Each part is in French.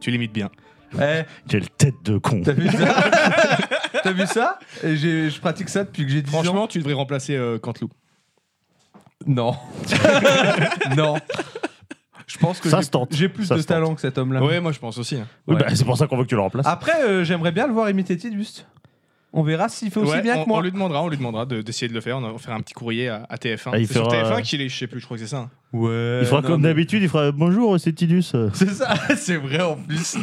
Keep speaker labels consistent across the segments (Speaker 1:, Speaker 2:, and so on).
Speaker 1: Tu l'imites bien.
Speaker 2: Eh,
Speaker 3: Quelle tête de con.
Speaker 2: t'as vu ça T'as vu ça Et j'ai- Je pratique ça depuis que j'ai 10 ans.
Speaker 1: Franchement, tu devrais remplacer euh, Canteloup.
Speaker 2: Non. non. Je pense que
Speaker 3: Ça
Speaker 2: j'ai-
Speaker 3: se tente.
Speaker 2: j'ai plus
Speaker 3: Ça
Speaker 2: de
Speaker 3: se tente.
Speaker 2: talent que cet homme-là.
Speaker 1: Ouais, moi je pense aussi. hein.
Speaker 3: Oui,
Speaker 2: Ouais.
Speaker 3: bah, c'est pour ça qu'on veut que tu le remplaces.
Speaker 2: Après, euh, j'aimerais bien le voir imiter Tidbust. On verra s'il fait aussi
Speaker 1: Ouais,
Speaker 2: bien
Speaker 1: on,
Speaker 2: que moi.
Speaker 1: on lui demandera, on lui demandera de- d'essayer de, le faire. On va faire un petit courrier à, à TF1.
Speaker 3: Ah, il
Speaker 1: C'est sur
Speaker 3: fera,
Speaker 1: TF1
Speaker 3: euh,
Speaker 1: qu'il est, je sais plus, je crois que c'est ça. hein.
Speaker 2: Ouais.
Speaker 3: il fera
Speaker 2: non,
Speaker 3: comme
Speaker 2: mais-
Speaker 3: d'habitude, il fera bonjour, c'est Tidus.
Speaker 2: C'est ça, c'est vrai en plus.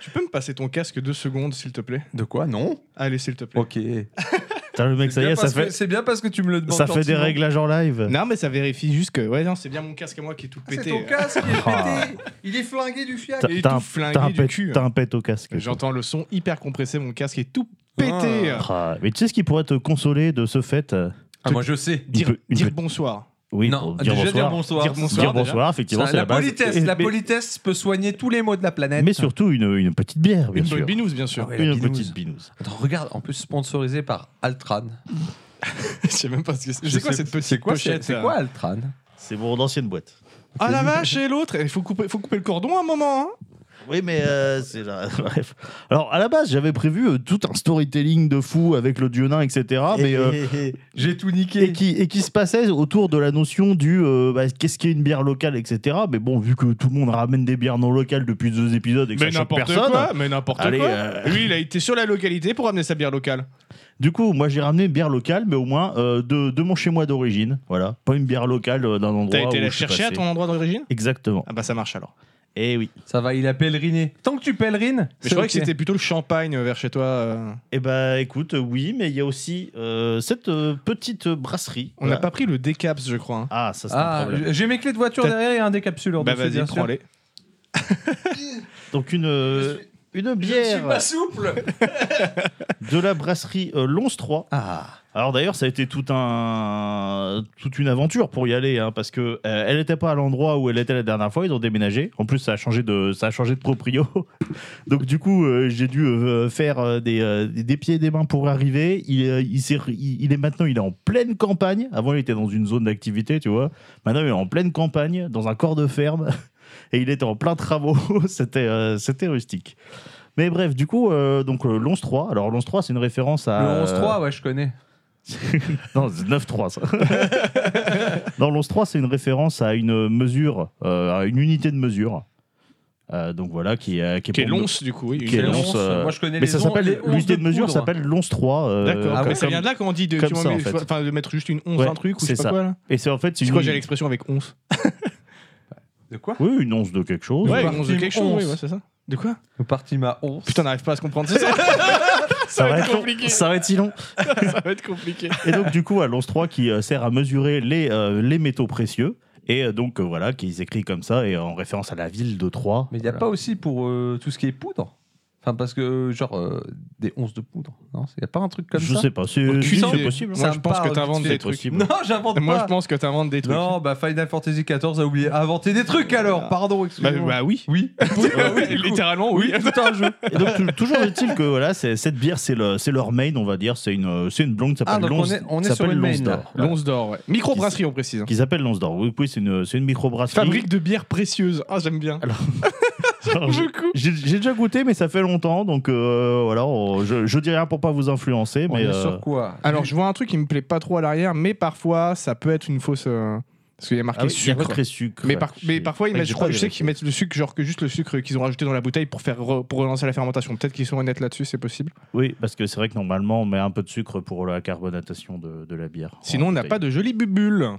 Speaker 1: Tu peux me passer ton casque deux secondes, s'il te plaît
Speaker 2: De quoi Non.
Speaker 1: Allez, s'il te plaît.
Speaker 2: Ok.
Speaker 3: Putain, le mec, ça y
Speaker 2: Bien
Speaker 3: est, ça
Speaker 2: parce que-
Speaker 3: fait,
Speaker 2: C'est bien parce que tu me le demandes.
Speaker 3: ça fait des
Speaker 2: gentiment.
Speaker 3: réglages en live.
Speaker 1: Non, mais ça vérifie juste que. Ouais, non, c'est bien mon casque à moi qui est tout
Speaker 2: Ah, C'est
Speaker 1: pété.
Speaker 2: ton casque, il est pété. Il est flingué du fiac.
Speaker 3: Ah. T'as-
Speaker 1: il est
Speaker 3: T'as
Speaker 1: tout
Speaker 3: un-
Speaker 1: flingué
Speaker 3: t'as un,
Speaker 1: du
Speaker 3: pet-
Speaker 1: cul, hein.
Speaker 3: t'as un pet au casque.
Speaker 1: J'entends le son hyper compressé, mon casque est tout pété. Euh,
Speaker 2: Ah.
Speaker 3: Ah, mais tu sais ce qui pourrait te consoler de ce fait euh,
Speaker 2: Ah, moi je sais.
Speaker 1: Dire,
Speaker 3: peut- il
Speaker 1: dire
Speaker 3: peut-
Speaker 1: bonsoir.
Speaker 3: Oui,
Speaker 2: non,
Speaker 3: pour
Speaker 2: déjà
Speaker 3: dire
Speaker 2: dire
Speaker 3: bonsoir.
Speaker 2: bonsoir.
Speaker 1: Dire bonsoir.
Speaker 3: Dire
Speaker 1: déjà.
Speaker 3: bonsoir,
Speaker 2: Ça,
Speaker 3: effectivement, c'est
Speaker 2: la,
Speaker 3: la base.
Speaker 2: politesse,
Speaker 3: Et-
Speaker 2: la
Speaker 3: mais-
Speaker 2: politesse peut soigner tous les maux de la planète.
Speaker 3: Mais surtout une, une petite bière, bien
Speaker 1: Une
Speaker 3: sûr.
Speaker 1: bonne binouse, bien sûr.
Speaker 2: Ah ouais.
Speaker 3: Une
Speaker 2: la binouse.
Speaker 3: petite binouse.
Speaker 2: Attends, regarde, en plus sponsorisé par Altran.
Speaker 1: je sais même pas ce que c'est. C'est quoi cette petite
Speaker 2: C'est quoi,
Speaker 1: pochette
Speaker 2: C'est
Speaker 1: là
Speaker 2: quoi Altran
Speaker 3: C'est mon ancienne boîte.
Speaker 1: Ah la vache, et l'autre Il faut couper, faut couper le cordon un moment. hein.
Speaker 3: Oui, mais euh, c'est là. Bref. Alors, à la base, j'avais prévu euh, tout un storytelling de fou avec le dieu nain, etc. Mais. euh,
Speaker 2: J'ai tout
Speaker 3: et
Speaker 2: niqué.
Speaker 3: qui, et qui se passait autour de la notion du euh, bah, qu'est-ce qu'est une bière locale, etc. Mais bon, vu que tout le monde ramène des bières non locales depuis deux épisodes et que
Speaker 1: Mais
Speaker 3: ça choque
Speaker 1: n'importe
Speaker 3: personne,
Speaker 1: quoi, mais n'importe
Speaker 3: Allez,
Speaker 1: quoi.
Speaker 3: euh.
Speaker 1: Lui, il a été sur la localité pour amener sa bière locale.
Speaker 3: du coup, moi j'ai ramené une bière locale, mais au moins euh, de, de mon chez moi d'origine. Voilà, pas une bière locale euh, d'un endroit.
Speaker 1: T'as été
Speaker 3: où
Speaker 1: la
Speaker 3: je suis
Speaker 1: chercher à
Speaker 3: passé.
Speaker 1: ton endroit d'origine
Speaker 3: Exactement.
Speaker 1: Ah bah ça marche alors.
Speaker 3: Et oui.
Speaker 2: Ça va, il a pèleriné. Tant que tu pèlerines,
Speaker 1: Mais
Speaker 2: c'est
Speaker 1: je croyais
Speaker 2: ok.
Speaker 1: que c'était plutôt le champagne euh, vers chez toi. euh.
Speaker 3: Et bah écoute, euh, oui, mais il y a aussi euh, cette euh, petite brasserie.
Speaker 1: On n'a
Speaker 2: Bah.
Speaker 3: Voilà.
Speaker 1: pas pris le décaps, je crois. hein.
Speaker 3: Ah, ça c'est un
Speaker 2: Ah,
Speaker 3: problème.
Speaker 2: j'ai mes clés de voiture
Speaker 1: T'as-
Speaker 2: derrière et un décapsuleur.
Speaker 1: Bah
Speaker 2: dessus,
Speaker 1: vas-y,
Speaker 2: bien sûr.
Speaker 1: prends-les.
Speaker 3: Donc une euh, une bière
Speaker 2: souple.
Speaker 3: de la brasserie euh, Lons 3
Speaker 2: Ah,
Speaker 3: Alors d'ailleurs, ça a été tout un, toute une aventure pour y aller, hein, parce que euh, elle n'était pas à l'endroit où elle était la dernière fois. Ils ont déménagé. En plus, ça a changé de, ça a changé de proprio. Donc du coup, euh, j'ai dû euh, faire euh, des, euh, des pieds et des mains pour arriver. Il, euh, il, s'est- il- il est maintenant, il est en pleine campagne. Avant, il était dans une zone d'activité, tu vois. Maintenant, il est en pleine campagne, dans un corps de ferme, et il était en plein travaux. c'était, euh, c'était rustique. Mais bref, du coup, euh, donc euh, l'once 3. Alors l'once 3, c'est une référence à
Speaker 2: le 11-3, ouais, je connais.
Speaker 3: non, c'est 9-3, ça. Dans l'11-3, c'est une référence à une mesure, euh, à une unité de mesure. Euh, donc voilà, qui, est- qui est
Speaker 1: Qui est
Speaker 3: pour-
Speaker 1: l'once, du coup. oui,
Speaker 3: Qui est
Speaker 1: une-
Speaker 3: l'once,
Speaker 2: onces,
Speaker 3: euh,
Speaker 2: Moi, je connais
Speaker 3: Mais
Speaker 2: les
Speaker 3: ça
Speaker 2: on- les
Speaker 3: s'appelle
Speaker 2: onces
Speaker 3: l'unité de
Speaker 2: de
Speaker 3: mesure
Speaker 2: poudre.
Speaker 3: s'appelle l'once-3. euh,
Speaker 1: D'accord,
Speaker 2: Ah
Speaker 1: mais
Speaker 2: ouais.
Speaker 1: ça vient de là quand on dit de,
Speaker 3: comme
Speaker 1: tu vois,
Speaker 3: ça, en
Speaker 1: mais-
Speaker 3: fait.
Speaker 1: enfin, de mettre juste une once,
Speaker 3: Ouais,
Speaker 1: un truc, ou je
Speaker 3: c'est
Speaker 1: sais
Speaker 3: ça.
Speaker 1: pas quoi. là.
Speaker 3: Et c'est en fait.
Speaker 1: C'est
Speaker 3: une-
Speaker 1: quoi, j'ai l'expression avec once
Speaker 2: De quoi
Speaker 3: Oui, une once de quelque chose.
Speaker 1: Ouais,
Speaker 2: Nous
Speaker 1: une once de
Speaker 2: partîmes
Speaker 1: quelque chose,
Speaker 2: once.
Speaker 1: oui, ouais, c'est ça. De quoi
Speaker 2: Nous partîmes à 11.
Speaker 1: Putain, on n'arrive pas à se comprendre, c'est ça
Speaker 3: ça,
Speaker 1: va
Speaker 3: va
Speaker 1: être
Speaker 3: être long.
Speaker 1: compliqué.
Speaker 3: Ça va être si long.
Speaker 1: Ça va être compliqué.
Speaker 3: Et donc, du coup, à l'once-3 qui euh, sert à mesurer les, euh, les métaux précieux. Et euh, donc, euh, voilà, qu'ils écrit comme ça, et en référence à la ville de Troyes.
Speaker 2: Mais il n'y a
Speaker 3: Voilà.
Speaker 2: pas aussi pour euh, tout ce qui est poudre Enfin, parce que, genre, euh, des onces de poudre. Non, il n'y a pas un truc comme
Speaker 3: Je
Speaker 2: ça
Speaker 3: sais pas, c'est
Speaker 1: Aucune
Speaker 3: Euh, c'est
Speaker 1: idée.
Speaker 3: possible.
Speaker 1: Moi,
Speaker 2: Ça
Speaker 1: je
Speaker 2: me
Speaker 1: pense
Speaker 2: parle
Speaker 1: que t'inventes
Speaker 2: vite
Speaker 1: des
Speaker 2: fait.
Speaker 1: trucs.
Speaker 2: Non, j'invente
Speaker 1: Moi,
Speaker 2: pas.
Speaker 1: je pense que t'inventes des trucs.
Speaker 2: Non, bah Final Fantasy XIV a oublié inventer des trucs alors, pardon,
Speaker 1: Bah,
Speaker 2: excusez-moi.
Speaker 1: bah oui.
Speaker 2: oui,
Speaker 1: Euh, oui, littéralement, oui.
Speaker 2: tout un jeu.
Speaker 3: Et donc, tou- toujours est-il que voilà, c'est- cette bière, c'est le- c'est leur main, on va dire. C'est une, euh, c'est une blonde qui
Speaker 2: Ah,
Speaker 3: s'appelle
Speaker 2: donc on
Speaker 3: l'once
Speaker 2: est- on est
Speaker 3: qui
Speaker 2: sur
Speaker 3: s'appelle
Speaker 2: une main,
Speaker 3: l'once
Speaker 2: là.
Speaker 3: d'or. Voilà.
Speaker 1: L'once d'or, ouais. Microbrasserie, on précise. hein.
Speaker 3: Qui s'appelle l'once d'or. Oui, oui, c'est une, c'est une microbrasserie.
Speaker 1: Fabrique de bières précieuses. Ah, j'aime bien.
Speaker 3: Alors,
Speaker 1: Je
Speaker 3: j'ai-
Speaker 1: coupe.
Speaker 3: J'ai j'ai déjà goûté, mais ça fait longtemps. Donc euh, voilà, on- je, je dis rien pour pas vous influencer.
Speaker 2: On
Speaker 3: mais
Speaker 2: est
Speaker 3: euh,
Speaker 2: sur quoi
Speaker 1: Alors, je vois un truc qui me plaît pas trop à l'arrière, mais parfois, ça peut être une fausse. euh, Parce qu'il y a marqué
Speaker 3: ah oui, il y a
Speaker 1: sucre.
Speaker 3: marqué sucre.
Speaker 1: Mais, par- mais
Speaker 3: J'ai-
Speaker 1: parfois, ils
Speaker 3: ouais,
Speaker 1: mettent,
Speaker 3: j'ai
Speaker 1: je, crois-
Speaker 3: pas
Speaker 1: je sais qu'ils mettent le sucre, genre que juste le sucre qu'ils ont rajouté dans la bouteille pour, faire re- pour relancer la fermentation. Peut-être qu'ils sont honnêtes là-dessus, c'est possible.
Speaker 3: Oui, parce que c'est vrai que normalement, on met un peu de sucre pour la carbonatation de, de la bière.
Speaker 1: Sinon, on n'a pas de jolies bubules.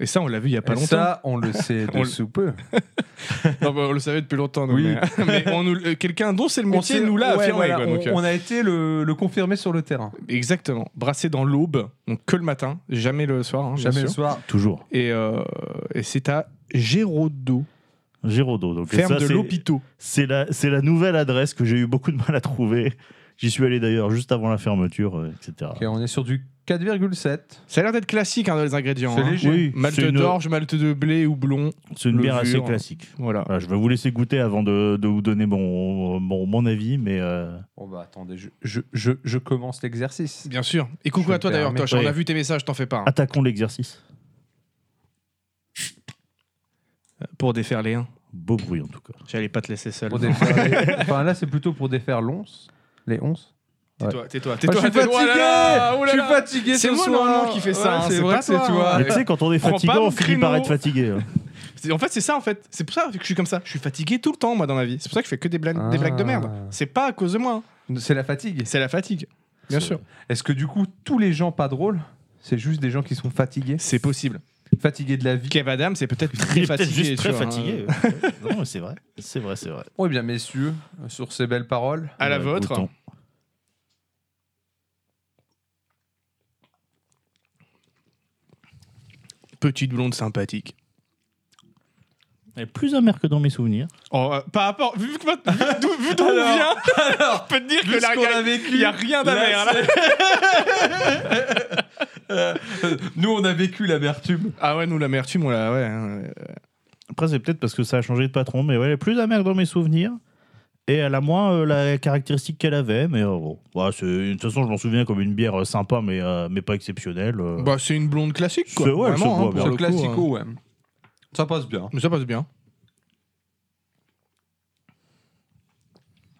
Speaker 1: Et ça, on l'a vu il y a pas
Speaker 2: Et
Speaker 1: longtemps.
Speaker 2: Ça, on le sait de
Speaker 1: On le-
Speaker 2: sous peu.
Speaker 1: Non, bah, on le savait depuis longtemps. nous,
Speaker 2: Oui.
Speaker 1: Mais, mais on nous- euh, quelqu'un dont c'est le métier
Speaker 2: sait-
Speaker 1: nous l'a
Speaker 2: ouais,
Speaker 1: affirmé.
Speaker 2: voilà,
Speaker 1: quoi,
Speaker 2: on,
Speaker 1: donc, euh,
Speaker 2: on a été le, le confirmer sur le terrain.
Speaker 1: Exactement. Brassé dans l'aube, donc que le matin, jamais le soir. hein, bien
Speaker 2: Jamais
Speaker 1: sûr.
Speaker 2: le soir.
Speaker 3: Toujours.
Speaker 1: Et, euh, et c'est à Géraudot,
Speaker 3: Géraudot. Donc,
Speaker 1: ferme
Speaker 3: ça,
Speaker 1: de
Speaker 3: c'est-
Speaker 1: l'hôpital.
Speaker 3: C'est la, c'est la nouvelle adresse que j'ai eu beaucoup de mal à trouver. J'y suis allé d'ailleurs juste avant la fermeture, euh, etc.
Speaker 2: Ok, on est sur du 4,7.
Speaker 1: Ça a l'air d'être classique, hein, dans les ingrédients.
Speaker 2: C'est
Speaker 1: hein.
Speaker 2: léger.
Speaker 3: Oui,
Speaker 1: Malte
Speaker 3: c'est une-
Speaker 1: d'orge, malte de blé, houblon.
Speaker 3: C'est une
Speaker 1: Levure.
Speaker 3: bière assez classique.
Speaker 1: Voilà.
Speaker 3: Voilà, je vais vous laisser goûter avant de, de vous donner mon, mon, mon avis, mais euh,
Speaker 2: Bon bah attendez, je, je, je, je commence l'exercice.
Speaker 1: Bien sûr. Et
Speaker 2: Je
Speaker 1: coucou
Speaker 2: vais
Speaker 1: à toi
Speaker 2: me Ah,
Speaker 1: d'ailleurs,
Speaker 2: permettre,
Speaker 1: Tosh. On a
Speaker 3: oui.
Speaker 1: vu tes messages, t'en fais pas. hein.
Speaker 3: attaquons l'exercice.
Speaker 1: Pour défaire les uns.
Speaker 3: Beau bruit en tout cas.
Speaker 1: J'allais pas te laisser seul.
Speaker 2: Pour défaire- enfin, là, c'est plutôt pour défaire l'once. Les onces.
Speaker 1: Tais-toi, tais-toi,
Speaker 2: Ah, je
Speaker 1: tais-toi.
Speaker 2: suis
Speaker 1: tais-toi. Oh là là,
Speaker 2: fatigué
Speaker 1: oh là
Speaker 2: Je suis
Speaker 1: là.
Speaker 2: fatigué
Speaker 1: C'est
Speaker 2: ce
Speaker 1: moi,
Speaker 2: soir.
Speaker 1: normalement, qui fais ça,
Speaker 2: Ouais,
Speaker 1: hein,
Speaker 2: c'est
Speaker 1: c'est
Speaker 2: vrai
Speaker 1: pas
Speaker 2: que c'est
Speaker 1: toi,
Speaker 2: toi.
Speaker 1: hein.
Speaker 3: Mais tu sais, quand on est
Speaker 1: Prends pas
Speaker 3: fatigué,
Speaker 1: mon
Speaker 3: on finit par
Speaker 1: créneau.
Speaker 3: être fatigué. hein.
Speaker 1: C'est- En fait, c'est ça, en fait. C'est pour ça que je suis comme ça. Je suis fatigué tout le temps, moi, dans ma vie. C'est pour ça que je fais que des, blagues- des
Speaker 2: Ah.
Speaker 1: blagues de merde. C'est pas à cause de moi. hein.
Speaker 2: C'est la fatigue.
Speaker 1: C'est la fatigue. Bien
Speaker 3: C'est-
Speaker 1: sûr.
Speaker 2: Est-ce que du coup, tous les gens pas drôles, c'est juste des gens qui sont fatigués
Speaker 1: C'est possible.
Speaker 2: Fatigués de la vie
Speaker 1: Kev Adams c'est peut-être
Speaker 3: Il
Speaker 1: très
Speaker 3: est peut-être
Speaker 1: fatigué.
Speaker 3: juste
Speaker 1: tu
Speaker 3: très
Speaker 1: vois, hein.
Speaker 3: fatigué. non, mais c'est vrai. C'est vrai, c'est vrai.
Speaker 2: Oui, Eh bien, messieurs, sur ces belles paroles.
Speaker 1: À la
Speaker 3: Euh,
Speaker 1: vôtre.
Speaker 3: goûtons.
Speaker 1: Petite blonde sympathique.
Speaker 3: Elle est plus amère que dans mes souvenirs.
Speaker 1: Oh, euh, par rapport. Vu que maintenant- vu d'où vu d'où on
Speaker 2: Alors,
Speaker 1: vient, je peux te dire que là, il y a-
Speaker 2: vécu,
Speaker 1: il n'y a rien hein. d'amère. là.
Speaker 2: Nous, on a vécu l'amertume.
Speaker 1: Ah ouais, nous, l'amertume, on l'a. Ouais. hein.
Speaker 3: Après, c'est peut-être parce que ça a changé de patron, mais ouais, elle est plus amère que dans mes souvenirs. Et elle a moins euh, la caractéristique qu'elle avait, mais euh, bon. Ouais, c'est- de toute façon, je m'en souviens comme une bière euh, sympa, mais, euh, mais pas exceptionnelle. euh.
Speaker 1: Bah, c'est une blonde classique, quoi.
Speaker 3: C'est- ouais,
Speaker 1: Vraiment,
Speaker 3: c'est-
Speaker 1: hein,
Speaker 3: ouais,
Speaker 1: pour
Speaker 2: le
Speaker 1: le coup, hein.
Speaker 2: classico, ouais. Ça passe bien.
Speaker 1: Mais ça passe bien.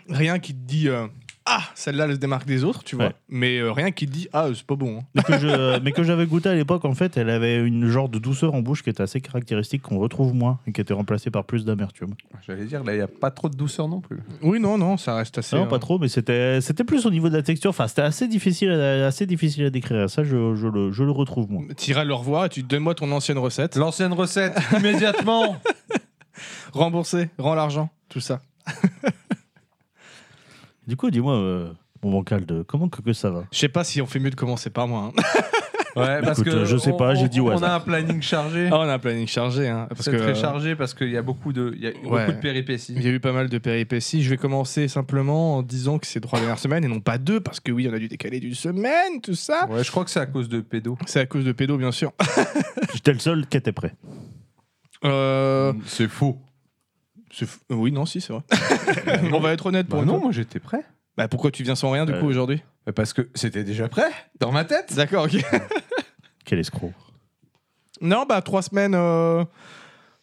Speaker 1: Rien qui te dit euh, Ah, celle-là, elle se démarque des autres, tu vois.
Speaker 3: Ouais.
Speaker 1: Mais euh, rien qui te dit Ah, euh, c'est pas bon. hein.
Speaker 3: Mais que je- euh, mais que j'avais goûté à l'époque, en fait, elle avait une genre de douceur en bouche qui était assez caractéristique, qu'on retrouve moins, et qui était remplacée par plus d'amertume.
Speaker 2: J'allais dire, là, il n'y a pas trop de douceur non plus.
Speaker 1: Oui, non, non, ça reste assez.
Speaker 3: Non,
Speaker 1: euh,
Speaker 3: pas trop, mais c'était c'était plus au niveau de la texture. Enfin, c'était assez difficile, à- assez difficile à décrire. Ça, je, je le, je le retrouve moins.
Speaker 1: T'iras le revoir et tu donnes-moi ton ancienne recette.
Speaker 2: L'ancienne recette, immédiatement.
Speaker 1: Rembourser, rends l'argent, tout ça.
Speaker 3: Du coup, dis-moi, euh, mon bancal, de comment que, que ça va
Speaker 1: Je sais pas si on fait mieux de commencer par moi. hein.
Speaker 2: Ouais, parce
Speaker 3: Écoute,
Speaker 2: que
Speaker 3: je sais
Speaker 2: on-
Speaker 3: pas, j'ai
Speaker 2: on-
Speaker 3: dit au
Speaker 2: On a
Speaker 3: hasard.
Speaker 2: un planning chargé.
Speaker 1: Ah, on a un planning chargé. Hein, parce
Speaker 2: C'est
Speaker 1: que
Speaker 2: très
Speaker 1: euh,
Speaker 2: chargé parce qu'il y a beaucoup de, il y a eu
Speaker 1: Ouais.
Speaker 2: beaucoup de
Speaker 1: Il
Speaker 2: péripéties.
Speaker 1: y a eu pas mal de péripéties. Je vais commencer simplement en disant que c'est trois dernières semaines et non pas deux, parce que oui, on a dû décaler d'une semaine, tout ça.
Speaker 2: Ouais, je crois que c'est à cause de pédo.
Speaker 1: C'est à cause de pédo, bien sûr.
Speaker 3: J'étais le seul qui était prêt.
Speaker 1: Euh,
Speaker 2: C'est faux.
Speaker 1: c'est f- euh, Oui, non, si, c'est vrai. on va être honnête pour
Speaker 2: Bah
Speaker 1: une
Speaker 2: non,
Speaker 1: fois.
Speaker 2: moi j'étais prêt.
Speaker 1: Bah pourquoi tu viens sans rien du
Speaker 3: Euh.
Speaker 1: coup aujourd'hui
Speaker 2: Bah, Parce que c'était déjà prêt dans ma tête.
Speaker 1: D'accord, ok.
Speaker 3: Quel escroc.
Speaker 1: Non, bah trois semaines euh,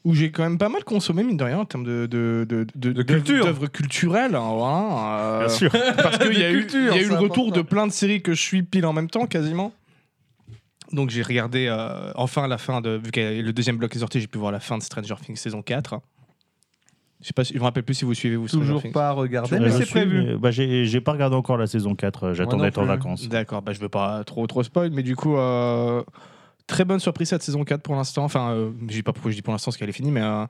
Speaker 1: où j'ai quand même pas mal consommé, mine de rien, en termes de, de, de, de, d'œuvres-
Speaker 2: culture.
Speaker 1: D'œuvres culturelles, hein, voilà, euh,
Speaker 3: Bien sûr.
Speaker 1: Parce qu'il y a
Speaker 2: De
Speaker 1: eu,
Speaker 2: culture,
Speaker 1: il y a eu
Speaker 2: c'est
Speaker 1: le retour
Speaker 2: important.
Speaker 1: de plein de séries que je suis pile en même temps, quasiment. Donc j'ai regardé euh, enfin la fin de. Vu que le deuxième bloc est sorti, j'ai pu voir la fin de Stranger Things saison 4. Je sais pas, si- je me rappelle plus si vous suivez vous Stranger
Speaker 2: Toujours
Speaker 1: Things.
Speaker 2: pas regardé,
Speaker 1: Toujours
Speaker 2: mais
Speaker 1: pas.
Speaker 3: Je
Speaker 2: c'est
Speaker 3: suis,
Speaker 2: prévu.
Speaker 3: mais, bah, j'ai j'ai pas regardé encore la saison 4. euh, J'attends
Speaker 2: Moi non
Speaker 3: d'être en
Speaker 2: plus.
Speaker 3: vacances.
Speaker 1: D'accord, bah je veux pas trop trop spoil, mais du coup, euh, très bonne surprise cette saison 4 pour l'instant. Enfin, euh, je sais pas pourquoi je dis pour l'instant parce qu'elle est finie, mais euh,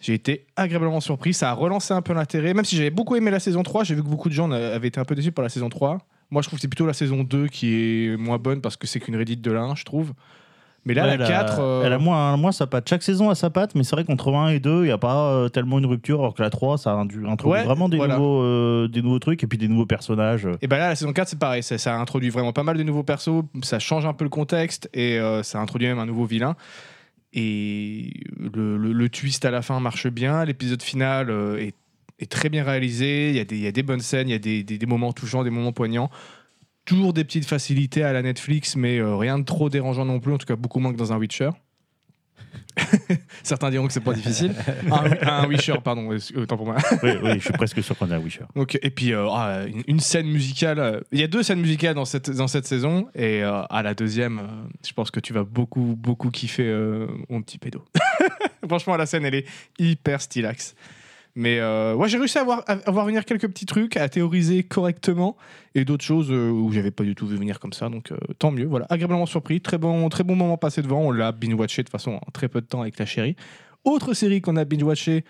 Speaker 1: j'ai été agréablement surpris. Ça a relancé un peu l'intérêt. Même si j'avais beaucoup aimé la saison 3, j'ai vu que beaucoup de gens euh, avaient été un peu déçus par la saison 3. Moi, je trouve que c'est plutôt la saison 2 qui est moins bonne parce que c'est qu'une rédite de la 1, je trouve. Mais là,
Speaker 3: Ouais,
Speaker 1: la 4. euh,
Speaker 3: elle a moins, moins sa patte. Chaque saison a sa patte, mais c'est vrai qu'entre 1 et 2, il n'y a pas euh, tellement une rupture, alors que la 3, ça a indu- introduit
Speaker 1: Ouais,
Speaker 3: vraiment des,
Speaker 1: voilà.
Speaker 3: nouveaux, euh, des nouveaux trucs et puis des nouveaux personnages. Euh,
Speaker 1: Et ben là, la saison 4, c'est pareil. Ça, ça introduit vraiment pas mal de nouveaux persos. Ça change un peu le contexte et euh, ça introduit même un nouveau vilain. Et le, le- le twist à la fin marche bien. L'épisode final euh, est, est très bien réalisé. Il y, a des- il y a des bonnes scènes, il y a des, des- des moments touchants, des moments poignants. Toujours des petites facilités à la Netflix, mais euh, rien de trop dérangeant non plus. En tout cas, beaucoup moins que dans un Witcher. Certains diront que c'est pas difficile. Un, un Witcher, pardon, autant pour moi.
Speaker 3: oui, oui, je suis presque sûr qu'on est à Wisher.
Speaker 1: Donc, et puis, euh, ah, une, une scène musicale. euh, Il y a deux scènes musicales dans cette, dans cette saison. Et euh, à la deuxième, euh, je pense que tu vas beaucoup, beaucoup kiffer euh, mon petit pédo. Franchement, la scène, elle est hyper stylax. Mais euh, ouais, j'ai réussi à voir, à, à voir venir quelques petits trucs, à théoriser correctement et d'autres choses euh, où j'avais pas du tout vu venir comme ça. Donc euh, tant mieux. Voilà, agréablement surpris. Très bon, très bon moment passé devant. On l'a binge-watché de toute façon en très peu de temps avec la chérie. Autre série qu'on a binge-watché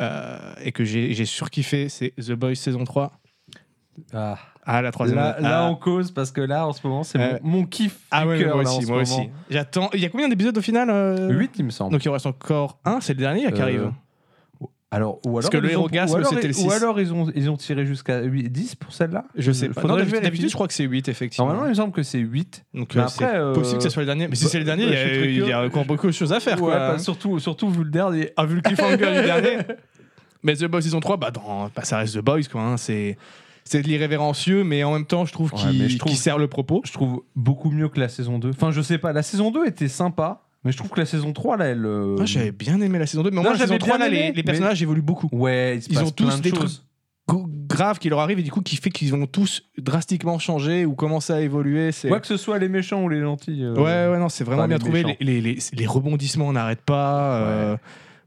Speaker 1: euh, et que j'ai j'ai surkiffé, c'est The Boys saison 3.
Speaker 2: Ah.
Speaker 1: Ah, la troisième.
Speaker 2: Là,
Speaker 1: ah.
Speaker 2: là, on cause parce que là, en ce moment, c'est
Speaker 1: Euh,
Speaker 2: mon, mon kiff.
Speaker 1: Ah
Speaker 2: du
Speaker 1: ouais,
Speaker 2: cœur,
Speaker 1: moi
Speaker 2: là, en
Speaker 1: aussi,
Speaker 2: ce
Speaker 1: moi
Speaker 2: moment.
Speaker 1: aussi. J'attends. Il y a combien d'épisodes au final euh
Speaker 2: 8, il me semble.
Speaker 1: Donc il en reste encore un, c'est le dernier là, qui
Speaker 2: Euh,
Speaker 1: arrive.
Speaker 2: Alors, ou alors,
Speaker 1: Parce que le
Speaker 2: ils ont-
Speaker 1: Hérogasme,
Speaker 2: ou alors-
Speaker 1: c'était le
Speaker 2: Ou
Speaker 1: 6.
Speaker 2: alors, ils ont, ils ont tiré jusqu'à 8, 10 pour celle-là
Speaker 1: Je sais pas. Non,
Speaker 2: Faudrait
Speaker 1: d'habitude,
Speaker 2: vérifier.
Speaker 1: d'habitude, je crois que c'est 8, effectivement.
Speaker 2: Normalement, il me semble que c'est 8.
Speaker 1: Donc
Speaker 2: Mais
Speaker 1: euh, c'est
Speaker 2: après, euh,
Speaker 1: possible que ce soit le dernier. Mais si
Speaker 2: bah,
Speaker 1: c'est le dernier,
Speaker 2: bah,
Speaker 1: il y
Speaker 2: je suis
Speaker 1: a-
Speaker 2: très
Speaker 1: il y, a
Speaker 2: curieux.
Speaker 1: encore beaucoup de choses à faire.
Speaker 2: Ouais,
Speaker 1: quoi.
Speaker 2: pas- surtout, surtout vu le dernier.
Speaker 1: Ah, vu le cliffhanger du dernier. Mais The Boys saison 3, bah, dans, bah, ça reste The Boys, quoi. hein. C'est, c'est de l'irrévérencieux, mais en même temps, je trouve
Speaker 2: Ouais,
Speaker 1: qu'il
Speaker 2: mais je trouve-
Speaker 1: qu'il sert le propos.
Speaker 2: Je trouve beaucoup mieux que la saison 2. Enfin, je sais pas, la saison 2 était sympa, Mais je trouve que la saison 3, là, elle. euh,
Speaker 1: Moi, j'avais bien aimé la saison 2, mais au
Speaker 2: Non,
Speaker 1: moins, la
Speaker 2: j'avais
Speaker 1: saison 3,
Speaker 2: bien
Speaker 1: là,
Speaker 2: aimé,
Speaker 1: les, les personnages évoluent beaucoup.
Speaker 2: Ouais, il se
Speaker 1: Ils
Speaker 2: passe
Speaker 1: ont tous
Speaker 2: plein de
Speaker 1: des
Speaker 2: choses.
Speaker 1: Go- Grave qui leur arrive et du coup, qui fait qu'ils vont tous drastiquement changer ou commencer à évoluer. C'est...
Speaker 2: Quoi que ce soit les méchants ou les gentils. euh,
Speaker 1: Ouais, ouais, non, c'est vraiment
Speaker 2: Pas
Speaker 1: bien
Speaker 2: les
Speaker 1: trouvé.
Speaker 2: méchants.
Speaker 1: Les, les, les- les rebondissements n'arrêtent pas. euh,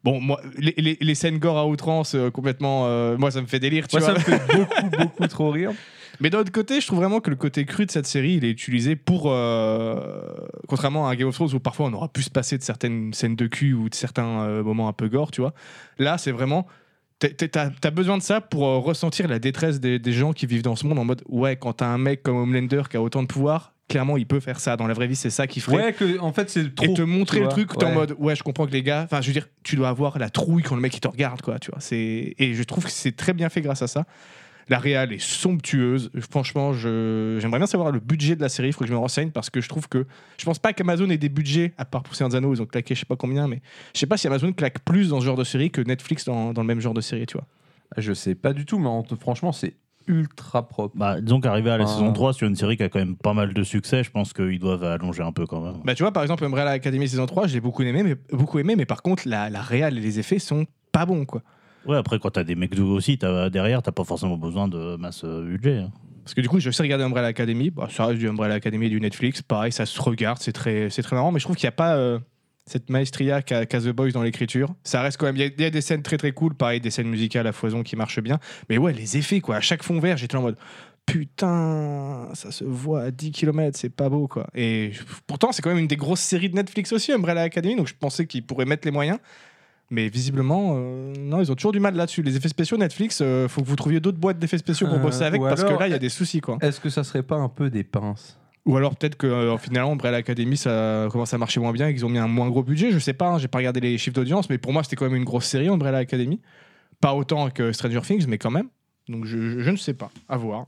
Speaker 1: Bon, moi, les, les- les scènes gore à outrance, euh, complètement. euh, moi, ça me fait délire, tu
Speaker 2: Moi, ça
Speaker 1: vois.
Speaker 2: me fait beaucoup, beaucoup trop rire.
Speaker 1: Mais d'un autre côté, je trouve vraiment que le côté cru de cette série, il est utilisé pour. euh, contrairement à un Game of Thrones où parfois on aura pu se passer de certaines scènes de cul ou de certains euh, moments un peu gore, tu vois. Là, c'est vraiment. t'es- t'es- T'as t'as besoin de ça pour euh, ressentir la détresse des, des gens qui vivent dans ce monde en mode ouais, quand t'as un mec comme Homelander qui a autant de pouvoir, clairement il peut faire ça. Dans la vraie vie, c'est ça qu'il ferait.
Speaker 2: Ouais, que, en fait, c'est trop.
Speaker 1: et te montrer
Speaker 2: tu
Speaker 1: le
Speaker 2: vois,
Speaker 1: truc, t'es en
Speaker 2: ouais.
Speaker 1: mode ouais, je comprends que les gars. Enfin, je veux dire, tu dois avoir la trouille quand le mec il te regarde, quoi, tu vois. C'est et je trouve que c'est très bien fait grâce à ça. La réal est somptueuse. Franchement, je j'aimerais bien savoir le budget de la série. Il faut que je me renseigne parce que je trouve que je pense pas qu'Amazon ait des budgets à part pour Seigneur des Anneaux. Ils ont claqué je sais pas combien, mais je sais pas si Amazon claque plus dans ce genre de série que Netflix dans, dans le même genre de série, tu vois.
Speaker 2: Ah, Je sais pas du tout, mais en- franchement, c'est ultra propre.
Speaker 3: Bah, disons qu'arriver à la
Speaker 2: Ah.
Speaker 3: saison 3 sur une série qui a quand même pas mal de succès, je pense qu'ils doivent allonger un peu quand même.
Speaker 1: Bah tu vois par exemple Umbrella Academy saison 3, j'ai beaucoup aimé, mais beaucoup aimé, mais par contre la la réal et les effets sont pas bons quoi.
Speaker 3: Ouais, après, quand t'as des mecs doux aussi, t'as- derrière, t'as pas forcément besoin de masse euh, budget. hein.
Speaker 1: Parce que du coup, je sais regarder Umbrella Academy. Bah, ça reste du Umbrella Academy et du Netflix. Pareil, ça se regarde, c'est très, c'est très marrant. Mais je trouve qu'il n'y a pas euh, cette maestria qu'a qu'a The Boys dans l'écriture. Ça reste quand même. Il y, a- il y a des scènes très très cool. Pareil, des scènes musicales à foison qui marchent bien. Mais ouais, les effets, quoi. À chaque fond vert, j'étais en mode. Putain, ça se voit à 10 km, c'est pas beau quoi. Et je- pourtant, c'est quand même une des grosses séries de Netflix aussi, Umbrella Academy, donc je pensais qu'ils pourraient mettre les moyens. Mais visiblement, euh, non, ils ont toujours du mal là-dessus. Les effets spéciaux Netflix, euh, faut que vous trouviez d'autres boîtes d'effets spéciaux pour
Speaker 2: Euh,
Speaker 1: bosser avec
Speaker 2: ou
Speaker 1: parce
Speaker 2: alors-
Speaker 1: que là, il y a des soucis quoi.
Speaker 2: Est-ce que ça serait pas un peu des pinces
Speaker 1: Ou alors peut-être que euh, finalement Umbrella Academy ça commence à marcher moins bien et qu'ils ont mis un moins gros budget, je sais pas, hein, j'ai pas regardé les chiffres d'audience, mais pour moi c'était quand même une grosse série Umbrella Academy. Pas autant que Stranger Things, mais quand même. Donc je, je- je ne sais pas, à voir.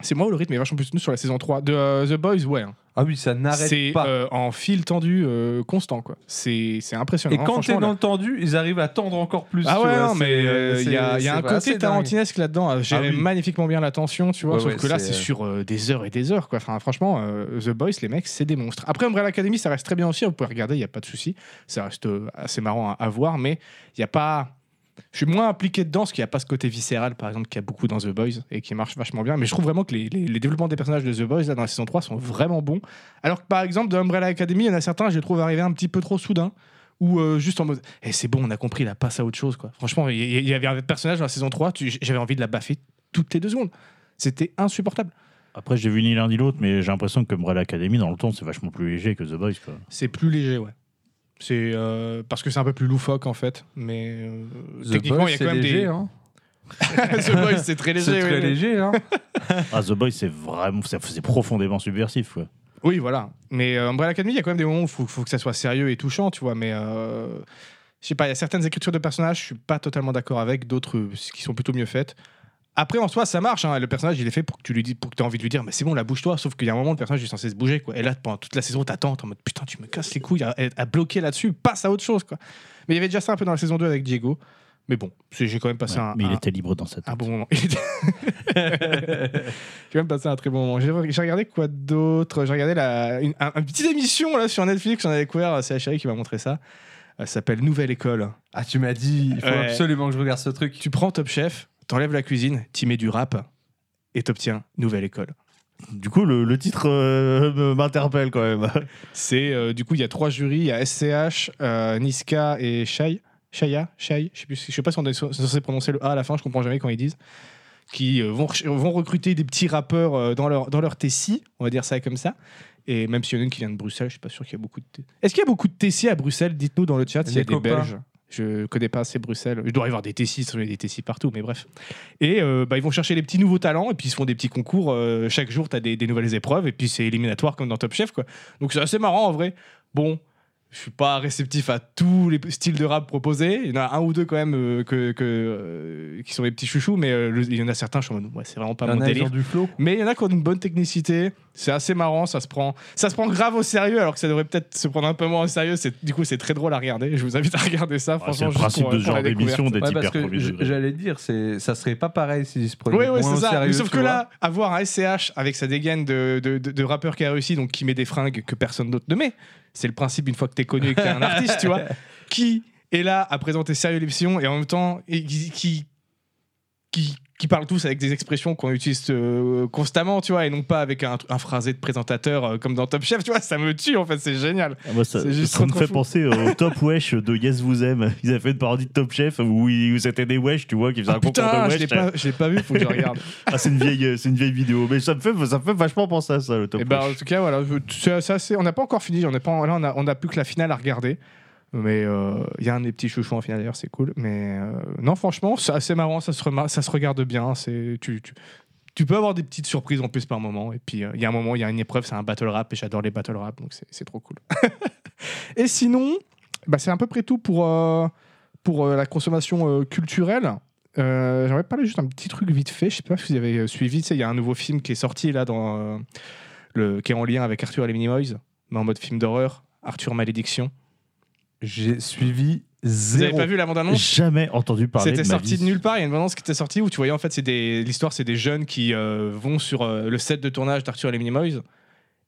Speaker 1: C'est moi où le rythme est vachement plus soutenu sur la saison 3 de euh, The Boys, ouais. hein.
Speaker 2: Ah oui, ça n'arrête
Speaker 1: C'est
Speaker 2: pas.
Speaker 1: euh, en fil tendu euh, constant quoi. C'est c'est impressionnant.
Speaker 2: Et
Speaker 1: hein,
Speaker 2: quand
Speaker 1: franchement,
Speaker 2: t'es
Speaker 1: là.
Speaker 2: dans le tendu, ils arrivent à tendre encore plus.
Speaker 1: Ah
Speaker 2: tu
Speaker 1: ouais,
Speaker 2: vois,
Speaker 1: non,
Speaker 2: c'est-
Speaker 1: mais euh, il y a,
Speaker 2: c'est- bah,
Speaker 1: il y a
Speaker 2: c'est
Speaker 1: un côté
Speaker 2: assez dingue.
Speaker 1: tarantinesque là-dedans. à gérer
Speaker 2: Ah oui.
Speaker 1: magnifiquement bien la tension, tu vois.
Speaker 2: Ouais,
Speaker 1: sauf
Speaker 2: ouais,
Speaker 1: que là,
Speaker 2: c'est,
Speaker 1: c'est
Speaker 2: euh,
Speaker 1: sur euh, des heures et des heures, quoi. Enfin, franchement, euh, The Boys, les mecs, c'est des monstres. Après, Umbrella Academy, ça reste très bien aussi. Vous pouvez regarder, il n'y a pas de souci. Ça reste euh, assez marrant à, à voir, mais il n'y a pas. Je suis moins impliqué dedans parce qu'il n'y a pas ce côté viscéral, par exemple, qu'il y a beaucoup dans The Boys et qui marche vachement bien. Mais je trouve vraiment que les, les- les développements des personnages de The Boys, là, dans la saison 3, sont vraiment bons. Alors que, par exemple, dans Umbrella Academy, il y en a certains, je les trouve arrivés un petit peu trop soudains ou euh, juste en mode eh, c'est bon on a compris la passe à autre chose quoi franchement il y, il y avait un personnage dans la saison 3 tu- j'avais envie de la baffer toutes les deux secondes c'était insupportable
Speaker 3: Après, j'ai vu ni l'un ni l'autre, mais j'ai l'impression que Umbrella Academy, dans le temps, c'est vachement plus léger que The Boys. Quoi.
Speaker 1: c'est plus léger ouais c'est euh, parce que c'est un peu plus loufoque en fait mais euh,
Speaker 2: The
Speaker 1: techniquement
Speaker 2: Boys,
Speaker 1: il y a
Speaker 2: c'est
Speaker 1: quand même
Speaker 2: léger,
Speaker 1: des
Speaker 2: hein.
Speaker 1: The Boys, c'est très léger
Speaker 2: C'est très
Speaker 1: oui, oui.
Speaker 2: léger. hein.
Speaker 3: Ah, The Boys, c'est vraiment, c'est c'est profondément subversif. Quoi.
Speaker 1: Oui, voilà. Mais euh, Umbrella Academy, il y a quand même des moments où il faut, faut que ça soit sérieux et touchant, tu vois. Mais euh, je sais pas, il y a certaines écritures de personnages, je suis pas totalement d'accord avec, d'autres euh, qui sont plutôt mieux faites. Après, en soi, ça marche. hein. Le personnage, il est fait pour que tu lui dis, pour que aies envie de lui dire, mais c'est bon, la bouge-toi. Sauf qu'il y a un moment, le personnage il est censé se bouger, quoi. Et là, pendant toute la saison, t'attends, t'es en mode putain, tu me casses les couilles à, à bloquer là-dessus, passe à autre chose, quoi. Mais il y avait déjà ça un peu dans la saison 2 avec Diego. Mais bon, c'est- j'ai quand même passé
Speaker 3: Ouais,
Speaker 1: un,
Speaker 3: mais il
Speaker 1: un-
Speaker 3: était libre dans cette.
Speaker 1: un bon moment. Il était- J'ai même passé un très bon moment. J'ai j'ai regardé quoi d'autre J'ai regardé la, une, un- une petite émission là, sur Netflix, j'en ai découvert, euh, c'est la chérie qui m'a montré ça. Elle s'appelle Nouvelle École.
Speaker 2: Ah, tu m'as dit, il faut
Speaker 1: Ouais.
Speaker 2: absolument que je regarde ce truc.
Speaker 1: Tu prends Top Chef, t'enlèves la cuisine, t'y mets du rap et t'obtiens Nouvelle École.
Speaker 3: Du coup, le, le titre euh, me- m'interpelle quand même.
Speaker 1: C'est euh, du coup, il y a trois jurys il y a SCH, euh, Niska et Shai. Shaya, Shai, je sais plus si- je sais pas si on est so- censé prononcer le A à la fin, je comprends jamais quand ils disent. Qui euh, vont, reche- vont recruter des petits rappeurs euh, dans leur, dans leur Tessie, on va dire ça comme ça. Et même s'il y en a une qui vient de Bruxelles, je suis pas sûr qu'il y a beaucoup de. T- Est-ce qu'il y a beaucoup de Tessie à Bruxelles Dites-nous dans le chat s'il y a
Speaker 2: Les
Speaker 1: des
Speaker 2: copains.
Speaker 1: Belges. Je connais pas assez Bruxelles. Je dois y avoir des Tessies, il y a des Tessies partout, mais bref. Et euh, bah, ils vont chercher les petits nouveaux talents et puis ils se font des petits concours. euh, chaque jour, tu as des, des nouvelles épreuves et puis c'est éliminatoire comme dans Top Chef. quoi. Donc c'est assez marrant en vrai. Bon, je suis pas réceptif à tous les styles de rap proposés. Il y en a un ou deux quand même euh, que, que, euh, qui sont des petits chouchous, mais euh, le- il y en a certains, je suis en mode, ouais, c'est vraiment pas
Speaker 2: Il y en
Speaker 1: mon
Speaker 2: a, ils
Speaker 1: délire.
Speaker 2: ont du flow.
Speaker 1: Mais il y en a qui ont une bonne technicité. C'est assez marrant, ça se prend, ça se prend grave au sérieux alors que ça devrait peut-être se prendre un peu moins au sérieux. C'est du coup c'est très drôle à regarder. Je vous invite à regarder ça.
Speaker 3: c'est
Speaker 1: franchement,
Speaker 3: le
Speaker 1: juste
Speaker 3: principe
Speaker 1: pour-
Speaker 3: de ce
Speaker 1: pour la
Speaker 3: genre d'émission
Speaker 1: découverte.
Speaker 2: Ouais,
Speaker 3: d'être
Speaker 2: parce
Speaker 3: hyper
Speaker 2: que
Speaker 3: premier
Speaker 2: j-
Speaker 3: degré.
Speaker 2: j'allais dire, c'est, ça serait pas pareil s'ils se prenaient
Speaker 1: Oui, oui,
Speaker 2: moins
Speaker 1: c'est
Speaker 2: au
Speaker 1: ça.
Speaker 2: sérieux.
Speaker 1: Mais sauf
Speaker 2: tu
Speaker 1: que
Speaker 2: vois.
Speaker 1: là, avoir un SCH avec sa dégaine de, de, de- de rappeur qui a réussi, donc qui met des fringues que personne d'autre ne met, c'est le principe une fois que t'es connu et que t'es un artiste, tu vois, qui est là à présenter sérieux l'émission et en même temps et qui, qui, qui, qui parle tous avec des expressions qu'on utilise euh, constamment, tu vois, et non pas avec un, un phrasé de présentateur euh, comme dans Top Chef, tu vois, ça me tue en fait, c'est génial.
Speaker 3: Ah, moi, ça
Speaker 1: C'est juste
Speaker 3: ça me
Speaker 1: trop,
Speaker 3: fait
Speaker 1: trop
Speaker 3: penser au Top Wesh de Yes Vous Aime. Ils avaient fait une parodie de Top Chef où, ils- où c'était des Wesh, tu vois, qui faisaient un concours
Speaker 1: Ah, Putain,
Speaker 3: de
Speaker 1: je
Speaker 3: Wesh.
Speaker 1: l'ai pas, je l'ai pas vu, faut que je regarde.
Speaker 3: Ah, c'est une, vieille, euh, c'est une vieille vidéo. Mais ça me, fait, ça me fait vachement penser à ça, le Top
Speaker 1: Et ben, en
Speaker 3: Wesh.
Speaker 1: tout cas, voilà, je- c'est c'est assez- on n'a pas encore fini, on n'a pas, là, on a, on a plus que la finale à regarder. Mais euh, il y a un des petits chouchous en finale d'ailleurs, c'est cool. Mais euh, non, franchement, c'est assez marrant, ça se, remar- ça se regarde bien. C'est tu, tu, tu peux avoir des petites surprises en plus par moment. Et puis euh, il y a un moment, il y a une épreuve, c'est un battle rap et j'adore les battle rap, donc c'est- c'est trop cool. et sinon, bah, c'est à peu près tout pour, euh, pour euh, la consommation euh, culturelle. Euh, J'aimerais parler juste d'un petit truc vite fait. Je sais pas si vous avez euh, suivi. tu sais, Il y a un nouveau film qui est sorti là, dans, euh, le, qui est en lien avec Arthur et les Minimoys, mais en mode film d'horreur. Arthur Malédiction.
Speaker 2: J'ai suivi
Speaker 1: Vous
Speaker 2: zéro.
Speaker 1: avez pas vu la bande-annonce
Speaker 3: Jamais entendu parler
Speaker 1: C'était
Speaker 3: de ma
Speaker 1: sorti
Speaker 3: vie.
Speaker 1: de nulle part. Il y a une bande-annonce qui était sortie où tu voyais en fait, c'est des l'histoire, c'est des jeunes qui euh, vont sur euh, le set de tournage d'Arthur et les Minimoys.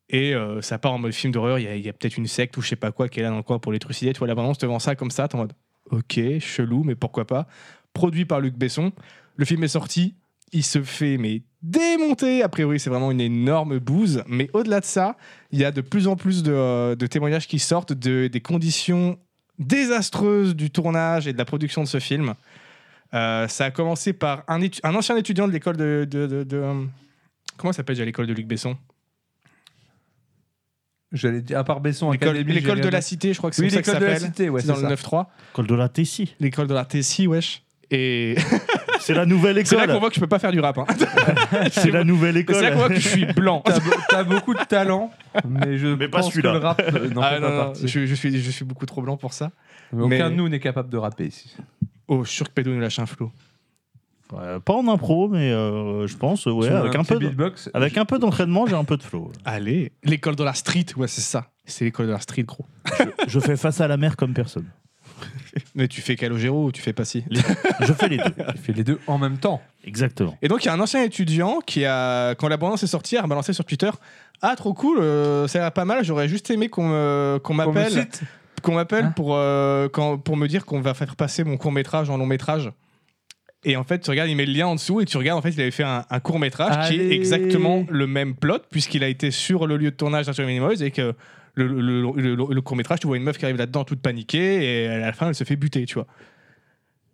Speaker 1: Et euh, ça part en mode film d'horreur. Il y a, il y a peut-être une secte ou je sais pas quoi qui est là dans le coin pour les trucider. Tu vois la bande-annonce devant ça comme ça, t'es en mode ok, chelou, mais pourquoi pas. Produit par Luc Besson. Le film est sorti. Il se fait mais démonter. A priori, c'est vraiment une énorme bouse. Mais au-delà de ça, il y a de plus en plus de, euh, de témoignages qui sortent de, des conditions désastreuses du tournage et de la production de ce film. Euh, ça a commencé par un, étu- un ancien étudiant de l'école de, de, de- de, euh, Comment ça s'appelle déjà l'école de Luc Besson
Speaker 2: J'allais dire, à part Besson,
Speaker 1: L'école
Speaker 2: Académie, j'ai
Speaker 1: l'école de
Speaker 2: rien
Speaker 1: la
Speaker 2: dit.
Speaker 1: Cité, je crois que c'est
Speaker 2: Oui,
Speaker 1: comme ça que ça
Speaker 2: l'école de la
Speaker 1: s'appelle.
Speaker 2: cité, ouais,
Speaker 1: c'est
Speaker 2: c'est
Speaker 1: dans
Speaker 2: ça.
Speaker 1: le 9-3.
Speaker 3: Col de la Tessie.
Speaker 1: L'école de la Tessie, wesh. Et
Speaker 3: C'est la nouvelle
Speaker 1: c'est là qu'on
Speaker 3: école.
Speaker 1: voit que je peux pas faire du rap. hein.
Speaker 3: C'est la nouvelle
Speaker 1: C'est là qu'on
Speaker 3: école.
Speaker 1: voit que je suis blanc.
Speaker 2: T'as, be- t'as beaucoup de talent, mais je
Speaker 3: Mais pas
Speaker 2: pense que
Speaker 3: celui-là.
Speaker 2: le rap euh, n'en
Speaker 1: Ah,
Speaker 2: fait
Speaker 1: non,
Speaker 2: pas
Speaker 1: non,
Speaker 2: partie.
Speaker 1: je, je suis, je suis beaucoup trop blanc pour ça.
Speaker 2: Mais aucun
Speaker 1: mais-
Speaker 2: de nous n'est capable de rapper ici.
Speaker 1: Oh, je suis sûr que Pédo nous lâche un flou.
Speaker 3: Ouais, Pas en impro, mais euh, je pense, ouais,
Speaker 2: Sur
Speaker 3: avec un,
Speaker 2: petit
Speaker 3: peu de-
Speaker 2: beatbox,
Speaker 1: Ah
Speaker 3: avec un peu d'entraînement, j'ai un peu de flow.
Speaker 1: Allez, l'école de la street, ouais, c'est ça. C'est l'école de la street, gros.
Speaker 3: Je fais face à la mer comme personne.
Speaker 1: Mais tu fais Calogero ou tu fais pas si
Speaker 3: Je fais les deux.
Speaker 2: j'ai fait les deux en même temps.
Speaker 3: Exactement.
Speaker 1: Et donc, il y a un ancien étudiant qui, a, quand l'abondance est sortie, a balancé sur Twitter Ah, trop cool, euh, ça a l'air pas mal, j'aurais juste aimé qu'on me-
Speaker 2: Qu'on
Speaker 1: qu'on
Speaker 2: me
Speaker 1: m'appelle
Speaker 2: cite.
Speaker 1: qu'on m'appelle
Speaker 2: Hein
Speaker 1: pour, euh, quand- pour me dire qu'on va faire passer mon court-métrage en long-métrage. Et en fait, tu regardes, il met le lien en dessous et tu regardes, en fait, il avait fait un, un court-métrage qui est
Speaker 2: Allez.
Speaker 1: exactement le même plot, puisqu'il a été sur le lieu de tournage d'Arthur Minimoys et que le, le- le- le- le court-métrage, tu vois une meuf qui arrive là-dedans toute paniquée et à la fin, elle se fait buter, tu vois.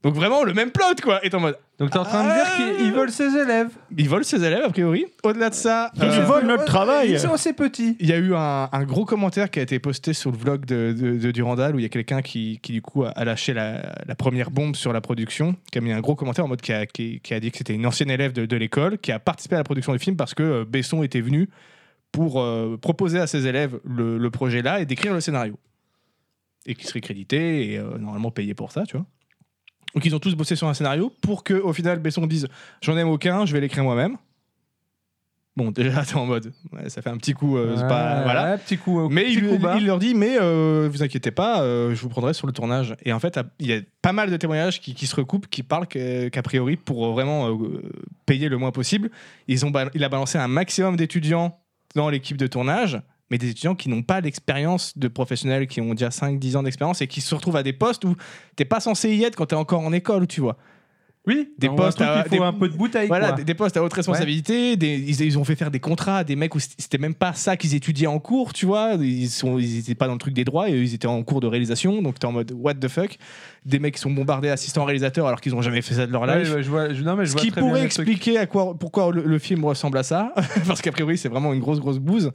Speaker 1: Donc vraiment, le même plot, quoi. Et t'es en mode,
Speaker 2: Donc t'es en train de
Speaker 1: Ah.
Speaker 2: dire qu'ils ils veulent ses élèves.
Speaker 1: ils volent ses élèves, a priori. Au-delà de ça.
Speaker 3: Ils
Speaker 1: euh,
Speaker 3: volent notre travail.
Speaker 2: Ils sont assez petits.
Speaker 1: il y a eu un, un gros commentaire qui a été posté sur le vlog de, de- de Durandal où il y a quelqu'un qui, qui, du coup a, a lâché la, la première bombe sur la production, qui a mis un gros commentaire en mode qui a, qui- qui a dit que c'était une ancienne élève de, de l'école qui a participé à la production du film parce que euh, Besson était venu pour euh, proposer à ses élèves le, le projet là et d'écrire le scénario et qui serait crédité et euh, normalement payé pour ça, tu vois. Donc ils ont tous bossé sur un scénario pour que au final Besson dise j'en aime aucun, je vais l'écrire moi-même. Bon, déjà, t'es en mode, ouais, ça fait un petit coup, euh, c'est pas,
Speaker 2: Ouais,
Speaker 1: voilà.
Speaker 2: ouais, petit coup au
Speaker 1: Mais
Speaker 2: petit
Speaker 1: il,
Speaker 2: coup bas.
Speaker 1: il leur dit, mais euh, vous inquiétez pas, euh, je vous prendrai sur le tournage. Et en fait, il y a pas mal de témoignages qui, qui se recoupent, qui parlent que- qu'a priori, pour vraiment euh, payer le moins possible, ils ont, bal- il a balancé un maximum d'étudiants dans l'équipe de tournage, mais des étudiants qui n'ont pas l'expérience de professionnels, qui ont déjà 5-10 ans d'expérience et qui se retrouvent à des postes où t'es pas censé y être quand t'es encore en école, tu vois.
Speaker 2: Oui,
Speaker 1: des
Speaker 2: on voit un
Speaker 1: postes
Speaker 2: truc,
Speaker 1: à-
Speaker 2: il
Speaker 1: des-
Speaker 2: faut un peu de bouteille.
Speaker 1: Voilà,
Speaker 2: quoi.
Speaker 1: des, des postes à haute responsabilité, des- ils, ils ont fait faire des contrats à des mecs où c'était c'était même pas ça qu'ils étudiaient en cours, tu vois. Ils sont, ils étaient pas dans le truc des droits, et eux, ils étaient en cours de réalisation, donc t'es en mode what the fuck. Des mecs qui sont bombardés assistants réalisateurs alors qu'ils ont jamais fait ça de leur
Speaker 2: Ouais,
Speaker 1: life.
Speaker 2: ouais, je vois, je- non, mais je
Speaker 1: Ce
Speaker 2: vois
Speaker 1: qui
Speaker 2: très bien
Speaker 1: pourrait
Speaker 2: le truc.
Speaker 1: expliquer à quoi, pourquoi le, le film ressemble à ça, parce qu'a priori c'est vraiment une grosse grosse bouse.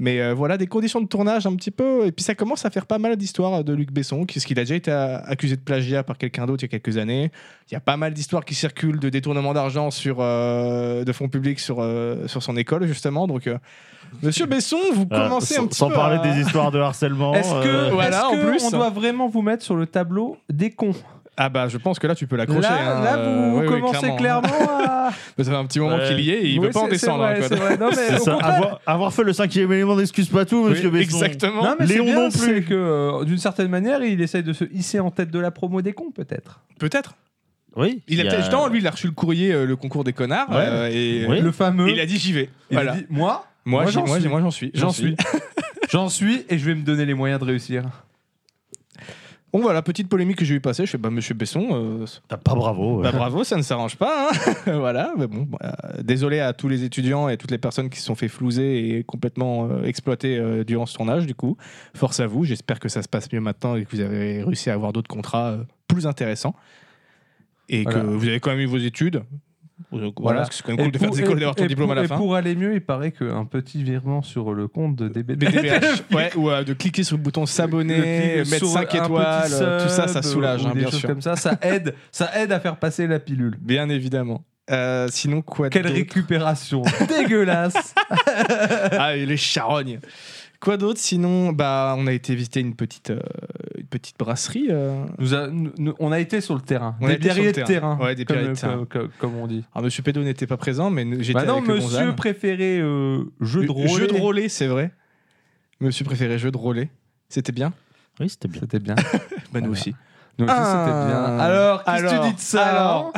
Speaker 1: Mais euh, voilà, des conditions de tournage un petit peu. Et puis ça commence à faire pas mal d'histoires euh, de Luc Besson, qui- parce qu'il a déjà été euh, accusé de plagiat par quelqu'un d'autre il y a quelques années. Il y a pas mal d'histoires qui circulent de détournement d'argent sur euh, de fonds publics sur, euh, sur son école, justement. Donc, euh, monsieur Besson, vous
Speaker 3: Euh,
Speaker 1: commencez
Speaker 3: sans,
Speaker 1: un petit
Speaker 3: sans
Speaker 1: peu.
Speaker 3: parler
Speaker 1: à-
Speaker 3: des histoires de harcèlement.
Speaker 2: Est-ce que,
Speaker 3: euh,
Speaker 1: voilà,
Speaker 2: est-ce
Speaker 1: en
Speaker 2: que
Speaker 1: plus.
Speaker 2: on doit vraiment vous mettre sur le tableau des cons
Speaker 1: Ah bah je pense que là tu peux l'accrocher.
Speaker 2: Là,
Speaker 1: hein,
Speaker 2: là,
Speaker 1: euh,
Speaker 2: vous
Speaker 1: oui, oui,
Speaker 2: commencement clairement, à.
Speaker 1: Ça fait un petit moment
Speaker 3: Ouais.
Speaker 1: qu'il y est et il
Speaker 2: Oui,
Speaker 1: veut pas en
Speaker 2: c'est-
Speaker 1: descendre.
Speaker 2: c'est vrai,
Speaker 1: hein, quoi.
Speaker 2: c'est vrai. Non, mais
Speaker 3: C'est
Speaker 2: au
Speaker 3: ça.
Speaker 2: contraire.
Speaker 3: Avoir, avoir fait le cinquième élément n'excuse pas tout, monsieur
Speaker 1: Oui,
Speaker 3: Besson.
Speaker 1: exactement.
Speaker 2: Non, mais c'est
Speaker 3: Léon
Speaker 2: bien,
Speaker 3: non plus.
Speaker 2: c'est que euh, d'une certaine manière, il essaye de se hisser en tête de la promo des cons, peut-être.
Speaker 1: Peut-être.
Speaker 3: Oui.
Speaker 1: Il a
Speaker 3: y
Speaker 1: peut-être justement, lui il a reçu le courrier euh, le concours des connards
Speaker 3: Ouais.
Speaker 1: euh, et
Speaker 3: Oui.
Speaker 2: Le fameux.
Speaker 1: et il a dit j'y vais.
Speaker 2: il a
Speaker 1: Voilà.
Speaker 2: dit, moi,
Speaker 1: Moi
Speaker 2: Moi,
Speaker 1: j'y-
Speaker 2: j'en
Speaker 1: moi, j'y-
Speaker 2: suis.
Speaker 1: moi, j'en suis.
Speaker 2: j'en suis. J'en suis et je vais me donner les moyens de réussir.
Speaker 1: Bon voilà petite polémique que j'ai eu passer. Je fais bah Monsieur Besson. euh,
Speaker 3: T'as pas bravo. ouais.
Speaker 1: Bah, bravo, ça ne s'arrange pas. hein. voilà, mais bon, bah, désolé à tous les étudiants et toutes les personnes qui se sont fait flouser et complètement euh, exploitées euh, durant ce tournage. Du coup, force à vous. J'espère que ça se passe mieux maintenant et que vous avez réussi à avoir d'autres contrats euh, plus intéressants et
Speaker 2: Voilà.
Speaker 1: que vous avez quand même eu vos études. Voilà, parce que c'est quand même cool
Speaker 2: Et
Speaker 1: de faire
Speaker 2: pour-
Speaker 1: des écoles
Speaker 2: et-
Speaker 1: d'avoir ton
Speaker 2: et
Speaker 1: diplôme à
Speaker 2: pour-
Speaker 1: la
Speaker 2: et
Speaker 1: fin.
Speaker 2: pour aller mieux, il paraît qu'un petit virement sur le compte de DBD.
Speaker 1: BDBH, ouais, ou euh, de cliquer sur le bouton
Speaker 2: Le
Speaker 1: s'abonner,
Speaker 2: clic
Speaker 1: mettre
Speaker 2: sur
Speaker 1: 5
Speaker 2: un petit
Speaker 1: étoiles, euh, tout ça, ça
Speaker 2: sub,
Speaker 1: soulage,
Speaker 2: ou
Speaker 1: hein,
Speaker 2: des
Speaker 1: bien
Speaker 2: choses
Speaker 1: sûr.
Speaker 2: comme ça, ça aide, ça aide à faire passer la pilule.
Speaker 1: Bien évidemment. Euh, sinon, quoi
Speaker 2: Quelle
Speaker 1: d'autre
Speaker 2: récupération dégueulasse
Speaker 1: Ah, et les charognes. Quoi d'autre sinon Bah, on a été visiter une petite, euh, une petite brasserie. euh.
Speaker 2: Nous a- nous- nous- On a été sur le terrain,
Speaker 1: On a
Speaker 2: des
Speaker 1: été sur le
Speaker 2: guerriers de
Speaker 1: terrain.
Speaker 2: terrain,
Speaker 1: Ouais, des
Speaker 2: comme,
Speaker 1: guerriers de
Speaker 2: euh,
Speaker 1: terrain.
Speaker 2: comme- comme on dit.
Speaker 1: Alors, Ah, Monsieur Pédo n'était pas présent, mais nous- j'étais
Speaker 2: Bah non,
Speaker 1: avec le
Speaker 2: monsieur
Speaker 1: Gonzame.
Speaker 2: préféré euh, jeu de rôle.
Speaker 1: Jeu de rôler, c'est vrai. Monsieur préféré jeu de rôler. C'était bien.
Speaker 3: Oui, c'était bien.
Speaker 2: C'était bien.
Speaker 1: Bah
Speaker 2: Voilà.
Speaker 1: nous aussi.
Speaker 2: Donc ça,
Speaker 1: Ah.
Speaker 2: c'était bien. Alors, qu'est-ce que
Speaker 1: Alors,
Speaker 2: tu dis de ça
Speaker 1: alors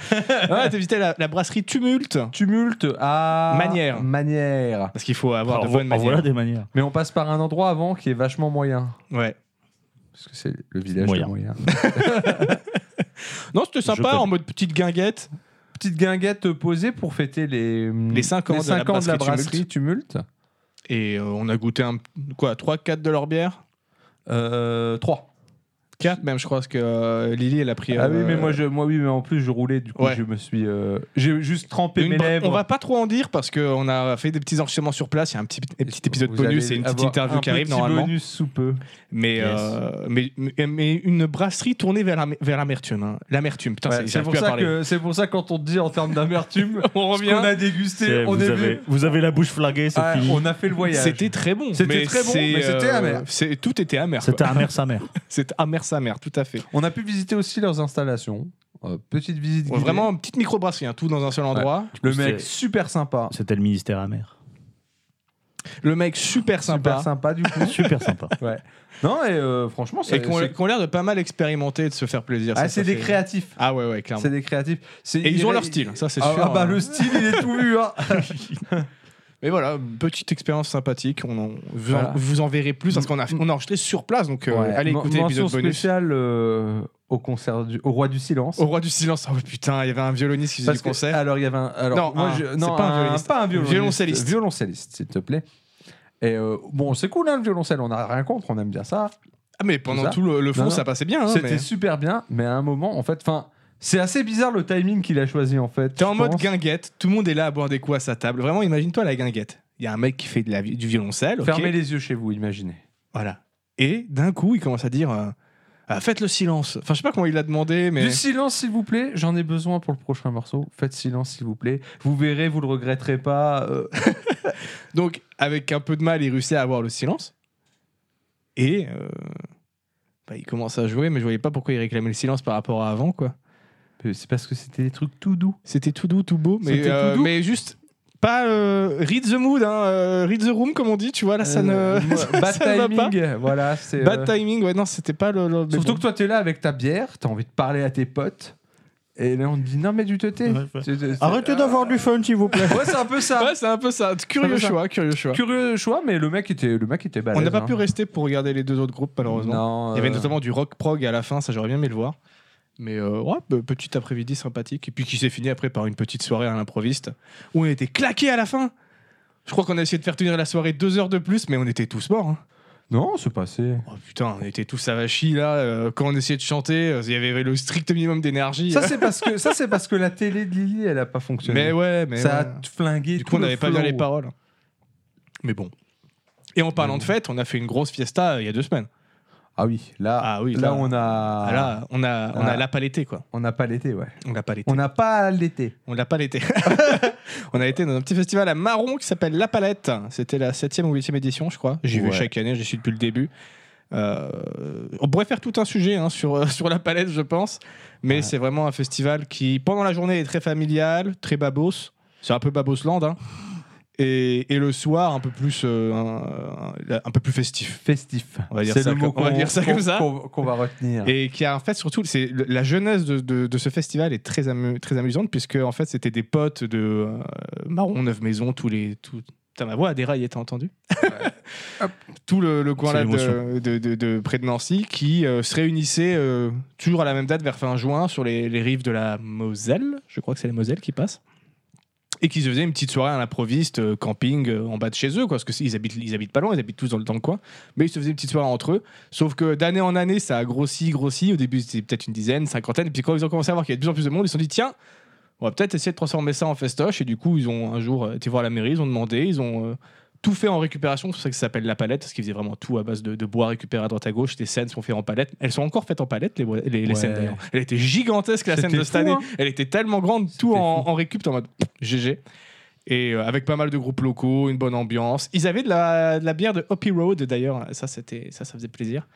Speaker 1: Ah, t'as visité la, la brasserie Tumulte.
Speaker 2: Tumulte à
Speaker 1: Manière.
Speaker 2: Manière.
Speaker 1: Parce qu'il faut avoir
Speaker 2: Ah,
Speaker 3: Alors,
Speaker 1: de bonnes
Speaker 3: en voilà
Speaker 1: manières.
Speaker 3: des manières.
Speaker 2: Mais on passe par un endroit avant qui est vachement moyen.
Speaker 1: Ouais.
Speaker 2: Parce que c'est le village
Speaker 3: Moyen.
Speaker 2: de moyen.
Speaker 1: Non, c'était
Speaker 3: Je
Speaker 1: sympa
Speaker 3: connais.
Speaker 1: en mode petite guinguette.
Speaker 2: Petite guinguette posée pour fêter les,
Speaker 1: Les cinq ans de la
Speaker 2: cinq ans de la
Speaker 1: brasserie
Speaker 2: brasserie Tumulte.
Speaker 1: Et euh, on a goûté un, quoi, 3-4 de leur bière
Speaker 2: Euh, 3.
Speaker 1: 4 même, je crois, parce que euh, Lily, elle a pris.
Speaker 2: Ah oui,
Speaker 1: euh,
Speaker 2: mais moi, je, moi, oui, mais en plus, je roulais, du coup,
Speaker 1: Ouais.
Speaker 2: je me suis. euh, J'ai juste trempé
Speaker 1: Une
Speaker 2: mes
Speaker 1: bra-
Speaker 2: lèvres.
Speaker 1: On va pas trop en dire parce qu'on a fait des petits enregistrements sur place. Il y a un petit, un petit épisode
Speaker 2: Vous
Speaker 1: bonus
Speaker 2: allez
Speaker 1: et une petite
Speaker 2: avoir
Speaker 1: interview
Speaker 2: un
Speaker 1: qui arrive
Speaker 2: petit
Speaker 1: normalement.
Speaker 2: bonus sous peu.
Speaker 1: Mais,
Speaker 3: Yes.
Speaker 1: euh, mais, mais- mais une brasserie tournée vers l'am- vers l'amertume. hein. L'amertume, putain,
Speaker 2: Ouais,
Speaker 1: ça- ils
Speaker 2: c'est
Speaker 1: arrivent
Speaker 2: pour,
Speaker 1: plus à
Speaker 2: ça
Speaker 1: parler.
Speaker 2: que- c'est pour ça, quand on te dit en termes d'amertume,
Speaker 1: On
Speaker 2: ce qu'on a dégusté,
Speaker 3: C'est-
Speaker 2: on,
Speaker 3: Eh, vous,
Speaker 2: est
Speaker 3: avez,
Speaker 2: venu-
Speaker 3: vous avez la bouche flaguée, c'est
Speaker 2: Ah,
Speaker 3: fini.
Speaker 2: on a fait le voyage.
Speaker 1: C'était très bon.
Speaker 2: C'était très bon,
Speaker 1: c'est,
Speaker 2: mais c'était
Speaker 1: euh,
Speaker 2: amer.
Speaker 1: c'est- tout était amer.
Speaker 3: C'était
Speaker 1: quoi.
Speaker 3: amer sa mère.
Speaker 1: C'est amer, sa mère, tout à fait.
Speaker 2: On a pu visiter aussi leurs installations. Euh, petite visite.
Speaker 1: Ouais,
Speaker 2: guidée.
Speaker 1: vraiment, une petite microbrasserie, hein, tout dans un seul endroit.
Speaker 2: Le
Speaker 3: C'était-
Speaker 2: mec super sympa.
Speaker 3: C'était le ministère amer.
Speaker 1: Le mec super sympa.
Speaker 2: Super sympa du coup.
Speaker 3: Super sympa.
Speaker 2: non, et euh, franchement,
Speaker 1: Et
Speaker 2: c'est.
Speaker 1: qu'on qu'on a l'air de pas mal expérimenter et de se faire plaisir.
Speaker 2: Ah,
Speaker 1: ça,
Speaker 2: c'est
Speaker 1: ça
Speaker 2: des
Speaker 1: fait-
Speaker 2: créatifs.
Speaker 1: Ah ouais, ouais, clairement.
Speaker 2: C'est des créatifs. C'est-
Speaker 1: Et ils ont leur
Speaker 2: il-
Speaker 1: style, ça c'est
Speaker 2: ah,
Speaker 1: sûr.
Speaker 2: ah bah
Speaker 1: hein.
Speaker 2: le style, il est tout vu. hein.
Speaker 1: Mais voilà, petite expérience sympathique. On en- vous, en,
Speaker 2: Voilà.
Speaker 1: vous en verrez plus parce qu'on a, on a enregistré sur place. Donc euh,
Speaker 2: Ouais.
Speaker 1: allez
Speaker 2: Men-
Speaker 1: écouter
Speaker 2: mention
Speaker 1: l'épisode bonus.
Speaker 2: spéciale euh, au concert du au roi du silence.
Speaker 1: Au roi du silence. Ah ouais, putain, il y avait un violoniste qui faisait
Speaker 2: Parce
Speaker 1: du
Speaker 2: que- ah,
Speaker 1: concert.
Speaker 2: alors il y avait un alors
Speaker 1: Non,
Speaker 2: moi
Speaker 1: un,
Speaker 2: je-
Speaker 1: c'est
Speaker 2: non,
Speaker 1: pas un
Speaker 2: un-
Speaker 1: violoniste.
Speaker 2: pas un violoniste,
Speaker 1: Violoncelliste.
Speaker 2: violoncelliste, s'il te plaît. Et euh, bon, c'est cool hein, le violoncelle, on a rien contre, on aime bien ça.
Speaker 1: ah, mais pendant
Speaker 2: ça
Speaker 1: tout le, le
Speaker 2: Non,
Speaker 1: fond,
Speaker 2: non.
Speaker 1: ça passait bien. hein,
Speaker 2: C'était
Speaker 1: mais-
Speaker 2: super bien, mais à un moment en fait, enfin, c'est assez bizarre le timing qu'il a choisi en fait.
Speaker 1: T'es en
Speaker 2: je
Speaker 1: mode
Speaker 2: pense.
Speaker 1: guinguette. Tout le monde est là à boire des coups à sa table. Vraiment, imagine-toi la guinguette. Il y a un mec qui fait de la, vi- du violoncelle. ok.
Speaker 2: Fermez les yeux chez vous, imaginez.
Speaker 1: Voilà. Et d'un coup, il commence à dire euh, Ah, Faites le silence. Enfin, je sais pas comment il l'a demandé, mais.
Speaker 2: Du silence, s'il vous plaît. J'en ai besoin pour le prochain morceau. Faites silence, s'il vous plaît. Vous verrez, vous le regretterez pas. euh.
Speaker 1: Donc, avec un peu de mal, il réussit à avoir le silence. Et euh, bah, il commence à jouer, mais je voyais pas pourquoi il réclamait le silence par rapport à avant, quoi.
Speaker 2: Mais C'est parce que c'était des trucs tout doux.
Speaker 1: C'était tout doux, tout beau, mais,
Speaker 2: C'était tout
Speaker 1: euh,
Speaker 2: doux.
Speaker 1: mais juste pas euh, read the mood, hein, euh, read the room, comme on dit, tu vois, là, Ah, ça
Speaker 2: Euh,
Speaker 1: ne.
Speaker 2: moi, bad
Speaker 1: ça va pas.
Speaker 2: timing. Voilà, c'est. euh,
Speaker 1: Bad timing, ouais, non, c'était pas le. le- mais
Speaker 2: Surtout
Speaker 1: bon.
Speaker 2: que toi, t'es là avec ta bière, t'as envie de parler à tes potes. Et là, on te dit non, mais du te tais.
Speaker 3: Ouais, ouais.
Speaker 2: C'est- c'est-
Speaker 3: Arrêtez
Speaker 2: euh,
Speaker 3: d'avoir du fun, s'il vous plaît.
Speaker 2: Ouais, c'est un peu ça.
Speaker 1: Ouais, c'est un peu ça. Curieux
Speaker 2: un peu ça.
Speaker 1: choix, curieux choix.
Speaker 2: Curieux choix, mais le mec était, le mec était balèze.
Speaker 1: on n'a pas
Speaker 2: hein.
Speaker 1: pu rester pour regarder les deux autres groupes, malheureusement.
Speaker 2: Non,
Speaker 1: Il y avait
Speaker 2: euh,
Speaker 1: notamment du rock prog à la fin, ça j'aurais bien aimé le voir. Mais euh, ouais, pe- petit après-midi sympathique. Et puis qui s'est fini après par une petite soirée à l'improviste où on était claqués à la fin. Je crois qu'on a essayé de faire tenir la soirée deux heures de plus, mais on était tous morts. hein.
Speaker 2: Non, c'est passé.
Speaker 1: Oh putain, on était tous avachis là. euh, quand on essayait de chanter, euh, il y avait le strict minimum d'énergie. hein.
Speaker 2: Ça, c'est parce que ça, c'est parce que la télé de Lily, elle a pas fonctionné.
Speaker 1: mais ouais, mais
Speaker 2: ça
Speaker 1: ouais.
Speaker 2: a flingué.
Speaker 1: Du
Speaker 2: tout
Speaker 1: coup, on
Speaker 2: le
Speaker 1: n'avait pas bien
Speaker 2: flow.
Speaker 1: les paroles. Mais bon. Et en parlant de fête, on a fait une grosse fiesta euh, il y a deux semaines.
Speaker 2: Ah oui, là,
Speaker 1: Ah oui,
Speaker 2: là,
Speaker 1: là.
Speaker 2: on a,
Speaker 1: Ah Là, on a, on a
Speaker 2: Ah.
Speaker 1: la palété, quoi.
Speaker 2: on n'a pas l'été, ouais.
Speaker 1: On l'a palété.
Speaker 2: On n'a pas l'été.
Speaker 1: On l'a palété. on a été dans un petit festival à Marron qui s'appelle La Palette. C'était la 7 ou 8 édition, je crois. J'y vais
Speaker 2: Ouais.
Speaker 1: chaque année, j'y suis depuis le début. Euh, on pourrait faire tout un sujet hein, sur, euh, sur la palette, je pense, mais
Speaker 2: Ouais.
Speaker 1: c'est vraiment un festival qui, pendant la journée, est très familial, très babos. C'est un peu babosland. hein. Et, et le soir, un peu plus, euh, un, un- un peu plus festif.
Speaker 2: Festif.
Speaker 1: On va dire
Speaker 2: C'est
Speaker 1: ça
Speaker 2: le mot
Speaker 1: comme- on va
Speaker 2: qu'on-
Speaker 1: dire ça comme
Speaker 2: qu'on-
Speaker 1: ça.
Speaker 2: Qu'on qu'on va retenir.
Speaker 1: Et qui a en fait surtout, c'est le- la jeunesse de, de- de ce festival est très, amu- très amusante puisque en fait c'était des potes de euh, Marron, Neuve Maison, tous les, tout. Putain, ma voix a déraillé, t'as entendu Hop. Tout le, le coin
Speaker 3: C'est
Speaker 1: là de,
Speaker 3: l'émotion.
Speaker 1: de- de- de près de Nancy qui euh, se réunissaient euh, toujours à la même date vers fin juin sur les, les rives de la Moselle, je crois que c'est la Moselle qui passe, et qui se faisaient une petite soirée à l'improviste, euh, camping euh, en bas de chez eux, quoi, parce qu'ils habitent, ils habitent pas loin, ils habitent tous dans le, dans le coin, mais ils se faisaient une petite soirée entre eux. Sauf que d'année en année, ça a grossi, grossi. Au début, c'était peut-être une dizaine, cinquantaine, et puis quand ils ont commencé à voir qu'il y a de plus en plus de monde, ils se sont dit tiens, on va peut-être essayer de transformer ça en festoche. Et du coup, ils ont un jour euh, été voir la mairie, ils ont demandé, ils ont euh, tout fait en récupération. C'est pour ça que ça s'appelle la palette, parce qu'ils faisaient vraiment tout à base de, de bois récupéré à droite à gauche. Les scènes sont faites en palette. Elles sont encore faites en palette, les, bois- les- les
Speaker 2: Ouais.
Speaker 1: scènes d'ailleurs. Elle était gigantesque, la scène
Speaker 2: C'était
Speaker 1: de cette
Speaker 2: fou,
Speaker 1: année.
Speaker 2: hein.
Speaker 1: Elle était tellement grande, tout
Speaker 2: C'était
Speaker 1: en, en récup, t'es en mode GG. Et euh, avec pas mal de groupes locaux, une bonne ambiance. Ils avaient de la, de la bière de Hoppy Road d'ailleurs, ça, c'était, ça, ça faisait plaisir.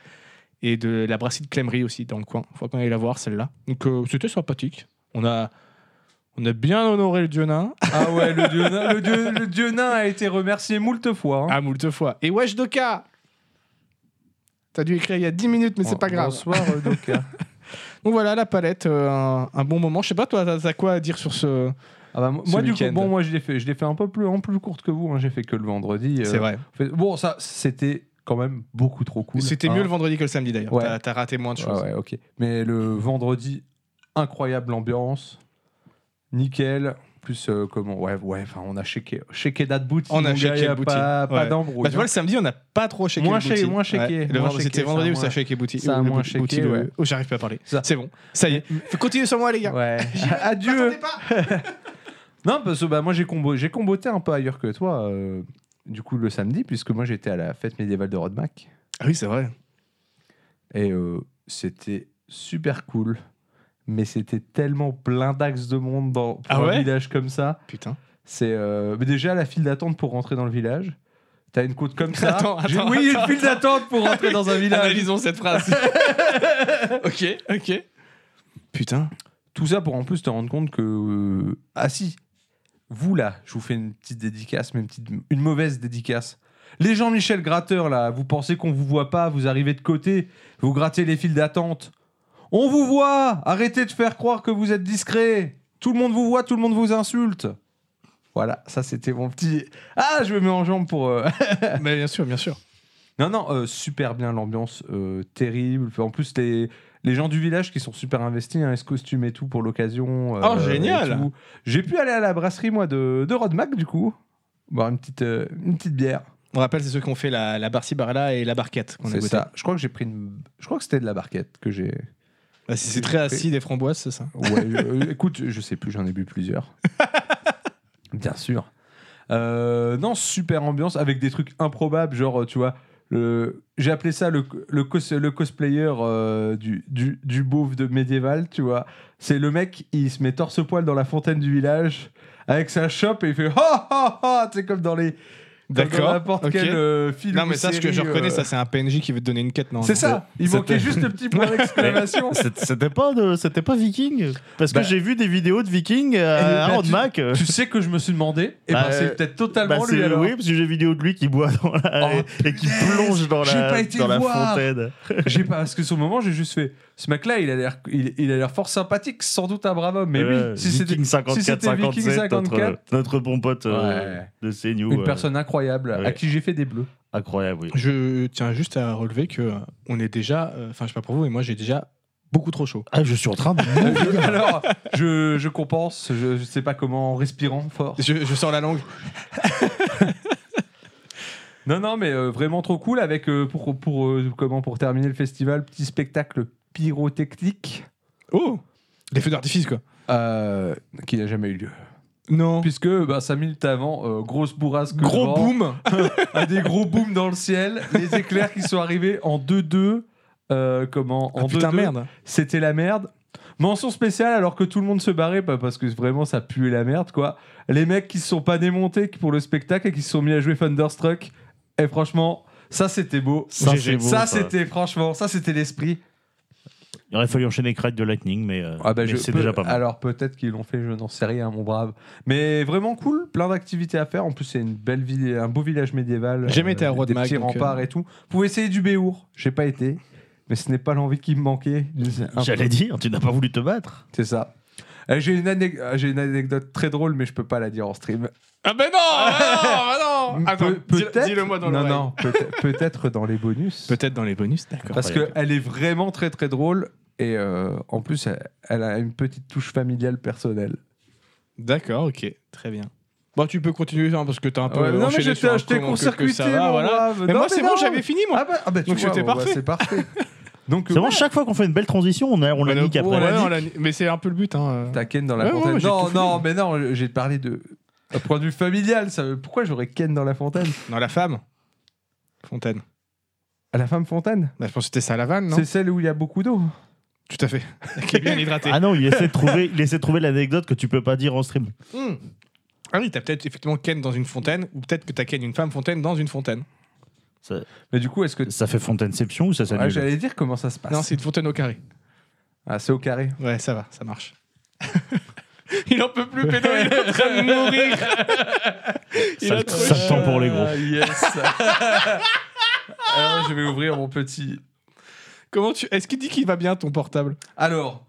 Speaker 1: Et de la brasserie de Clémery aussi dans le coin. Faut qu'on aille la voir celle-là. Donc euh, c'était sympathique. On a, on a bien honoré le hein. dieu nain
Speaker 2: Ah ouais, le dieu, nain, le, dieu, le dieu nain a été remercié moult fois. hein.
Speaker 1: à Ah, moult fois. Et Wesh Doka T'as dû écrire il y a 10 minutes, mais c'est pas grave.
Speaker 2: Bonsoir, euh, Doka.
Speaker 1: Oh, Donc voilà, la palette, euh, un, un bon moment. Je sais pas, toi, t'as, t'as quoi à dire sur ce.
Speaker 2: Ah bah, moi,
Speaker 1: Ce
Speaker 2: moi, du coup,
Speaker 1: week-end.
Speaker 2: bon, moi, je l'ai fait, je l'ai fait un peu plus, en plus courte que vous. hein, J'ai fait que le vendredi. euh,
Speaker 1: vrai.
Speaker 2: en fait, Bon, ça, c'était quand même beaucoup trop cool.
Speaker 1: C'était
Speaker 2: hein.
Speaker 1: mieux le vendredi que le samedi d'ailleurs.
Speaker 2: Ouais.
Speaker 1: T'as, t'as raté moins de
Speaker 2: Ouais,
Speaker 1: choses.
Speaker 2: ouais, ok. Mais le vendredi, incroyable ambiance, nickel. Plus euh, comment Ouais, ouais. Enfin, on a checké, checké date boutique.
Speaker 1: On a
Speaker 2: donc,
Speaker 1: checké
Speaker 2: y
Speaker 1: le boutique,
Speaker 2: Pas, pas
Speaker 1: ouais.
Speaker 2: d'embrouille.
Speaker 1: Bah, tu vois,
Speaker 2: hein.
Speaker 1: le samedi, on n'a pas trop shaké
Speaker 2: Moins
Speaker 1: le bouti.
Speaker 2: shaké, moins shaké.
Speaker 1: Ouais. Le
Speaker 2: Moins
Speaker 1: vendredi, c'était
Speaker 2: shaké,
Speaker 1: vendredi
Speaker 2: ça,
Speaker 1: où ça
Speaker 2: moins-
Speaker 1: shaké bouti.
Speaker 2: ça,
Speaker 1: ou le
Speaker 2: moins
Speaker 1: bouti-
Speaker 2: shaké,
Speaker 1: le-
Speaker 2: ouais.
Speaker 1: Oh, j'arrive pas à parler.
Speaker 2: Ça.
Speaker 1: C'est bon. Ça y est. Faut continuer sur moi, les gars.
Speaker 2: Ouais. Adieu. Non, parce que bah, moi j'ai combo, j'ai comboté un peu ailleurs que toi. euh, du coup, le samedi, puisque moi j'étais à la fête médiévale de Rodmac.
Speaker 1: Ah oui, c'est vrai.
Speaker 2: Et euh, c'était super cool. Mais c'était tellement plein d'axes de monde dans pour
Speaker 1: Ah ouais
Speaker 2: un village comme ça.
Speaker 1: Putain.
Speaker 2: C'est euh, mais déjà la file d'attente pour rentrer dans le village. T'as une côte comme ça.
Speaker 1: Attends,
Speaker 2: J'ai-
Speaker 1: attends,
Speaker 2: oui,
Speaker 1: attends, Ah,
Speaker 2: une file d'attente pour rentrer dans un village.
Speaker 1: Analysons cette phrase. ok, ok. Putain.
Speaker 2: Tout ça pour en plus te rendre compte que. euh, ah si, vous là, je vous fais une petite dédicace, mais une, petite, une mauvaise dédicace. Les Jean-Michel Gratteur là, vous pensez qu'on vous voit pas, vous arrivez de côté, vous grattez les files d'attente. On vous voit Arrêtez de faire croire que vous êtes discret Tout le monde vous voit, tout le monde vous insulte Voilà, ça c'était mon petit. Ah, je me mets en jambe pour. euh,
Speaker 1: Mais bien sûr, bien sûr.
Speaker 2: non, non, euh, super bien l'ambiance, euh, terrible. En plus, les, les gens du village qui sont super investis, hein, ils se costument et tout pour l'occasion. euh,
Speaker 1: Oh, génial.
Speaker 2: et tout. J'ai pu aller à la brasserie, moi, de, de Rodmac, du coup, boire une petite, euh, une petite bière.
Speaker 1: On rappelle, c'est ceux qui ont fait la, la barci barla et la barquette qu'on a
Speaker 2: C'est
Speaker 1: goûté.
Speaker 2: ça. Je crois que j'ai pris une. Je crois que c'était de la barquette que j'ai.
Speaker 1: Ah, c'est, c'est très acide et framboise, c'est ça.
Speaker 2: Ouais, euh, écoute, je sais plus, j'en ai bu plusieurs. Bien sûr. Euh, non, super ambiance avec des trucs improbables, genre, euh, tu vois, le- j'ai appelé ça le, le, cos- le cosplayer euh, du, du, du beauf de médiéval, tu vois. C'est le mec, il se met torse-poil dans la fontaine du village avec sa chope et il fait ha ha ha, c'est comme dans les. comme dans N'importe
Speaker 1: ok.
Speaker 2: quel euh, film.
Speaker 1: Non,
Speaker 2: ou
Speaker 1: mais ça, ce que
Speaker 2: série,
Speaker 1: je reconnais,
Speaker 2: euh,
Speaker 1: ça, c'est un PNJ qui veut te donner une quête, non
Speaker 2: C'est ça, il
Speaker 3: ça
Speaker 2: manquait
Speaker 3: peut-
Speaker 2: juste le petit point d'exclamation.
Speaker 3: C'est- C'était pas, de- c'était pas viking Parce que
Speaker 2: Bah.
Speaker 3: j'ai vu des vidéos de viking euh,
Speaker 2: Eh
Speaker 3: à
Speaker 2: ben,
Speaker 3: Road
Speaker 2: tu-
Speaker 3: Mac.
Speaker 2: tu sais que je me suis demandé, et
Speaker 3: Bah, euh,
Speaker 2: c'est peut-être totalement
Speaker 3: Bah,
Speaker 2: lui
Speaker 3: c'est-
Speaker 2: alors.
Speaker 3: oui, parce que j'ai une vidéo de lui qui boit dans la,
Speaker 2: Oh,
Speaker 3: et, qui
Speaker 2: punaise,
Speaker 3: plonge dans
Speaker 2: j'ai
Speaker 3: la,
Speaker 2: pas été
Speaker 3: dans la
Speaker 2: voir.
Speaker 3: fontaine.
Speaker 2: J'ai pas, parce que sur le moment, j'ai juste fait. Ce mec-là, il a l'air, il, il a l'air fort sympathique, sans doute un brave homme. Mais
Speaker 3: Euh,
Speaker 2: oui, si c'était
Speaker 3: Viking 54,
Speaker 2: si c'était Viking
Speaker 3: 57, Notre,
Speaker 2: 54.
Speaker 3: notre bon pote euh,
Speaker 2: Ouais.
Speaker 3: de CNU.
Speaker 2: une
Speaker 3: euh,
Speaker 2: personne incroyable à
Speaker 3: ouais.
Speaker 2: qui j'ai fait des bleus.
Speaker 3: Incroyable, oui.
Speaker 1: Je tiens juste à relever que euh, on est déjà, euh, enfin je sais pas pour vous, mais moi j'ai déjà beaucoup trop chaud.
Speaker 3: Ah, je suis en train de mourir.
Speaker 2: Alors, je, je compense, je, je sais pas comment, en respirant fort.
Speaker 1: Je, je sors la langue.
Speaker 2: Non, non, mais euh, vraiment trop cool avec euh, pour pour euh, comment pour terminer le festival, petit spectacle pyrotechnique
Speaker 1: Oh, les feux d'artifice quoi.
Speaker 2: euh, qui n'a jamais eu lieu.
Speaker 1: Non.
Speaker 2: Puisque bah, 5 minutes avant, euh, grosse bourrasque, de
Speaker 1: Gros
Speaker 2: vent,
Speaker 1: boom.
Speaker 2: à des gros booms dans le ciel, les éclairs qui sont arrivés en 2-2. euh, comment En
Speaker 1: Ah, putain
Speaker 2: 2-2,
Speaker 1: merde.
Speaker 2: C'était la merde. Mention spéciale alors que tout le monde se barrait, bah, parce que vraiment ça puait la merde quoi. Les mecs qui se sont pas démontés pour le spectacle et qui se sont mis à jouer Thunderstruck. Et Eh, franchement, Ça, c'était beau.
Speaker 3: Ça,
Speaker 2: GG.
Speaker 3: c'est beau,
Speaker 2: Ça,
Speaker 3: ça.
Speaker 2: c'était, franchement, ça, c'était l'esprit.
Speaker 3: Il aurait fallu enchaîner Crack de Lightning, mais, euh,
Speaker 2: Ah bah,
Speaker 3: mais
Speaker 2: je
Speaker 3: c'est
Speaker 2: peux-
Speaker 3: déjà pas mal.
Speaker 2: Alors peut-être qu'ils l'ont fait, je n'en sais rien, mon brave. Mais vraiment cool, plein d'activités à faire. En plus, c'est une belle ville, un beau village médiéval.
Speaker 1: J'ai jamais été à Roi de
Speaker 2: Des
Speaker 1: Mag,
Speaker 2: petits
Speaker 1: donc,
Speaker 2: remparts
Speaker 1: euh.
Speaker 2: et tout. Vous pouvez essayer du Béour. J'ai pas été, mais ce n'est pas l'envie qui me manquait. C'est un peu-
Speaker 3: J'allais dire, tu n'as pas voulu te battre.
Speaker 2: C'est ça. Euh, J'ai une, anec- euh, j'ai une anecdote très drôle, mais je peux pas la dire en stream.
Speaker 1: Ah ben non, ah non, ah non. Attends,
Speaker 2: Pe- peut-être.
Speaker 1: dis-le moi dans
Speaker 2: Non,
Speaker 1: l'oreille.
Speaker 2: non, peut-être peut-être dans les bonus.
Speaker 1: Peut-être dans les bonus, d'accord.
Speaker 2: Parce qu'elle est vraiment très très drôle. Et euh, en plus, elle, elle a une petite touche familiale personnelle.
Speaker 1: D'accord, ok, très bien. Bon, tu peux continuer hein, parce que t'as un peu.
Speaker 2: Ouais, non, mais
Speaker 1: enchaîné sur
Speaker 2: j'étais
Speaker 1: un
Speaker 2: j'étais
Speaker 1: con, que- que
Speaker 2: court-circuité.
Speaker 1: ça va,
Speaker 2: mon
Speaker 1: voilà.
Speaker 2: brave.
Speaker 1: Mais
Speaker 2: Non,
Speaker 1: moi, c'est
Speaker 2: non.
Speaker 1: bon, j'avais fini, moi.
Speaker 2: Ah bah, ah bah, tu
Speaker 1: Donc,
Speaker 2: vois,
Speaker 1: c'était
Speaker 2: bon, bah,
Speaker 1: parfait.
Speaker 2: c'est parfait. Donc, euh,
Speaker 3: C'est vraiment
Speaker 2: ouais,
Speaker 3: chaque fois qu'on fait une belle transition, on, a, on la
Speaker 1: Ouais,
Speaker 3: nique
Speaker 1: non,
Speaker 3: après.
Speaker 1: ouais, non, la- Mais c'est un peu le but. Hein.
Speaker 2: ta Ken dans la
Speaker 1: Ouais, ouais,
Speaker 2: fontaine.
Speaker 1: j'ai
Speaker 2: non,
Speaker 1: tout fait.
Speaker 2: non, mais non, j'ai parlé de. D'un point de vue familial, ça veut- pourquoi j'aurais Ken dans la fontaine
Speaker 1: Non, la femme. Fontaine.
Speaker 2: À la femme fontaine
Speaker 1: Bah, je pense que c'était ça la vanne, non
Speaker 2: C'est celle où il y a beaucoup d'eau.
Speaker 1: Tout à fait. Qui est bien hydratée.
Speaker 3: Ah non, il essaie de trouver, il essaie de trouver l'anecdote que tu peux pas dire en stream.
Speaker 1: Hmm. Ah oui, t'as peut-être effectivement Ken dans une fontaine, ou peut-être que t'as Ken une femme fontaine dans une fontaine.
Speaker 3: Ça,
Speaker 2: Mais du coup, est-ce que.
Speaker 3: ça fait Fontaineception ou ça
Speaker 2: Ah,
Speaker 3: s'annule
Speaker 2: J'allais dire comment ça se passe.
Speaker 1: non, c'est une fontaine au carré.
Speaker 2: Ah, c'est au carré.
Speaker 1: Ouais, ça va, ça marche. il en peut plus, Pédo, il est en train de mourir. Il
Speaker 3: Ça-
Speaker 1: a trop
Speaker 3: ça
Speaker 1: chaud.
Speaker 3: tend pour les gros.
Speaker 2: Ah, Yes Alors, je vais ouvrir mon petit.
Speaker 1: Comment tu. Est-ce qu'il dit qu'il va bien ton portable
Speaker 2: Alors,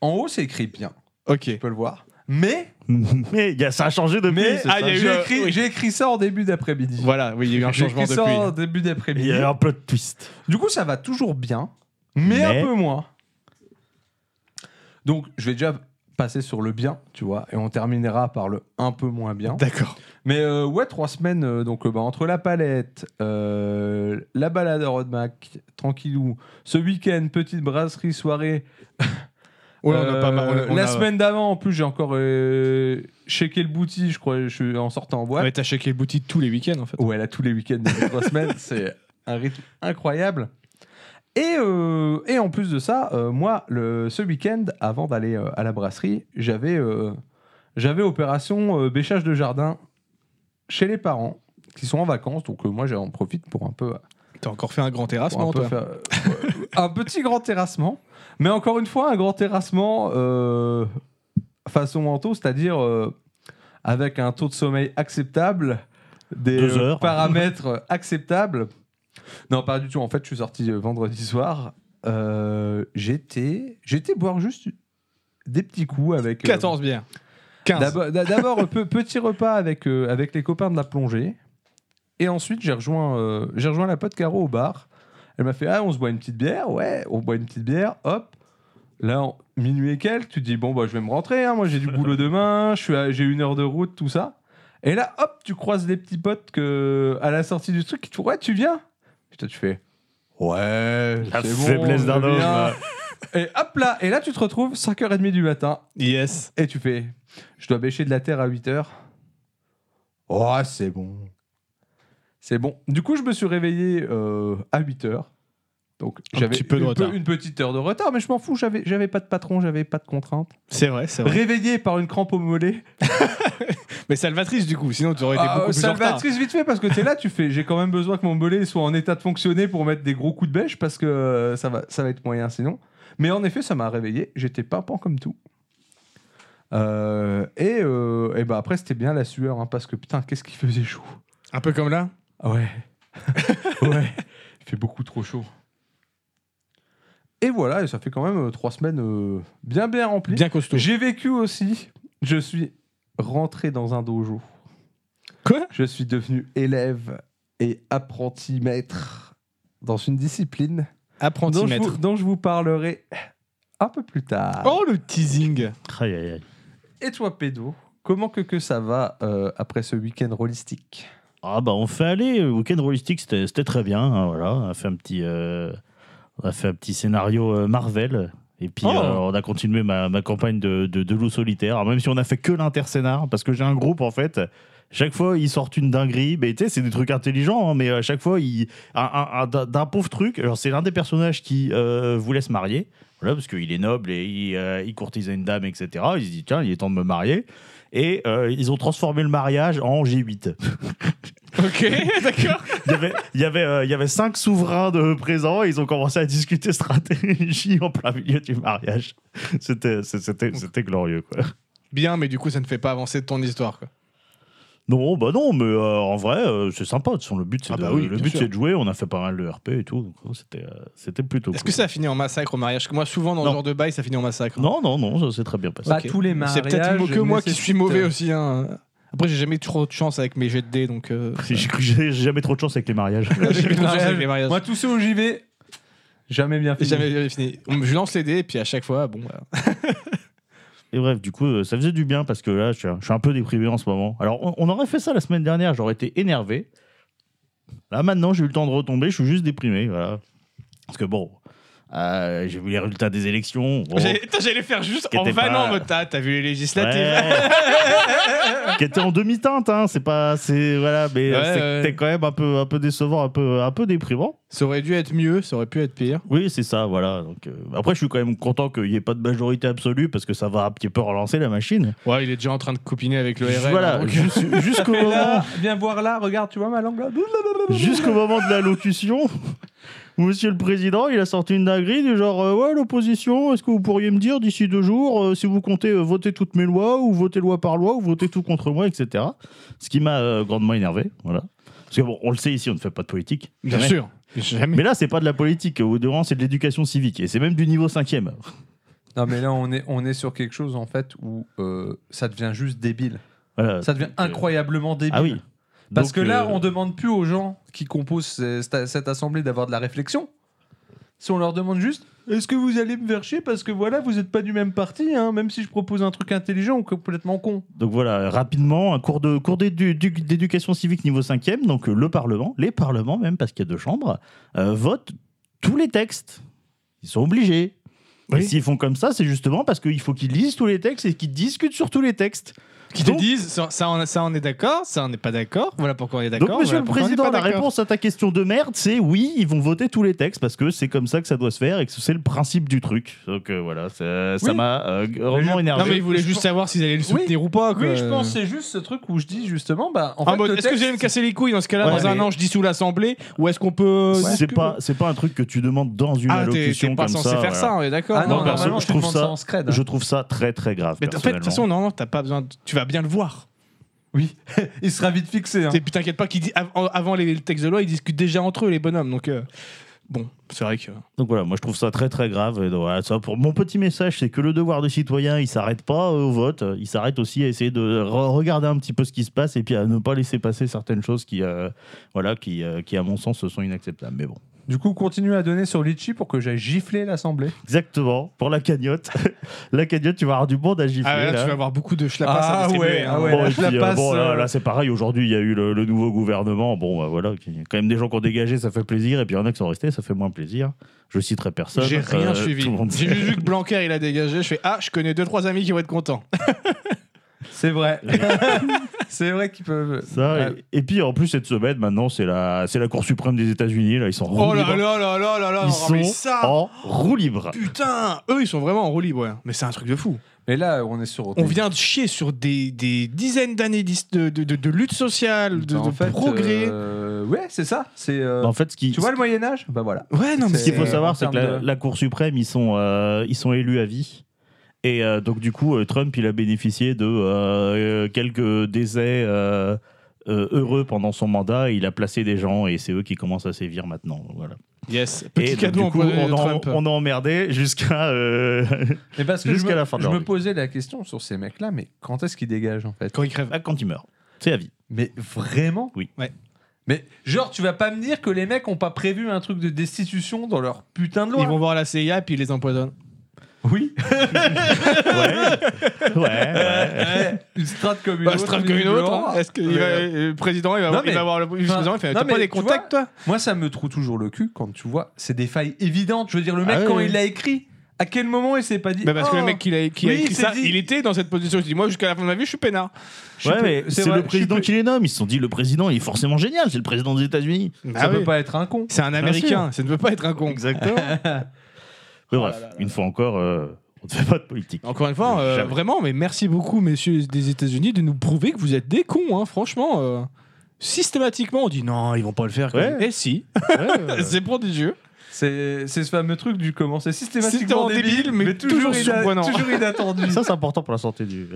Speaker 2: en haut, c'est écrit bien.
Speaker 1: Ok.
Speaker 2: Tu peux le voir. Mais
Speaker 3: Mais il y a- ça a changé depuis.
Speaker 2: Mais
Speaker 3: c'est
Speaker 1: ah,
Speaker 3: ça.
Speaker 1: il y a eu
Speaker 2: j'ai
Speaker 1: un-
Speaker 2: écrit,
Speaker 1: oui.
Speaker 2: j'ai écrit ça en début d'après-midi.
Speaker 1: Voilà, oui, il y a eu un
Speaker 2: J'ai
Speaker 1: changement
Speaker 2: écrit
Speaker 1: depuis.
Speaker 2: ça en début
Speaker 3: Il
Speaker 2: d'après-midi.
Speaker 3: y a eu un peu de twist.
Speaker 2: Du coup, ça va toujours bien, mais,
Speaker 3: Mais-
Speaker 2: un peu moins. Donc, je vais déjà passer sur le bien, tu vois, et on terminera par le un peu moins bien.
Speaker 1: D'accord.
Speaker 2: Mais euh, ouais, trois semaines, euh, donc euh, bah, entre la palette, euh, la balade à Rodmac, tranquillou, ce week-end, petite brasserie, soirée.
Speaker 1: Ouais, on a
Speaker 2: euh,
Speaker 1: pas mal- on
Speaker 2: la
Speaker 1: a-
Speaker 2: semaine d'avant, en plus, j'ai encore euh, checké le bouti, je crois, je suis en sortant en boîte.
Speaker 1: Ouais, Oh, t'as checké le boutique tous les week-ends en fait.
Speaker 2: où elle a tous les week-ends depuis trois semaines. C'est un rythme incroyable. Et, euh, et en plus de ça, euh, moi, le, ce week-end, avant d'aller euh, à la brasserie, j'avais euh, j'avais opération euh, bêchage de jardin chez les parents qui sont en vacances. Donc euh, moi, j'en profite pour un peu,
Speaker 1: T'as encore fait un grand
Speaker 2: pour
Speaker 1: terrassement,
Speaker 2: un, peu
Speaker 1: toi
Speaker 2: faire, euh, un petit grand terrassement. Mais encore une fois, un grand terrassement euh, façon manteau, c'est-à-dire euh, avec un taux de sommeil acceptable, des
Speaker 3: Deux
Speaker 2: euh,
Speaker 3: heures.
Speaker 2: paramètres euh, acceptables. Non, pas du tout. En fait, je suis sorti euh, vendredi soir. Euh, J'étais j'étais boire juste des petits coups avec. euh,
Speaker 1: 14 bières. 15.
Speaker 2: D'abord- d'a- D'abord, un peu- petit repas avec, euh, avec les copains de la plongée. Et ensuite, j'ai rejoint, euh, j'ai rejoint la pote Caro au bar. Elle m'a fait Ah, on se boit une petite bière Ouais, on boit une petite bière. Hop. Là, en- minuit et quelques, tu te dis Bon, bah, je vais me rentrer. hein. moi, j'ai du boulot demain. je suis à- J'ai une heure de route, tout ça. Et là, hop, tu croises des petits potes que, à la sortie du truc qui te font Ouais, tu viens Et toi, tu fais Ouais,
Speaker 3: La
Speaker 2: c'est bon,
Speaker 3: faiblesse d'un
Speaker 2: je
Speaker 3: homme.
Speaker 2: viens.
Speaker 3: euh,
Speaker 2: Et hop là, et là, tu te retrouves 5h30 du matin
Speaker 1: Yes.
Speaker 2: et tu fais Je dois bêcher de la terre à 8 heures. Oh, c'est bon. C'est bon. Du coup, je me suis réveillé euh, à 8 heures. Donc,
Speaker 1: Un
Speaker 2: j'avais
Speaker 1: petit peu de
Speaker 2: une,
Speaker 1: retard.
Speaker 2: une petite heure de retard, mais je m'en fous. J'avais, j'avais pas de patron, j'avais pas de contrainte.
Speaker 1: C'est vrai, c'est vrai.
Speaker 2: Réveillé par une crampe au mollet.
Speaker 1: Mais salvatrice du coup, sinon tu aurais été
Speaker 2: Ah,
Speaker 1: beaucoup plus en retard.
Speaker 2: salvatrice, vite fait, parce que t'es là, tu fais J'ai quand même besoin que mon mollet soit en état de fonctionner pour mettre des gros coups de bêche, parce que euh, ça, va, ça va être moyen sinon. Mais en effet, ça m'a réveillé. J'étais pimpant comme tout. Euh, et, euh, et bah après, c'était bien la sueur, hein, parce que putain, qu'est-ce qu'il faisait chaud.
Speaker 1: Un peu comme là
Speaker 2: Ah Ouais. ouais. Il fait beaucoup trop chaud. Et voilà, et ça fait quand même euh, trois semaines euh, bien bien remplies.
Speaker 1: Bien costaud.
Speaker 2: J'ai vécu aussi. Je suis rentré dans un dojo.
Speaker 1: Quoi
Speaker 2: Je suis devenu élève et apprenti maître dans une discipline dont je,
Speaker 1: Apprentimètre.
Speaker 2: vous, dont je vous parlerai un peu plus tard.
Speaker 1: Oh le teasing
Speaker 3: aïe, aïe, aïe.
Speaker 2: Et toi, Pédo, comment que, que ça va euh, après ce week-end holistique
Speaker 3: Ah bah on fait aller, euh, week-end rollistique c'était c'était très bien, hein, voilà, on a fait un petit, euh, on a fait un petit scénario euh, Marvel, et puis
Speaker 1: Oh.
Speaker 3: euh, on a continué ma, ma campagne de, de, de loup solitaire, Alors, même si on a fait que l'interscénar, parce que j'ai un groupe en fait, chaque fois ils sortent une dinguerie, mais tu sais c'est des trucs intelligents, hein, mais à chaque fois ils, un- un- un- d'un d'un pauvre truc, alors c'est l'un des personnages qui euh, voulait se marier, voilà, parce qu'il est noble et il, euh, il courtisait une dame, etc., il se dit tiens il est temps de me marier, et euh, ils ont transformé le mariage en G8.
Speaker 1: Ok, d'accord.
Speaker 3: Il y avait, il y avait, euh, il y avait cinq souverains de présents et ils ont commencé à discuter stratégie en plein milieu du mariage. C'était, c'est- c'était, c'était glorieux, quoi.
Speaker 1: Bien, mais du coup, ça ne fait pas avancer ton histoire. quoi.
Speaker 3: Non, bah non, mais euh, en vrai, euh, c'est sympa. De toute façon, le but, c'est
Speaker 1: Ah
Speaker 3: de,
Speaker 1: bah oui,
Speaker 3: le
Speaker 1: bien
Speaker 3: but,
Speaker 1: sûr.
Speaker 3: c'est de jouer. On a fait pas mal de RP et tout. donc, euh, c'était, euh, c'était plutôt.
Speaker 1: Est-ce
Speaker 3: cool.
Speaker 1: que ça a fini en massacre au mariage Parce que Moi, souvent, dans
Speaker 3: Non.
Speaker 1: ce genre de bail, ça finit en massacre. hein.
Speaker 3: Non, non, non, ça s'est très bien passé.
Speaker 2: Pas
Speaker 1: Ok.
Speaker 2: tous les mariages.
Speaker 1: C'est peut-être mo- que moi qui
Speaker 2: nécessitent-
Speaker 1: suis mauvais aussi. hein. Après, j'ai jamais eu trop de chance avec mes jets de dés, donc. euh,
Speaker 3: J'ai cru que J'ai j'ai jamais trop de chance avec les mariages.
Speaker 1: j'ai eu de l'argent avec
Speaker 2: mariages.
Speaker 1: les mariages.
Speaker 2: Moi, tous ceux où j'y vais, jamais bien
Speaker 1: J'ai
Speaker 2: fini.
Speaker 1: jamais jamais fini. On- Je lance les dés, et puis à chaque fois, bon. voilà.
Speaker 3: Et bref, du coup, euh, ça faisait du bien parce que là, je suis, je suis un peu déprimé en ce moment. Alors, on, on aurait fait ça la semaine dernière, j'aurais été énervé. Là, maintenant, j'ai eu le temps de retomber, je suis juste déprimé, voilà. Parce que bon, euh, j'ai vu les résultats des élections. bon,
Speaker 1: J'ai- putain, J'allais faire juste en
Speaker 3: Oh. T'étais pas-
Speaker 1: vanant, en mode, Ah, t'as vu les législatives
Speaker 3: ouais. qui était en demi-teinte, hein, c'est pas, c'est voilà, mais
Speaker 1: Ouais,
Speaker 3: euh, c'était
Speaker 1: ouais.
Speaker 3: quand même un peu, un peu décevant, un peu, un peu déprimant.
Speaker 1: Ça aurait dû être mieux, ça aurait pu être pire.
Speaker 3: Oui, c'est ça, voilà. Donc euh, après, je suis quand même content qu'il n'y ait pas de majorité absolue parce que ça va un petit peu relancer la machine.
Speaker 1: Ouais, il est déjà en train de copiner avec le RL.
Speaker 3: voilà,
Speaker 1: hein, donc-
Speaker 3: jus- jusqu'au
Speaker 2: Et
Speaker 3: moment.
Speaker 2: là, viens voir là, regarde, tu vois ma langue là
Speaker 3: jusqu'au moment de l'allocution, Monsieur le Président, il a sorti une dinguerie du genre euh, Ouais, l'opposition, est-ce que vous pourriez me dire d'ici deux jours euh, si vous comptez euh, voter toutes mes lois ou voter loi par loi ou voter tout contre moi, etc. Ce qui m'a euh, grandement énervé, voilà. Parce que bon, on le sait ici, on ne fait pas de politique.
Speaker 1: Bien
Speaker 3: Jamais.
Speaker 1: sûr. Jamais.
Speaker 3: Mais là, c'est pas de la politique, au dehors, c'est de l'éducation civique et c'est même du niveau cinquième.
Speaker 2: Non, mais là, on est, on est sur quelque chose en fait où euh, ça devient juste débile.
Speaker 3: Voilà.
Speaker 2: Ça devient
Speaker 3: euh,
Speaker 2: incroyablement débile.
Speaker 3: Ah oui.
Speaker 2: Parce
Speaker 3: Donc,
Speaker 2: que là,
Speaker 3: euh,
Speaker 2: on demande plus aux gens qui composent ces- cette, cette assemblée d'avoir de la réflexion. Si on leur demande juste, est-ce que vous allez me faire chier parce que voilà, vous n'êtes pas du même parti, hein, même si je propose un truc intelligent ou complètement con.
Speaker 3: Donc voilà, rapidement, un cours de cours d'édu- du- d'éducation civique niveau 5e, donc euh, le Parlement, les parlements même, parce qu'il y a deux chambres, euh, votent tous les textes. Ils sont obligés.
Speaker 1: Oui.
Speaker 3: Et s'ils font comme ça, c'est justement parce qu'il faut qu'ils lisent tous les textes et qu'ils discutent sur tous les textes.
Speaker 1: Qui te
Speaker 3: Donc-
Speaker 1: disent, ça, ça, on, ça on est d'accord, ça on n'est pas d'accord, voilà pourquoi on est d'accord.
Speaker 3: Donc, monsieur
Speaker 1: voilà
Speaker 3: le
Speaker 1: pourquoi on n'est
Speaker 3: Président,
Speaker 1: pas
Speaker 3: la
Speaker 1: d'accord.
Speaker 3: réponse à ta question de merde, c'est oui, ils vont voter tous les textes parce que c'est comme ça que ça doit se faire et que c'est le principe du truc. Donc euh, voilà, ça ça
Speaker 2: Oui.
Speaker 3: m'a euh, grandement
Speaker 2: je-
Speaker 3: énervé.
Speaker 1: Non, mais ils voulaient
Speaker 2: Je
Speaker 1: juste
Speaker 2: pense-
Speaker 1: savoir s'ils allaient le soutenir ou pas. Quoi.
Speaker 2: Oui, je pense c'est juste ce truc où je dis justement, bah, en
Speaker 1: En
Speaker 2: fait,
Speaker 1: mode,
Speaker 2: le
Speaker 1: euh, Ah, est-ce que
Speaker 2: texte-
Speaker 1: je vais me casser les couilles dans ce cas-là
Speaker 3: Ouais,
Speaker 1: dans un
Speaker 3: mais-
Speaker 1: an je dissous l'assemblée ou est-ce qu'on peut
Speaker 2: Ouais.
Speaker 3: C'est
Speaker 2: que-
Speaker 3: pas, c'est pas un truc que tu demandes dans une
Speaker 1: ah t'es-
Speaker 3: allocution
Speaker 1: t'es pas
Speaker 3: comme
Speaker 1: censé
Speaker 3: ça.
Speaker 1: faire
Speaker 3: voilà.
Speaker 1: ça on est d'accord
Speaker 2: Ah non,
Speaker 1: hein.
Speaker 3: perso,
Speaker 2: normalement,
Speaker 3: je
Speaker 2: je
Speaker 3: trouve
Speaker 2: trouve
Speaker 3: ça-
Speaker 2: ça en scred. hein.
Speaker 3: Je trouve ça très très grave.
Speaker 1: mais en fait de toute façon non t'as pas besoin de- tu vas bien le voir
Speaker 2: Oui, il sera vite fixé. hein.
Speaker 1: T'es- puis t'inquiète pas qu'ils disent av- avant les textes de loi ils discutent déjà entre eux les bonhommes donc euh, bon c'est vrai que
Speaker 3: Donc voilà, moi je trouve ça très très grave. Et donc voilà, ça, pour mon petit message, c'est que le devoir des citoyens, il s'arrête pas euh, au vote, il s'arrête aussi à essayer de re- regarder un petit peu ce qui se passe et puis à ne pas laisser passer certaines choses qui, euh, voilà, qui, euh, qui à mon sens sont inacceptables. Mais bon.
Speaker 2: Du coup, continue à donner sur Litchi pour que j'aille gifler l'assemblée.
Speaker 3: Exactement. Pour la cagnotte, la cagnotte, tu vas avoir du monde à gifler.
Speaker 1: ah ouais, là,
Speaker 3: là.
Speaker 1: tu vas avoir beaucoup de schlappas
Speaker 2: Ah
Speaker 1: à distribuer
Speaker 2: ouais,
Speaker 1: hein.
Speaker 2: ah ouais.
Speaker 3: Bon,
Speaker 2: là,
Speaker 3: et
Speaker 2: je la
Speaker 3: puis, euh,
Speaker 2: passe,
Speaker 3: bon, là,
Speaker 2: euh.
Speaker 3: là, c'est pareil. Aujourd'hui, il y a eu le, le nouveau gouvernement. Bon, bah, voilà, il y a quand même des gens qui ont dégagé, ça fait plaisir. Et puis il y en a qui sont restés, ça fait moins plaisir. Je citerai personne.
Speaker 1: J'ai rien
Speaker 3: Euh,
Speaker 1: suivi.
Speaker 3: tout le monde
Speaker 1: J'ai juste vu que Blanquer il a dégagé. Je fais ah, je connais deux trois amis qui vont être contents.
Speaker 2: C'est vrai. c'est vrai qu'ils peuvent.
Speaker 3: Ça,
Speaker 2: Ouais.
Speaker 3: et, et puis en plus cette semaine maintenant c'est la c'est la Cour suprême des États-Unis là ils sont en roue
Speaker 1: Oh là
Speaker 3: libre.
Speaker 1: là là là là là.
Speaker 3: ils
Speaker 1: oh, mais
Speaker 3: sont
Speaker 1: ça.
Speaker 3: en roue libre.
Speaker 1: Putain, eux ils sont vraiment en roue libre. ouais. Mais c'est un truc de fou.
Speaker 2: Mais là, on est sur.
Speaker 1: On vient de chier sur des, des dizaines d'années d'his- de, de, de- de lutte sociale, de,
Speaker 2: En
Speaker 1: de
Speaker 2: fait,
Speaker 1: progrès.
Speaker 2: euh, Ouais, c'est ça. C'est. euh,
Speaker 1: Bah,
Speaker 3: En fait ce qui
Speaker 2: Tu vois le Moyen Âge Bah voilà.
Speaker 1: Ouais, non mais
Speaker 3: ce qu'il
Speaker 1: c'est-
Speaker 3: faut
Speaker 2: euh,
Speaker 3: savoir
Speaker 2: en
Speaker 3: c'est que
Speaker 2: termes
Speaker 3: la,
Speaker 2: de-
Speaker 3: la Cour suprême ils sont euh, ils sont élus à vie. Et euh, donc du coup euh, Trump il a bénéficié de euh, euh, quelques décès euh, euh, heureux pendant son mandat, il a placé des gens et c'est eux qui commencent à sévir maintenant. donc Voilà.
Speaker 1: Yes. Petit
Speaker 3: et donc,
Speaker 1: cadeau
Speaker 3: du
Speaker 1: en
Speaker 3: coup,
Speaker 1: empoisonné
Speaker 3: on,
Speaker 1: de
Speaker 3: en-
Speaker 1: Trump.
Speaker 3: on a emmerdé jusqu'à euh,
Speaker 2: Mais parce que je
Speaker 3: Jusqu'à
Speaker 2: me,
Speaker 3: la fin de
Speaker 2: je
Speaker 3: leur
Speaker 2: me
Speaker 3: vie.
Speaker 2: posais la question sur ces mecs-là, mais quand est-ce qu'ils dégagent en fait
Speaker 1: Quand il crève.
Speaker 3: à bah, quand il meurt. C'est à vie.
Speaker 2: Mais vraiment
Speaker 3: Oui.
Speaker 1: Ouais.
Speaker 2: Mais genre, tu vas pas me dire que les mecs ont pas prévu un truc de destitution dans leur putain de loi
Speaker 1: Ils vont voir la CIA puis ils les empoisonnent.
Speaker 2: Oui.
Speaker 3: Ouais, ouais.
Speaker 2: une strate comme une
Speaker 1: Bah,
Speaker 2: autre.
Speaker 1: je traque comme une autre.
Speaker 2: visiblement.
Speaker 1: hein. Est-ce que il
Speaker 2: Mais,
Speaker 1: va-
Speaker 2: euh,
Speaker 1: le président il va,
Speaker 2: Non,
Speaker 1: avoir- il
Speaker 2: mais-
Speaker 1: va avoir le il va
Speaker 2: enfin,
Speaker 1: avoir- il fait
Speaker 2: non,
Speaker 1: t'as
Speaker 2: mais
Speaker 1: pas des
Speaker 2: tu vois-
Speaker 1: contacts toi
Speaker 2: Moi, ça me troue toujours le cul quand tu vois, c'est des failles évidentes. Je veux dire, le mec,
Speaker 3: Ah oui,
Speaker 2: quand
Speaker 3: oui.
Speaker 2: il l'a écrit, à quel moment il s'est pas dit
Speaker 1: Bah, parce que le
Speaker 2: oh,
Speaker 1: mec qui a, qui a
Speaker 2: Oui,
Speaker 1: écrit
Speaker 2: c'est
Speaker 1: ça,
Speaker 2: dit.
Speaker 1: il était dans cette position. Il dit moi jusqu'à la fin de ma vie je suis peinard.
Speaker 2: je suis
Speaker 3: Ouais,
Speaker 2: peu-
Speaker 3: mais c'est
Speaker 2: vrai,
Speaker 3: le
Speaker 2: je suis
Speaker 3: président
Speaker 2: peu-
Speaker 3: qui les nomme. Ils se sont dit, le président, il est forcément génial. C'est le président des États-Unis.
Speaker 1: Bah Ah
Speaker 2: Ça peut pas être un con.
Speaker 1: C'est un américain, ça ne peut pas être un con.
Speaker 3: Exactement. Mais bref, une fois encore, euh, on ne fait pas de politique.
Speaker 1: Encore une fois, euh,
Speaker 3: Jamais.
Speaker 1: vraiment, mais merci beaucoup, messieurs des États-Unis, de nous prouver que vous êtes des cons, hein, franchement. euh. systématiquement, on dit non, ils vont pas le faire. quand
Speaker 3: Ouais.
Speaker 1: même. Et si, c'est prodigieux.
Speaker 2: C'est c'est ce fameux truc du commencer systématiquement
Speaker 1: Systématiquement
Speaker 2: débile,
Speaker 1: débile,
Speaker 2: mais,
Speaker 1: mais
Speaker 2: toujours,
Speaker 1: toujours
Speaker 2: ina-
Speaker 1: surprenant.
Speaker 2: toujours inattendu.
Speaker 3: Ça, c'est important pour la santé du.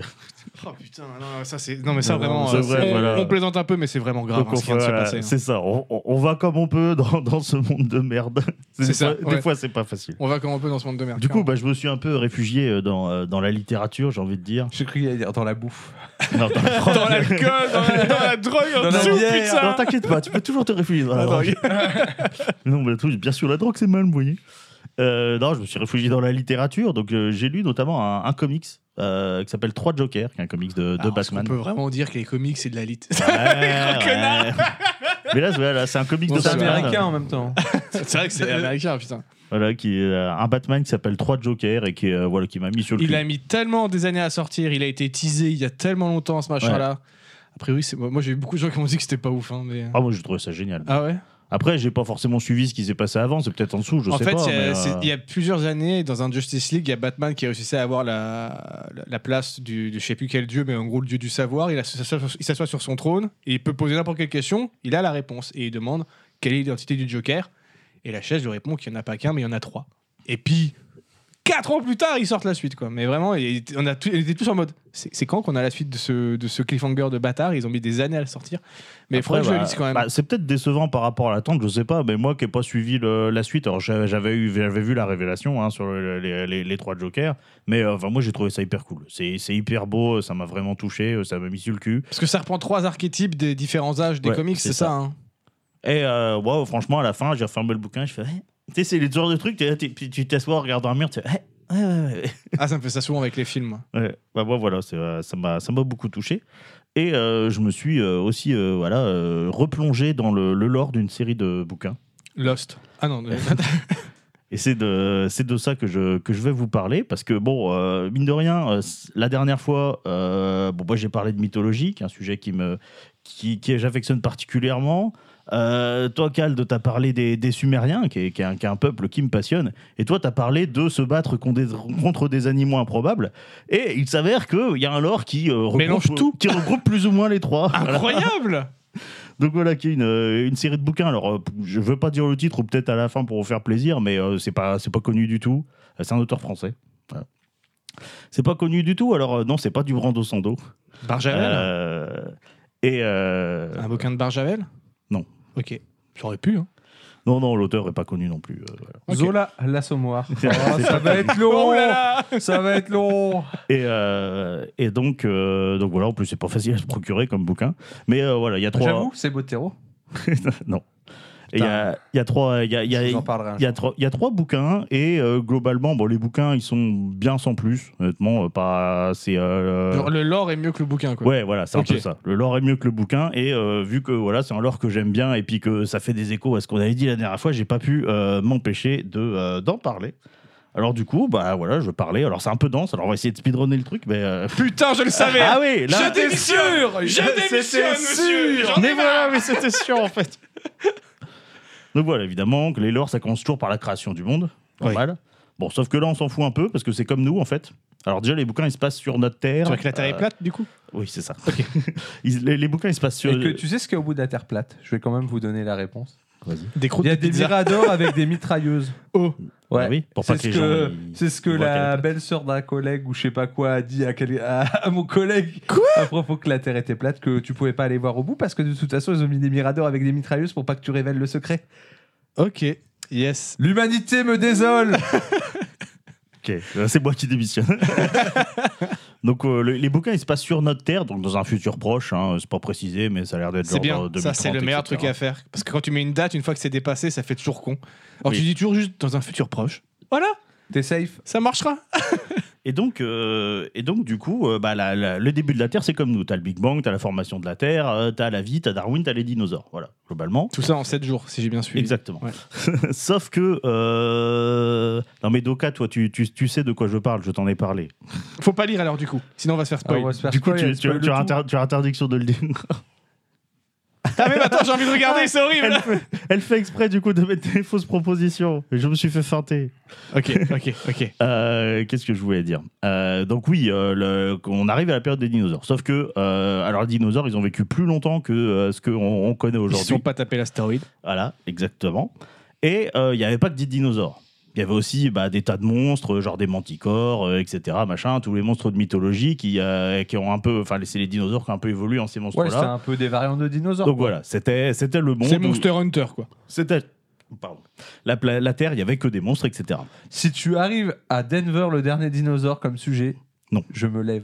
Speaker 1: Oh putain, non, ça c'est. Non, mais ça
Speaker 3: Non,
Speaker 1: vraiment.
Speaker 3: c'est
Speaker 1: euh,
Speaker 3: vrai,
Speaker 1: c'est-
Speaker 3: voilà.
Speaker 1: On plaisante un peu, mais c'est vraiment grave
Speaker 3: Donc,
Speaker 1: hein, ce qui vient de se
Speaker 3: voilà,
Speaker 1: passer. hein.
Speaker 3: C'est ça, on, on- on va comme on peut dans, dans ce monde de merde.
Speaker 1: C'est
Speaker 3: Des
Speaker 1: ça,
Speaker 3: fois- Des
Speaker 1: ouais.
Speaker 3: fois, c'est pas facile.
Speaker 1: On va comme un peu dans ce monde de merde.
Speaker 3: Du coup,
Speaker 1: clairement.
Speaker 3: bah, je me suis un peu réfugié euh, dans, euh, dans la littérature, j'ai envie de dire.
Speaker 2: J'ai cru qu'il allait dire dans la bouffe.
Speaker 3: Non, dans la-
Speaker 1: dans l'alcool, dans, la- dans la drogue,
Speaker 2: Dans
Speaker 1: en
Speaker 2: la
Speaker 1: dessous,
Speaker 2: bière,
Speaker 1: putain.
Speaker 3: Non, t'inquiète pas, tu peux toujours te réfugier dans la
Speaker 1: Ah, non,
Speaker 3: drogue. non, mais le truc, bien sûr, la drogue, c'est mal, vous voyez. Euh, non, je me suis réfugié dans la littérature, donc euh, j'ai lu notamment un, un comics euh, qui s'appelle Trois Jokers, qui est un comics de, de
Speaker 1: Alors, est-ce
Speaker 3: Batman.
Speaker 1: qu'on Ah, peut vraiment dire que les comics c'est de la lit.
Speaker 3: Ouais, ouais. Mais là, c'est- voilà, c'est un comics
Speaker 1: Bon,
Speaker 3: de
Speaker 2: C'est
Speaker 1: c'est
Speaker 3: Batman.
Speaker 2: américain en même temps.
Speaker 1: c'est vrai que c'est américain, putain.
Speaker 3: Voilà, qui est euh, un Batman qui s'appelle Trois Jokers et qui, est, euh, voilà, qui m'a mis sur le
Speaker 1: Il
Speaker 3: cul.
Speaker 1: a mis tellement des années à sortir, il a été teasé il y a tellement longtemps ce machin-là. A priori, c'est... moi moi, j'ai eu beaucoup de gens qui m'ont dit que c'était pas ouf. hein, mais...
Speaker 3: Ah, moi, je trouvé ça génial.
Speaker 1: Ah ouais
Speaker 3: Après, j'ai pas forcément suivi ce qui s'est passé avant, c'est peut-être en dessous, je
Speaker 1: En
Speaker 3: sais
Speaker 1: fait,
Speaker 3: pas.
Speaker 1: il y,
Speaker 3: mais,
Speaker 1: a,
Speaker 3: euh,
Speaker 1: c'est- il y a plusieurs années, dans un Justice League, il y a Batman qui réussissait à avoir la, la- la place du, du- je sais plus quel dieu, mais en gros le dieu du savoir. Il a- s'assoit sur- il s'assoit sur son trône, et il peut poser n'importe quelle question, il a la réponse. Et il demande quelle est l'identité du Joker. Et la chaise lui répond qu'il n'y en a pas qu'un, mais il y en a trois. Et puis, quatre ans plus tard, ils sortent la suite. quoi. Mais vraiment, il- on, a tout- on était tous en mode c'est c'est quand qu'on a la suite de ce, de ce cliffhanger de bâtard Ils ont mis des années à le sortir. Mais il
Speaker 3: Après,
Speaker 1: faudrait que je
Speaker 3: bah,
Speaker 1: le lise quand même.
Speaker 3: bah, c'est peut-être décevant par rapport à l'attente, je sais pas, mais moi qui n'ai pas suivi le- la suite, alors j'a- j'avais eu, j'avais vu la révélation hein, sur le- les, les- les trois Jokers, mais euh, enfin moi j'ai trouvé ça hyper cool. C'est c'est hyper beau, ça m'a vraiment touché, euh, ça m'a mis sur le cul.
Speaker 1: Parce que ça reprend trois archétypes des différents âges des
Speaker 3: Ouais,
Speaker 1: comics,
Speaker 3: c'est
Speaker 1: c'est ça,
Speaker 3: ça.
Speaker 1: hein
Speaker 3: Et euh, wow, franchement, à la fin, j'ai refermé le bouquin, je fais. eh. Tu sais, c'est les genres de trucs, t'es là, t'es- puis tu t'assois, regardes un mur, tu fais. eh, ouais, ouais, ouais.
Speaker 1: Ah, ça me fait ça souvent avec les films.
Speaker 3: Ouais, bah moi voilà, c'est, euh, ça m'a ça m'a beaucoup touché. Et euh, je me suis euh, aussi euh, voilà, euh, replongé dans le, le lore d'une série de bouquins.
Speaker 1: Lost. Ah non, euh,
Speaker 3: Et c'est de, c'est de ça que je, que je vais vous parler, parce que, bon, euh, mine de rien, euh, c- la dernière fois, euh, bon, moi j'ai parlé de mythologie, qui est un sujet qui me qui, qui j'affectionne particulièrement. Euh, toi, Calde, t'as parlé des, des Sumériens, qui est, qui, est un, qui est un peuple qui me passionne, et toi, t'as parlé de se battre contre des, contre des animaux improbables, et il s'avère qu'il y a un lore qui, euh, regroupe,
Speaker 1: Mélange tout. Ah,
Speaker 3: qui regroupe plus ou moins les trois. Voilà.
Speaker 1: incroyable
Speaker 3: Donc voilà, qui est une, euh, une série de bouquins. Alors, euh, je veux pas dire le titre, ou peut-être à la fin pour vous faire plaisir, mais euh, c'est pas, c'est pas connu du tout. Euh, C'est un auteur français. Voilà. C'est pas connu du tout. Alors, euh, non, c'est pas du Brando Sando.
Speaker 1: Barjavel
Speaker 3: Euh, et. euh,
Speaker 1: Un bouquin de Barjavel
Speaker 3: Non.
Speaker 1: Ok. J'aurais pu, hein.
Speaker 3: non, non, l'auteur est pas connu non plus. euh, voilà.
Speaker 1: Ok.
Speaker 2: Zola, l'assommoir.
Speaker 3: C'est
Speaker 2: Oh, ça va être long.
Speaker 1: là
Speaker 2: ça va être long.
Speaker 3: Et, euh, et donc, euh, donc voilà, en plus, c'est pas facile à se procurer comme bouquin. Mais euh, voilà, il y a trois.
Speaker 2: J'avoue, c'est Botero.
Speaker 3: non. Et Il y a, il y a trois. Il y a- il y a-
Speaker 2: J'en parlerai. un
Speaker 3: Il y, a trois, il y a trois bouquins et euh, globalement, bon, les bouquins, ils sont bien sans plus. Honnêtement, euh, pas assez. euh,
Speaker 1: Genre, le lore est mieux que le bouquin, quoi.
Speaker 3: Ouais, voilà, c'est un
Speaker 1: Ok.
Speaker 3: peu ça. Le lore est mieux que le bouquin et euh, vu que voilà, c'est un lore que j'aime bien et puis que ça fait des échos à ce qu'on avait dit la dernière fois, j'ai pas pu euh, m'empêcher de euh, d'en parler. Alors du coup, bah voilà, je parlais. Alors c'est un peu dense. Alors on va essayer de speedrunner le truc, mais euh,
Speaker 1: Putain, je le savais
Speaker 3: ah oui, là,
Speaker 1: Je démissionne Je démissionne, monsieur J'en ai
Speaker 3: mais voilà,
Speaker 1: marre
Speaker 3: mais c'était sûr en fait. Donc voilà, évidemment que les lores, ça commence toujours par la création du monde. Normal. Bon, sauf que là, on s'en fout un peu parce que c'est comme nous en fait. Alors déjà, les bouquins, ils se passent sur notre terre.
Speaker 1: Tu vois que la Terre est
Speaker 3: Euh,
Speaker 1: plate, du coup
Speaker 3: Oui, c'est ça. Ils- les, les bouquins, ils se passent sur.
Speaker 2: Et que tu sais ce qu'il y a au bout de la terre plate Je vais quand même vous donner la réponse.
Speaker 3: Vas-y.
Speaker 1: Des croûtes
Speaker 2: Il y a
Speaker 1: de
Speaker 2: des
Speaker 1: pizza.
Speaker 2: miradors avec des mitrailleuses.
Speaker 1: Oh.
Speaker 2: Ouais.
Speaker 3: Ah oui, pour
Speaker 2: C'est
Speaker 3: pas que
Speaker 2: ce
Speaker 3: les
Speaker 2: que,
Speaker 3: gens. ils-
Speaker 2: c'est ce que
Speaker 3: voient qu'elle est
Speaker 2: la
Speaker 3: plate.
Speaker 2: belle-sœur d'un collègue ou je sais pas quoi a dit à, quel- à- à mon collègue à propos que la Terre était plate, que tu pouvais pas aller voir au bout parce que de toute façon ils ont mis des miradors avec des mitrailleuses pour pas que tu révèles le secret.
Speaker 1: Ok. Yes.
Speaker 2: L'humanité me désole
Speaker 3: Ok, euh, c'est moi qui démissionne. donc euh, le- les bouquins, ils se passent sur notre terre, donc dans un futur proche. hein, c'est pas précisé, mais ça a l'air d'être
Speaker 1: C'est
Speaker 3: genre
Speaker 1: bien.
Speaker 3: dans 2030,
Speaker 1: ça, c'est le meilleur
Speaker 3: etc..
Speaker 1: truc à faire. Parce que quand tu mets une date, une fois que c'est dépassé, ça fait toujours con. Alors
Speaker 3: Oui.
Speaker 1: tu dis toujours juste dans un futur proche. Voilà,
Speaker 2: T'es safe
Speaker 1: ça marchera.
Speaker 3: Et donc, euh, et donc du coup, euh, bah, la- la- le début de la Terre, c'est comme nous. T'as le Big Bang, t'as la formation de la Terre, euh, t'as la vie, t'as Darwin, t'as les dinosaures. Voilà, globalement.
Speaker 1: Tout ça en 7 jours, si j'ai bien suivi.
Speaker 3: Exactement.
Speaker 1: Ouais.
Speaker 3: Sauf que. euh, Non, mais Doka, toi, tu, tu, tu sais de quoi je parle, je t'en ai parlé.
Speaker 1: Faut pas lire alors, du coup. Sinon, on va se faire spoiler.
Speaker 2: se faire
Speaker 3: Du coup,
Speaker 2: spoiler,
Speaker 3: tu, tu,
Speaker 2: spoil
Speaker 3: tu as
Speaker 2: le tout.
Speaker 3: inter- tu as interdiction de le dire.
Speaker 1: Ah, mais attends, j'ai envie de regarder, c'est horrible.
Speaker 3: Elle fait, elle fait exprès du coup de mettre des fausses propositions. Et Je me suis fait feinter.
Speaker 1: ok, ok, ok.
Speaker 3: Euh, Qu'est-ce que je voulais dire Euh, Donc oui, euh, le- on arrive à la période des dinosaures. Sauf que, euh, alors les dinosaures, ils ont vécu plus longtemps que euh, ce qu'on on connaît
Speaker 1: Ils se
Speaker 3: aujourd'hui.
Speaker 1: sont pas tapés l'astéroïde.
Speaker 3: Voilà, exactement. Et euh, il n'y avait pas que des dinosaures. Il y avait aussi bah, des tas de monstres, genre des manticores, euh, etc. Machin, tous les monstres de mythologie qui, euh, qui ont un peu. Enfin, c'est les dinosaures qui ont un peu évolué en ces
Speaker 2: Ouais, c'était
Speaker 3: monstres-là.
Speaker 2: un peu des variantes de dinosaures.
Speaker 3: Donc
Speaker 2: quoi.
Speaker 3: voilà, c'était c'était le monde.
Speaker 1: C'est
Speaker 3: où-
Speaker 1: Monster Hunter, quoi.
Speaker 3: C'était. Pardon. La, pla- la Terre, il n'y avait que des monstres, etc.
Speaker 2: Si tu arrives à Denver, le dernier dinosaure, comme sujet,
Speaker 3: Non.
Speaker 2: je me lève.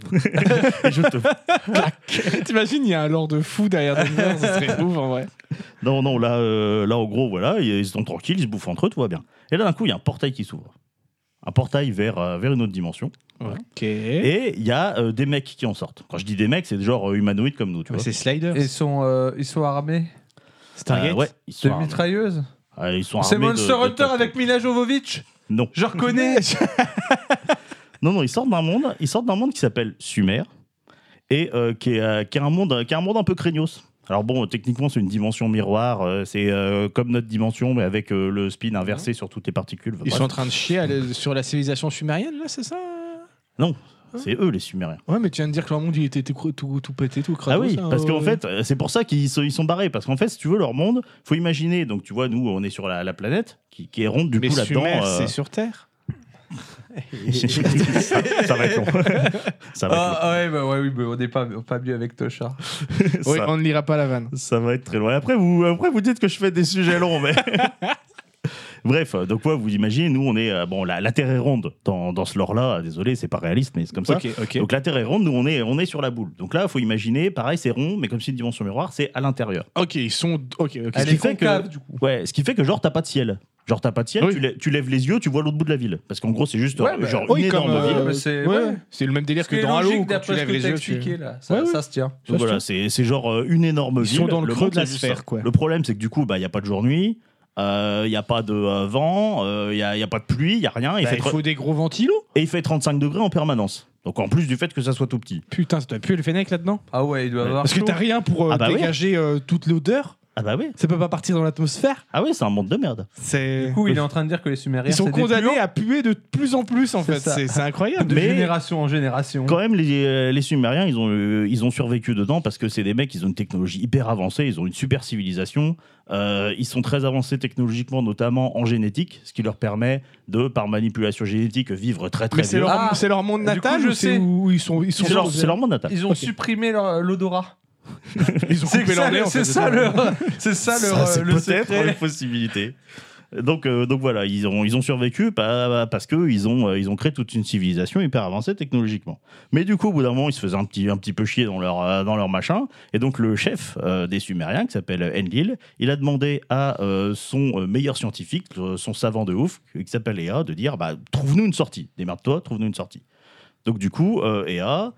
Speaker 3: Et je te-
Speaker 1: T'imagines, il y a un lore de fou derrière Denver, ça serait ouf en vrai.
Speaker 3: Non, non, là, euh, là, en gros, voilà, ils ils sont tranquilles, ils se bouffent entre eux, tout va bien. Et là, d'un coup, il y a un portail qui s'ouvre. Un portail vers, euh, vers une autre dimension.
Speaker 1: Ok. Ah,
Speaker 3: Et il y a euh, des mecs qui en sortent. Quand je dis des mecs, c'est genre euh, humanoïdes comme nous, tu
Speaker 1: Mais
Speaker 3: vois.
Speaker 1: c'est Slider.
Speaker 2: Et ils sont, euh, ils sont armés
Speaker 1: Stargate.
Speaker 3: Euh, ouais, ils sont
Speaker 2: de
Speaker 3: armés.
Speaker 2: mitrailleuses.
Speaker 3: Ah, ils sont
Speaker 2: C'est
Speaker 3: armés de-
Speaker 2: Monster
Speaker 3: de-
Speaker 2: Hunter
Speaker 3: de-
Speaker 2: avec Mila Jovovich
Speaker 3: Non.
Speaker 2: Je reconnais
Speaker 3: Non, non, ils sortent d'un monde, ils sortent d'un monde qui s'appelle Sumer et euh, qui, est, euh, qui est un monde, qui est un monde un peu craignos. Alors bon, techniquement, c'est une dimension miroir, euh, c'est euh, comme notre dimension, mais avec euh, le spin inversé sur toutes les particules. Enfin,
Speaker 1: Ils
Speaker 3: bref.
Speaker 1: sont en train de chier à la- sur la civilisation sumérienne, là, c'est ça
Speaker 3: C'est eux les Sumériens.
Speaker 1: Ouais, mais tu viens de dire que leur monde, il était tout, tout, tout pété, tout craqué.
Speaker 3: ah oui, parce qu'en fait, euh, c'est pour ça qu'ils sont, ils sont barrés. Parce qu'en fait, si tu veux, leur monde, faut imaginer. Donc tu vois, nous, on est sur la, la planète qui, qui est ronde du
Speaker 1: mais
Speaker 3: coup là-dedans.
Speaker 1: Sumer,
Speaker 3: euh,
Speaker 1: c'est sur Terre.
Speaker 3: ça, ça va être long. ça va être
Speaker 2: Ah ouais, bah ouais, oui, mais on n'est pas, pas mieux avec Tocha.
Speaker 3: long.
Speaker 1: Oui,
Speaker 3: Ça-
Speaker 1: on ne lira pas la vanne.
Speaker 3: Ça va être très loin. Après vous, après, vous dites que je fais des sujets longs, mais. Bref, euh, donc ouais, vous imaginez, nous on est. euh, bon, la, la Terre est ronde dans, dans ce lore-là. Désolé, c'est pas réaliste, mais c'est comme ça.
Speaker 1: Ok, ok.
Speaker 3: Donc la Terre est ronde, nous on est, on est sur la boule. Donc là, il faut imaginer, pareil, c'est rond, mais comme c'est une dimension miroir, c'est à l'intérieur.
Speaker 1: ok, ils sont. Ok, ok.
Speaker 2: Elle est
Speaker 3: qui fait que-
Speaker 2: concave, du coup.
Speaker 3: Ouais, ce qui fait que genre, t'as pas de ciel. Genre, t'as pas de ciel,
Speaker 1: Oui.
Speaker 3: tu, lè- tu lèves les yeux, tu vois l'autre bout de la ville. Parce qu'en gros, c'est juste
Speaker 2: Ouais,
Speaker 3: euh,
Speaker 2: bah,
Speaker 3: genre
Speaker 1: Oui,
Speaker 3: une
Speaker 1: comme,
Speaker 3: énorme
Speaker 1: euh,
Speaker 3: ville.
Speaker 2: mais c'est-
Speaker 1: ouais,
Speaker 2: ouais.
Speaker 1: c'est le même délire
Speaker 2: Ce qui
Speaker 1: que
Speaker 2: est
Speaker 1: dans Halo,
Speaker 2: logique,
Speaker 1: quand tu
Speaker 2: d'après ce
Speaker 1: lèves
Speaker 2: que
Speaker 1: les
Speaker 2: t'as
Speaker 1: yeux. tu-
Speaker 2: expliqué, là. Ça,
Speaker 1: Ouais, ouais.
Speaker 2: ça se tient.
Speaker 1: Ça,
Speaker 3: Donc
Speaker 1: je
Speaker 3: voilà, c'est c'est genre euh, une énorme
Speaker 1: Ils
Speaker 3: ville.
Speaker 1: sont dans le creux
Speaker 3: monde,
Speaker 1: de la
Speaker 3: c'est juste
Speaker 1: sphère,
Speaker 3: ça.
Speaker 1: quoi.
Speaker 3: Le problème, c'est que du coup, bah, il n'y a pas de jour-nuit, euh, il n'y a pas de euh, vent, euh, il n'y a, il y a pas de pluie, il n'y a rien. Il
Speaker 1: Bah,
Speaker 3: fait
Speaker 1: il
Speaker 3: tre-
Speaker 1: faut des gros ventilos.
Speaker 3: Et il fait 35 degrés en permanence. Donc en plus du fait que ça soit tout petit.
Speaker 1: Putain, ça doit puer le fennec là-dedans.
Speaker 2: Ah ouais, il doit
Speaker 3: Ouais.
Speaker 2: avoir.
Speaker 1: Parce que
Speaker 2: chaud.
Speaker 1: t'as rien pour euh,
Speaker 3: Ah bah oui.
Speaker 1: dégager euh, toute l'odeur.
Speaker 3: Ah bah oui,
Speaker 1: Ça peut pas partir dans l'atmosphère.
Speaker 3: ah oui c'est un monde de merde.
Speaker 1: C'est.
Speaker 2: Du coup, il est en train de dire que les Sumériens.
Speaker 1: Ils sont
Speaker 2: c'est des
Speaker 1: condamnés à puer de plus en plus, en
Speaker 2: C'est
Speaker 1: fait.
Speaker 2: ça.
Speaker 1: C'est c'est
Speaker 2: puants
Speaker 1: incroyable.
Speaker 2: De
Speaker 3: Mais-
Speaker 2: génération en génération.
Speaker 3: Quand même, les, euh, les Sumériens, ils ont, euh, ils ont survécu dedans parce que c'est des mecs, ils ont une technologie hyper avancée, ils ont une super civilisation, euh, ils sont très avancés technologiquement, notamment en génétique, ce qui leur permet de, par manipulation génétique, vivre très très
Speaker 1: Mais c'est
Speaker 3: vieux.
Speaker 1: leur,
Speaker 2: Ah.
Speaker 1: c'est leur monde
Speaker 2: Du coup,
Speaker 1: natal
Speaker 2: je
Speaker 1: ou c'est
Speaker 2: sais.
Speaker 1: où ils sont, ils sont
Speaker 3: C'est leur, c'est leur monde natal.
Speaker 2: Ils ont
Speaker 1: Ok.
Speaker 2: supprimé leur- euh, l'odorat.
Speaker 1: Ils ont
Speaker 2: C'est
Speaker 1: coupé
Speaker 2: ça,
Speaker 1: l'anglais,
Speaker 2: le-
Speaker 1: en
Speaker 2: c'est
Speaker 1: fait,
Speaker 2: ça leur. C'est ça leur.
Speaker 3: c'est
Speaker 2: euh, Le
Speaker 3: peut-être une
Speaker 2: secret.
Speaker 3: possibilité. Donc, euh, donc voilà, ils ont, ils ont survécu pa- parce que ils ont, euh, ils ont créé toute une civilisation hyper avancée technologiquement. Mais du coup, au bout d'un moment, ils se faisaient un petit, un petit peu chier dans leur, euh, dans leur machin. Et donc, le chef euh, des Sumériens, qui s'appelle Enlil, il a demandé à euh, son euh, meilleur scientifique, euh, son savant de ouf, qui s'appelle Ea, de dire bah, trouve-nous une sortie. Démerde-toi, trouve-nous une sortie. Donc, du coup, euh, Ea,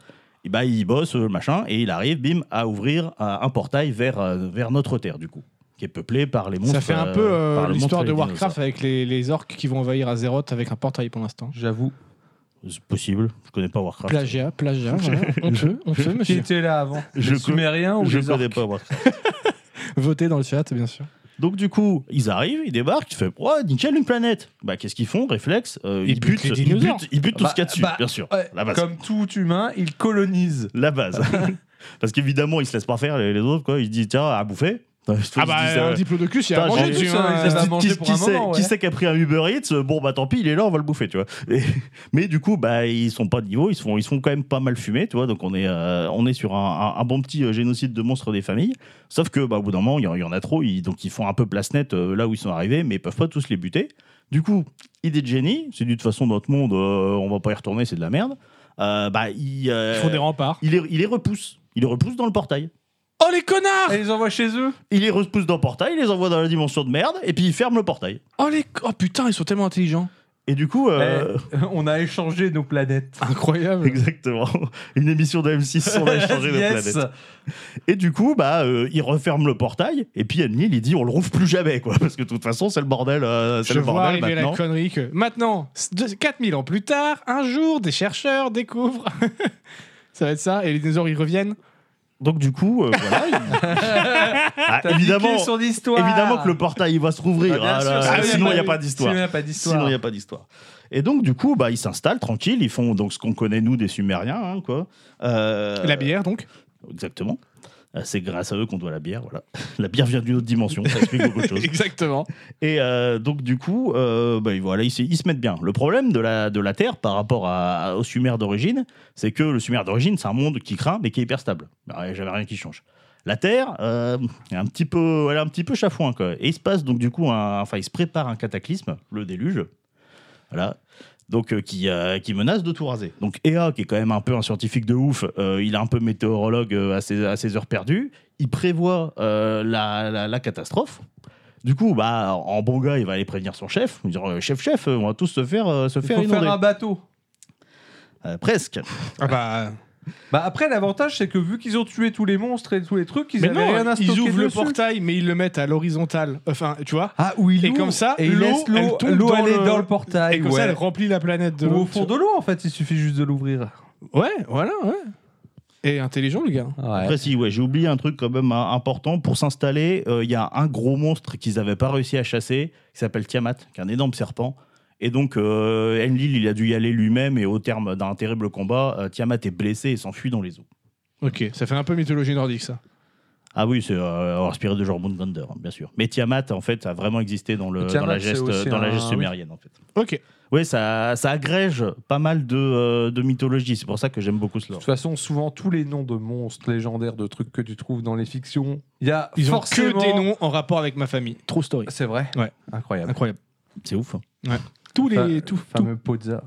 Speaker 3: eh ben, il bosse, euh, machin, et il arrive, bim, à ouvrir euh, un portail vers, euh, vers notre Terre, du coup, qui est peuplé par les monstres.
Speaker 1: Ça fait un
Speaker 3: euh,
Speaker 1: peu euh,
Speaker 3: par le
Speaker 1: l'histoire
Speaker 3: monstre
Speaker 1: de
Speaker 3: et les
Speaker 1: Warcraft avec les, les orques qui vont envahir Azeroth avec un portail pour l'instant.
Speaker 2: J'avoue.
Speaker 3: dinosaures. C'est possible, je connais pas Warcraft.
Speaker 1: Plagiat, plagiat, voilà. on peut, on peut,
Speaker 2: Qui
Speaker 1: monsieur.
Speaker 2: était là avant
Speaker 3: Je
Speaker 2: Les
Speaker 3: co-
Speaker 2: Sumériens ou
Speaker 3: je
Speaker 2: les
Speaker 3: connais
Speaker 2: orques
Speaker 3: pas Warcraft.
Speaker 1: Votez dans le chat, bien sûr.
Speaker 3: Donc, du coup, ils arrivent, ils débarquent, ils font Ouais, nickel, une planète Bah, qu'est-ce qu'ils font Réflexe, euh,
Speaker 1: Ils
Speaker 3: ils,
Speaker 1: butent
Speaker 3: butent,
Speaker 1: les
Speaker 3: ils,
Speaker 1: dinosaures.
Speaker 3: butent, ils butent tout
Speaker 2: Bah,
Speaker 3: ce qu'il y a dessus,
Speaker 2: bah,
Speaker 3: bien sûr.
Speaker 2: Ouais,
Speaker 3: La base.
Speaker 2: Comme tout humain, ils colonisent.
Speaker 3: La base. Parce qu'évidemment, ils se laissent pas faire, les, les autres, quoi. Ils se disent Tiens, à bouffer. Ils se
Speaker 1: Ah bah,
Speaker 3: disent, euh,
Speaker 1: un diplodocus, il y a
Speaker 3: putain,
Speaker 1: à
Speaker 3: j'ai-
Speaker 1: manger
Speaker 2: tout
Speaker 1: dessus.
Speaker 2: ça,
Speaker 1: hein.
Speaker 2: ils savent-
Speaker 1: Euh,
Speaker 2: à manger
Speaker 3: qui,
Speaker 2: pour
Speaker 3: qui
Speaker 2: un
Speaker 3: sait,
Speaker 2: moment, ouais.
Speaker 3: qui sait qui a pris un Uber Eats euh, Bon, bah tant pis, il est là, on va le bouffer, tu vois. Et- mais du coup, bah, ils sont pas de niveau, ils se font, ils se font quand même pas mal fumer, tu vois. Donc on est, euh, on est sur un, un- un bon petit euh, génocide de monstres des familles. Sauf que, bah, au bout d'un moment, il y, en- il y en a trop, ils, donc ils font un peu place nette euh, là où ils sont arrivés, mais ils peuvent pas tous les buter. Du coup, idée de génie, c'est de toute façon notre monde, euh, on va pas y retourner, c'est de la merde. Euh, bah, ils, euh,
Speaker 1: Ils font des remparts.
Speaker 3: il, les, il les repousse. Il les repousse dans le portail.
Speaker 1: Oh les connards
Speaker 2: Et ils envoient chez eux.
Speaker 3: Il les repousse dans le portail, il les envoie dans la dimension de merde, et puis il ferme le portail.
Speaker 1: Oh les oh putain, ils sont tellement intelligents.
Speaker 3: Et du coup, euh,
Speaker 2: Eh, on a échangé nos planètes.
Speaker 1: Incroyable.
Speaker 3: Exactement. Une émission de M6 sur la changer de
Speaker 2: Yes.
Speaker 3: planète. Et du coup, bah, euh, il referme le portail. Et puis Enlil, il dit on le rouvre plus jamais, quoi. Parce que de toute façon, c'est le bordel. euh, c'est
Speaker 1: Je
Speaker 3: le
Speaker 1: vois
Speaker 3: bordel
Speaker 1: arriver la
Speaker 3: maintenant.
Speaker 1: connerie que maintenant, deux- 4000 ans plus tard, un jour, des chercheurs découvrent. ça va être ça, et les dinosaures ils reviennent.
Speaker 3: Donc du coup, euh, voilà. il- Ah, évidemment,
Speaker 2: son histoire.
Speaker 3: évidemment que le portail il va se rouvrir.
Speaker 2: Bah, bien
Speaker 3: Ah
Speaker 2: sûr,
Speaker 3: là,
Speaker 2: ça,
Speaker 1: oui,
Speaker 3: sinon,
Speaker 1: bah
Speaker 3: il n'y a
Speaker 1: oui.
Speaker 3: pas d'histoire.
Speaker 2: Sinon, il n'y a pas d'histoire.
Speaker 3: Sinon, il n'y a pas d'histoire. Et donc, du coup, bah, ils s'installent tranquille. Ils font donc ce qu'on connaît, nous, des Sumériens. hein, quoi. Euh,
Speaker 1: La bière, donc
Speaker 3: Exactement. Euh, C'est grâce à eux qu'on doit la bière. Voilà. La bière vient d'une autre dimension. Ça explique beaucoup de choses.
Speaker 1: Exactement.
Speaker 3: Et euh, donc, du coup, euh, bah, voilà, ils, se- ils se mettent bien. Le problème de la, de la Terre par rapport à, au Sumer d'origine, c'est que le Sumer d'origine, c'est un monde qui craint, mais qui est hyper stable. Alors, Il n'y a jamais rien qui change. La Terre, euh, est un petit peu, elle est un petit peu chafouin. Quoi. Et il se passe donc, du coup, un- enfin, il se prépare un cataclysme, le déluge. Voilà. Donc, euh, qui, euh, qui menace de tout raser. Donc, Ea, qui est quand même un peu un scientifique de ouf, euh, il est un peu météorologue euh, à, ses, à ses heures perdues. Il prévoit euh, la- la- la catastrophe. Du coup, bah, en bon gars, il va aller prévenir son chef, lui dire euh, chef, chef, euh, on va tous se faire, euh, se
Speaker 2: Il
Speaker 3: faire
Speaker 2: faut
Speaker 3: inonder.
Speaker 2: faire un bateau.
Speaker 3: Euh, presque.
Speaker 1: Ah bah.
Speaker 2: Bah après, l'avantage, c'est que vu qu'ils ont tué tous les monstres et tous les trucs, ils
Speaker 1: Mais
Speaker 2: avaient rien
Speaker 1: non,
Speaker 2: à stocker
Speaker 1: ils ouvrent le
Speaker 2: dessus.
Speaker 1: portail, mais ils le mettent à l'horizontale. Enfin, tu vois
Speaker 2: Ah, où il
Speaker 1: Et
Speaker 2: ouvre,
Speaker 1: comme ça,
Speaker 2: et il
Speaker 1: l'eau,
Speaker 2: laisse
Speaker 1: elle
Speaker 2: l'eau
Speaker 1: tombe
Speaker 2: l'eau
Speaker 1: dans
Speaker 2: aller
Speaker 1: le-
Speaker 2: dans le portail.
Speaker 1: Et comme
Speaker 2: ouais.
Speaker 1: ça, elle remplit la planète de
Speaker 2: Ou
Speaker 1: l'eau.
Speaker 2: au fond de l'eau, en fait, il suffit juste de l'ouvrir.
Speaker 1: Ouais, voilà, ouais. Et intelligent, le gars.
Speaker 3: Après, si, ouais, j'ai oublié un truc quand même euh, important. Pour s'installer, euh, il y a un gros monstre qu'ils n'avaient pas réussi à chasser, qui s'appelle Tiamat, qui est un énorme serpent. Et donc, euh, Enlil, il a dû y aller lui-même, et au terme d'un terrible combat, euh, Tiamat est blessé et s'enfuit dans les eaux.
Speaker 1: Ok, ça fait un peu mythologie nordique, ça.
Speaker 3: Ah oui, c'est euh, inspiré de genre Moon Thunder, hein, bien sûr. Mais Tiamat, en fait, a vraiment existé dans, le, dans
Speaker 2: Tiamat,
Speaker 3: la
Speaker 2: c'est
Speaker 3: geste,
Speaker 2: aussi
Speaker 3: dans la
Speaker 2: un-
Speaker 3: geste
Speaker 2: oui.
Speaker 3: sumérienne, en fait.
Speaker 1: Ok.
Speaker 3: Oui, ça, ça agrège pas mal de, euh, de mythologie. C'est pour ça que j'aime beaucoup ce
Speaker 2: De
Speaker 3: lore.
Speaker 2: toute façon, souvent, tous les noms de monstres légendaires, de trucs que tu trouves dans les fictions, il y a
Speaker 1: Ils ont
Speaker 2: forcément...
Speaker 1: que des noms en rapport avec ma famille. True story.
Speaker 2: C'est vrai
Speaker 1: Ouais.
Speaker 2: Incroyable.
Speaker 1: Incroyable.
Speaker 3: C'est ouf. hein.
Speaker 1: Tous les.
Speaker 2: Enfin,
Speaker 1: tout, tout.
Speaker 2: Fameux Pozza.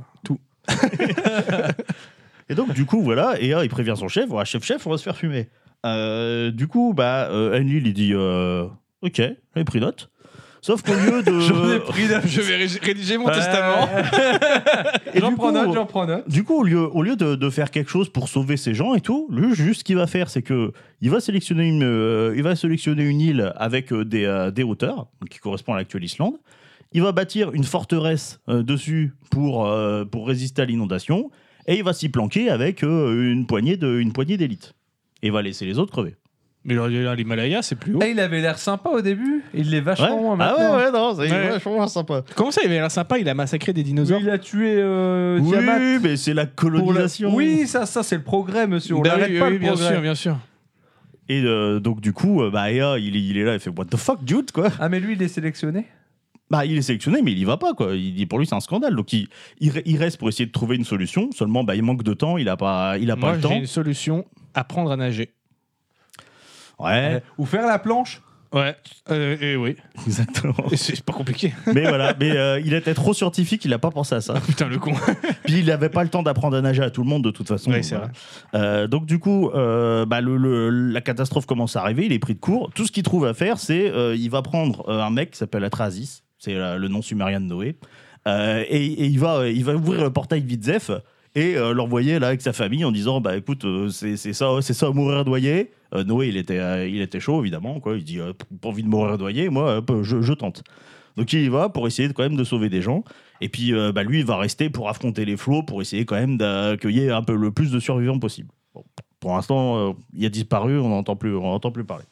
Speaker 3: Et donc, du coup, voilà. Et là, il prévient son chef. Voilà, chef, chef, on va se faire fumer. Euh, du coup, bah, euh, Enlil, il dit euh, Ok, j'ai pris note. Sauf qu'au lieu de.
Speaker 1: Je vais ré- rédiger mon
Speaker 2: Ouais.
Speaker 1: testament.
Speaker 3: Et
Speaker 2: j'en
Speaker 3: du
Speaker 2: prends
Speaker 3: coup,
Speaker 2: note, j'en prends note.
Speaker 3: Du coup, au lieu, au lieu de, de faire quelque chose pour sauver ces gens et tout, lui, juste ce qu'il va faire, c'est que il va sélectionner une, euh, il va sélectionner une île avec euh, des, euh, des hauteurs, donc qui correspond à l'actuelle Islande. Il va bâtir une forteresse euh, dessus pour, euh, pour résister à l'inondation, et il va s'y planquer avec euh, une poignée de- une poignée d'élite. Et va laisser les autres crever.
Speaker 1: Mais là, là, l'Himalaya, c'est plus haut.
Speaker 2: Et eh, il avait l'air sympa au début, il l'est vachement moins
Speaker 3: ah
Speaker 2: maintenant.
Speaker 3: ouais, ouais, non, c'est
Speaker 1: Ouais.
Speaker 3: vachement sympa.
Speaker 1: Comment ça, il avait l'air sympa Il a massacré des
Speaker 2: Oui,
Speaker 1: dinosaures
Speaker 2: il a tué euh,
Speaker 3: Oui,
Speaker 2: Tiamat
Speaker 3: mais c'est la
Speaker 2: pour la-
Speaker 3: colonisation.
Speaker 2: Oui, ça, ça c'est le progrès, monsieur. On
Speaker 1: Bah
Speaker 2: l'arrête
Speaker 1: oui,
Speaker 2: pas,
Speaker 1: oui,
Speaker 2: le
Speaker 1: bien
Speaker 2: progrès.
Speaker 1: sûr, bien sûr.
Speaker 3: Et euh, donc, du coup, euh, bah, Ea, il, est- il est là, il fait What the fuck, dude, quoi
Speaker 2: Ah, mais lui, il est sélectionné
Speaker 3: Bah, il est sélectionné, mais il y va pas, quoi. Il dit pour lui, c'est un scandale. Donc, il, il, re- il reste pour essayer de trouver une solution. Seulement, bah, il manque de temps, il a pas, il a pas
Speaker 1: Moi,
Speaker 3: le
Speaker 1: j'ai
Speaker 3: temps.
Speaker 1: une solution apprendre à nager.
Speaker 3: Ouais,
Speaker 2: Eh, Ou faire la planche
Speaker 1: Ouais, euh, et oui.
Speaker 3: exactement.
Speaker 1: Et C'est c'est pas compliqué.
Speaker 3: mais voilà, mais euh, il était trop scientifique, il a pas pensé à ça.
Speaker 1: Putain, le con.
Speaker 3: Puis, il avait pas le temps d'apprendre à nager à tout le monde, de toute façon.
Speaker 1: Ouais,
Speaker 3: Donc,
Speaker 1: c'est
Speaker 3: voilà. Euh, donc, du coup, euh, bah, le, le- la catastrophe commence à arriver, il est pris de court. Tout ce qu'il trouve à faire, c'est euh, il va prendre euh, un mec qui s'appelle Atrasis, c'est euh, le nom sumérien de Noé, Euh, et, et il, va, euh, il va ouvrir le portail Vidzef et euh, l'envoyer là avec sa famille en disant bah écoute euh, c'est c'est ça c'est ça mourir noyé Euh, Noé il était euh, il était chaud évidemment quoi il dit euh, pas envie de mourir noyé moi euh, peu- je, je tente donc il y va pour essayer de- quand même de sauver des gens et puis euh, bah, lui il va rester pour affronter les flots pour essayer quand même d'accueillir un peu le plus de survivants possible Bon, pour l'instant euh, il a disparu on n'entend plus on n'entend plus parler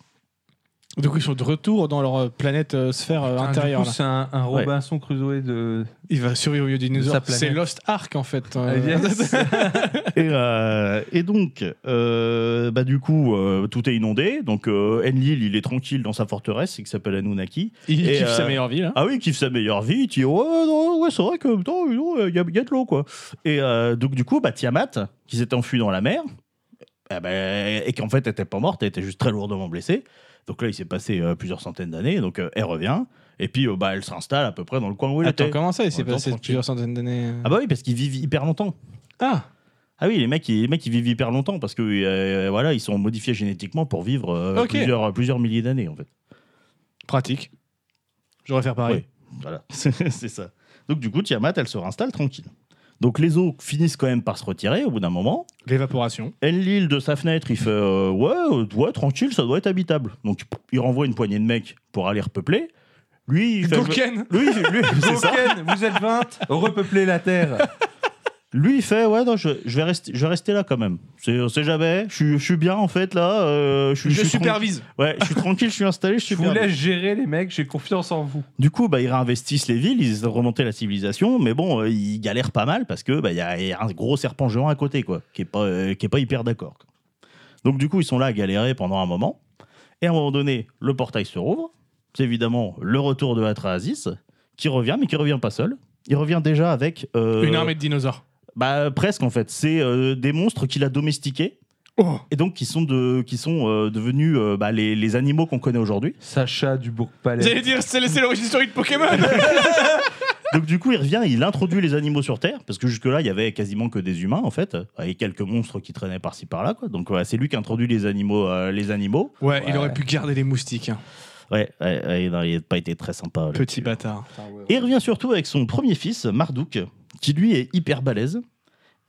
Speaker 1: Donc, ils sont de retour dans leur euh, planète euh, sphère euh,
Speaker 2: Putain,
Speaker 1: intérieure.
Speaker 2: Ah, Du coup,
Speaker 1: là.
Speaker 2: c'est un, un
Speaker 3: Ouais.
Speaker 2: Robinson Crusoe de. Eh
Speaker 1: Il va survivre au vieux
Speaker 2: sa
Speaker 1: dinosaure.
Speaker 2: planète.
Speaker 1: C'est Lost Ark, en fait. euh.
Speaker 2: Yes.
Speaker 3: et, euh, et donc, euh, bah, du coup, euh, tout est inondé. Donc, euh, Enlil, il est tranquille dans sa forteresse qui s'appelle Anunnaki.
Speaker 1: Il
Speaker 3: Et,
Speaker 1: kiffe
Speaker 3: euh,
Speaker 1: sa meilleure vie, là.
Speaker 3: Ah oui, il kiffe sa meilleure vie. Il dit, ouais, non, ouais, c'est vrai que, putain, il y, a- il y a de l'eau, quoi. Et euh, donc, du coup, bah, Tiamat, qui s'était enfuie dans la mer, eh ben, et qui en fait n'était pas morte, elle était juste très lourdement blessée. Donc là, il s'est passé euh, plusieurs centaines d'années. Donc, euh, elle revient. Et puis, euh, bah, elle s'installe à peu près dans le coin où elle
Speaker 1: Attends,
Speaker 3: était.
Speaker 1: comment ça Il s'est
Speaker 3: Attends,
Speaker 1: passé
Speaker 3: tranquille.
Speaker 1: plusieurs centaines d'années. euh.
Speaker 3: Ah bah oui, parce qu'ils vivent hyper longtemps.
Speaker 1: Ah,
Speaker 3: Ah oui, les mecs, ils, les mecs, ils vivent hyper longtemps parce que euh, voilà, ils sont modifiés génétiquement pour vivre euh,
Speaker 1: Ok.
Speaker 3: plusieurs, plusieurs milliers d'années en fait.
Speaker 1: pratique. J'aurais faire pareil.
Speaker 3: Ouais. Voilà, c'est c'est ça. Donc du coup, Tiamat, elle se réinstalle tranquille. Donc les eaux finissent quand même par se retirer au bout d'un moment.
Speaker 1: L'évaporation.
Speaker 3: Enlil de sa fenêtre, il fait euh, ouais, euh, ouais, tranquille, ça doit être habitable. Donc il renvoie une poignée de mecs pour aller repeupler. Lui, il fait,
Speaker 1: Tolkien
Speaker 3: lui, il- lui, c'est ça.
Speaker 2: Token, vous êtes 20, repeuplez la Terre.
Speaker 3: Lui, il fait Ouais, non, je, je vais, rester, je vais rester là quand même. C'est- On sait jamais. Je, suis- je suis bien en fait là. euh, je, suis-
Speaker 1: Je
Speaker 3: je suis
Speaker 1: supervise.
Speaker 3: tran- Ouais, je suis tranquille, je suis installé, je
Speaker 2: Je
Speaker 3: suis
Speaker 2: vous laisse gérer, les mecs, j'ai confiance en vous.
Speaker 3: Du coup, bah, ils réinvestissent les villes, ils remontent la civilisation, mais bon, euh, ils galèrent pas mal parce que bah, il y, a- il y a un gros serpent géant à côté, quoi, qui est pas, euh, qui est pas hyper d'accord. quoi. Donc du coup, ils sont là à galérer pendant un moment, et à un moment donné, le portail se rouvre. C'est évidemment le retour de Atrasis, qui revient, mais qui revient pas seul. Il revient déjà avec euh,
Speaker 1: Une armée de dinosaures.
Speaker 3: bah, presque en fait. C'est euh, des monstres qu'il a domestiqués
Speaker 1: Oh.
Speaker 3: et donc qui sont de, qui sont euh, devenus euh, bah, les, les animaux qu'on connaît aujourd'hui.
Speaker 2: Sacha du Bourg-Palais.
Speaker 1: J'allais dire, c'est c'est l'origine historique de Pokémon.
Speaker 3: Donc du coup, il revient, il introduit les animaux sur Terre, parce que jusque-là, il y avait quasiment que des humains en fait, et quelques monstres qui traînaient par-ci par-là. Quoi. Donc ouais, c'est lui qui introduit les animaux, euh, les animaux.
Speaker 1: Ouais, il aurait pu garder les moustiques. hein.
Speaker 3: Ouais, ouais, ouais, non, il n'a pas été très sympa. là.
Speaker 1: Petit bâtard.
Speaker 3: Et il revient surtout avec son premier fils, Marduk, qui lui est hyper balèze.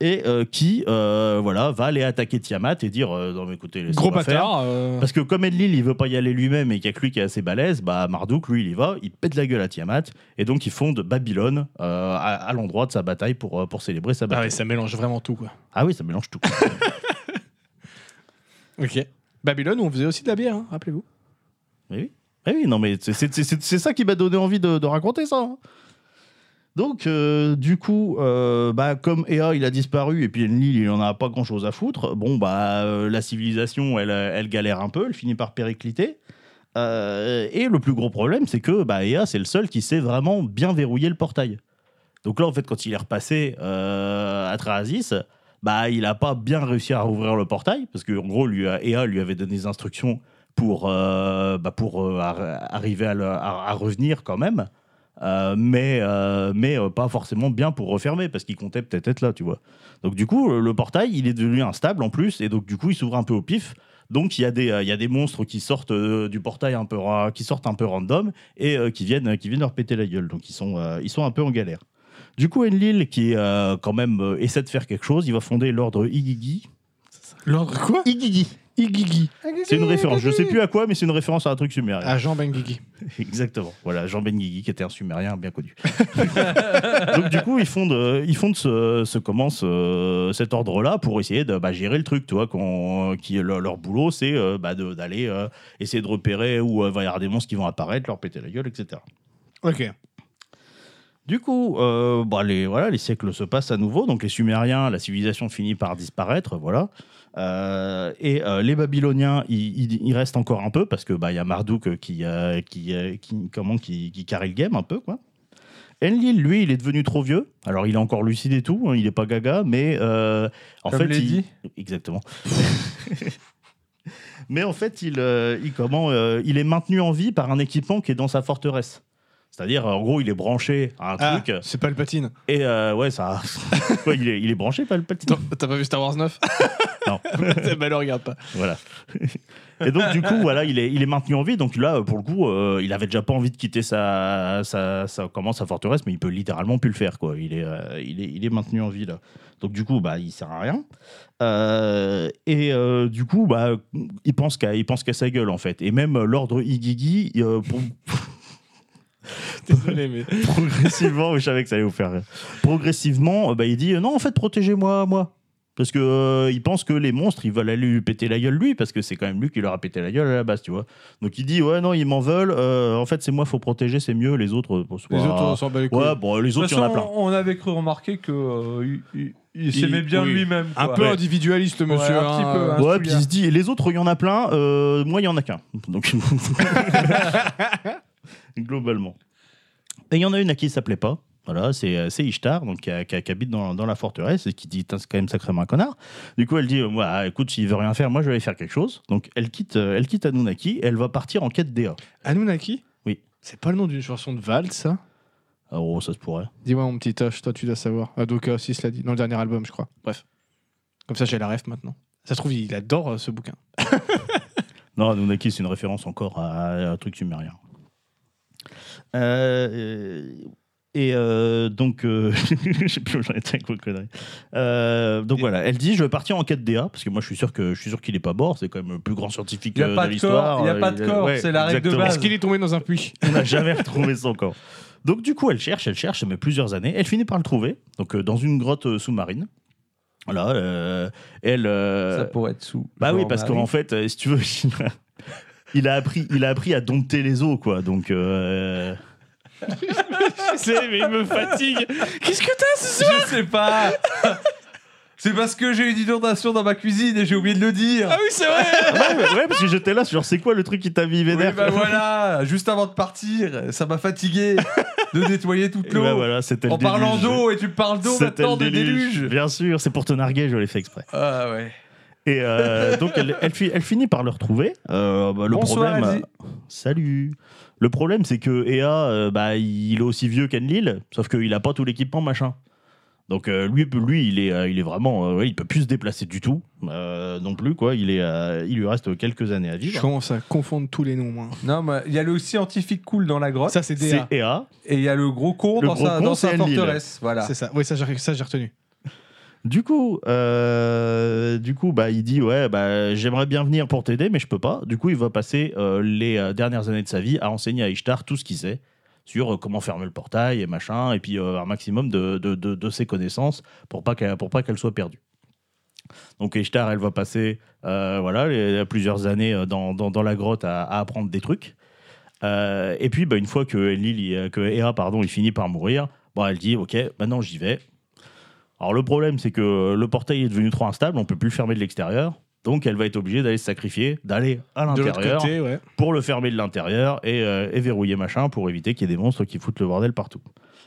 Speaker 3: Et euh, qui euh, voilà va aller attaquer Tiamat et dire euh, non mais écoutez laissez-moi
Speaker 1: Gros
Speaker 3: faire.
Speaker 1: bâtard. euh,
Speaker 3: Parce que comme Enlil, il veut pas y aller lui-même et qu'il y a que lui qui est assez balèze, bah Marduk, lui, il y va, il pète la gueule à Tiamat, et donc il fonde Babylone euh, à, à l'endroit de sa bataille pour, euh, pour célébrer sa
Speaker 1: Ah
Speaker 3: bataille.
Speaker 1: ouais, ça mélange vraiment tout, quoi.
Speaker 3: Ah oui, ça mélange tout.
Speaker 1: Ok. Babylone, on faisait aussi de la bière, hein, rappelez-vous.
Speaker 3: mais oui. Ah oui, non, mais c'est- c'est c'est- c'est ça qui m'a donné envie de, de raconter ça. hein. Donc, euh, du coup, euh, bah, comme Ea, il a disparu, et puis Enlil, il en a pas grand-chose à foutre, bon, bah, euh, la civilisation, elle, euh, elle galère un peu, elle finit par péricliter. Euh, et le plus gros problème, c'est que bah, Ea, c'est le seul qui sait vraiment bien verrouiller le portail. Donc là, en fait, quand il est repassé euh, à Traasis, bah, il n'a pas bien réussi à rouvrir le portail, parce qu'en gros, lui, euh, Ea lui avait donné des instructions pour, euh, bah, pour euh, ar- arriver à, le- à- à revenir quand même, euh, mais, euh, mais euh, pas forcément bien pour refermer, parce qu'il comptait peut-être être là, tu vois. Donc du coup, le, le portail, il est devenu instable en plus, et donc du coup, il s'ouvre un peu au pif. Donc il y, a des, euh, il y a des monstres qui sortent euh, du portail un peu ra- qui sortent un peu random et euh, qui viennent qui viennent leur péter la gueule. Donc ils sont euh, ils sont un peu en galère. Du coup Enlil qui euh, quand même euh, essaie de faire quelque chose, il va fonder l'ordre Igigi.
Speaker 1: L'ordre quoi
Speaker 3: Igigi.
Speaker 1: Igigi.
Speaker 3: C'est une référence. Je sais plus à quoi, mais c'est une référence à un truc sumérien.
Speaker 1: Agent Benguigui.
Speaker 3: Exactement. Voilà, Jean Benguigui, qui était un Sumérien bien connu. Donc du coup, ils fondent, euh, ils fondent ce, ce- comment, ce- cet ordre-là pour essayer de bah, gérer le truc, tu vois, qu'on- qui leur, leur boulot, c'est euh, bah, de- d'aller euh, essayer de repérer où euh, va y avoir des monstres qui vont apparaître, leur péter la gueule, etc.
Speaker 1: Ok.
Speaker 3: Du coup, euh, bah, les, voilà, les siècles se passent à nouveau. Donc les Sumériens, la civilisation finit par disparaître, voilà. Euh, et euh, les Babyloniens, ils ils- ils restent encore un peu parce que bah, il y a Marduk qui, euh, qui, euh, qui- comment qui, qui carry le game un peu quoi. Enlil, lui, il est devenu trop vieux. Alors il est encore lucide et tout, hein, il est pas gaga, mais euh, en
Speaker 2: Comme
Speaker 3: fait,
Speaker 2: l'est
Speaker 3: il-
Speaker 2: dit.
Speaker 3: exactement. mais en fait, il, euh, il comment, euh, il est maintenu en vie par un équipement qui est dans sa forteresse. C'est-à-dire, en gros, il est branché à un
Speaker 1: Ah,
Speaker 3: truc.
Speaker 1: c'est pas le patine.
Speaker 3: Et euh, ouais, ça. Ouais, il, est, il est branché, pas le petit.
Speaker 1: T'as pas vu Star Wars 9
Speaker 3: Non.
Speaker 1: bah le regarde pas.
Speaker 3: Voilà. Et donc, du coup, voilà, il est, il est maintenu en vie. Donc là, pour le coup, euh, il avait déjà pas envie de quitter sa, sa, sa- comment, sa forteresse, mais il peut littéralement plus le faire, quoi. Il est, euh, il est, il est maintenu en vie, là. Donc, du coup, bah, il sert à rien. Euh, et euh, du coup, bah, il pense qu'à il pense qu'à sa gueule, en fait. Et même euh, l'ordre Igigi, euh, pour,
Speaker 1: Désolé, mais.
Speaker 3: progressivement, je savais que ça allait vous faire rire. Progressivement, euh, bah, il dit euh, non, en fait, protégez-moi, moi. Parce que euh, il pense que les monstres, ils veulent aller lui péter la gueule lui, parce que c'est quand même lui qui leur a pété la gueule à la base, tu vois. Donc il dit ouais non, ils m'en veulent. euh, en fait, c'est moi, faut protéger, c'est mieux. Les autres, bon, c'est
Speaker 1: Les
Speaker 3: pas-
Speaker 1: autres, euh, on s'en bat les couilles.
Speaker 3: ouais, bon, les
Speaker 2: De
Speaker 3: autres,
Speaker 2: toute
Speaker 3: il y en a
Speaker 2: façon,
Speaker 3: plein.
Speaker 2: on avait cru remarquer que euh, il, il- il
Speaker 1: Il-
Speaker 2: s'aimait bien
Speaker 1: oui.
Speaker 2: lui-même.
Speaker 1: un
Speaker 2: quoi.
Speaker 1: peu
Speaker 2: bah, Ouais.
Speaker 1: individualiste, monsieur.
Speaker 2: Ouais, un petit
Speaker 1: hein,
Speaker 2: peu, on-
Speaker 1: euh,
Speaker 2: hein.
Speaker 3: Ouais, puis il se dit, et les autres, il y en a plein, euh, moi, il y en a qu'un. Donc, globalement. Et il y en a une à qui ça plaît pas. Voilà, c'est euh, c'est Ishtar, donc, qui, a- qui a- qui habite dans, dans la forteresse et qui dit, Tain, c'est quand même sacrément un connard. Du coup, elle dit, euh, ouais, écoute, s'il veut rien faire, moi, je vais aller faire quelque chose. Donc, elle quitte, euh, elle quitte Anunnaki et elle va partir en quête d'Ea.
Speaker 1: Anunnaki
Speaker 3: Oui.
Speaker 1: C'est pas le nom d'une chanson de Val, ça
Speaker 3: Oh, ça se pourrait.
Speaker 1: Dis-moi, mon petit Tosh, toi, tu dois savoir. Ah, donc, euh, si, cela dit, dans le dernier album, je crois. Bref. Comme ça, j'ai la ref maintenant. Ça se trouve, il adore euh, ce bouquin.
Speaker 3: Non, Anunnaki, c'est une référence encore à, à un truc sumérien. Euh, et euh, donc, euh, je sais plus où j'en étais avec vos conneries. Euh, donc voilà, elle dit Je vais partir en quête d'EA, parce que moi je suis sûr que- je suis sûr qu'il est pas mort, c'est quand même le plus grand scientifique
Speaker 2: Il y a
Speaker 3: euh,
Speaker 2: pas
Speaker 3: de
Speaker 2: de
Speaker 3: l'histoire.
Speaker 2: corps, il y a pas de
Speaker 3: Euh,
Speaker 1: Ah,
Speaker 2: corps, c'est la règle de
Speaker 3: exactement.
Speaker 2: base.
Speaker 1: Est-ce qu'il est tombé dans un puits
Speaker 3: On n'a jamais retrouvé son corps. Donc du coup, elle cherche, elle cherche, ça met plusieurs années. Elle finit par le trouver, donc euh, dans une grotte euh, sous-marine. Voilà, euh, elle. euh,
Speaker 2: Ça pourrait être sous.
Speaker 3: bah oui,
Speaker 2: genre
Speaker 3: parce
Speaker 2: Marie.
Speaker 3: qu'en fait, euh, si tu veux, il a, il a appris, il a appris à dompter les eaux, quoi. Donc. euh,
Speaker 1: C'est, mais il me
Speaker 3: Ah
Speaker 1: fatigue. Qu'est-ce que t'as, ce
Speaker 2: Je sais pas C'est parce que j'ai une inondation dans ma cuisine et j'ai oublié de le dire
Speaker 1: Ah oui, c'est vrai.
Speaker 3: ouais, bah ouais, ouais, parce que j'étais là, genre, c'est quoi le truc qui t'a mis
Speaker 2: Oui,
Speaker 3: vénère
Speaker 2: bah voilà, juste avant de partir, ça m'a fatigué de nettoyer toute
Speaker 3: Et
Speaker 2: l'eau.
Speaker 3: bah voilà, c'était
Speaker 2: en
Speaker 3: le déluge.
Speaker 2: parlant d'eau, et tu parles d'eau
Speaker 3: C'était
Speaker 2: maintenant,
Speaker 3: le
Speaker 2: de déluge.
Speaker 3: Bien sûr, c'est pour te narguer, je l'ai fait exprès.
Speaker 2: Ah ouais.
Speaker 3: Et euh, donc, elle, elle, fi- elle finit par le retrouver. Euh, bah, le
Speaker 2: Bonsoir,
Speaker 3: problème.
Speaker 2: Elsie.
Speaker 3: Salut. Le problème, c'est que Ea, euh, bah, il est aussi vieux qu'Anne-Lille, sauf qu'il a pas tout l'équipement, machin. Donc euh, lui, lui, il est, euh, il est vraiment, euh, ouais, il peut plus se déplacer du tout, euh, non plus quoi. Il est, euh, il lui reste quelques années à
Speaker 1: Je
Speaker 3: vivre.
Speaker 1: commence à confondre tous les noms, moi.
Speaker 2: Non, mais il y a le scientifique cool dans la grotte
Speaker 1: Ça, c'est
Speaker 3: C'est E
Speaker 1: DA.
Speaker 3: Ea.
Speaker 2: et il y a le gros con
Speaker 3: Le
Speaker 2: dans
Speaker 3: gros
Speaker 2: sa,
Speaker 3: con,
Speaker 2: dans sa
Speaker 3: c'est Enlil.
Speaker 2: forteresse. Voilà.
Speaker 1: C'est ça. Oui, ça, j'ai, ça, j'ai retenu.
Speaker 3: Du coup, euh, du coup, bah, il dit ouais, bah, j'aimerais bien venir pour t'aider, mais je peux pas. Du coup, il va passer euh, les euh, dernières années de sa vie à enseigner à Ishtar tout ce qu'il sait sur euh, comment fermer le portail et machin, et puis euh, un maximum de, de, de- de ses connaissances pour pas qu'elle pour pas qu'elle soit perdue. Donc Ishtar, elle va passer euh, voilà les- plusieurs années euh, dans, dans- dans la grotte à, à apprendre des trucs. Euh, et puis, bah, une fois que Enlil, il- que Hera, pardon, il finit par mourir, bon, elle dit ok, maintenant j'y vais. Alors le problème, c'est que le portail est devenu trop instable, on peut plus le fermer de l'extérieur. Donc elle va être obligée d'aller se sacrifier, d'aller à
Speaker 1: De l'autre
Speaker 3: l'intérieur
Speaker 1: côté, ouais.
Speaker 3: pour le fermer de l'intérieur et, euh, et verrouiller machin pour éviter qu'il y ait des monstres qui foutent le bordel partout.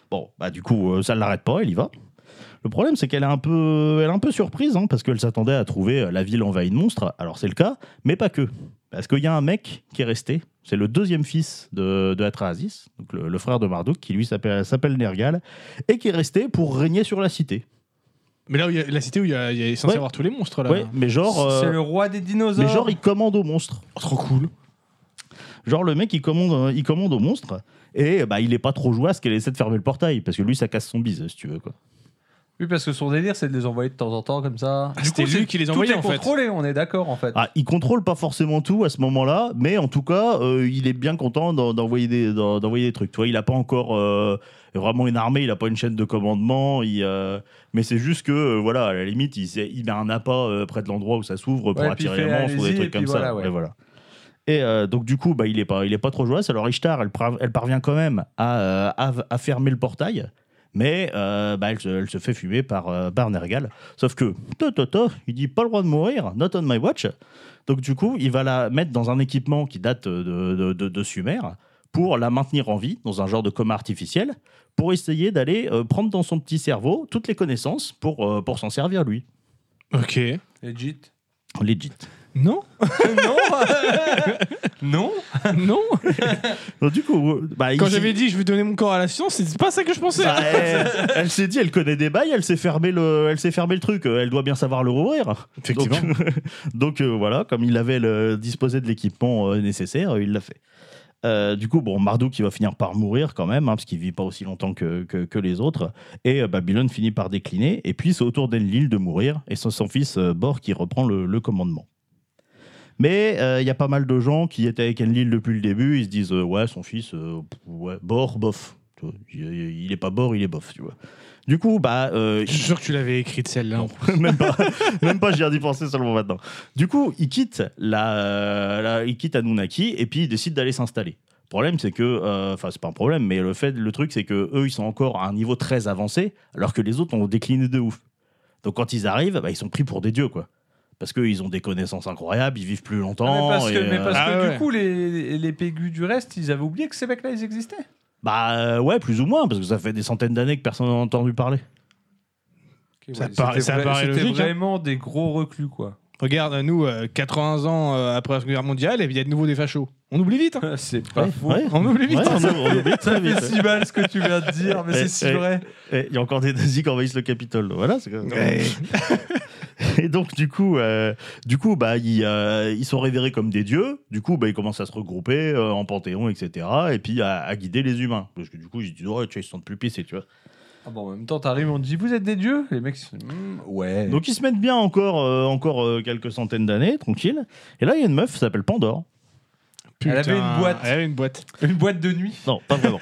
Speaker 3: Bon, bah du coup, euh, ça ne l'arrête pas, elle y va. Le problème, c'est qu'elle est un peu, elle est un peu surprise hein, parce qu'elle s'attendait à trouver euh, la ville envahie de monstres. Alors c'est le cas, mais pas que, parce qu'il y a un mec qui est resté. C'est le deuxième fils de, de Atrahasis, donc le, le frère de Marduk, qui lui s'appelle s'appelle Nergal, et qui est resté pour régner sur la cité.
Speaker 1: Mais là, où il y a, la cité où il y a, il y a censé
Speaker 3: Ouais.
Speaker 1: avoir tous les monstres, là.
Speaker 3: Ouais, mais genre, euh,
Speaker 2: C'est le roi des dinosaures.
Speaker 3: mais genre, il commande aux monstres.
Speaker 1: Oh, Trop cool.
Speaker 3: Genre le mec il commande, euh, il commande au monstre et bah il est pas trop joué à ce qu'elle essaie de fermer le portail parce que lui ça casse son bise si tu veux quoi.
Speaker 2: Oui, parce que son délire, c'est de les envoyer de temps en temps comme ça.
Speaker 1: Ah, c'était
Speaker 2: Du coup,
Speaker 1: lui
Speaker 2: c'est-
Speaker 1: qui les
Speaker 2: tout
Speaker 1: envoyait,
Speaker 2: est
Speaker 1: en fait.
Speaker 2: contrôlé, on est d'accord en fait.
Speaker 3: Ah, il contrôle pas forcément tout à ce moment-là, mais en tout cas euh, il est bien content d'en- d'envoyer des d'en- d'envoyer des trucs. Tu vois, il a pas encore euh, vraiment une armée, il a pas une chaîne de commandement, il, euh, mais c'est juste que euh, voilà à la limite il, s'est- il met un appât euh, près de l'endroit où ça s'ouvre pour
Speaker 2: Ouais, puis il
Speaker 3: attirer les
Speaker 2: fait,
Speaker 3: monstres ou des
Speaker 2: allez-y,
Speaker 3: trucs
Speaker 2: et
Speaker 3: comme
Speaker 2: puis
Speaker 3: ça.
Speaker 2: voilà, ouais.
Speaker 3: Et voilà. Et euh, donc du coup, bah, il est pas, il est pas trop jouasse. Alors Ishtar, elle, par- elle parvient quand même à, euh, à, à fermer le portail, mais euh, bah, elle, se, elle se fait fumer par, euh, par Nergal. Sauf que, to, to, to, il dit pas le droit de mourir, not on my watch. Donc du coup, il va la mettre dans un équipement qui date de, de, de- de Sumer pour la maintenir en vie dans un genre de coma artificiel, pour essayer d'aller euh, prendre dans son petit cerveau toutes les connaissances pour, euh, pour s'en servir lui.
Speaker 1: Ok.
Speaker 2: Legit. Euh,
Speaker 3: Legit.
Speaker 1: Non
Speaker 2: non Non
Speaker 1: Non
Speaker 3: Donc, du coup, euh, bah,
Speaker 1: Quand
Speaker 3: il-
Speaker 1: j'avais dit je vais donner mon corps à la science, c'est pas ça que je pensais.
Speaker 3: Bah, elle elle s'est dit, elle connaît des bails, elle s'est fermé le, elle s'est fermé le truc. euh, Elle doit bien savoir le rouvrir.
Speaker 1: Effectivement.
Speaker 3: Donc, donc, euh, voilà, comme il avait le, disposé de l'équipement euh, nécessaire, il l'a fait. Euh, du coup, bon, Marduk qui va finir par mourir quand même, hein, parce qu'il vit pas aussi longtemps que, que, que les autres. Et euh, Babylone finit par décliner. Et puis c'est au tour d'Enlil de mourir, et c'est son fils euh, Bor qui reprend le, le commandement. Mais euh, il y a pas mal de gens qui étaient avec Enlil depuis le début. Ils se disent euh, ouais, son fils, euh, pff, ouais, Bor, bof. Tu vois, Il il est pas Bor, il est bof, tu vois. Du coup, bah, euh,
Speaker 1: Je suis sûr que tu l'avais écrite celle-là.
Speaker 3: non, même pas, même pas j'y ai d'y penser seulement maintenant. Du coup, il quitte, la, euh, la- il quitte Anunnaki et puis il décide d'aller s'installer. Le problème, c'est que, euh, enfin, c'est pas un problème, mais le fait, le truc, c'est que eux, ils sont encore à un niveau très avancé, alors que les autres ont décliné de ouf. Donc quand ils arrivent, bah, ils sont pris pour des dieux, quoi. Parce qu'ils ont des connaissances incroyables, ils vivent plus
Speaker 2: Ah, mais
Speaker 3: longtemps.
Speaker 2: parce
Speaker 3: et,
Speaker 2: que, mais
Speaker 3: euh,
Speaker 2: parce que
Speaker 1: Ah ouais.
Speaker 2: du coup, les, les pégus du reste, ils avaient oublié que ces mecs-là, ils existaient.
Speaker 3: Bah euh, ouais, plus ou moins, parce que ça fait des centaines d'années que personne n'en a entendu parler.
Speaker 1: Ça paraît- ça
Speaker 2: C'était
Speaker 1: paraît logique, hein.
Speaker 2: vraiment des gros reclus, quoi.
Speaker 1: Regarde, nous, euh, 80 ans euh, après la Seconde Guerre mondiale, et il y a de nouveau des fachos. On oublie vite. hein.
Speaker 2: c'est pas
Speaker 3: Ouais,
Speaker 2: faux.
Speaker 3: ouais.
Speaker 1: On oublie vite.
Speaker 3: Ouais,
Speaker 2: hein.
Speaker 3: on, on oublie très
Speaker 2: Ça
Speaker 3: vite.
Speaker 2: fait si mal ce que tu viens de dire, mais
Speaker 3: Eh,
Speaker 2: c'est si
Speaker 3: eh.
Speaker 2: vrai.
Speaker 3: Et Il y a encore des nazis qui envahissent le Capitole. Voilà, c'est quand même-
Speaker 1: Ouais.
Speaker 3: Et donc, du coup, euh, du coup bah, ils, euh, ils sont révérés comme des dieux. Du coup, bah, ils commencent à se regrouper euh, en panthéon, etc. Et puis à, à guider les humains. Parce que du coup, ils se disent, oh, tu vois, ils se sentent plus pissés, tu vois.
Speaker 2: Ah bon, en même temps, t'arrives, on te dit, vous êtes des dieux Les mecs, ils se disent, Hmm, ouais.
Speaker 3: Donc, ils se mettent bien encore, euh, encore euh, quelques centaines d'années, tranquille. Et là, il y a une meuf qui s'appelle Pandore.
Speaker 2: Elle avait une boîte.
Speaker 1: Elle avait une boîte.
Speaker 2: Une boîte de nuit.
Speaker 3: Non, pas vraiment.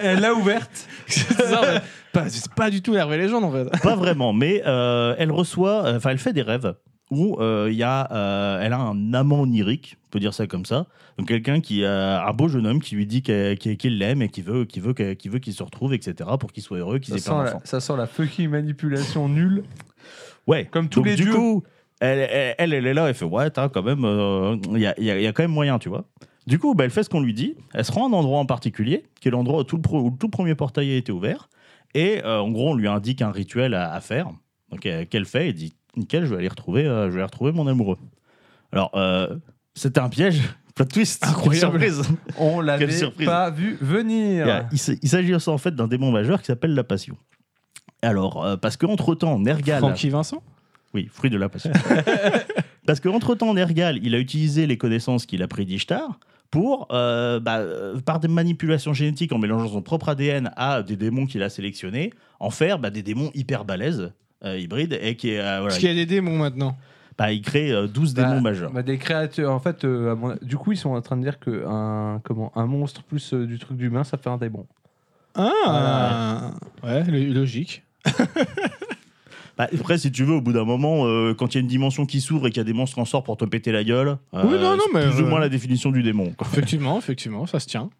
Speaker 2: Elle l'a ouverte.
Speaker 1: C'est ça, ouais. Pas- c'est pas du tout la vraie légende en fait.
Speaker 3: pas vraiment, mais euh, elle reçoit, euh, enfin, elle fait des rêves où euh, il y a, euh, elle a un amant onirique, on peut dire ça comme ça. Donc quelqu'un qui a un beau jeune homme qui lui dit qu'elle- qu'elle- qu'il l'aime et qui veut, qui veut, que- qu'il veut qu'il se retrouve, etc. pour qu'il soit heureux, qu'ils
Speaker 2: Ça
Speaker 3: aient
Speaker 2: sent,
Speaker 3: plein d'enfants.
Speaker 2: la, ça sent la fucking manipulation nulle.
Speaker 3: Ouais.
Speaker 2: Comme tous
Speaker 3: Donc,
Speaker 2: les
Speaker 3: du
Speaker 2: dieux.
Speaker 3: coup, elle, elle, elle, elle est là, elle fait ouais, t'as quand même, euh, il y, a, il y a- il y a quand même moyen, tu vois. Du coup, bah, elle fait ce qu'on lui dit. Elle se rend à un endroit en particulier, qui est l'endroit où tout le, pro- où le tout premier portail a été ouvert. Et euh, en gros, on lui indique un rituel à, à faire. Donc, euh, qu'elle fait, elle dit nickel, je vais aller retrouver, euh, je vais aller retrouver mon amoureux. Alors, euh, c'était un piège. Plot twist, Quelle
Speaker 1: Incroyable.
Speaker 3: surprise.
Speaker 2: On l'avait
Speaker 3: surprise.
Speaker 2: pas vu venir.
Speaker 3: Il y a- Il, s- il s'agit en fait d'un démon majeur qui s'appelle la passion. Alors, euh, parce qu'entre temps, Nergal.
Speaker 1: Francky Vincent
Speaker 3: Oui, fruit de la passion. Parce qu'entre-temps, Nergal, il a utilisé les connaissances qu'il a pris d'Ishtar pour, euh, bah, euh, par des manipulations génétiques en mélangeant son propre ADN à des démons qu'il a sélectionnés, en faire bah, des démons hyper balèzes, euh, hybrides, et qui, euh, voilà,
Speaker 1: Parce qu'il y a des démons maintenant.
Speaker 3: bah, il crée euh, 12
Speaker 2: Bah,
Speaker 3: démons majeurs.
Speaker 2: bah, des créatures. En fait, euh, à mon- du coup, ils sont en train de dire que un, comment, un monstre plus euh, du truc d'humain, ça fait un démon.
Speaker 1: Ah Ouais, lo- logique.
Speaker 3: Bah, après, si tu veux, au bout d'un moment, euh, quand il y a une dimension qui s'ouvre et qu'il y a des monstres qui en sortent pour te péter la gueule, euh,
Speaker 1: Oui, non, non,
Speaker 3: c'est
Speaker 1: mais,
Speaker 3: plus ou
Speaker 1: euh,
Speaker 3: moins la définition du démon. quoi.
Speaker 1: Effectivement, effectivement, ça se tient.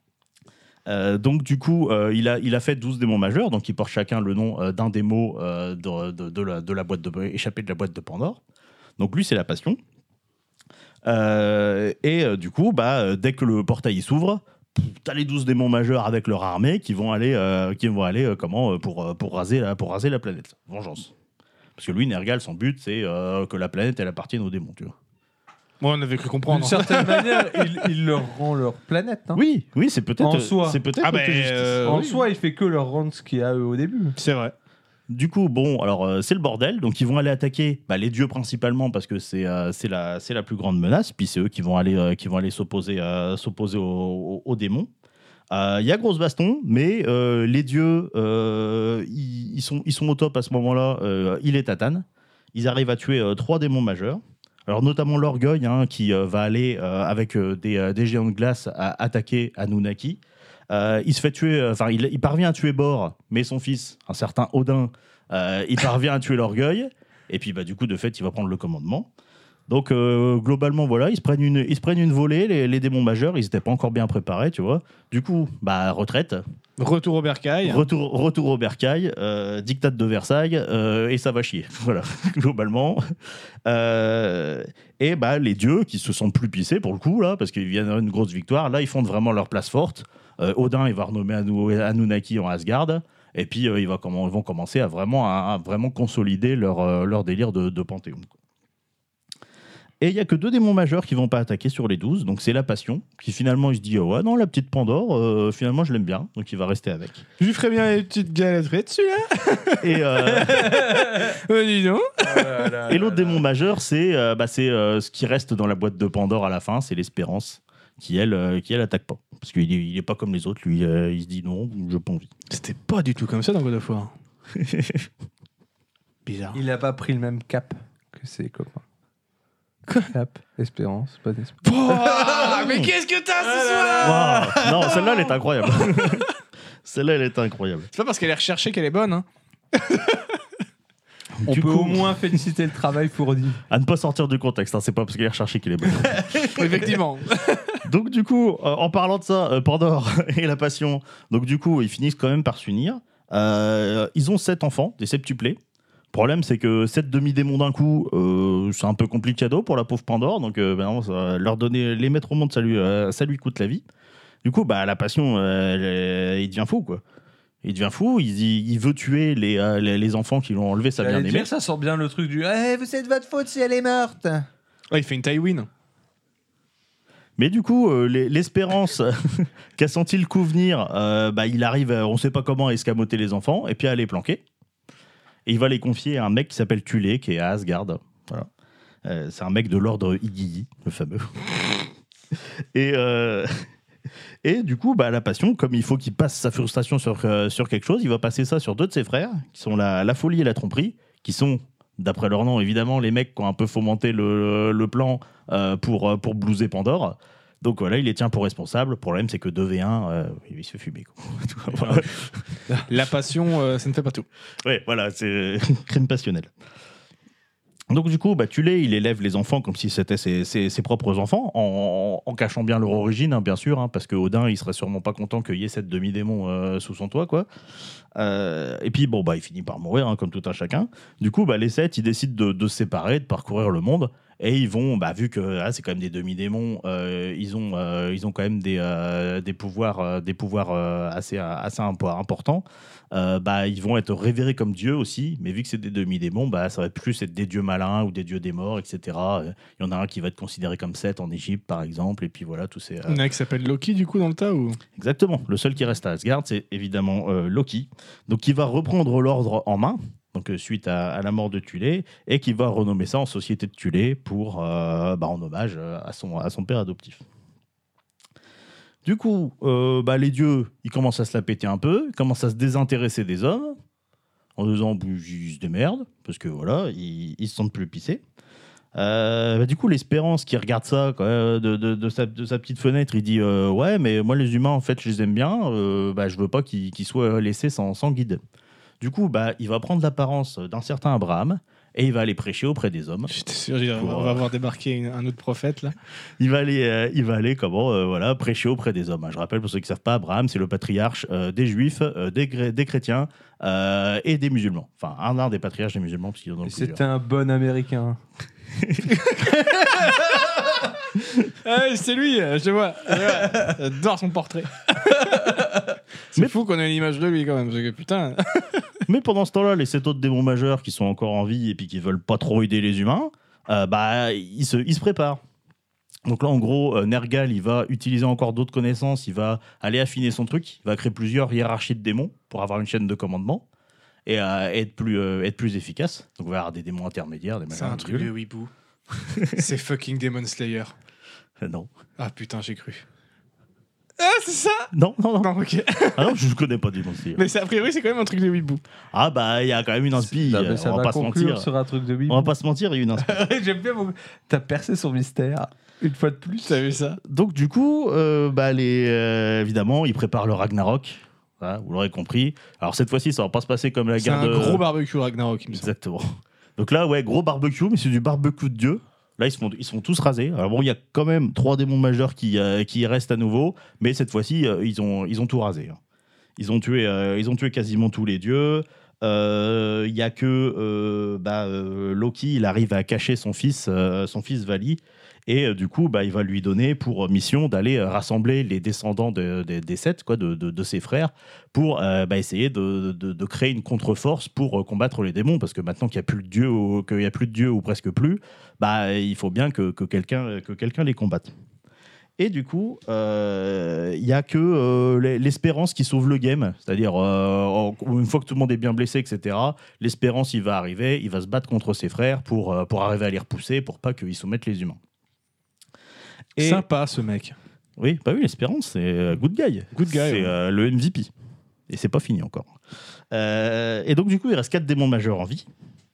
Speaker 3: Euh, donc du coup, euh, il, a, il a fait 12 démons majeurs, donc ils portent chacun le nom euh, d'un démo euh, de, de- de la, de la boîte de, échappé de la boîte de Pandore. Donc lui, c'est la passion. Euh, et euh, du coup, bah, euh, dès que le portail il s'ouvre, pff, t'as les 12 démons majeurs avec leur armée qui vont aller, euh, qui vont aller euh, comment, euh, pour, euh, pour, raser la, pour raser la planète. Vengeance. Parce que lui, Nergal, son but, c'est euh, que la planète, elle appartienne aux démons, tu vois.
Speaker 1: Moi, on avait cru
Speaker 2: D'une
Speaker 1: comprendre.
Speaker 2: certaine manière, il, il leur rend leur planète. hein.
Speaker 3: Oui, oui, c'est peut-être...
Speaker 2: En soi.
Speaker 3: C'est peut-être
Speaker 1: Ah
Speaker 3: auto-
Speaker 1: ben,
Speaker 3: justice.
Speaker 1: euh,
Speaker 2: en
Speaker 1: oui.
Speaker 2: soi, il fait que leur rendre ce qu'il y a eux au début.
Speaker 1: hein. C'est vrai.
Speaker 3: Du coup, bon, alors euh, c'est le bordel. Donc ils vont aller attaquer bah, les dieux principalement parce que c'est euh, c'est la, c'est la plus grande menace. Puis c'est eux qui vont aller euh, qui vont aller s'opposer euh, s'opposer aux, aux- aux démons. Euh, Il y a grosse baston, mais euh, les dieux euh, ils, ils sont ils sont au top à ce moment-là. Euh, il est tatane. Ils arrivent à tuer euh, trois démons majeurs. Alors notamment l'orgueil hein, qui euh, va aller euh, avec euh, des, euh, des géants de glace à attaquer Anunnaki. Euh, il se fait tuer, euh, enfin, il, il parvient à tuer Bor, mais son fils, un certain Odin, euh, il parvient à tuer l'orgueil. Et puis, bah, du coup, de fait, il va prendre le commandement. Donc, euh, globalement, voilà, ils se prennent une, ils se prennent une volée, les, les démons majeurs, ils n'étaient pas encore bien préparés, tu vois. Du coup, bah, retraite,
Speaker 1: Retour au bercail.
Speaker 3: retour, retour au bercail, euh, dictate de Versailles, euh, et ça va chier. Voilà, globalement. Euh, et bah, les dieux qui se sentent plus pissés pour le coup, là, parce qu'ils viennent à une grosse victoire, là, ils font vraiment leur place forte. Euh, Odin, il va renommer Anu- Anunnaki en Asgard. Et puis, euh, il va comment, ils vont commencer à vraiment, à, à vraiment consolider leur, euh, leur délire de, de panthéon. quoi. Et il n'y a que deux démons majeurs qui vont pas attaquer sur les 12. Donc, c'est la passion, qui finalement, il se dit oh Ouais, non, la petite Pandore, euh, finalement, je l'aime bien. Donc, il va rester avec.
Speaker 1: Je lui ferais bien les petites galettes frites, celui-là.
Speaker 3: Et, euh,
Speaker 1: Euh, hein. dis donc.
Speaker 3: et l'autre démon majeur, c'est euh, bah, c'est, euh, ce qui reste dans la boîte de Pandore à la fin, c'est l'espérance, qui elle, euh, qui elle attaque pas. Parce qu'il est, il est pas comme les autres, lui, euh, il se dit non, je pas envie.
Speaker 1: C'était pas du tout comme ça dans God of War. Bizarre.
Speaker 2: Il n'a pas pris le même cap que ses copains.
Speaker 1: Quoi
Speaker 2: cap, espérance, pas d'espérance.
Speaker 1: mais qu'est-ce que t'as ce soir
Speaker 3: Waouh Non, celle-là, elle est incroyable. celle-là, elle est incroyable.
Speaker 1: C'est pas parce qu'elle est recherchée qu'elle est bonne. Hein.
Speaker 2: On
Speaker 3: Du
Speaker 2: peut
Speaker 3: coup-
Speaker 2: au moins féliciter le travail fourni.
Speaker 3: À ne pas sortir du contexte, hein, c'est pas parce qu'elle est recherchée qu'il est bon.
Speaker 1: Effectivement.
Speaker 3: Donc du coup, euh, en parlant de ça, euh, Pandore et la passion, donc du coup, ils finissent quand même par s'unir. Euh, ils ont sept enfants, des septuplés. Le problème, c'est que sept demi-démons d'un coup, euh, c'est un peu compliqué cadeau pour la pauvre Pandore. Donc euh, ben non, ça- leur donner, les mettre au monde, ça lui, euh, ça lui coûte la vie. Du coup, bah, la passion, euh, elle est- il devient fou, quoi. Il devient fou, il, il- il veut tuer les, euh, les, les enfants qui l'ont enlevé, ça bien
Speaker 2: J'allais
Speaker 3: aimé.
Speaker 2: dire, ça sort bien le truc du Eh, vous êtes votre faute si elle est morte
Speaker 1: Ah, il fait une Tywin.
Speaker 3: Mais du coup, euh, les- l'espérance qu'a senti le coup venir, euh, bah, il arrive, euh, on sait pas comment, à escamoter les enfants et puis à les planquer. Et il va les confier à un mec qui s'appelle Tulé, qui est à Asgard. Voilà. Euh, c'est un mec de l'ordre Iggy, le fameux. et, euh, et du coup, bah, la passion, comme il faut qu'il passe sa frustration sur, euh, sur quelque chose, il va passer ça sur deux de ses frères, qui sont la, la folie et la tromperie, qui sont, d'après leur nom évidemment, les mecs qui ont un peu fomenté le, le plan euh, pour, euh, pour blouser Pandore Donc voilà, il les tient pour responsables. Le problème, c'est que 2v1, euh, il se fait fumer. Quoi. voilà,
Speaker 1: La passion, euh, ça ne fait pas tout.
Speaker 3: ouais, voilà c'est euh, crime passionnel. Donc du coup, bah, tu l'es, il élève les enfants comme si c'était ses, ses- ses propres enfants, en, en cachant bien leur origine, hein, bien sûr, hein, parce que Odin, il serait sûrement pas content qu'il y ait cette demi-démon euh, sous son toit, quoi. Euh, et puis, bon, bah, il finit par mourir, hein, comme tout un chacun. Du coup, bah, les sept, ils décident de, de se séparer, de parcourir le monde. Et ils vont, bah, vu que ah, c'est quand même des demi-démons, euh, ils, ont, euh, ils ont quand même des, euh, des pouvoirs, euh, des pouvoirs euh, assez, euh, assez impo- importants. Euh, bah, ils vont être révérés comme dieux aussi, mais vu que c'est des demi-démons, bah, ça va plus être des dieux malins ou des dieux des morts, etc. Euh, Il y en a un qui va être considéré comme Seth en Égypte, par exemple, et puis voilà, tous ces, euh,
Speaker 1: Il y en a qui s'appelle Loki, du coup, dans le tas ou...
Speaker 3: Exactement. Le seul qui reste à Asgard, c'est évidemment euh, Loki. Donc, qui va reprendre l'ordre en main, donc euh, suite à, à la mort de Tulé, et qui va renommer ça en Société de Tulé pour, euh, bah, en hommage euh, à son, à son père adoptif. Du coup, euh, bah, les dieux, ils commencent à se la péter un peu, ils commencent à se désintéresser des hommes, en disant bah, ils se démerdent, parce que voilà, ils, ils se sentent plus pissés. Euh, bah, du coup, l'espérance qui regarde ça quoi, euh, de, de- de sa, de sa petite fenêtre, il dit euh, Ouais, mais moi, les humains, en fait, je les aime bien. euh, bah, je veux pas qu'ils qu'ils soient laissés sans, sans guide. Du coup, bah, il va prendre l'apparence d'un certain Abraham et il va aller prêcher auprès des hommes.
Speaker 1: Bah, J'étais sûr, j'ai-
Speaker 3: Pour,
Speaker 1: on va voir débarquer une- un autre prophète, là.
Speaker 3: Il va aller, euh, il va aller comment, euh, voilà, prêcher auprès des hommes. hein. Je rappelle pour ceux qui ne savent pas, Abraham, c'est le patriarche euh, des juifs, euh, des, gré- des chrétiens euh, et des musulmans. Enfin, un, un des patriarches des musulmans, parce qu'il y en a
Speaker 2: Et
Speaker 3: plusieurs.
Speaker 2: C'était un bon américain.
Speaker 1: Ah, c'est lui, euh, je vois. je vois. J'adore son portrait. c'est
Speaker 3: Mais-
Speaker 1: fou qu'on ait une image de lui, quand même. Parce que, putain,
Speaker 3: Mais pendant ce temps-là, les sept autres démons majeurs qui sont encore en vie et puis qui veulent pas trop aider les humains, euh, bah, ils se, ils se préparent. Donc là, en gros, euh, Nergal, il va utiliser encore d'autres connaissances, il va aller affiner son truc, il va créer plusieurs hiérarchies de démons pour avoir une chaîne de commandement et euh, être, plus, euh, être plus efficace. Donc il va y avoir des démons intermédiaires, des
Speaker 1: c'est
Speaker 3: machins
Speaker 1: un truc de
Speaker 3: bidules.
Speaker 1: hibou. c'est fucking Demon Slayer.
Speaker 3: Euh, Non.
Speaker 1: Ah, putain, j'ai cru. Ah, c'est ça
Speaker 3: Non, non, non.
Speaker 1: Non, ok.
Speaker 3: Ah non, je ne connais pas des monstres.
Speaker 1: Mais c'est- a priori, c'est quand même un truc de hibou.
Speaker 3: Ah bah, il y a quand même une inspi,
Speaker 2: Bah,
Speaker 3: euh,
Speaker 2: mais ça
Speaker 3: on va
Speaker 2: va
Speaker 3: pas se
Speaker 2: conclure
Speaker 3: mentir.
Speaker 2: sur un truc de oui.
Speaker 3: On va pas se mentir, il y a une inspi.
Speaker 2: J'aime bien. mon- T'as percé son mystère une fois de plus.
Speaker 1: T'as vu ça
Speaker 3: Donc du coup, euh, bah, les, euh, évidemment, ils préparent le Ragnarok. Voilà, vous l'aurez compris. Alors cette fois-ci, ça va pas se passer comme la
Speaker 1: C'est
Speaker 3: guerre
Speaker 1: un
Speaker 3: de...
Speaker 1: gros barbecue Ragnarok, il me semble.
Speaker 3: Exactement. Donc là, ouais, gros barbecue, mais c'est du barbecue de Dieu. Là, ils se font, ils sont tous rasés. Alors bon, il y a quand même trois démons majeurs qui, euh, qui restent à nouveau, mais cette fois-ci, euh, ils, ont, ils ont tout rasé. hein. Ils, ont tué, euh, ils ont tué quasiment tous les dieux. Euh, Il y a que euh, bah, euh, Loki, il arrive à cacher son fils, euh, son fils Vali, et euh, du coup, bah, il va lui donner pour mission d'aller euh, rassembler les descendants de- des- des sept, quoi, de- de- de ses frères, pour euh, bah, essayer de, de- de créer une contre-force pour euh, combattre les démons, parce que maintenant qu'il n'y a plus de dieu, ou, qu'il y a plus de dieu ou presque plus, bah, il faut bien que, que quelqu'un que quelqu'un les combatte. Et du coup, euh, il y n'y a que euh, l'e- l'espérance qui sauve le game, c'est-à-dire euh, en- une fois que tout le monde est bien blessé, etc., l'espérance, il va arriver, il va se battre contre ses frères pour, euh, pour arriver à les repousser, pour pas qu'ils soumettent les humains. Et-
Speaker 1: Sympa, ce mec.
Speaker 3: oui, bah oui, l'espérance, c'est euh, good guy.
Speaker 1: Good guy,
Speaker 3: C'est
Speaker 1: ouais.
Speaker 3: euh, le MVP. Et c'est pas fini encore. Euh, et donc, du coup, il reste quatre démons majeurs en vie.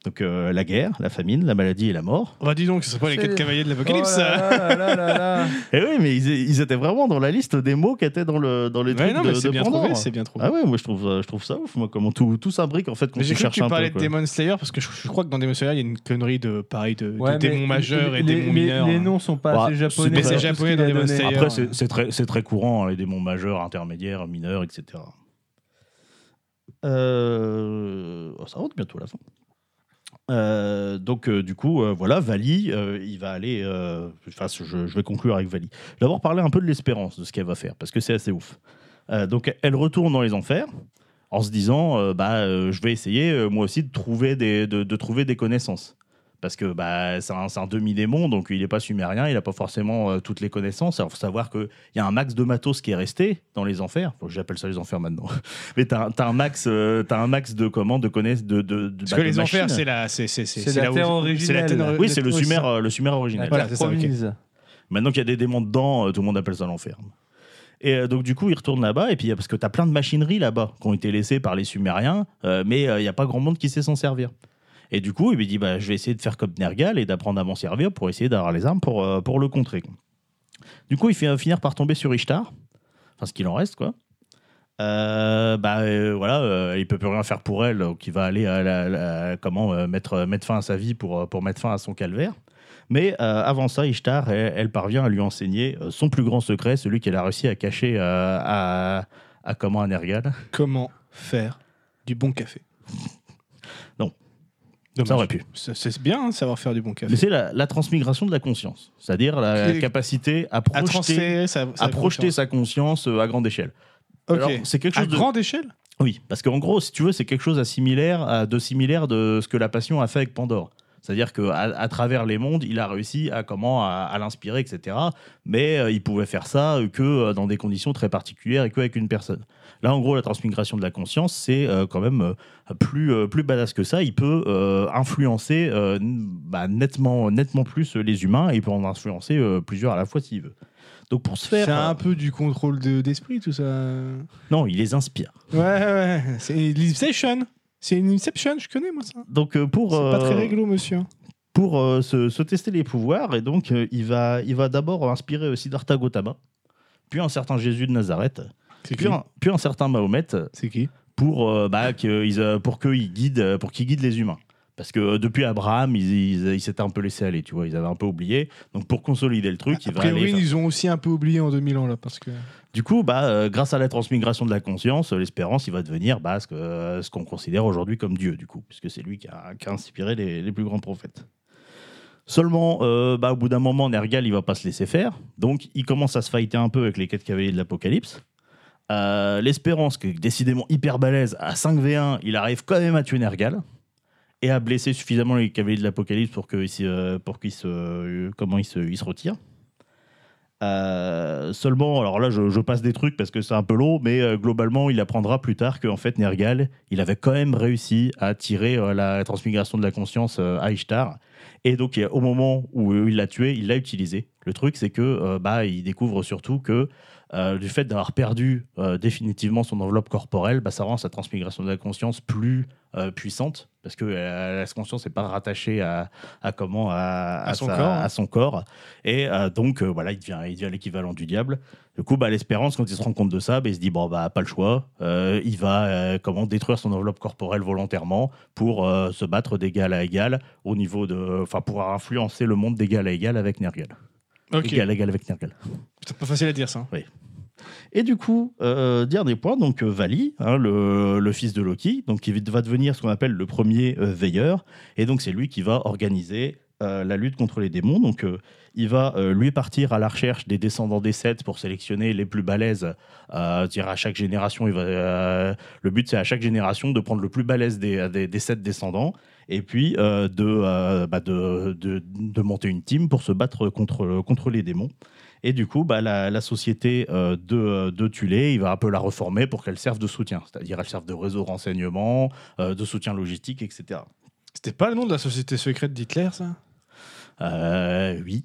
Speaker 3: Donc, euh, la guerre, la famine, la maladie et la mort.
Speaker 1: Bah, dis donc, ce serait pas les
Speaker 2: C'est-
Speaker 1: quatre cavaliers de
Speaker 2: Oh
Speaker 1: l'Apocalypse, ça
Speaker 2: là là là là là.
Speaker 3: Et oui, mais ils, ils étaient vraiment dans la liste des mots qui étaient dans, le, dans les
Speaker 1: Ouais,
Speaker 3: trucs
Speaker 1: non,
Speaker 3: de,
Speaker 1: mais c'est
Speaker 3: de
Speaker 1: bien
Speaker 3: Pandore.
Speaker 1: trouvé, c'est bien trouvé.
Speaker 3: Ah ouais, moi je trouve, euh, je trouve ça ouf, moi, comment tout, tout s'imbrique en fait quand
Speaker 1: Mais
Speaker 3: tu
Speaker 1: j'ai cru que
Speaker 3: cherches
Speaker 1: tu
Speaker 3: un peu.
Speaker 1: parlais de
Speaker 3: quoi.
Speaker 1: Demon Slayer parce que je, je crois que dans Demon Slayer il y a une connerie de pareil de, de
Speaker 2: Ouais, mais
Speaker 1: démons majeurs et
Speaker 2: les-
Speaker 1: démons
Speaker 2: les-
Speaker 1: mineurs.
Speaker 2: Les noms sont pas
Speaker 3: Bah,
Speaker 2: assez
Speaker 3: c'est
Speaker 2: japonais.
Speaker 3: pas-
Speaker 2: dans
Speaker 3: c'est
Speaker 2: tout ce
Speaker 1: japonais
Speaker 2: qu'il
Speaker 1: dans
Speaker 2: a
Speaker 1: les
Speaker 2: donné.
Speaker 1: Monster Hunter.
Speaker 3: Après, c'est euh, c'est très, c'est très courant, hein, les démons majeurs, intermédiaires, mineurs, etc. Euh, oh, ça rentre bientôt la fin. Euh, donc, euh, du coup, euh, voilà, Vali, euh, il va aller. euh, Enfin, je, je vais conclure avec Vali. D'abord, parler un peu de l'espérance, de ce qu'elle va faire, parce que c'est assez ouf. Euh, donc, elle retourne dans les enfers en se disant euh, bah, euh, je vais essayer, euh, moi aussi, de trouver des, de- de trouver des connaissances parce que bah, c'est un, c'est un demi-démon, donc il n'est pas sumérien, il n'a pas forcément euh, toutes les connaissances. Alors, faut savoir qu'il y a un max de matos qui est resté dans les enfers. Faut que J'appelle ça les enfers maintenant. Mais t'as as un max, euh, t'as un max de comment, de connaissances, de, de, de-
Speaker 1: Parce
Speaker 3: bah,
Speaker 1: que
Speaker 3: de
Speaker 1: les enfers
Speaker 3: machines.
Speaker 1: c'est la c'est c'est c'est
Speaker 2: C'est
Speaker 1: c'est
Speaker 2: la
Speaker 1: là où-
Speaker 2: terre
Speaker 1: c'est la terre-
Speaker 2: originelle.
Speaker 3: Oui, c'est le
Speaker 1: oui,
Speaker 3: sumer, euh, le sumer
Speaker 2: La
Speaker 3: originel.
Speaker 1: Voilà,
Speaker 2: terre
Speaker 1: c'est ça, ok.
Speaker 2: promise.
Speaker 3: Maintenant qu'il y a des démons dedans, euh, tout le monde appelle ça l'enfer. Et euh, donc, du coup, ils retournent là-bas, et puis parce que tu as plein de machineries là-bas qui ont été laissées par les Sumériens, euh, mais il n'y a pas grand monde qui sait s'en servir. Et du coup, il lui dit bah, Je vais essayer de faire comme Nergal et d'apprendre à m'en servir pour essayer d'avoir les armes pour, euh, pour le contrer. Du coup, il fait finir par tomber sur Ishtar. Enfin, ce qu'il en reste, quoi. Euh, bah euh, voilà, euh, il peut plus rien faire pour elle, donc il va aller à la- la- comment euh, mettre, mettre fin à sa vie pour, euh, pour mettre fin à son calvaire. Mais euh, avant ça, Ishtar, elle, elle parvient à lui enseigner euh, son plus grand secret, celui qu'elle a réussi à cacher euh, à, à comment à Nergal.
Speaker 1: Comment faire du bon café
Speaker 3: Non.
Speaker 1: Dommage.
Speaker 3: Ça aurait pu.
Speaker 1: Ça- C'est bien hein, savoir faire du bon café.
Speaker 3: Mais c'est la, la transmigration de la conscience, c'est-à-dire la
Speaker 1: Qui-
Speaker 3: capacité à
Speaker 1: à
Speaker 3: projeter,
Speaker 1: transférer, ça,
Speaker 3: à projeter sa conscience euh, à grande échelle. Alors, c'est quelque
Speaker 1: À
Speaker 3: chose de...
Speaker 1: grande échelle
Speaker 3: Oui, parce qu'en gros, si tu veux, c'est quelque chose à similaire, à- de similaire de ce que la passion a fait avec Pandore. C'est-à-dire que à, à travers les mondes, il a réussi à comment à, à l'inspirer, etc. Mais euh, il pouvait faire ça euh, que euh, dans des conditions très particulières et qu'avec une personne. Là, en gros, la transmigration de la conscience, c'est euh, quand même euh, plus euh, plus badass que ça. Il peut euh, influencer euh, n- bah, nettement nettement plus euh, les humains et il peut en influencer euh, plusieurs à la fois s'il veut. Donc pour se faire,
Speaker 1: C'est un
Speaker 3: euh,
Speaker 1: peu du contrôle de- d'esprit, tout ça.
Speaker 3: non, il les inspire.
Speaker 1: Ouais, ouais, ouais. C'est l'Inception. C'est une Inception, je connais, moi, ça.
Speaker 3: Donc euh, pour
Speaker 1: C'est pas très
Speaker 3: euh,
Speaker 1: réglo, monsieur.
Speaker 3: pour euh, se, se tester les pouvoirs. Et donc, euh, il va, il va d'abord inspirer euh, Siddhartha Gautama, puis un certain Jésus de Nazareth,
Speaker 1: C'est
Speaker 3: puis un, puis un certain Mahomet, euh,
Speaker 1: C'est qui
Speaker 3: pour euh, bah, qu'ils, euh, pour qu'ils guident, euh, pour qu'ils guident les humains. Parce que euh, depuis Abraham, ils, ils, ils s'étaient un peu laissés aller, tu vois, ils avaient un peu oublié. Donc pour consolider le truc,
Speaker 1: A
Speaker 3: il va aller.
Speaker 1: priori,
Speaker 3: faire-
Speaker 1: ils ont aussi un peu oublié en 2000 ans, là, parce que.
Speaker 3: Du coup, bah, euh, grâce à la transmigration de la conscience, euh, l'espérance, il va devenir bah, ce que- euh, ce qu'on considère aujourd'hui comme Dieu, du coup, puisque c'est lui qui a, qui a inspiré les, les plus grands prophètes. Seulement, euh, bah, au bout d'un moment, Nergal, il va pas se laisser faire. Donc, il commence à se fighter un peu avec les quatre cavaliers de l'Apocalypse. Euh, L'espérance, qui est décidément hyper balèze, à 5v1, il arrive quand même à tuer Nergal et à blesser suffisamment les cavaliers de l'Apocalypse pour qu'ils se, pour qu'ils se, euh, comment ils se, ils se retirent. Euh, seulement, alors là, je, je passe des trucs parce que c'est un peu long, mais euh, globalement, il apprendra plus tard qu'en fait, Nergal, il avait quand même réussi à tirer euh, la transmigration de la conscience euh, à Ishtar. Et donc, euh, au moment où euh, il l'a tué, il l'a utilisé. Le truc, c'est que euh, bah, il découvre surtout que euh, du fait d'avoir perdu euh, définitivement son enveloppe corporelle, bah, ça rend sa transmigration de la conscience plus euh, puissante parce que euh, la conscience n'est pas rattachée à, à comment à, à
Speaker 1: son
Speaker 3: sa-
Speaker 1: corps.
Speaker 3: à son corps. Et euh, donc, euh, voilà, il devient, il devient l'équivalent du diable. Du coup, bah, l'espérance, quand il se rend compte de ça, bah, il se dit bon, bah, pas le choix. Euh, il va euh, comment détruire son enveloppe corporelle volontairement pour euh, se battre d'égal à égal au niveau de, enfin, pour influencer le monde d'égal à égal avec Nergal.
Speaker 1: Ok.
Speaker 3: Égal à égal avec Nergal.
Speaker 1: C'est pas facile à dire, ça.
Speaker 3: Et du coup, euh, dernier point, donc euh, Vali, hein, le, le fils de Loki, donc qui va devenir ce qu'on appelle le premier euh, veilleur, et donc c'est lui qui va organiser euh, la lutte contre les démons. Donc euh, il va euh, lui partir à la recherche des descendants des sept pour sélectionner les plus balèzes. Euh, dire à chaque génération, il va, euh, le but c'est à chaque génération de prendre le plus balèze des, des, des sept descendants. Et puis euh, de, euh, bah, de, de, de monter une team pour se battre contre, contre les démons. Et du coup, bah, la, la société euh, de, euh, de Tulé, il va un peu la reformer pour qu'elle serve de soutien, c'est-à-dire elle serve de réseau de renseignement, euh, de soutien logistique, etc.
Speaker 1: C'était pas le nom de la société secrète d'Hitler, ça
Speaker 3: Euh, oui.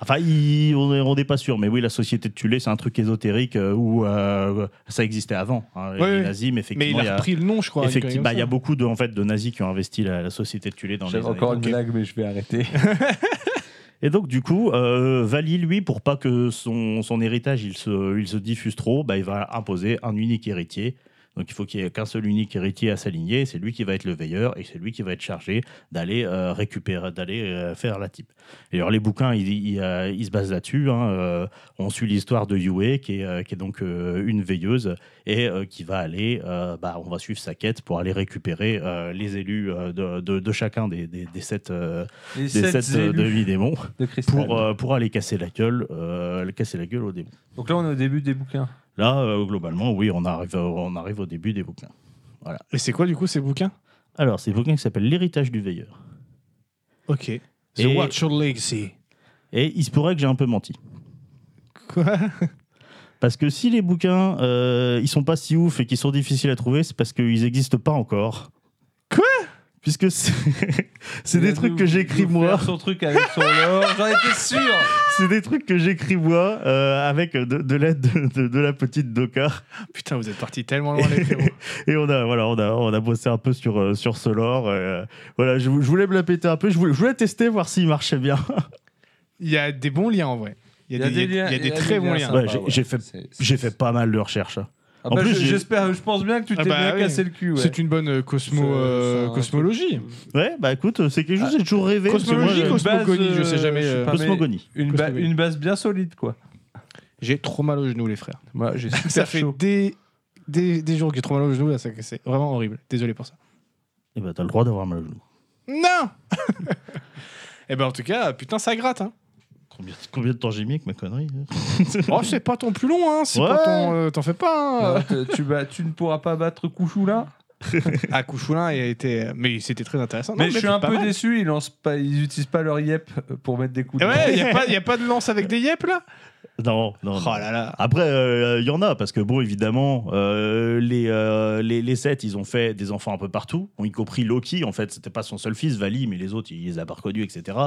Speaker 3: enfin, il- on est- on n'est pas sûr, mais oui, la société de Tulé, c'est un truc ésotérique euh, où euh, ça existait avant. hein,
Speaker 1: Ouais,
Speaker 3: les
Speaker 1: ouais.
Speaker 3: nazis, mais
Speaker 1: Mais
Speaker 3: effectivement,
Speaker 1: il
Speaker 3: il y
Speaker 1: a
Speaker 3: a,
Speaker 1: repris le nom, je crois.
Speaker 3: effectivement,
Speaker 1: une
Speaker 3: bah, il y a
Speaker 1: connerie
Speaker 3: beaucoup de, en fait, de nazis qui ont investi la, la société de Tulé dans les
Speaker 2: J'avais
Speaker 3: années
Speaker 2: encore une
Speaker 3: 30.
Speaker 2: blague, mais je vais arrêter.
Speaker 3: Et donc, du coup, euh, Vali, lui, pour pas que son, son héritage il se, il se diffuse trop, bah, il va imposer un unique héritier. Donc, il faut qu'il y ait qu'un seul unique héritier à s'aligner. C'est lui qui va être le veilleur et c'est lui qui va être chargé d'aller euh, récupérer, d'aller euh, faire la type. Et alors, les bouquins, ils, ils, euh, ils se basent là-dessus. hein. Euh, on suit l'histoire de Yue, qui est, euh, qui est donc euh, une veilleuse et euh, qui va aller, euh, bah, on va suivre sa quête pour aller récupérer euh, les élus euh, de, de- de chacun des, des, des sept, euh,
Speaker 2: Les
Speaker 3: des
Speaker 2: sept
Speaker 3: sept, euh,
Speaker 2: élus
Speaker 3: devis démons
Speaker 2: de cristal.
Speaker 3: pour, euh, pour aller casser la gueule, euh, aller casser la gueule au démon.
Speaker 2: Donc là, on est au début des bouquins.
Speaker 3: Là, euh, globalement, oui, on arrive, au- on arrive au début des bouquins.
Speaker 1: Et c'est quoi, du coup, ces bouquins
Speaker 3: Alors, c'est un bouquin qui s'appelle L'héritage du veilleur.
Speaker 1: Ok. The
Speaker 3: Et-
Speaker 1: Watcher Legacy.
Speaker 3: Et il se pourrait que j'ai un peu menti.
Speaker 1: Quoi
Speaker 3: Parce que si les bouquins, euh, ils sont pas si ouf et qu'ils sont difficiles à trouver, c'est parce qu'ils n'existent pas encore.
Speaker 1: Quoi
Speaker 3: Puisque c'est c'est
Speaker 2: Il
Speaker 3: des
Speaker 2: a
Speaker 3: trucs
Speaker 2: nous-
Speaker 3: que j'écris
Speaker 2: nous
Speaker 3: moi.
Speaker 2: faire Son truc avec son lore, j'en étais sûr.
Speaker 3: C'est des trucs que j'écris moi euh, avec de, de l'aide de, de- de la petite Doka.
Speaker 1: Putain, vous êtes partis tellement loin, les frérots.
Speaker 3: Et on a, voilà, on a, on a bossé un peu sur, euh, sur ce lore. euh, voilà, je, vou- je voulais me la péter un peu, je voulais, je voulais tester, voir s'il marchait bien.
Speaker 1: Il y a des bons liens en vrai. Il y a, des, il y a-
Speaker 2: liens-
Speaker 1: il y a des très bons liens. Bah,
Speaker 2: sympas,
Speaker 3: Ouais, j'ai- j'ai fait-
Speaker 2: C'est- c'est-
Speaker 3: J'ai fait pas mal de recherches. hein.
Speaker 2: Ah
Speaker 3: en
Speaker 2: bah,
Speaker 3: plus,
Speaker 2: je-
Speaker 3: j'ai-
Speaker 2: j'espère, je pense bien que tu
Speaker 1: Ah
Speaker 2: t'es
Speaker 1: bah
Speaker 2: bien
Speaker 1: oui.
Speaker 2: cassé le cul. ouais.
Speaker 1: C'est une bonne euh, cosmo,
Speaker 2: C'est-
Speaker 1: euh,
Speaker 2: c'est un
Speaker 1: cosmologie.
Speaker 2: truc-
Speaker 3: Ouais, bah écoute, c'est quelque chose que j'ai toujours rêvé. parce que moi,
Speaker 1: Cosmologie,
Speaker 3: je-
Speaker 2: cos-
Speaker 1: cosmogonie,
Speaker 2: base,
Speaker 1: je sais
Speaker 2: euh,
Speaker 1: jamais.
Speaker 2: je sais
Speaker 1: euh,
Speaker 3: Ah,
Speaker 2: pas.
Speaker 3: Cosmogonie.
Speaker 2: Une, ba-
Speaker 1: Cosmogonie.
Speaker 2: une base bien solide, quoi.
Speaker 1: J'ai trop mal aux genoux, les frères.
Speaker 2: Moi, j'ai super
Speaker 1: Ça fait
Speaker 2: chaud.
Speaker 1: des, des, des jours que j'ai trop mal aux genoux, là, ça- c'est vraiment horrible. Désolé pour ça.
Speaker 3: Eh ben, t'as le droit d'avoir mal au genou.
Speaker 1: Non Eh ben en tout cas, putain, ça gratte. Hein.
Speaker 3: Combien, combien de temps j'ai mis avec ma connerie hein
Speaker 1: Oh, c'est pas ton plus long, hein. C'est
Speaker 3: Ouais.
Speaker 1: pas ton. euh, T'en fais pas, hein.
Speaker 2: Non, te- tu, vas- tu ne pourras pas battre Kouchoula.
Speaker 1: Ah, Kouchoulin, il a été. Mais c'était très intéressant.
Speaker 2: Mais
Speaker 1: Ah Non,
Speaker 2: je suis
Speaker 1: pas
Speaker 2: un peu
Speaker 1: mal.
Speaker 2: déçu, ils lancent pas, ils utilisent pas leur yep pour mettre des coups
Speaker 1: Eh
Speaker 2: de
Speaker 1: Ouais, y a, pas, y a pas de lance avec des yep, là
Speaker 3: Non, non.
Speaker 1: Oh
Speaker 3: non.
Speaker 1: là là.
Speaker 3: Après, il y en a, parce que bon, évidemment, euh, les, euh, les, les sept, ils ont fait des enfants un peu partout, y compris Loki, en fait, c'était pas son seul fils, Vali, mais les autres, il les a pas reconnus, etc.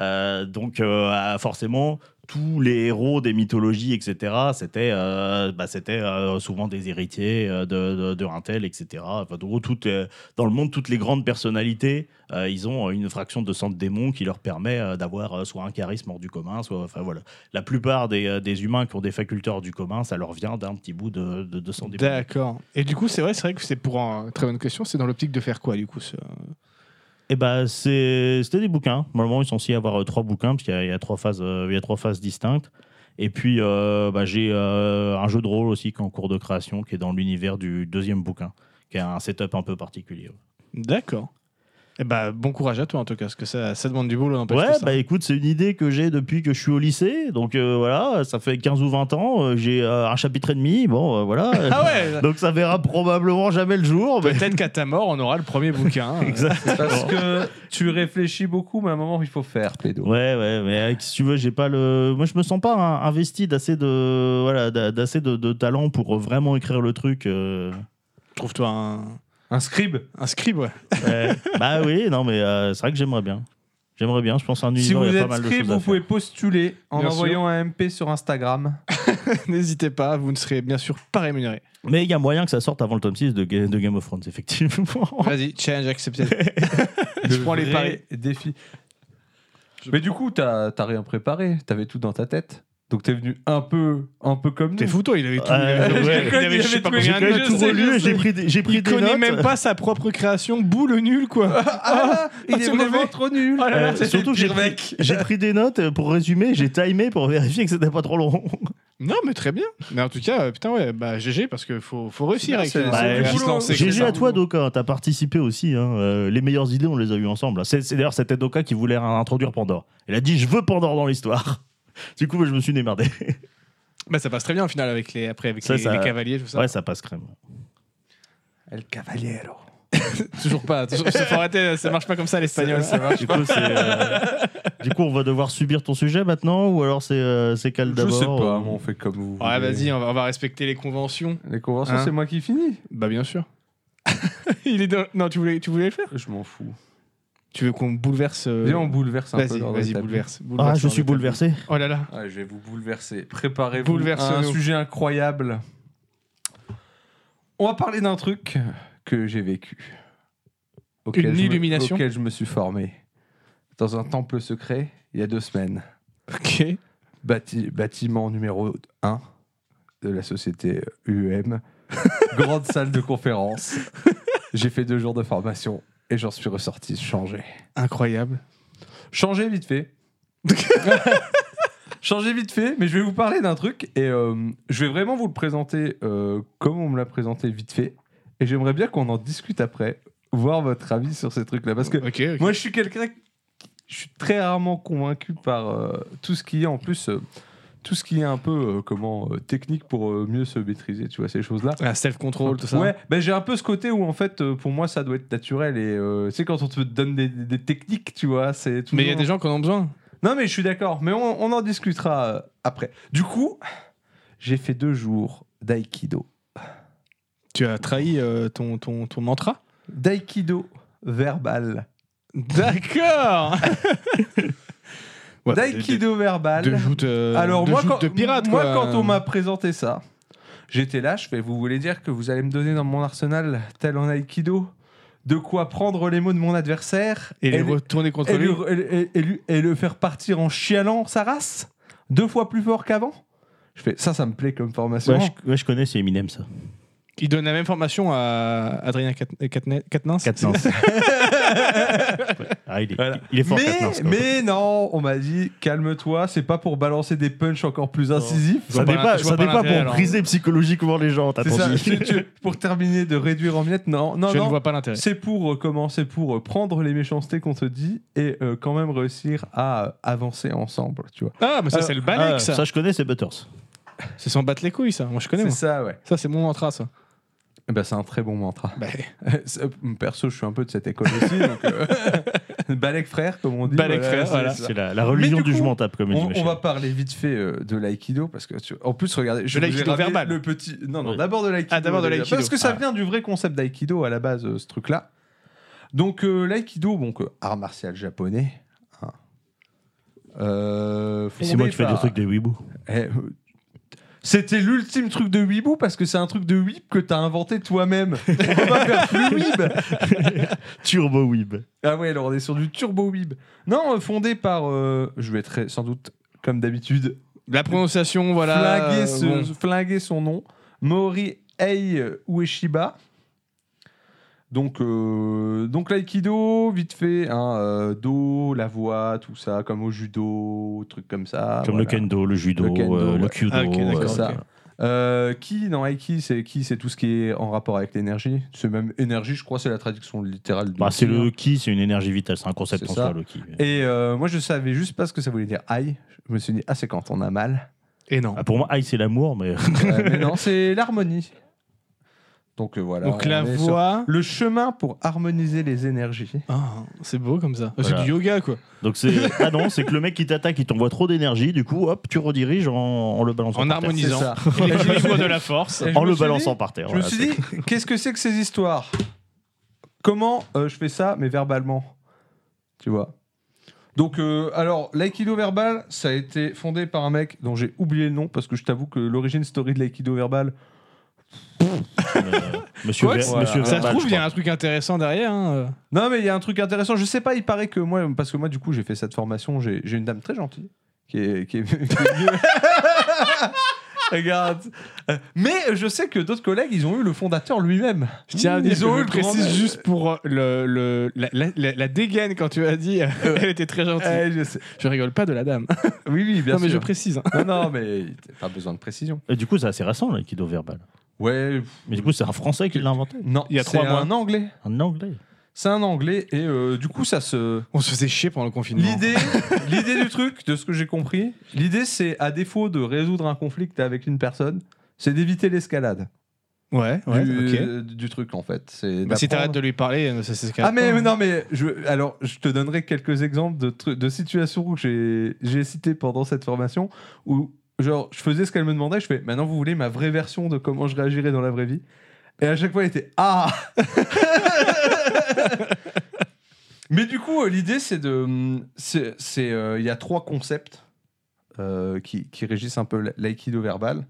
Speaker 3: Euh, donc, euh, ah, forcément, tous les héros des mythologies, etc., c'était euh, bah, c'était, euh, souvent des héritiers euh, de, de, de un tel, etc. Enfin, en gros, toutes, euh, dans le monde, toutes les grandes personnalités, euh, ils ont euh, une fraction de sang de démon qui leur permet euh, d'avoir euh, soit un charisme hors du commun, soit. Enfin, voilà la plupart des, euh, des humains qui ont des facultés hors du commun, ça leur vient d'un petit bout de, de, de sang démon.
Speaker 1: D'accord. Et du coup, c'est vrai, c'est vrai que c'est pour un très bonne question. C'est dans l'optique de faire quoi, du coup ce-
Speaker 3: Et bah, c'est- c'était des bouquins. Normalement, ils sont censés avoir euh, trois bouquins, parce qu'il y, a- il y a trois phases, euh, il y a trois phases distinctes. Et puis, euh, bah, j'ai euh, un jeu de rôle aussi qui est en cours de création, qui est dans l'univers du deuxième bouquin, qui a un setup un peu particulier.
Speaker 1: D'accord. Eh ben, bon courage à toi, en tout cas, parce que ça, ça demande du boulot, n'empêche
Speaker 3: Ouais,
Speaker 1: que ça.
Speaker 3: bah écoute, c'est une idée que j'ai depuis que je suis au lycée. Donc euh, voilà, ça fait 15 ou 20 ans. euh, j'ai euh, un chapitre et demi. Bon, euh, voilà.
Speaker 1: Ah ouais
Speaker 3: Donc ça verra probablement jamais le jour. Mais...
Speaker 1: Peut-être qu'à ta mort, on aura le premier bouquin. euh,
Speaker 2: C'est parce que tu réfléchis beaucoup, mais à un moment, il faut faire, pédo.
Speaker 3: Ouais, ouais, mais euh, si tu veux, j'ai pas le. Moi, je me sens pas hein, investi d'assez de, voilà, d'a- d'assez de, de talent pour euh, vraiment écrire le truc. euh.
Speaker 1: Trouve-toi un,
Speaker 2: Un scribe.
Speaker 1: un scribe, ouais.
Speaker 3: Ouais. bah oui, non, mais euh, c'est vrai que j'aimerais bien. J'aimerais bien. Je pense un
Speaker 2: Si
Speaker 3: univers.
Speaker 2: vous
Speaker 3: il y a
Speaker 2: êtes
Speaker 3: pas mal de
Speaker 2: scribe,
Speaker 3: choses à
Speaker 2: vous pouvez
Speaker 3: faire.
Speaker 2: postuler en
Speaker 1: Bien sûr.
Speaker 2: envoyant un MP sur Instagram.
Speaker 1: N'hésitez pas, vous ne serez bien sûr pas rémunéré.
Speaker 3: Mais il y a moyen que ça sorte avant le tome 6 de, Ga- de Game of Thrones, effectivement.
Speaker 1: Vas-y, challenge accepted.
Speaker 2: Le
Speaker 1: je prends les paris.
Speaker 2: vrai Défi. mais du coup, t'as t'as rien préparé. T'avais tout dans ta tête. Donc t'es venu un peu, un peu comme
Speaker 1: T'es
Speaker 2: nous.
Speaker 1: fou, toi, il avait tout.
Speaker 3: Euh,
Speaker 1: il avait-
Speaker 3: ouais.
Speaker 1: il avait- je sais pas
Speaker 2: Il avait
Speaker 3: J'ai
Speaker 1: combien
Speaker 3: quand
Speaker 2: tout écrit, je
Speaker 1: de notes.
Speaker 3: même
Speaker 2: sais,
Speaker 3: tout
Speaker 2: je
Speaker 3: relu et j'ai
Speaker 2: sais.
Speaker 3: pris des, j'ai pris
Speaker 1: Il
Speaker 3: des notes.
Speaker 1: connaît même pas sa propre création, boule nul, quoi.
Speaker 2: Ah, il
Speaker 1: Ah,
Speaker 2: est
Speaker 1: c'est
Speaker 2: vraiment
Speaker 1: mauvais.
Speaker 2: trop nul.
Speaker 1: Oh là là,
Speaker 3: Euh,
Speaker 1: c'était
Speaker 3: surtout
Speaker 1: le
Speaker 3: que j'ai
Speaker 1: pire mec.
Speaker 3: pris, j'ai pris des notes euh, pour résumer, j'ai timé pour vérifier que c'était pas trop long.
Speaker 1: Non, mais très bien. Mais en tout cas, euh, putain, ouais, bah GG, parce qu'il faut, faut réussir
Speaker 2: bien,
Speaker 1: avec
Speaker 2: c'est-
Speaker 1: ça.
Speaker 2: Bah,
Speaker 1: Faut
Speaker 2: euh,
Speaker 1: juste
Speaker 2: boulot,
Speaker 1: lancer,
Speaker 2: hein.
Speaker 1: c'est
Speaker 3: GG
Speaker 1: ça.
Speaker 3: à toi Doka, t'as participé aussi. hein. Euh, les meilleures idées, on les a eues ensemble. C'est c'est- d'ailleurs c'était Doka qui voulait introduire Pandore. Elle a dit je veux Pandore dans l'histoire. Du coup, je me suis démerdé.
Speaker 1: Bah, ça passe très bien au final avec les, après, avec
Speaker 3: Ça,
Speaker 1: les,
Speaker 3: ça-
Speaker 1: les cavaliers, tout ça.
Speaker 3: Ouais, ça passe crème.
Speaker 2: El Cavaliero.
Speaker 1: Toujours pas. toujours- ça, faut arrêter, ça marche pas comme ça, l'espagnol.
Speaker 2: Ça- ça marche
Speaker 3: Du coup, c'est, euh, du coup, on va devoir subir ton sujet maintenant ou alors c'est euh, c'est calme
Speaker 2: Je
Speaker 3: d'abord.
Speaker 2: sais pas,
Speaker 3: euh,
Speaker 2: on fait comme vous.
Speaker 1: Ouais,
Speaker 2: voulez.
Speaker 1: vas-y, on va, on va respecter les conventions.
Speaker 2: Les conventions,
Speaker 1: Hein
Speaker 2: c'est moi qui finis.
Speaker 1: Bah, bien sûr. Il est dans- Non, tu voulais, tu voulais le faire
Speaker 2: Je m'en fous.
Speaker 1: Tu veux qu'on bouleverse euh,
Speaker 2: Viens, on bouleverse un peu.
Speaker 1: Vas-y,
Speaker 2: dans
Speaker 1: vas-y,
Speaker 2: l'étape.
Speaker 1: bouleverse.
Speaker 3: Ah,
Speaker 1: bouleverse
Speaker 3: je
Speaker 1: dans
Speaker 3: suis
Speaker 1: l'étape.
Speaker 3: bouleversé.
Speaker 1: Oh là là.
Speaker 2: Ouais, Ah, je vais vous bouleverser. Préparez-vous à un
Speaker 1: Bouleversez-nous.
Speaker 2: sujet incroyable. On va parler d'un truc que j'ai vécu.
Speaker 1: Une
Speaker 2: je me-
Speaker 1: illumination
Speaker 2: Auquel je me suis formé. Dans un temple secret, il y a deux semaines.
Speaker 1: Ok.
Speaker 2: Bati- bâtiment numéro 1 de la société UEM. Grande salle de conférence. J'ai fait deux jours de formation et j'en suis ressorti changé.
Speaker 1: Incroyable.
Speaker 2: Changer vite fait. Changer vite fait, mais je vais vous parler d'un truc et euh, je vais vraiment vous le présenter euh, comme on me l'a présenté vite fait. Et j'aimerais bien qu'on en discute après, voir votre avis sur ces trucs-là. Parce que
Speaker 1: Ok. ok.
Speaker 2: moi, je suis quelqu'un. qui- Je suis très rarement convaincu par euh, tout ce qui est en plus. euh, tout ce qui est un peu euh, comment euh, technique pour euh, mieux se maîtriser, tu vois, ces choses-là.
Speaker 1: Ah, self-control, tout ça.
Speaker 2: Ouais, ben j'ai un peu ce côté où en fait, euh, pour moi, ça doit être naturel. Et euh, tu sais, quand on te donne des, des- des techniques, tu vois, c'est
Speaker 1: Mais il y a
Speaker 2: toujours-
Speaker 1: des gens qui en ont besoin.
Speaker 2: non, mais je suis d'accord, mais on, on en discutera euh, après. Du coup, j'ai fait deux jours d'aïkido.
Speaker 1: Tu as trahi euh, ton, ton, ton mantra
Speaker 2: D'aïkido verbal.
Speaker 1: D'accord Ouais, bah,
Speaker 2: d'aïkido
Speaker 1: de-
Speaker 2: verbal.
Speaker 1: de- de joute, euh,
Speaker 2: Alors,
Speaker 1: de
Speaker 2: moi,
Speaker 1: joute
Speaker 2: quand,
Speaker 1: de pirate,
Speaker 2: moi
Speaker 1: quoi.
Speaker 2: quand on m'a présenté ça, j'étais là, je fais Vous voulez dire que vous allez me donner dans mon arsenal, tel en aïkido, de quoi prendre les mots de mon adversaire
Speaker 1: Et les
Speaker 2: lui-
Speaker 1: retourner contre
Speaker 2: et,
Speaker 1: lui.
Speaker 2: lui- et- et- et lui- et le faire partir en chialant sa race deux fois plus fort qu'avant Je fais ça, ça me plaît comme formation.
Speaker 3: Ouais, je, ouais, je connais, c'est Eminem ça.
Speaker 1: Il donne la même formation à Adrien Cat- euh, Catne- Quatennens.
Speaker 3: Ah, il, est,
Speaker 2: Voilà.
Speaker 3: il est fort
Speaker 2: mais,
Speaker 3: Quatennens, quoi.
Speaker 2: mais non, on m'a dit calme-toi, c'est pas pour balancer des punchs encore plus
Speaker 1: Oh.
Speaker 2: incisifs.
Speaker 1: vois
Speaker 3: ça
Speaker 1: pas
Speaker 3: n'est
Speaker 1: la-
Speaker 3: pas,
Speaker 1: je
Speaker 3: ça
Speaker 1: vois pas
Speaker 3: n'est pas
Speaker 1: l'intérêt,
Speaker 3: pour
Speaker 1: alors.
Speaker 3: briser psychologiquement les gens, t'as
Speaker 2: C'est ça,
Speaker 3: entendu.
Speaker 2: tu- tu- pour terminer de réduire en miettes, non, non,
Speaker 1: je ne
Speaker 2: non.
Speaker 1: vois pas l'intérêt.
Speaker 2: C'est pour euh, comment C'est pour euh, prendre les méchancetés qu'on te dit et euh, quand même réussir à euh, avancer ensemble, tu vois.
Speaker 1: Ah, mais ça,
Speaker 2: Euh,
Speaker 1: c'est le
Speaker 3: Ah,
Speaker 1: balèque, ça.
Speaker 3: je connais, c'est Butters.
Speaker 1: C'est sans battre les couilles, ça. Moi, je connais.
Speaker 2: C'est
Speaker 1: Moi.
Speaker 2: ça, ouais.
Speaker 1: Ça, c'est mon mantra, ça.
Speaker 2: Eh ben, c'est un très bon mantra.
Speaker 1: Bah,
Speaker 2: C'est- euh, Perso, je suis un peu de cette école aussi, donc euh, Balek frère, comme on dit.
Speaker 1: Balek frère,
Speaker 2: c'est
Speaker 1: voilà.
Speaker 2: ça.
Speaker 3: C'est la, la religion
Speaker 2: Mais
Speaker 3: du,
Speaker 2: du coup,
Speaker 3: je m'en tape, comme il dit
Speaker 2: On, on
Speaker 3: Michel.
Speaker 2: va parler vite fait euh, de l'aïkido parce que tu- en plus regardez, je vous
Speaker 1: De
Speaker 2: ai
Speaker 1: l'aïkido
Speaker 2: ramené
Speaker 1: verbal.
Speaker 2: le petit. Non non,
Speaker 3: Oui.
Speaker 2: d'abord de l'aïkido.
Speaker 1: Ah, d'abord de
Speaker 2: déjà,
Speaker 1: l'aïkido.
Speaker 2: Parce que ça
Speaker 1: Ah.
Speaker 2: vient du vrai concept d'aïkido à la base euh, ce truc là. Donc euh, l'aïkido, donc euh, art martial japonais. hein. Euh,
Speaker 3: Et C'est moi
Speaker 2: fondé
Speaker 3: qui fais des
Speaker 2: par-
Speaker 3: trucs de Weeboo.
Speaker 2: Eh, euh, C'était l'ultime truc de Weeboo parce que c'est un truc de Weeb que t'as inventé toi-même. On va pas faire plus Weeb.
Speaker 3: Turbo Weeb.
Speaker 2: Ah ouais, alors on est sur du turbo Weeb. Non, euh, fondé par, euh, je vais très sans doute comme d'habitude
Speaker 1: La prononciation, voilà.
Speaker 2: flinguer,
Speaker 1: euh,
Speaker 2: ce-
Speaker 1: bon.
Speaker 2: flinguer son nom, Mori Ei Ueshiba. Donc, euh, donc l'aïkido, vite fait, hein, euh, do, la voix, tout ça, comme au judo, trucs comme ça.
Speaker 3: Comme le
Speaker 2: voilà.
Speaker 3: kendo, le judo,
Speaker 2: Le
Speaker 3: le,
Speaker 2: kendo,
Speaker 3: euh, le
Speaker 2: ouais.
Speaker 3: kyudo.
Speaker 1: Ah, ok, d'accord,
Speaker 3: euh,
Speaker 2: C'est ça. Euh, qui dans Aiki, c'est qui C'est tout ce qui est en rapport avec l'énergie. C'est même énergie, je crois, c'est la traduction littérale. de-
Speaker 3: Bah, c'est le ki, c'est une énergie vitale, c'est un concept
Speaker 2: C'est
Speaker 3: en
Speaker 2: ça.
Speaker 3: soi, le ki.
Speaker 2: Et euh, moi, je savais juste pas ce que ça voulait dire. Aïe, je me suis dit, ah, c'est quand on a mal.
Speaker 1: Et non.
Speaker 3: Ah, pour moi, aïe, c'est l'amour, mais.
Speaker 2: Euh, mais non, c'est l'harmonie. Donc euh, voilà.
Speaker 1: Donc
Speaker 2: on
Speaker 1: la
Speaker 2: est sur-
Speaker 1: voix.
Speaker 2: Le chemin pour harmoniser les énergies.
Speaker 1: Ah, c'est beau comme ça.
Speaker 3: Voilà.
Speaker 1: C'est du yoga, quoi.
Speaker 3: Donc c'est ah non, c'est que le mec qui t'attaque, il t'envoie trop d'énergie, du coup, hop, tu rediriges en, en le balançant.
Speaker 1: En
Speaker 3: par terre.
Speaker 1: harmonisant.
Speaker 2: ça. Et je me suis
Speaker 1: L'équilibre
Speaker 2: dit-
Speaker 1: de la force.
Speaker 2: et je
Speaker 3: En
Speaker 2: me
Speaker 3: le
Speaker 2: suis dit-
Speaker 3: balançant par terre.
Speaker 2: Je me
Speaker 3: voilà,
Speaker 2: suis
Speaker 3: c'est-
Speaker 2: dit, qu'est-ce que c'est que ces histoires Comment euh, je fais ça, mais verbalement Tu vois donc, euh, alors, l'aïkido verbal, ça a été fondé par un mec dont j'ai oublié le nom parce que je t'avoue que l'origine story de l'aïkido verbal,
Speaker 3: euh, Monsieur,
Speaker 1: Quoi
Speaker 3: Ver-
Speaker 2: Voilà.
Speaker 3: Monsieur
Speaker 2: Ça
Speaker 1: Ça se
Speaker 3: Verbal,
Speaker 1: trouve,
Speaker 3: je
Speaker 1: il y
Speaker 3: crois.
Speaker 1: a un truc intéressant derrière. hein.
Speaker 2: Non, mais il y a un truc intéressant. Je sais pas, il paraît que moi, parce que moi, du coup, j'ai fait cette formation. J'ai j'ai une dame très gentille qui est. qui est- qui est- Regarde. Euh, Mais je sais que d'autres collègues, ils ont eu le fondateur lui-même.
Speaker 1: Je tiens à dire
Speaker 2: Ils
Speaker 1: que
Speaker 2: ont
Speaker 1: je
Speaker 2: eu
Speaker 1: le
Speaker 2: le grand-
Speaker 1: précise juste pour euh, le, le- la, la- la- la dégaine quand tu as dit. euh, Elle était très gentille.
Speaker 2: Euh, je sais.
Speaker 1: Je rigole pas de la dame.
Speaker 2: Oui, oui, bien
Speaker 1: non, mais je
Speaker 2: sûr.
Speaker 1: précise.
Speaker 2: non,
Speaker 1: hein.
Speaker 2: non, mais t'as pas besoin de précision.
Speaker 3: Et du coup, c'est assez récent, l'aïkido verbal.
Speaker 2: Ouais, pff,
Speaker 3: Mais du coup, c'est un Français qui l'a inventé.
Speaker 2: non.
Speaker 1: Il y a
Speaker 2: c'est
Speaker 1: trois mois.
Speaker 2: un anglais.
Speaker 3: Un Anglais.
Speaker 2: C'est un anglais et euh, du coup, ça se.
Speaker 1: On se faisait chier pendant le confinement.
Speaker 2: L'idée, l'idée du truc, de ce que j'ai compris, l'idée, c'est à défaut de résoudre un conflit que t'as avec une personne, c'est d'éviter l'escalade.
Speaker 1: Ouais, ouais,
Speaker 2: du,
Speaker 1: ok.
Speaker 2: du truc en fait. C'est
Speaker 1: Bah,
Speaker 2: d'apprendre-
Speaker 1: si t'arrêtes de lui parler, euh, ça s'escalade.
Speaker 2: Ah mais
Speaker 1: pas, hein.
Speaker 2: non mais je alors je te donnerai quelques exemples de tru- de situations que j'ai j'ai cité pendant cette formation où genre je faisais ce qu'elle me demandait je fais maintenant vous voulez ma vraie version de comment je réagirais dans la vraie vie et à chaque fois elle était ah mais du coup euh, l'idée c'est de hum, c'est c'est, euh, il y a trois concepts euh, qui, qui régissent un peu l'a- l'aïkido verbal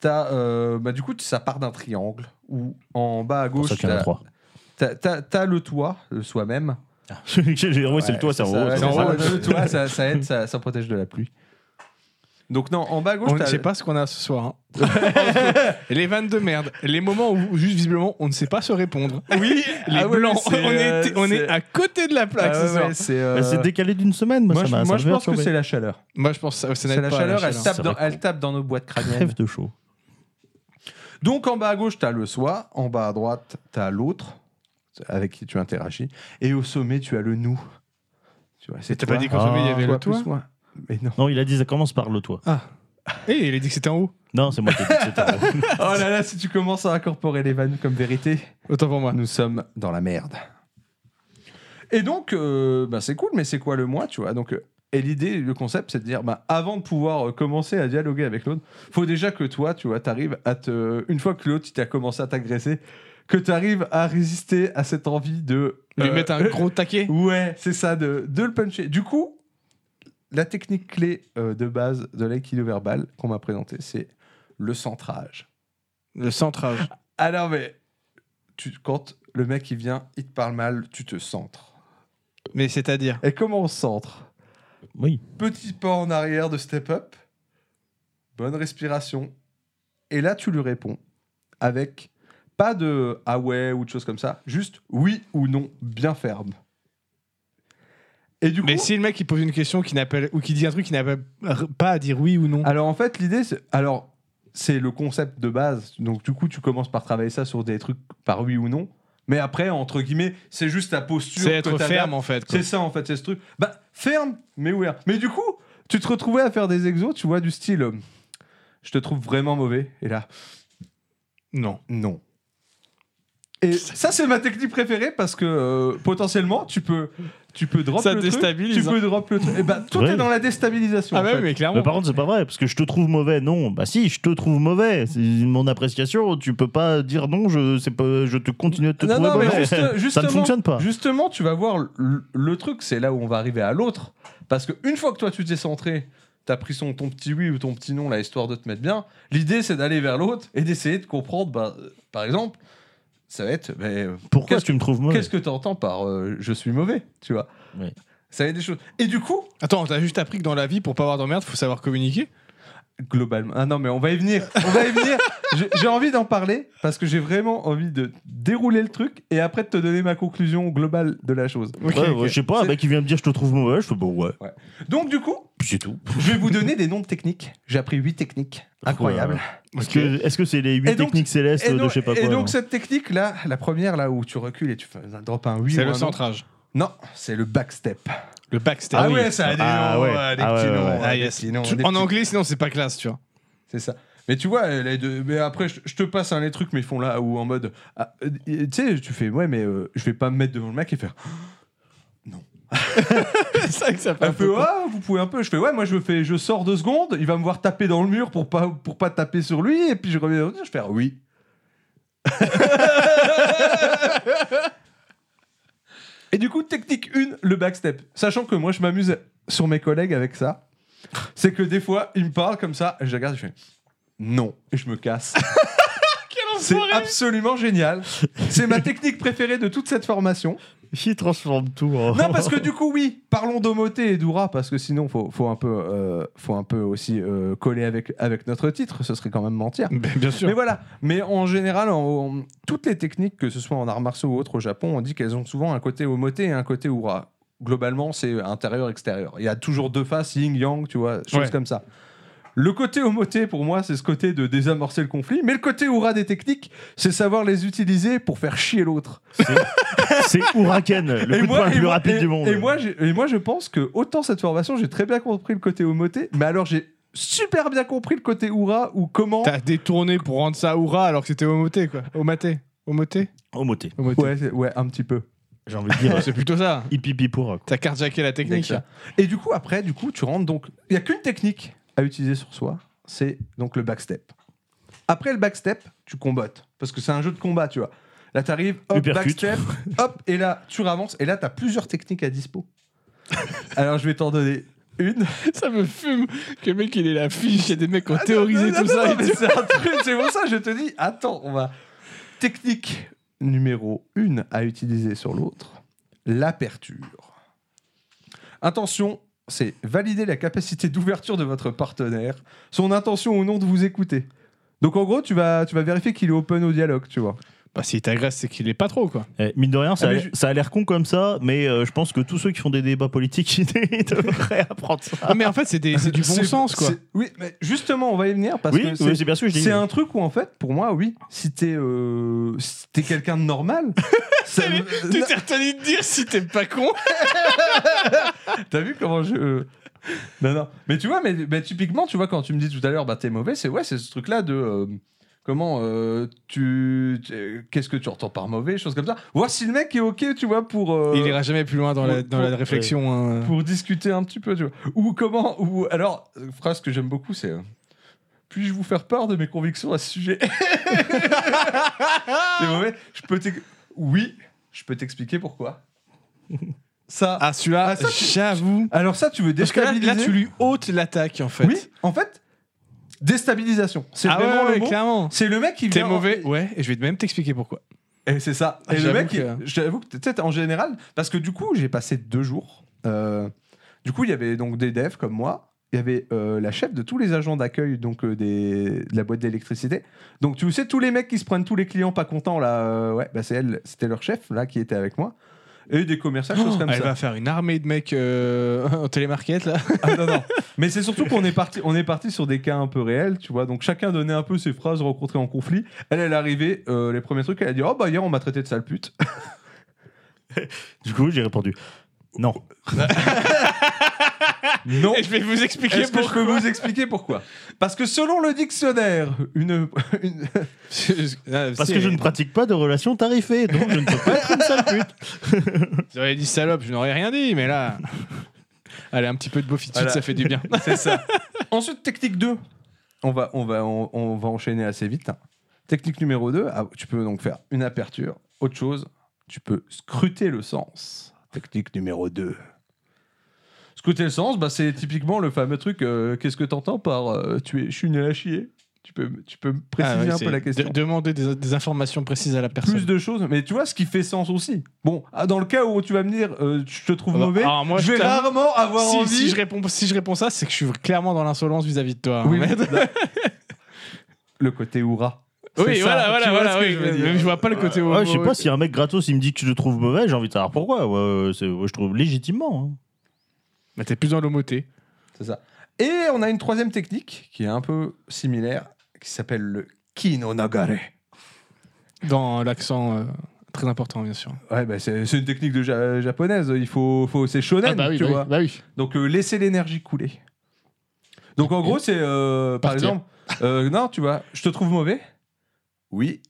Speaker 2: T'as, euh, bah, du coup ça part d'un triangle où en bas à
Speaker 3: Pour
Speaker 2: gauche
Speaker 3: ça qu'il y en a
Speaker 2: t'as-
Speaker 3: trois.
Speaker 2: T'as- T'as t'as le toit, le soi-même.
Speaker 3: J'ai- j'ai- ouais, c'est le
Speaker 2: Ouais,
Speaker 3: toit, c'est en haut.
Speaker 2: ça, ouais,
Speaker 3: c'est
Speaker 2: c'est
Speaker 3: en
Speaker 2: ça,
Speaker 3: haut.
Speaker 1: haut.
Speaker 2: Le toit, ça, ça aide, ça, ça protège de la pluie. Donc non, en bas à gauche,
Speaker 1: On ne
Speaker 2: t'as-
Speaker 1: sait pas ce qu'on a ce soir. hein. les vannes de merde, les moments où juste visiblement on ne sait pas se répondre.
Speaker 2: Oui,
Speaker 1: Les
Speaker 2: ah ouais,
Speaker 1: blancs,
Speaker 2: c'est,
Speaker 1: on, est,
Speaker 2: euh,
Speaker 1: on est
Speaker 2: c'est-
Speaker 1: à côté de la
Speaker 2: Ah
Speaker 1: plaque
Speaker 2: ouais,
Speaker 1: ce soir.
Speaker 2: ouais, c'est, euh,
Speaker 3: Bah, C'est décalé d'une semaine, moi,
Speaker 2: Moi,
Speaker 3: ça
Speaker 2: je,
Speaker 3: m'a- ça
Speaker 2: moi,
Speaker 3: m'a
Speaker 2: je pense que
Speaker 3: perturbé.
Speaker 2: c'est la chaleur.
Speaker 1: Moi je pense que ça, ça
Speaker 2: C'est
Speaker 1: n'aide
Speaker 2: la
Speaker 1: pas euh, à
Speaker 2: chaleur, elle,
Speaker 1: chaleur.
Speaker 2: tape
Speaker 3: C'est
Speaker 2: dans,
Speaker 3: vrai
Speaker 2: elle tape dans nos boîtes crâniennes.
Speaker 3: Crève de chaud.
Speaker 2: Donc en bas à gauche, t'as le soi, en bas à droite, t'as l'autre avec qui tu interagis, et au sommet, tu as le nous. Tu vois, c'est
Speaker 1: T'as pas
Speaker 2: toi,
Speaker 1: dit qu'au sommet il y
Speaker 3: Ah,
Speaker 1: avait le
Speaker 2: toi
Speaker 1: toit
Speaker 2: plus moi. Mais non.
Speaker 3: Non, il a dit, ça commence par le toit.
Speaker 2: hein.
Speaker 1: Eh, il a dit que c'était en haut.
Speaker 3: Non, c'est moi qui ai dit que c'était en haut.
Speaker 2: Oh là là, si tu commences à incorporer les vannes comme vérité.
Speaker 1: Autant pour moi.
Speaker 2: nous sommes dans la merde. Et donc, euh, bah, c'est cool, mais c'est quoi le moi, tu vois donc, euh, Et l'idée, le concept, c'est de dire, bah, avant de pouvoir euh, commencer à dialoguer avec l'autre, faut déjà que toi, tu vois, t'arrives à te... Une fois que l'autre, il t'a commencé à t'agresser, que t'arrives à résister à cette envie de...
Speaker 1: Lui
Speaker 2: euh,
Speaker 1: mettre un gros taquet.
Speaker 2: Ouais, c'est ça, de, de le puncher. Du coup, la technique clé euh, de base de l'aïkido verbal qu'on m'a présenté, c'est le centrage.
Speaker 1: Le centrage.
Speaker 2: Alors, mais Ah tu, quand Le mec, il vient, il te parle mal, tu te centres.
Speaker 1: Mais c'est-à-dire
Speaker 2: Et comment on centre
Speaker 3: Oui.
Speaker 2: Petit pas en arrière de step up. Bonne respiration. Et là, tu lui réponds avec pas de ah ouais ou de choses comme ça, juste oui ou non, bien ferme. Et du coup,
Speaker 1: Mais si le mec il pose une question qui n'appelle ou qui dit un truc qui n'a pas- pas à dire oui ou non.
Speaker 2: Alors en fait, l'idée, c'est... Alors, c'est le concept de base. Donc du coup, tu commences par travailler ça sur des trucs par oui ou non. Mais après, entre guillemets, c'est juste ta posture.
Speaker 1: C'est
Speaker 2: que
Speaker 1: être
Speaker 2: t'adaptes.
Speaker 1: ferme en fait. quoi.
Speaker 2: C'est ça en fait, c'est ce truc. Bah, ferme, mais ouvert. Mais du coup, tu te retrouvais à faire des exos, tu vois, du style... euh, Je te trouve vraiment mauvais. Et là,
Speaker 1: Non.
Speaker 2: non. Et ça, c'est ma technique préférée parce que euh, potentiellement, tu peux... Tu peux drop
Speaker 1: Ça
Speaker 2: le truc.
Speaker 1: déstabilise, hein.
Speaker 2: Tu peux drop le truc. Et bah, tout
Speaker 3: Ouais.
Speaker 2: est dans la déstabilisation.
Speaker 1: Ah
Speaker 2: en
Speaker 1: ouais,
Speaker 2: fait.
Speaker 1: mais
Speaker 3: Mais
Speaker 1: clairement.
Speaker 3: par contre, c'est pas vrai, parce que je te trouve mauvais. Non, bah si, je te trouve mauvais. C'est mon appréciation. Tu peux pas dire non, je, c'est pas, je te continue de te
Speaker 2: Non,
Speaker 3: trouver
Speaker 2: non, mais
Speaker 3: mauvais.
Speaker 2: juste-
Speaker 3: ça ne
Speaker 2: justement-
Speaker 3: fonctionne pas.
Speaker 2: Justement, tu vas voir le- le, le truc, c'est là où on va arriver à l'autre. Parce que une fois que toi, tu t'es centré, t'as pris son, ton petit oui ou ton petit non, la histoire de te mettre bien, l'idée, c'est d'aller vers l'autre et d'essayer de comprendre, bah, euh, par exemple, ça va être, mais, euh,
Speaker 3: Pourquoi
Speaker 2: qu'est-ce
Speaker 3: tu me trouves mauvais
Speaker 2: qu'est-ce que tu entends par euh, je suis mauvais, tu vois
Speaker 3: Ouais.
Speaker 2: Ça va être des choses. Et du coup,
Speaker 1: Attends, t'as juste appris que dans la vie, pour pas avoir d'emmerde, faut savoir communiquer.
Speaker 2: globalement. Ah non, mais on va y venir. On va y venir. J'ai- J'ai envie d'en parler parce que j'ai vraiment envie de dérouler le truc et après de te donner ma conclusion globale de la chose.
Speaker 1: Ok,
Speaker 3: Ouais,
Speaker 1: ok.
Speaker 3: ouais, Je sais pas, un
Speaker 2: C'est-
Speaker 3: mec qui vient me dire je te trouve mauvais, je fais bon ouais,
Speaker 2: Donc, du coup,
Speaker 3: puis c'est tout.
Speaker 2: Je vais vous donner des noms de techniques. J'ai appris huit techniques. Incroyable.
Speaker 3: Est-ce
Speaker 1: Ok.
Speaker 3: que est-ce que c'est les 8
Speaker 2: Et donc-
Speaker 3: techniques célestes
Speaker 2: Et
Speaker 3: de
Speaker 2: donc,
Speaker 3: je sais pas
Speaker 2: et
Speaker 3: quoi hein.
Speaker 2: donc
Speaker 3: non
Speaker 2: cette technique là, la première là où tu recules et tu fais un drop un 8
Speaker 1: C'est le centrage.
Speaker 2: Non, c'est le backstep.
Speaker 1: Le backstep.
Speaker 2: Ah,
Speaker 3: oui.
Speaker 2: ouais, ça a des
Speaker 3: Ah
Speaker 2: noms,
Speaker 3: ouais.
Speaker 2: euh, des
Speaker 3: Ah
Speaker 2: petits
Speaker 3: ouais,
Speaker 2: noms,
Speaker 3: ouais, ouais.
Speaker 2: euh,
Speaker 1: Ah,
Speaker 2: des
Speaker 1: yes.
Speaker 2: petits noms,
Speaker 1: Tu-
Speaker 2: des
Speaker 1: en
Speaker 2: petits-
Speaker 1: anglais, sinon c'est pas classe, tu vois.
Speaker 2: C'est ça. Mais tu vois, les deux- mais après je, je te passe un les trucs mais ils font là ou en mode ah, euh, tu sais, tu fais ouais mais euh, je vais pas me mettre devant le mec et faire
Speaker 1: c'est vrai que ça fait
Speaker 2: un
Speaker 1: un peu
Speaker 2: peu
Speaker 1: peur.
Speaker 2: ah, vous pouvez un peu je fais ouais moi je fais je sors deux secondes, il va me voir taper dans le mur pour pas pour pas taper sur lui et puis je reviens je fais ah, oui. Et du coup, technique 1, le backstep. Sachant que moi, je m'amuse sur mes collègues avec ça. C'est que des fois, ils me parlent comme ça, et je les regarde, et je fais non, et je me casse. C'est absolument génial. C'est ma technique préférée de toute cette formation.
Speaker 3: Il transforme tout. en-
Speaker 2: Non, parce que du coup, oui, parlons d'Omoté et d'Oura, parce que sinon, faut, faut, un, peu, euh, faut un peu aussi euh, coller avec, avec notre titre, ce serait quand même mentir.
Speaker 1: Ben, Bien sûr.
Speaker 2: Mais voilà, mais en général, en- en- toutes les techniques, que ce soit en arts martiaux ou autre au Japon, on dit qu'elles ont souvent un côté omoté et un côté ura. Globalement, c'est intérieur-extérieur. Il y a toujours deux faces, yin-yang, tu vois, choses
Speaker 1: Ouais.
Speaker 2: comme ça. Le côté omoté, pour moi, c'est ce côté de désamorcer le conflit, mais le côté ura des techniques, c'est savoir les utiliser pour faire chier l'autre.
Speaker 3: C'est Huracan, le coup de poing le
Speaker 2: et
Speaker 3: plus rapide
Speaker 2: et-
Speaker 3: du monde.
Speaker 2: et moi, j'ai- et moi, je pense que autant cette formation, j'ai très bien compris le côté omoté, mais alors j'ai super bien compris le côté ura ou comment.
Speaker 1: T'as détourné pour rendre ça hurrah alors que c'était homoté, quoi. Omaté. Omoté
Speaker 3: Au Oh, moté,
Speaker 1: Omoté.
Speaker 2: Ouais, c'est- ouais, un petit peu.
Speaker 3: j'ai envie de dire. euh,
Speaker 1: C'est plutôt ça.
Speaker 3: Hippie pipoura.
Speaker 1: T'as carjacké la technique.
Speaker 2: D'accord. Et du coup, après, du coup, tu rentres donc. Il n'y a qu'une technique à utiliser sur soi, c'est donc le backstep. Après le backstep, tu combattes. Parce que c'est un jeu de combat, tu vois. Là, t'arrives, hop,
Speaker 3: Uppercut.
Speaker 2: backstep, hop, et là, tu ravances. Et là, t'as plusieurs techniques à dispo. Alors, je vais t'en donner une.
Speaker 1: Ça me fume que le mec il est la fiche, il y a des mecs qui ont théorisé
Speaker 2: Ah Non, non,
Speaker 1: tout
Speaker 2: non,
Speaker 1: ça.
Speaker 2: non, mais c'est un truc, c'est pour ça, je te dis, attends, on va. Technique numéro une à utiliser sur l'autre, l'aperture. Intention, c'est valider la capacité d'ouverture de votre partenaire, son intention ou non de vous écouter. Donc en gros, tu vas, tu vas vérifier qu'il est open au dialogue, tu vois.
Speaker 1: Bah, s'il t'agresse, c'est qu'il est pas trop, quoi.
Speaker 3: Eh, mine de rien, ça,
Speaker 2: Ah,
Speaker 3: a,
Speaker 2: mais je-
Speaker 3: ça a l'air con comme ça, mais euh, je pense que tous ceux qui font des débats politiques devraient apprendre ça.
Speaker 1: Ah, mais en fait, c'est des- c'est du bon
Speaker 2: C'est-
Speaker 1: sens, quoi.
Speaker 2: c'est- Oui, mais justement, on va y venir parce
Speaker 3: oui,
Speaker 2: que
Speaker 3: oui,
Speaker 2: c'est-
Speaker 3: c'est bien sûr, je dis.
Speaker 2: c'est un truc où en fait, pour moi, oui, si t'es euh, si t'es quelqu'un de normal, ça-
Speaker 1: Tu t'es retenu de dire si t'es pas con.
Speaker 2: T'as vu comment je. euh, Non, non. Mais tu vois, mais, mais typiquement, tu vois, quand tu me dis tout à l'heure, bah t'es mauvais, c'est ouais, c'est ce truc-là de. euh, comment euh, tu. tu- euh, Qu'est-ce que tu entends par mauvais, choses comme ça. Voir si le mec est OK, tu vois, pour. euh,
Speaker 1: Il ira jamais plus loin dans la, dans la
Speaker 2: pour-
Speaker 1: réflexion. hein.
Speaker 2: pour discuter un petit peu, tu vois. Ou comment. Ou alors, euh, phrase que j'aime beaucoup, c'est. euh, puis-je vous faire part de mes convictions à ce sujet C'est mauvais. Je peux t'ex- Oui, je peux t'expliquer pourquoi. Ça.
Speaker 1: Ah, celui-là,
Speaker 2: Ah, ça, tu-
Speaker 1: j'avoue.
Speaker 2: Alors ça, tu veux
Speaker 1: Parce que là,
Speaker 2: déstabiliser
Speaker 1: là, tu lui ôtes l'attaque, en fait.
Speaker 2: Oui, en fait, déstabilisation. C'est
Speaker 1: ah ouais,
Speaker 2: vraiment
Speaker 1: ouais,
Speaker 2: le mot.
Speaker 1: clairement.
Speaker 2: C'est le mec qui
Speaker 1: T'es
Speaker 2: vient.
Speaker 1: mauvais, ouais, et je vais même t'expliquer pourquoi.
Speaker 2: Et c'est ça. Et le
Speaker 1: J'avoue
Speaker 2: mec,
Speaker 1: que-
Speaker 2: il- j'avoue que peut-être en général, parce que du coup, j'ai passé deux jours. euh, du coup, il y avait donc des devs comme moi. Il y avait euh, la chef de tous les agents d'accueil donc euh, des, de la boîte d'électricité. Donc tu sais tous les mecs qui se prennent tous les clients pas contents là, euh, ouais, bah c'est elle, c'était leur chef là qui était avec moi. Et des commerciaux, choses comme
Speaker 1: Oh, Elle
Speaker 2: ça.
Speaker 1: va faire une armée de mecs euh, en télémarket là.
Speaker 2: Ah, non, non. Mais c'est surtout qu'on est parti, on est parti sur des cas un peu réels, tu vois. Donc chacun donnait un peu ses phrases rencontrées en conflit. Elle, elle est arrivée, euh, les premiers trucs, elle a dit oh bah hier on m'a traité de sale pute.
Speaker 3: Du coup, j'ai répondu non.
Speaker 2: non.
Speaker 1: Et je vais vous expliquer
Speaker 2: Est-ce que je peux
Speaker 1: pourquoi.
Speaker 2: vous expliquer pourquoi Parce que selon le dictionnaire, une, une-
Speaker 1: Ah,
Speaker 3: Parce que je ne pratique pas de relations tarifées, donc je ne peux pas être une sale pute.
Speaker 1: J'aurais dit salope, je n'aurais rien dit, mais là. Allez, un petit peu de beaufitude,
Speaker 2: Voilà.
Speaker 1: ça fait du bien.
Speaker 2: c'est ça. Ensuite, technique 2. On va, on va, on, on va enchaîner assez vite. hein. Technique numéro 2, ah, tu peux donc faire une aperture. Autre chose, tu peux scruter le sens. Technique numéro 2. Scruter le sens, bah, c'est typiquement le fameux truc euh, qu'est-ce que t'entends par euh, tu es, je suis nul à chier Tu peux, tu peux préciser
Speaker 1: Ah ouais,
Speaker 2: un
Speaker 1: c'est
Speaker 2: peu la question.
Speaker 1: de- demander des, des informations précises à la personne.
Speaker 2: plus de choses, mais tu vois ce qui fait sens aussi. Bon, ah, dans le cas où tu vas me dire euh, je te trouve
Speaker 1: Ah bah,
Speaker 2: mauvais,
Speaker 1: alors moi,
Speaker 2: je
Speaker 1: je
Speaker 2: vais
Speaker 1: t'avoue-
Speaker 2: rarement avoir
Speaker 1: si,
Speaker 2: envie.
Speaker 1: si je réponds, si je réponds ça, c'est que je suis clairement dans l'insolence vis-à-vis de toi. hein,
Speaker 2: Oui,
Speaker 1: mais-
Speaker 2: mais- le côté hurra.
Speaker 1: Oui,
Speaker 2: C'est
Speaker 1: voilà,
Speaker 2: ça,
Speaker 1: voilà,
Speaker 2: tu vois
Speaker 1: voilà.
Speaker 2: ce que
Speaker 1: oui,
Speaker 2: je veux
Speaker 1: mais-
Speaker 2: dire.
Speaker 1: mais je vois pas le côté.
Speaker 3: Ouais, je sais
Speaker 1: homo-
Speaker 3: pas si un mec gratos il me dit que tu le trouves mauvais, j'ai envie de savoir pourquoi. Ouais, euh, c'est- ouais, je trouve légitimement. hein.
Speaker 1: Mais t'es plus dans l'homoté.
Speaker 2: C'est ça. Et on a une troisième technique qui est un peu similaire, qui s'appelle le kinonagare.
Speaker 1: Dans l'accent euh, très important, bien sûr.
Speaker 2: Ouais, bah, c'est c'est une technique de ja- japonaise. Il faut, faut c'est shonen, tu vois.
Speaker 1: Ah, bah oui.
Speaker 2: Donc euh, laisser l'énergie couler. Donc en gros, c'est euh, par
Speaker 1: Partir.
Speaker 2: exemple, euh, non, tu vois, je te trouve mauvais. Oui.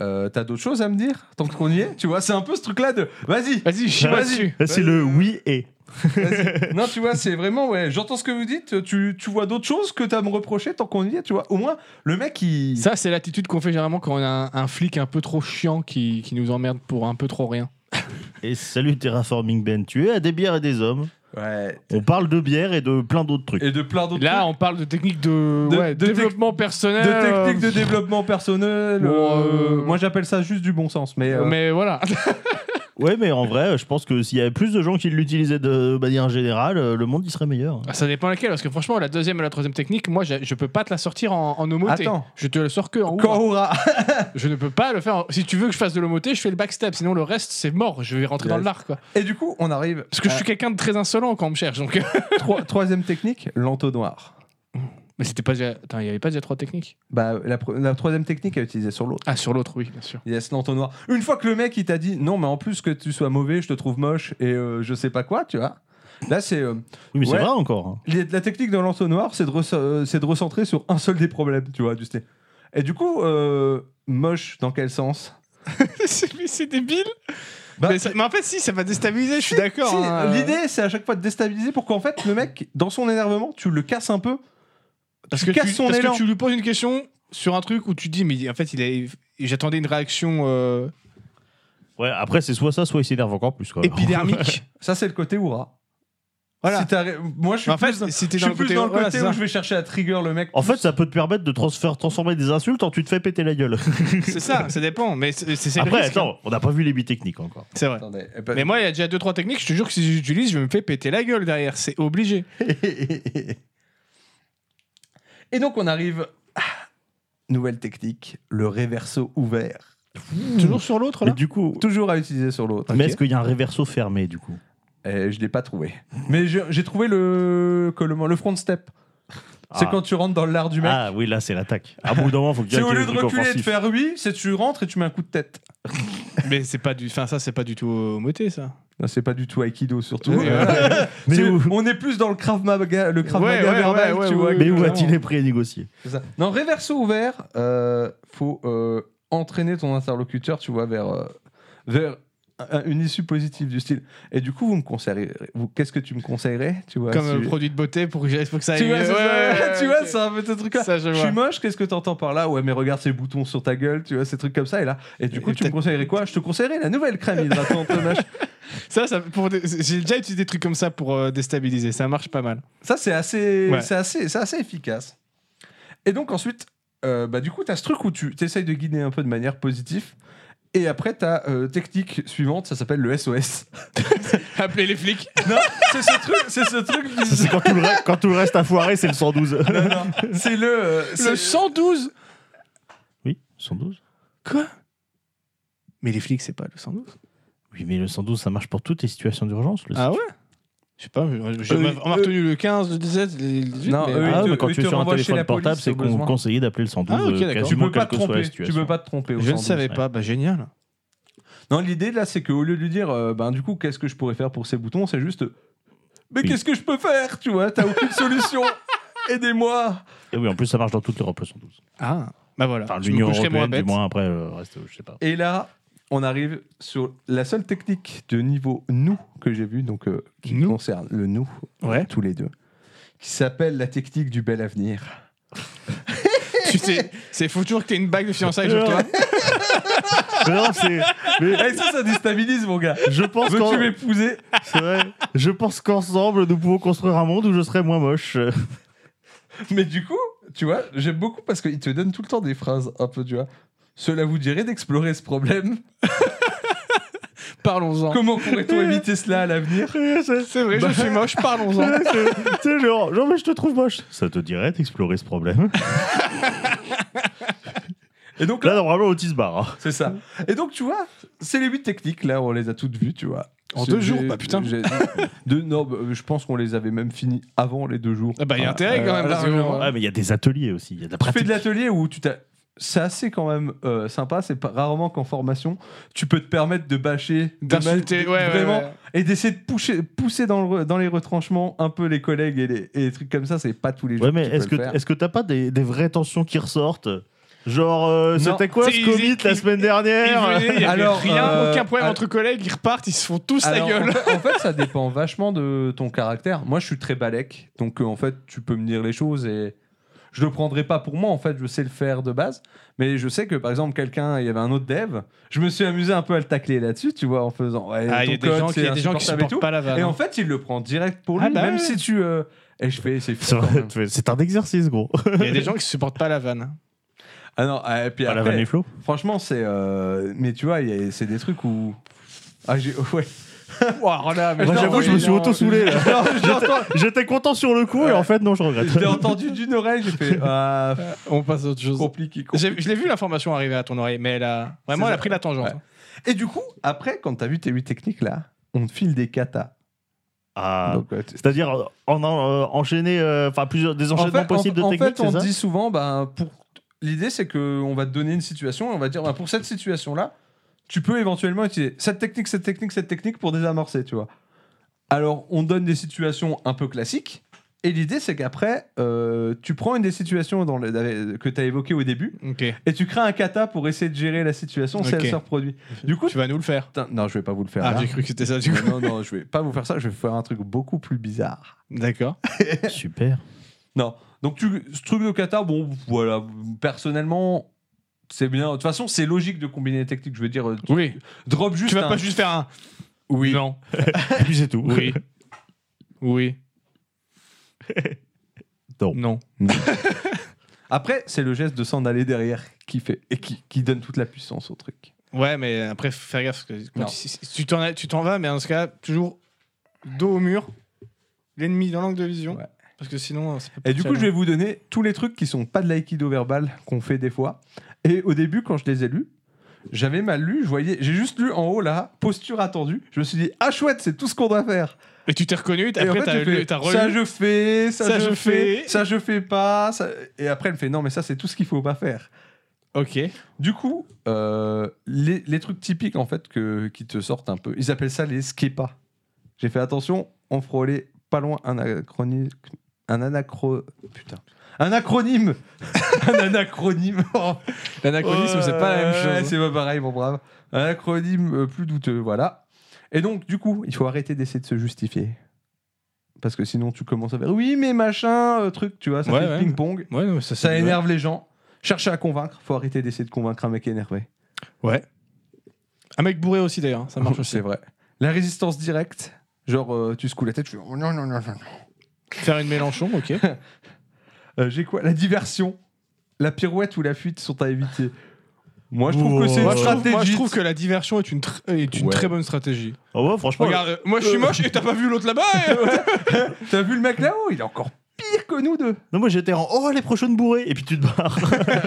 Speaker 2: Euh, T'as d'autres choses à me dire tant qu'on y est Tu vois, c'est un peu ce truc-là de vas-y.
Speaker 1: Vas-y, chie-moi
Speaker 2: Vas-y.
Speaker 1: dessus.
Speaker 3: hein. C'est le oui et.
Speaker 2: vas-y. non, tu vois, c'est vraiment ouais. J'entends ce que vous dites. Tu, tu vois d'autres choses que t'as à me reprocher tant qu'on y est. Tu vois, au moins le mec il.
Speaker 1: Ça, c'est l'attitude qu'on fait généralement quand on a un, un flic un peu trop chiant qui, qui nous emmerde pour un peu trop rien.
Speaker 3: Et salut Terraforming Ben, tu es à des bières et des hommes.
Speaker 2: Ouais.
Speaker 3: On parle de bière et de plein d'autres trucs.
Speaker 2: Et de plein d'autres.
Speaker 1: Là, on parle de technique de,
Speaker 2: De-
Speaker 1: ouais,
Speaker 2: de
Speaker 1: développement
Speaker 2: trucs.
Speaker 1: personnel.
Speaker 2: de techniques
Speaker 1: euh,
Speaker 2: de développement personnel.
Speaker 1: Bon,
Speaker 2: euh,
Speaker 1: euh,
Speaker 2: Moi, j'appelle ça juste du bon sens, mais. euh,
Speaker 1: Mais voilà.
Speaker 3: Ouais, mais en vrai, je pense que s'il y avait plus de gens qui l'utilisaient de manière générale, euh, le monde il serait meilleur.
Speaker 1: Ah, Ça dépend laquelle, parce que franchement, la deuxième et la troisième technique, moi, j'ai- je peux pas te la sortir en, en homoté.
Speaker 2: Attends.
Speaker 1: Je te la sors que en
Speaker 2: Quand
Speaker 1: ouvre.
Speaker 2: on aura-
Speaker 1: Je ne peux pas le faire. en- Si tu veux que je fasse de l'homoté, je fais le backstep. Sinon, le reste, c'est mort. Je vais rentrer dans
Speaker 2: Yes.
Speaker 1: l'art, quoi. Euh.
Speaker 2: Et du coup, on arrive.
Speaker 1: Parce que je
Speaker 2: à-
Speaker 1: suis quelqu'un de très insolent quand on me cherche. Donc, euh.
Speaker 2: Trois- troisième technique, l'entonnoir.
Speaker 1: mais c'était pas. Déjà... Attends, il y avait pas déjà trois techniques.
Speaker 2: Bah, la, pre- la troisième technique à utiliser sur l'autre.
Speaker 1: Ah, sur l'autre, oui, bien sûr.
Speaker 2: Yes, l'entonnoir. Une fois que le mec il t'a dit non, mais en plus que tu sois mauvais, je te trouve moche et euh, je sais pas quoi, tu vois. Là, c'est euh,
Speaker 3: Oui, mais c'est
Speaker 2: Ouais.
Speaker 3: vrai encore. hein.
Speaker 2: les- la technique de l'entonnoir, c'est de, rece- euh, c'est de recentrer sur un seul des problèmes, tu vois, du style. Et du coup, euh, moche dans quel sens
Speaker 1: mais c'est débile.
Speaker 2: Bah,
Speaker 1: mais, ça- mais en fait, si, ça va déstabiliser, je suis d'accord.
Speaker 2: Si,
Speaker 1: hein.
Speaker 2: L'idée, c'est à chaque fois de déstabiliser pour qu'en fait, le mec, dans son énervement, tu le casses un peu.
Speaker 1: Parce,
Speaker 2: tu
Speaker 1: que
Speaker 2: casses
Speaker 1: tu,
Speaker 2: son
Speaker 1: parce que
Speaker 2: élan.
Speaker 1: tu lui poses une question sur un truc où tu dis, mais en fait, il a- j'attendais une réaction euh,
Speaker 3: Ouais, après, c'est soit ça, soit il s'énerve encore plus. Quoi.
Speaker 1: épidermique.
Speaker 2: Ça, c'est le côté hurrah.
Speaker 1: Voilà.
Speaker 2: Si t'as- Moi, je suis
Speaker 1: en fait,
Speaker 2: plus dans-
Speaker 1: si t'es
Speaker 2: Je
Speaker 1: dans
Speaker 2: suis
Speaker 1: le
Speaker 2: plus
Speaker 1: côté,
Speaker 2: dans le
Speaker 1: voilà,
Speaker 2: côté
Speaker 1: c'est ça.
Speaker 2: où je vais chercher à trigger le mec.
Speaker 3: En fait, ça peut te permettre de transfer- transformer des insultes en tu te fais péter la gueule.
Speaker 1: C'est ça, ça dépend. Mais c'est c'est- c'est le
Speaker 3: Après,
Speaker 1: risque, hein.
Speaker 3: attends, on n'a pas vu les bitechniques encore.
Speaker 1: C'est vrai.
Speaker 2: Attendez, eh ben-
Speaker 1: Mais moi, il y a déjà 2-3 techniques. Je te jure que si j'utilise, je me fais péter la gueule derrière. C'est obligé.
Speaker 2: Et donc on arrive. Ah, Nouvelle technique, le réverso ouvert. Hmm.
Speaker 1: Toujours sur l'autre,
Speaker 3: Mais
Speaker 1: là
Speaker 3: du coup,
Speaker 2: Toujours à utiliser sur l'autre.
Speaker 3: mais
Speaker 2: ok
Speaker 3: est-ce qu'il y a un réverso fermé du coup
Speaker 2: Euh, je l'ai pas trouvé. Mais je- j'ai trouvé le, que le, le front step. C'est
Speaker 3: Ah.
Speaker 2: quand tu rentres dans l'art du mec.
Speaker 3: Ah oui, là, c'est l'attaque. À bout d'un moment, faut que
Speaker 2: C'est au
Speaker 3: quelqu'un
Speaker 2: lieu
Speaker 3: ait
Speaker 2: de
Speaker 3: le truc
Speaker 2: reculer et de
Speaker 3: offensif.
Speaker 2: faire oui, c'est tu rentres et tu mets un coup de tête.
Speaker 1: Mais c'est pas du. Enfin, ça, c'est pas du tout euh, moté, ça.
Speaker 2: Non, C'est pas du tout aikido surtout. Euh,
Speaker 1: Oui, voilà.
Speaker 2: C'est-
Speaker 3: Mais où-
Speaker 2: On est plus dans le krav maga, le krav
Speaker 1: Ouais,
Speaker 2: Maga
Speaker 1: ouais,
Speaker 2: verbal,
Speaker 1: ouais,
Speaker 2: tu
Speaker 1: ouais,
Speaker 2: vois,
Speaker 1: ouais,
Speaker 3: Mais où
Speaker 2: clairement.
Speaker 3: a-t-il les prix à négocier
Speaker 2: C'est ça. Non, réverso ouvert, euh, faut euh, entraîner ton interlocuteur, tu vois, vers, euh, vers un- une issue positive du style. Et du coup, vous me conseillerez, vous- qu'est-ce que tu me conseillerais, tu vois
Speaker 1: Comme
Speaker 2: Bah, si-
Speaker 1: euh, produit de beauté pour que, j'ai- faut que ça
Speaker 2: Tu
Speaker 1: aille
Speaker 2: vois,
Speaker 1: mieux.
Speaker 2: c'est
Speaker 1: Ouais,
Speaker 2: ça,
Speaker 1: ouais,
Speaker 2: tu
Speaker 1: ouais,
Speaker 2: vois,
Speaker 1: ok.
Speaker 2: c'est un peu ce truc-là.
Speaker 1: Ça, je
Speaker 2: Je
Speaker 1: vois.
Speaker 2: suis moche, qu'est-ce que t'entends par là Ouais, mais regarde ces boutons sur ta gueule, tu vois, ces trucs comme ça. Et là, et du
Speaker 1: Et
Speaker 2: coup, tu me
Speaker 1: peut-être-
Speaker 2: conseillerais quoi Je te conseillerais la nouvelle crème hydratante, mach-
Speaker 1: Ça, ça pour des- J'ai déjà utilisé des trucs comme ça pour euh, déstabiliser. Ça marche pas mal.
Speaker 2: Ça, c'est assez,
Speaker 1: Ouais.
Speaker 2: c'est assez, c'est assez efficace. Et donc ensuite, euh, bah, du coup, tu as ce truc où tu essayes de guider un peu de manière positive. Et après, ta technique suivante, ça s'appelle le SOS.
Speaker 1: Appelez les flics.
Speaker 2: Non, c'est ce truc, c'est ce truc
Speaker 3: Ça, c'est quand, tout le re- quand tout le reste a foiré, c'est le 112.
Speaker 2: Non, non, c'est le. euh,
Speaker 1: Le
Speaker 2: c'est-
Speaker 1: 112
Speaker 3: Oui, 112.
Speaker 1: Quoi Mais les flics, c'est pas le 112
Speaker 3: Oui, mais le 112, ça marche pour toutes les situations d'urgence. le
Speaker 1: Ah ouais Je sais pas, j'ai- j'ai
Speaker 2: Euh,
Speaker 1: on m'a
Speaker 2: euh,
Speaker 1: retenu le 15, le 17, le 18.
Speaker 2: Non,
Speaker 1: mais-
Speaker 2: euh,
Speaker 3: Ah,
Speaker 2: Eux, ils
Speaker 3: mais
Speaker 2: te-
Speaker 3: quand
Speaker 2: eux,
Speaker 3: tu
Speaker 2: te
Speaker 3: es sur un
Speaker 2: renvoient chez
Speaker 3: téléphone
Speaker 2: la police
Speaker 3: portable, c'est
Speaker 2: au
Speaker 3: qu'on
Speaker 2: besoin.
Speaker 3: conseillait d'appeler le 112
Speaker 1: Ah, ok,
Speaker 3: euh,
Speaker 1: d'accord.
Speaker 3: quasiment
Speaker 2: Tu peux pas
Speaker 3: quelle
Speaker 2: te
Speaker 3: que soit la
Speaker 2: tromper. Tu
Speaker 3: situation.
Speaker 2: peux pas te tromper. au
Speaker 1: je ne
Speaker 2: 112,
Speaker 1: savais
Speaker 2: ouais.
Speaker 1: pas, bah génial.
Speaker 2: Non, l'idée là, c'est qu'au lieu de lui dire, euh, ben du coup, qu'est-ce que je pourrais faire pour ces boutons, c'est juste, mais
Speaker 3: Oui.
Speaker 2: qu'est-ce que je peux faire Tu vois, t'as aucune solution. Aidez-moi.
Speaker 3: Et oui, en plus, ça marche dans toute l'Europe, le 112.
Speaker 1: Ah, bah voilà.
Speaker 3: Enfin,
Speaker 1: Je me
Speaker 3: l'Union
Speaker 1: coucherai moins
Speaker 3: Européenne,
Speaker 1: bête.
Speaker 3: du moins, après, le reste, je sais pas.
Speaker 2: Et là, on arrive sur la seule technique de niveau nous que j'ai vue, donc euh, qui
Speaker 1: Nous
Speaker 2: concerne le nous,
Speaker 1: Ouais.
Speaker 2: tous les deux, qui s'appelle la technique du bel avenir.
Speaker 1: tu sais, c'est faut toujours que t'aies une bague de fiançailles sur toi.
Speaker 3: Mais non, c'est- mais
Speaker 2: Et Eh, ça, ça déstabilise mon gars.
Speaker 3: je pense
Speaker 2: Veux-tu
Speaker 3: qu'en-
Speaker 2: m'épouser
Speaker 3: c'est vrai. Je pense qu'ensemble, nous pouvons construire un monde où je serai moins moche.
Speaker 2: Mais du coup, tu vois, j'aime beaucoup parce qu'il te donne tout le temps des phrases un peu, tu vois. Cela vous dirait d'explorer ce problème
Speaker 1: Parlons-en.
Speaker 2: Comment pourrait-on éviter cela à l'avenir
Speaker 3: C'est-
Speaker 1: C'est vrai, je suis moche, parlons-en.
Speaker 3: Tu sais, genre, genre, mais je te trouve moche. Ça te dirait d'explorer ce problème
Speaker 2: Et donc
Speaker 3: Là, normalement, on se barre. hein.
Speaker 2: C'est ça. Et donc, tu vois, c'est les huit techniques, là, on les a toutes vues, tu vois.
Speaker 1: En
Speaker 2: C'est-
Speaker 1: deux jours,
Speaker 2: j'ai-
Speaker 1: bah, putain.
Speaker 2: j'ai- deux, non, bah, je pense qu'on les avait même finis avant les deux jours.
Speaker 1: Ah bah, il y a intérêt, quand même, hein. parce que-
Speaker 2: largement.
Speaker 1: Ouais.
Speaker 3: Ouais, mais il y a des ateliers aussi. Il y a de la
Speaker 2: Tu fais
Speaker 3: pratique.
Speaker 2: de l'atelier où tu t'as. C'est assez quand même euh, sympa, c'est pas- rarement qu'en formation, tu peux te permettre de bâcher, de
Speaker 1: D'insulter,
Speaker 2: ma-
Speaker 1: ouais, ouais,
Speaker 2: vraiment,
Speaker 1: ouais.
Speaker 2: et d'essayer de pousser, pousser dans, le re- dans les retranchements un peu les collègues et les, et les trucs comme ça, c'est pas tous les jours.
Speaker 3: Ouais, mais
Speaker 2: tu peux
Speaker 3: est-ce
Speaker 2: le
Speaker 3: que
Speaker 2: faire.
Speaker 3: est-ce que t'as pas des, des vraies tensions qui ressortent Genre, euh,
Speaker 2: Non.
Speaker 3: c'était quoi
Speaker 1: C'est-
Speaker 3: ce commit
Speaker 1: ils-
Speaker 3: la
Speaker 1: ils-
Speaker 3: semaine
Speaker 1: Ils
Speaker 3: dernière
Speaker 1: venaient, il y avait
Speaker 2: Alors,
Speaker 1: rien,
Speaker 2: euh,
Speaker 1: aucun problème
Speaker 2: alors-
Speaker 1: entre collègues, ils repartent, ils se font tous
Speaker 2: Alors,
Speaker 1: la
Speaker 2: en
Speaker 1: gueule.
Speaker 2: fait- En fait, ça dépend vachement de ton caractère. Moi, je suis très balèque, donc euh, en fait, tu peux me dire les choses et je le prendrai pas pour moi. En fait, je sais le faire de base, mais je sais que par exemple, quelqu'un, il y avait un autre dev, je me suis amusé un peu à le tacler là-dessus, tu vois, en faisant. Ouais,
Speaker 1: Ah, il y a
Speaker 2: ton
Speaker 1: des
Speaker 2: code,
Speaker 1: gens qui,
Speaker 2: euh, c'est
Speaker 1: il y a des gens qui
Speaker 2: insupportable et
Speaker 1: supportent pas la
Speaker 2: tout.
Speaker 1: vanne.
Speaker 2: Et en fait, il le prend direct pour lui,
Speaker 1: Ah bah
Speaker 2: même
Speaker 1: ouais.
Speaker 2: si tu. euh, Et je fais, c'est
Speaker 3: C'est
Speaker 2: fou. quand
Speaker 3: vrai,
Speaker 2: même.
Speaker 3: tu fais- c'est un exercice, gros.
Speaker 1: Il y a des gens qui supportent pas la vanne.
Speaker 2: Ah non, ah, et puis
Speaker 3: Pas la
Speaker 2: après,
Speaker 3: vanne et flots.
Speaker 2: franchement, c'est. euh, Mais tu vois, il y a- c'est des trucs où. Ah, j'ai. Ouais.
Speaker 3: Moi, j'avoue, je me suis auto-soulé. là.
Speaker 2: Non, j'entends-
Speaker 3: J'étais content sur le coup et
Speaker 2: Ouais.
Speaker 3: en fait, non, je regrette.
Speaker 2: Je l'ai entendu d'une oreille, j'ai fait ah,
Speaker 1: Euh, On passe à autre chose.
Speaker 2: compliqué. compliqué.
Speaker 1: J'ai- Je l'ai vu l'information arriver à ton oreille, mais elle a vraiment
Speaker 2: C'est
Speaker 1: elle a
Speaker 2: ça.
Speaker 1: pris la tangente. hein.
Speaker 2: Ouais. Et du coup, après, quand t'as vu tes huit techniques là, on te file des katas.
Speaker 3: Ah,
Speaker 2: Donc, euh, t-
Speaker 3: C'est-à-dire euh, en, en- euh, enchaîner, euh, enfin plusieurs des enchaînements
Speaker 2: en fait,
Speaker 3: possibles
Speaker 2: en-
Speaker 3: de
Speaker 2: en
Speaker 3: techniques,
Speaker 2: fait,
Speaker 3: c'est
Speaker 2: on
Speaker 3: ça
Speaker 2: dit souvent, ben, pour l'idée, c'est que on va te donner une situation et on va dire, ben, pour cette situation là, tu peux éventuellement utiliser cette technique, cette technique, cette technique pour désamorcer, tu vois. Alors, on donne des situations un peu classiques. Et l'idée, c'est qu'après, euh, tu prends une des situations dans le- que tu as évoquées au début
Speaker 1: Ok.
Speaker 2: et tu crées un kata pour essayer de gérer la situation si
Speaker 1: Ok.
Speaker 2: elle se reproduit. Du coup,
Speaker 1: Tu vas nous le faire.
Speaker 2: Putain, non, je vais pas vous le faire.
Speaker 1: Ah,
Speaker 2: là.
Speaker 1: j'ai cru que c'était ça du coup.
Speaker 2: Non, non, je vais pas vous faire ça. Je vais vous faire un truc beaucoup plus bizarre.
Speaker 1: D'accord.
Speaker 3: Super.
Speaker 2: Non. Donc, tu, ce truc de Qatar, bon, voilà. Personnellement, c'est bien. De toute façon, c'est logique de combiner les techniques. Je veux dire, euh,
Speaker 1: Oui.
Speaker 2: drop juste.
Speaker 1: Tu vas
Speaker 2: un-
Speaker 1: pas juste faire un.
Speaker 2: Oui.
Speaker 1: Non.
Speaker 3: Et puis c'est tout.
Speaker 1: Oui. Oui.
Speaker 3: Non.
Speaker 1: Non.
Speaker 2: Après, c'est le geste de s'en aller derrière qui fait et qui, qui donne toute la puissance au truc.
Speaker 1: Ouais, mais après, faut faire gaffe. Parce que quand
Speaker 2: Non.
Speaker 1: tu- si- si tu t'en as- tu t'en vas, mais dans ce cas, toujours dos au mur, l'ennemi dans l'angle de vision.
Speaker 2: Ouais.
Speaker 1: Parce que sinon, euh, ça peut
Speaker 2: Et du coup, je vais vous donner tous les trucs qui sont pas de l'aïkido verbal qu'on fait des fois. Et au début, quand je les ai lus, j'avais mal lu. Je voyais, j'ai juste lu en haut là, posture attendue. Je me suis dit, ah chouette, c'est tout ce qu'on doit faire.
Speaker 1: Et tu t'es reconnu, et
Speaker 2: Et
Speaker 1: après,
Speaker 2: en fait,
Speaker 1: t'as
Speaker 2: elle fait,
Speaker 1: lu- t'as relu.
Speaker 2: Ça je fais, ça, je, fais,
Speaker 1: fais.
Speaker 2: ça je fais pas. ça- Et après, elle me fait non, mais ça c'est tout ce qu'il faut pas faire.
Speaker 1: Ok.
Speaker 2: Du coup, euh, les, les trucs typiques en fait que, qui te sortent un peu, ils appellent ça les skepas. J'ai fait attention, on frôlait pas loin un acronyme. Un anacro. Putain. Un acronyme Un anacronyme oh.
Speaker 1: L'anachronisme, c'est pas la
Speaker 2: Ouais,
Speaker 1: même chose.
Speaker 2: C'est pas pareil, mon brave. Un acronyme euh, plus douteux, voilà. Et donc, du coup, il faut arrêter d'essayer de se justifier. Parce que sinon, tu commences à faire oui, mais machin, euh, truc, tu vois, ça
Speaker 1: Ouais,
Speaker 2: fait
Speaker 1: ouais.
Speaker 2: ping-pong.
Speaker 1: Ouais, non, mais ça,
Speaker 2: Ça
Speaker 1: c'est-
Speaker 2: énerve les gens. Chercher à convaincre, faut arrêter d'essayer de convaincre un mec énervé.
Speaker 1: Ouais. Un mec bourré Ah, aussi d'ailleurs, ça marche aussi.
Speaker 2: C'est vrai. La résistance directe, genre, euh, tu secoues la tête, tu fais oh, non, non, non, non. non.
Speaker 1: Faire une Mélenchon, ok.
Speaker 2: Euh, J'ai quoi La diversion, la pirouette ou la fuite sont à éviter. Moi, je trouve que c'est
Speaker 1: Moi
Speaker 2: une
Speaker 1: je, trouve, moi, je
Speaker 2: stratégie.
Speaker 1: trouve que la diversion est une, tr- est une
Speaker 2: Ouais.
Speaker 1: très bonne stratégie.
Speaker 3: Ah ouais, franchement.
Speaker 1: Regarde, euh, moi je suis moche et t'as pas vu l'autre là-bas eh
Speaker 2: T'as vu le mec là-haut Il est encore pire que nous deux.
Speaker 3: Non, moi j'étais en oh les prochaines bourrées et puis tu te barres.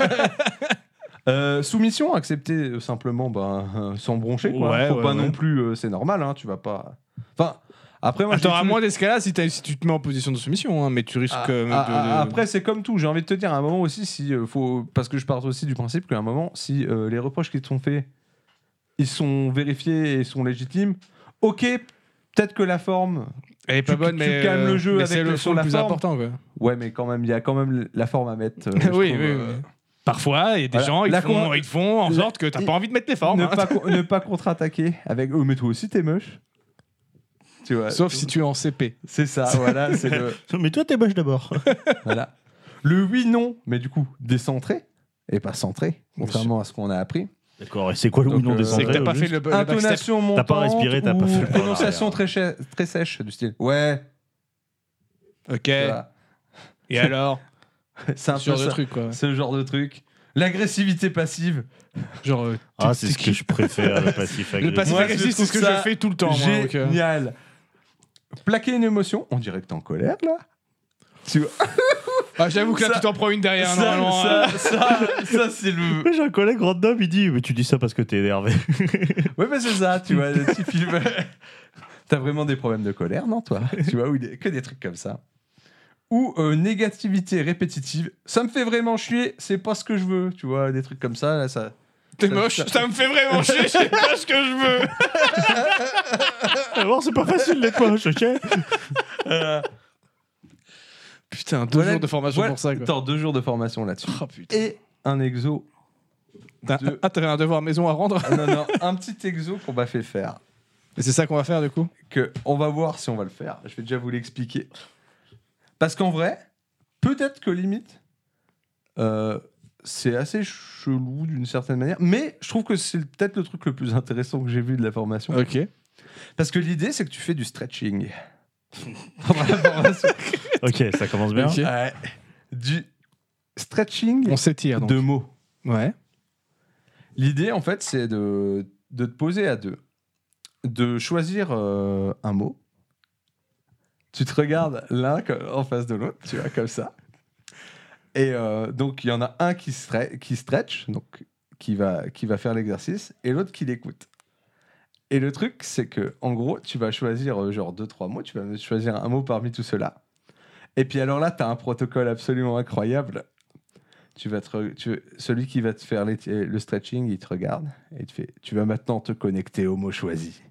Speaker 2: Euh, soumission, acceptée euh, simplement ben, euh, sans broncher. Quoi.
Speaker 3: Ouais,
Speaker 2: Faut
Speaker 3: ouais,
Speaker 2: pas
Speaker 3: ouais.
Speaker 2: non plus. euh, c'est normal, hein, tu vas pas. Enfin, après, moi, je
Speaker 1: T'auras
Speaker 2: dis tout-
Speaker 1: moins d'escalade si, t'as- si tu te mets en position de soumission, hein, mais tu risques.
Speaker 2: Ah,
Speaker 1: euh,
Speaker 2: ah,
Speaker 1: de-
Speaker 2: ah,
Speaker 1: de-
Speaker 2: Après, c'est comme tout. J'ai envie de te dire à un moment aussi, si euh, faut, parce que je pars aussi du principe qu'à un moment, si euh, les reproches qui te sont faits, ils sont vérifiés et sont légitimes, ok, peut-être que la forme.
Speaker 1: Elle est pas
Speaker 2: tu-
Speaker 1: bonne,
Speaker 2: tu
Speaker 1: mais.
Speaker 2: calmes
Speaker 1: euh,
Speaker 2: le jeu
Speaker 1: mais
Speaker 2: avec
Speaker 1: c'est
Speaker 2: le-
Speaker 1: le
Speaker 2: sur
Speaker 1: son le
Speaker 2: la
Speaker 1: plus
Speaker 2: forme.
Speaker 1: important, quoi.
Speaker 2: Ouais, mais quand même, il y a quand même la forme à mettre. euh, je trouve,
Speaker 1: oui, oui,
Speaker 2: euh,
Speaker 1: oui. Parfois, il y a des
Speaker 2: Voilà.
Speaker 1: gens, ils
Speaker 2: La
Speaker 1: font,
Speaker 2: con-
Speaker 1: ils font en
Speaker 2: la-
Speaker 1: sorte que t'as pas envie de mettre les formes.
Speaker 2: ne,
Speaker 1: hein.
Speaker 2: pas, co- ne pas contre-attaquer avec. Oh, mais toi aussi, t'es moche. Tu vois.
Speaker 1: Sauf si tu es en CP.
Speaker 2: C'est ça, voilà, c'est le.
Speaker 3: Mais toi t'es moche d'abord.
Speaker 2: Voilà. Le oui, non, mais du coup, décentré et pas centré, contrairement à ce qu'on a
Speaker 3: Euh,
Speaker 2: appris.
Speaker 3: D'accord, et c'est quoi le
Speaker 2: Donc,
Speaker 3: nom
Speaker 2: euh,
Speaker 3: des
Speaker 1: C'est que t'as
Speaker 3: entrées,
Speaker 1: pas
Speaker 3: au
Speaker 1: fait
Speaker 3: juste
Speaker 1: le, le backstep.
Speaker 2: Intonation montante.
Speaker 3: T'as pas respiré, t'as pas
Speaker 2: ou
Speaker 3: fait le-
Speaker 2: Prononciation très,
Speaker 3: Voilà.
Speaker 2: chè- très sèche, du style. Ouais.
Speaker 1: Ok.
Speaker 2: voilà.
Speaker 1: Et alors
Speaker 2: C'est un
Speaker 1: Ce genre
Speaker 2: peu
Speaker 1: de
Speaker 2: ça.
Speaker 1: truc, quoi.
Speaker 2: C'est le genre de truc. L'agressivité passive.
Speaker 1: Genre. euh,
Speaker 3: Ah,
Speaker 1: t'es-
Speaker 3: c'est ce
Speaker 1: t'es
Speaker 3: que je préfère, le passif
Speaker 1: Le
Speaker 3: agressif.
Speaker 1: passif
Speaker 2: Moi, je
Speaker 1: agressif, c'est
Speaker 2: trouve
Speaker 1: ce que
Speaker 2: ça
Speaker 1: je fais tout le temps. moi, donc, euh.
Speaker 2: Génial. Plaquer une émotion. On dirait que t'es en colère, là. Tu vois.
Speaker 1: Ah, J'avoue que là,
Speaker 2: Ça-
Speaker 1: tu t'en prends une derrière.
Speaker 2: Ça,
Speaker 1: normalement, hein.
Speaker 2: ça, ça, ça, c'est le.
Speaker 3: J'ai un collègue random, il dit Mais tu dis ça parce que t'es énervé.
Speaker 2: Ouais, mais c'est ça, tu vois, le petit film. T'as vraiment des problèmes de colère, non, toi Tu vois, ou des- que des trucs comme ça. Ou euh, négativité répétitive. Ça me fait vraiment chier, c'est pas ce que je veux. Tu vois, des trucs comme ça, là, ça.
Speaker 1: T'es
Speaker 2: ça-
Speaker 1: moche,
Speaker 2: ça-
Speaker 1: ça me fait vraiment chier, je sais pas ce que je veux.
Speaker 3: Alors Ah, c'est pas facile d'être moche, ok
Speaker 1: Putain, deux
Speaker 2: Voilà-
Speaker 1: jours de formation
Speaker 2: voilà-
Speaker 1: pour ça, quoi.
Speaker 2: Attends, deux jours de formation là-dessus.
Speaker 1: Oh, putain.
Speaker 2: Et un exo.
Speaker 1: T'as-
Speaker 2: de-
Speaker 1: Ah, t'avais un devoir maison à rendre
Speaker 2: Ah, non, non, un petit exo qu'on m'a fait faire.
Speaker 1: Et c'est ça qu'on va faire, du coup
Speaker 2: Que on va voir si on va le faire. Je vais déjà vous l'expliquer. Parce qu'en vrai, peut-être que limite, euh, c'est assez chelou d'une certaine manière. Mais je trouve que c'est peut-être le truc le plus intéressant que j'ai vu de la formation.
Speaker 1: Ok.
Speaker 2: Parce que l'idée, c'est que tu fais du stretching. Pendant la formation.
Speaker 3: Ok, ça commence bien.
Speaker 1: Ok.
Speaker 2: Ouais. Du stretching
Speaker 1: On s'étire, donc.
Speaker 2: de mots.
Speaker 1: Ouais.
Speaker 2: L'idée, en fait, c'est de, de te poser à deux, de choisir euh, un mot. Tu te regardes l'un co- en face de l'autre, tu vois, comme ça. Et euh, donc, il y en a un qui, stre- qui stretch, donc qui va, qui va faire l'exercice, et l'autre qui l'écoute. Et le truc, c'est que, en gros, tu vas choisir euh, genre deux, trois mots, tu vas choisir un mot parmi tout cela. Et puis alors là, tu as un protocole absolument incroyable tu vas te re- tu- celui qui va te faire les- euh, le stretching, il te regarde et il te fait Tu vas maintenant te connecter au mot choisi.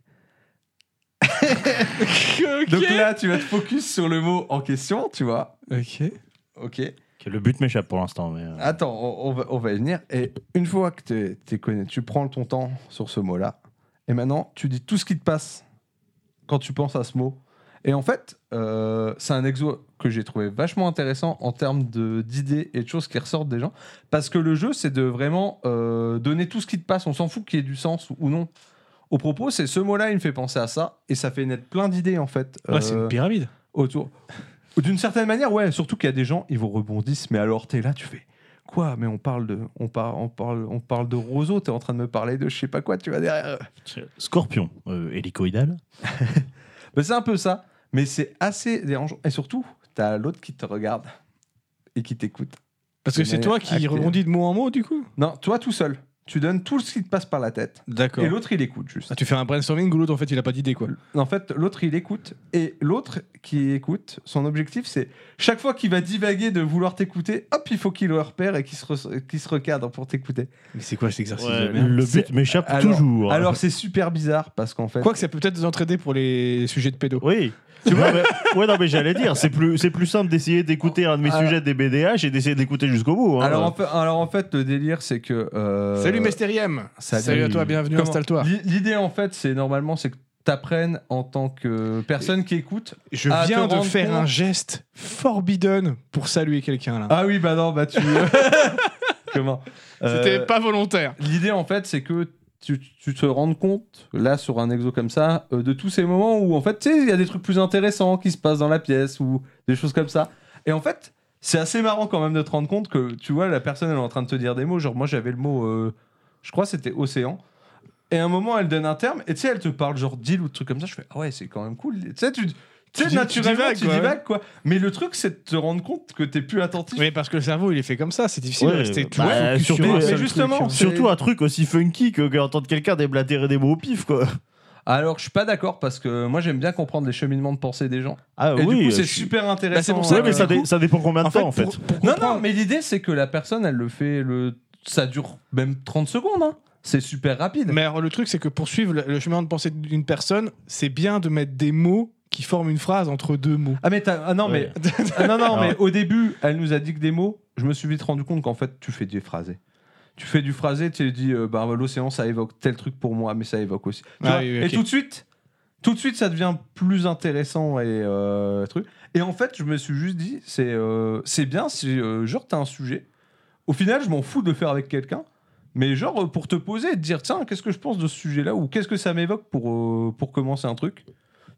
Speaker 2: Donc là, tu vas te focus sur le mot en question, tu vois.
Speaker 1: Ok.
Speaker 2: Ok.
Speaker 3: Ok, Le but m'échappe pour l'instant, mais. euh,
Speaker 2: Attends, on, on va, on va y venir. Et une fois que t'es- t'es connu- tu prends ton temps sur ce mot-là, et maintenant, tu dis tout ce qui te passe quand tu penses à ce mot. Et en fait, euh, c'est un exo que j'ai trouvé vachement intéressant en termes de- d'idées et de choses qui ressortent des gens. Parce que le jeu, c'est de vraiment euh, donner tout ce qui te passe. On s'en fout qu'il y ait du sens ou non. Au propos, c'est ce mot-là, il me fait penser à ça. Et ça fait naître plein d'idées, en fait.
Speaker 1: Ouais, Ah, c'est
Speaker 2: euh,
Speaker 1: une pyramide.
Speaker 2: autour. D'une certaine manière, ouais, surtout qu'il y a des gens, ils vous rebondissent, mais alors t'es là, tu fais quoi Mais on parle de on par- on parle, on parle de roseau, t'es en train de me parler de je sais pas quoi, tu vas derrière.
Speaker 3: Scorpion, euh, hélicoïdal.
Speaker 2: Mais c'est un peu ça, mais c'est assez dérangeant. Et surtout, t'as l'autre qui te regarde et qui t'écoute.
Speaker 1: Parce que c'est toi qui
Speaker 2: Acté.
Speaker 1: rebondis de mot en mot, du coup
Speaker 2: Non, toi tout seul, tu donnes tout ce qui te passe par la tête.
Speaker 1: D'accord.
Speaker 2: Et l'autre, il écoute juste.
Speaker 1: Ah, tu fais un brainstorming où l'autre, en fait, il a pas d'idée, quoi.
Speaker 2: En fait, l'autre, il écoute. Et l'autre qui écoute, son objectif, c'est chaque fois qu'il va divaguer de vouloir t'écouter, hop, il faut qu'il le repère et qu'il se, re- qu'il se recadre pour t'écouter.
Speaker 1: Mais c'est quoi cet exercice
Speaker 3: Ouais, le but
Speaker 2: C'est-
Speaker 3: m'échappe
Speaker 2: alors-
Speaker 3: toujours.
Speaker 2: Alors, c'est super bizarre parce qu'en fait.
Speaker 1: Quoique ça peut peut-être nous entraider pour les sujets de pédo.
Speaker 3: Oui. Tu vois, mais- ouais, non, mais j'allais dire, c'est plus, c'est plus simple d'essayer d'écouter un de mes
Speaker 2: Alors-
Speaker 3: sujets des BDH et d'essayer d'écouter jusqu'au bout. hein.
Speaker 2: alors, en fait, alors, en fait, le délire, c'est que. euh,
Speaker 1: Salut Mystériem
Speaker 2: salut.
Speaker 1: Salut à toi, bienvenue,
Speaker 2: comment-
Speaker 1: installe-toi.
Speaker 2: l'i- L'idée, en fait, c'est normalement, c'est que t'apprennes en tant que personne qui écoute.
Speaker 1: Je
Speaker 2: Ah,
Speaker 1: viens
Speaker 2: te
Speaker 1: de
Speaker 2: rendre
Speaker 1: faire
Speaker 2: compte-
Speaker 1: un geste forbidden pour saluer quelqu'un là.
Speaker 2: Ah oui, bah non, bah tu. Comment
Speaker 1: Ah, C'était
Speaker 2: Euh,
Speaker 1: pas volontaire.
Speaker 2: L'idée, en fait, c'est que tu, tu te rendes compte, là, sur un exo comme ça, euh, de tous ces moments où, en fait, tu sais, il y a des trucs plus intéressants qui se passent dans la pièce ou des choses comme ça. Et en fait, c'est assez marrant quand même de te rendre compte que, tu vois, la personne, elle est en train de te dire des mots. Genre, moi, j'avais le mot euh, je crois que c'était Océan. Et à un moment, elle donne un terme, et tu sais, elle te parle genre deal ou de trucs comme ça. Je fais, ah ouais, c'est quand même cool. Tu sais, tu. Tu sais,
Speaker 1: dis- tu
Speaker 2: naturellement,
Speaker 1: divagues,
Speaker 2: tu
Speaker 1: quoi,
Speaker 2: divagues, quoi. Mais le truc, c'est de te rendre compte que t'es plus attentif.
Speaker 1: Mais parce que le cerveau, il est fait comme ça, c'est difficile de
Speaker 3: Ouais,
Speaker 1: rester
Speaker 3: bah,
Speaker 1: toujours focus sur
Speaker 3: surtout-
Speaker 1: un
Speaker 3: mais
Speaker 1: seul
Speaker 2: justement,
Speaker 1: truc.
Speaker 2: c'est-
Speaker 3: Surtout un truc aussi funky que que entendre quelqu'un déblatérer des mots au pif, quoi.
Speaker 2: Alors, je suis pas d'accord parce que moi, j'aime bien comprendre les cheminements de pensée des gens.
Speaker 3: Ah
Speaker 2: Et du coup,
Speaker 3: je
Speaker 2: c'est
Speaker 3: suis-
Speaker 2: super intéressant. hein.
Speaker 1: Bah, c'est pour ça
Speaker 3: Ouais,
Speaker 1: que
Speaker 3: mais ça,
Speaker 1: du
Speaker 3: dé-
Speaker 1: coup-
Speaker 3: ça dépend combien de
Speaker 1: En
Speaker 3: temps, en fait.
Speaker 1: pour- pour
Speaker 2: Non, non,
Speaker 1: comprendre-
Speaker 2: mais l'idée, c'est que la personne, elle le fait. Le... Ça dure même 30 secondes. hein. C'est super rapide.
Speaker 1: Mais alors, le truc, c'est que poursuivre le le chemin de pensée d'une personne, c'est bien de mettre des mots qui forment une phrase entre deux mots.
Speaker 2: Ah, mais t'as- ah non,
Speaker 3: Ouais.
Speaker 2: mais... ah non, non,
Speaker 3: Non.
Speaker 2: mais au début, elle nous a dit que des mots. Je me suis vite rendu compte qu'en fait, tu fais du phrasé. Tu fais du phrasé, tu dis, euh, bah, l'océan, ça évoque tel truc pour moi, mais ça évoque aussi. Tu
Speaker 1: Ah
Speaker 2: vois,
Speaker 1: oui, oui,
Speaker 2: Et
Speaker 1: ok.
Speaker 2: tout de suite, tout de suite, ça devient plus intéressant et euh, truc. Et en fait, je me suis juste dit, c'est euh, c'est bien si, euh, genre, t'as un sujet. Au final, je m'en fous de le faire avec quelqu'un. Mais genre, euh, pour te poser et te dire, tiens, qu'est-ce que je pense de ce sujet-là ou qu'est-ce que ça m'évoque pour, euh, pour commencer un truc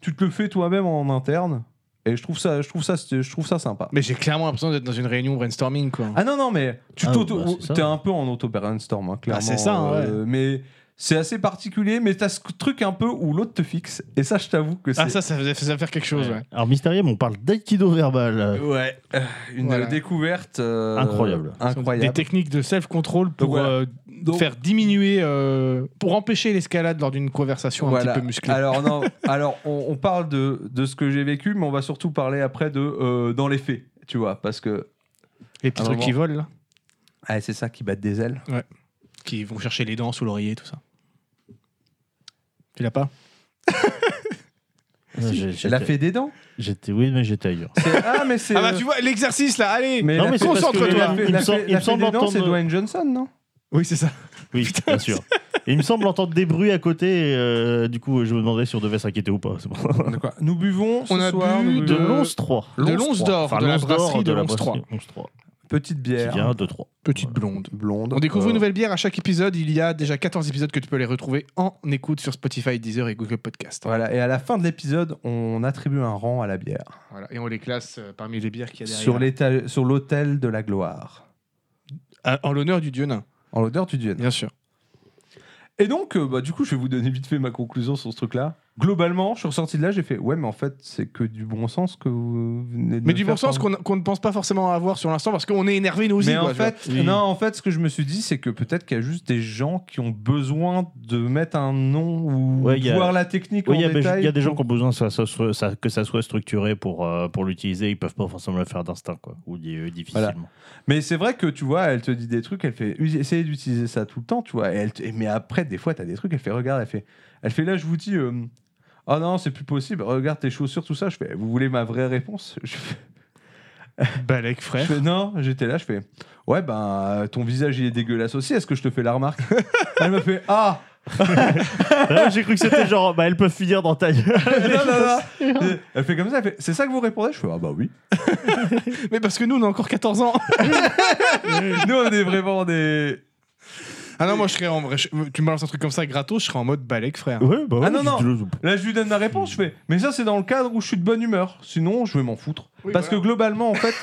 Speaker 2: Tu te le fais toi-même en interne. Et je trouve ça, je trouve ça, je trouve ça sympa.
Speaker 1: Mais j'ai clairement l'impression d'être dans une réunion brainstorming, quoi.
Speaker 2: Ah non, non, mais tu
Speaker 3: Ah,
Speaker 2: t'auto-
Speaker 3: bah, c'est ça.
Speaker 2: t'es un peu en auto-brainstorm, hein, clairement.
Speaker 1: Ah, c'est ça, hein,
Speaker 2: euh, mais c'est assez particulier, mais t'as ce truc un peu où l'autre te fixe. Et ça, je t'avoue que c'est.
Speaker 1: Ah, ça, ça faisait, faisait faire quelque chose, ouais.
Speaker 3: Alors, Mysterium, on parle d'aïkido verbal.
Speaker 2: Ouais, euh, une
Speaker 1: Voilà.
Speaker 2: découverte. euh,
Speaker 3: Incroyable.
Speaker 1: Des
Speaker 2: Incroyable.
Speaker 1: techniques de self-control pour
Speaker 2: Voilà.
Speaker 1: euh,
Speaker 2: Donc-
Speaker 1: faire diminuer, euh, pour empêcher l'escalade lors d'une conversation un
Speaker 2: Voilà.
Speaker 1: petit peu musclée.
Speaker 2: Alors, non, alors on, on parle de, de ce que j'ai vécu, mais on va surtout parler après de euh, dans les faits, tu vois, parce que
Speaker 1: Les petits
Speaker 2: un
Speaker 1: trucs qui volent, là,
Speaker 2: ah, c'est ça qui bat des ailes.
Speaker 1: qui vont chercher les dents sous l'oreiller, tout ça. Tu l'as pas
Speaker 3: Euh, j'ai-
Speaker 2: Elle a
Speaker 3: j'étais-
Speaker 2: fait des dents.
Speaker 3: J'étais, oui, mais j'étais ailleurs.
Speaker 2: C'est- Ah, mais c'est.
Speaker 1: Ah bah
Speaker 2: euh,
Speaker 1: tu vois, l'exercice là, allez
Speaker 2: mais
Speaker 3: Non,
Speaker 2: la
Speaker 3: mais
Speaker 2: fée-
Speaker 3: c'est parce que
Speaker 1: Concentre-toi.
Speaker 2: la fée-
Speaker 3: il me
Speaker 2: la
Speaker 3: semble-
Speaker 2: fée-
Speaker 3: il
Speaker 2: la
Speaker 3: me
Speaker 2: fée
Speaker 3: semble
Speaker 2: des dents, c'est
Speaker 3: entendre-
Speaker 2: Dwayne Johnson, non
Speaker 1: Oui, c'est ça.
Speaker 3: Oui, bien sûr. Et il me semble entendre des bruits à côté. euh, du coup, je me demandais si on devait s'inquiéter ou pas. c'est pour ça.
Speaker 2: De quoi Nous buvons ce
Speaker 1: On a
Speaker 2: soir,
Speaker 1: bu
Speaker 2: nous
Speaker 1: de
Speaker 3: De
Speaker 2: buvons-
Speaker 3: l'once 3.
Speaker 1: Euh, De l'once d'or,
Speaker 3: Enfin,
Speaker 1: de la
Speaker 3: l'once d'or
Speaker 1: brasserie de
Speaker 3: de la
Speaker 1: l'once
Speaker 3: brasserie l'once 3.
Speaker 2: petite bière
Speaker 3: Qui vient de 3.
Speaker 1: Petite blonde.
Speaker 2: blonde.
Speaker 1: On découvre
Speaker 2: Euh,
Speaker 1: une nouvelle bière à chaque épisode. Il y a déjà 14 épisodes que tu peux les retrouver en écoute sur Spotify, Deezer et Google Podcast.
Speaker 2: Voilà, et à la fin de l'épisode, on attribue un rang à la bière
Speaker 1: Voilà. Et on les classe euh, parmi les bières qu'il y a derrière.
Speaker 2: sur l'éta- sur l'autel de la gloire,
Speaker 1: Ah, en l'honneur du dieu nain,
Speaker 2: en l'odeur du dieu.
Speaker 1: bien sûr.
Speaker 2: Et donc, euh, bah, du coup, je vais vous donner vite fait ma conclusion sur ce truc-là. Globalement, je suis ressorti de là, j'ai fait ouais, mais en fait, c'est que du bon sens que vous venez de me
Speaker 1: Mais du
Speaker 2: faire
Speaker 1: bon sens
Speaker 2: parler.
Speaker 1: qu'on qu'on ne pense pas forcément avoir sur l'instant parce qu'on est énervé nous aussi.
Speaker 2: Mais en
Speaker 1: quoi, tu vois.
Speaker 2: fait,
Speaker 3: Oui.
Speaker 2: non, en fait, ce que je me suis dit, c'est que peut-être qu'il y a juste des gens qui ont besoin de mettre un nom ou
Speaker 3: Ouais, il y a-
Speaker 2: voir la technique
Speaker 3: Oui,
Speaker 2: en
Speaker 3: il y, a- mais je-
Speaker 2: détail.
Speaker 3: il y a des gens qui ont besoin que ça, ça soit- ça- que ça soit structuré pour, euh, pour l'utiliser. Ils peuvent pas forcément le faire d'instinct, quoi. Ou di- euh, difficilement.
Speaker 2: Mais c'est vrai que tu vois, elle te dit des trucs, elle fait Us- essayez d'utiliser ça tout le temps, tu vois. Et elle te- et- Mais après, des fois, t'as des trucs, elle fait regarde, elle fait, elle fait là, je vous dis, euh, oh non, c'est plus possible, regarde tes chaussures, tout ça. Je fais, vous voulez ma vraie réponse je fais,
Speaker 1: Balek
Speaker 2: je
Speaker 1: frère.
Speaker 2: fais, non, j'étais là, je fais, ouais, ben euh, ton visage il est dégueulasse aussi, est-ce que je te fais la remarque Elle me fait, ah
Speaker 3: Ah, J'ai cru que c'était genre, bah, elles peuvent finir dans ta gueule.
Speaker 2: non, non, non. Elle fait comme ça, elle fait, c'est ça que vous répondez Je fais, ah bah oui.
Speaker 1: Mais parce que nous on a encore 14 ans.
Speaker 2: Nous, on est vraiment des.
Speaker 1: ah non, moi je serais en vrai. je- Tu me balances un truc comme ça gratos, je serais en mode Balek frère.
Speaker 3: Ouais, bah,
Speaker 2: Ah
Speaker 3: ouais,
Speaker 2: non, non.
Speaker 3: je- je-
Speaker 2: Là, je lui donne ma réponse, je fais. Mais ça, c'est dans le cadre où je suis de bonne humeur. Sinon, je vais m'en foutre.
Speaker 1: Oui,
Speaker 2: Parce
Speaker 1: voilà.
Speaker 2: que globalement, en fait,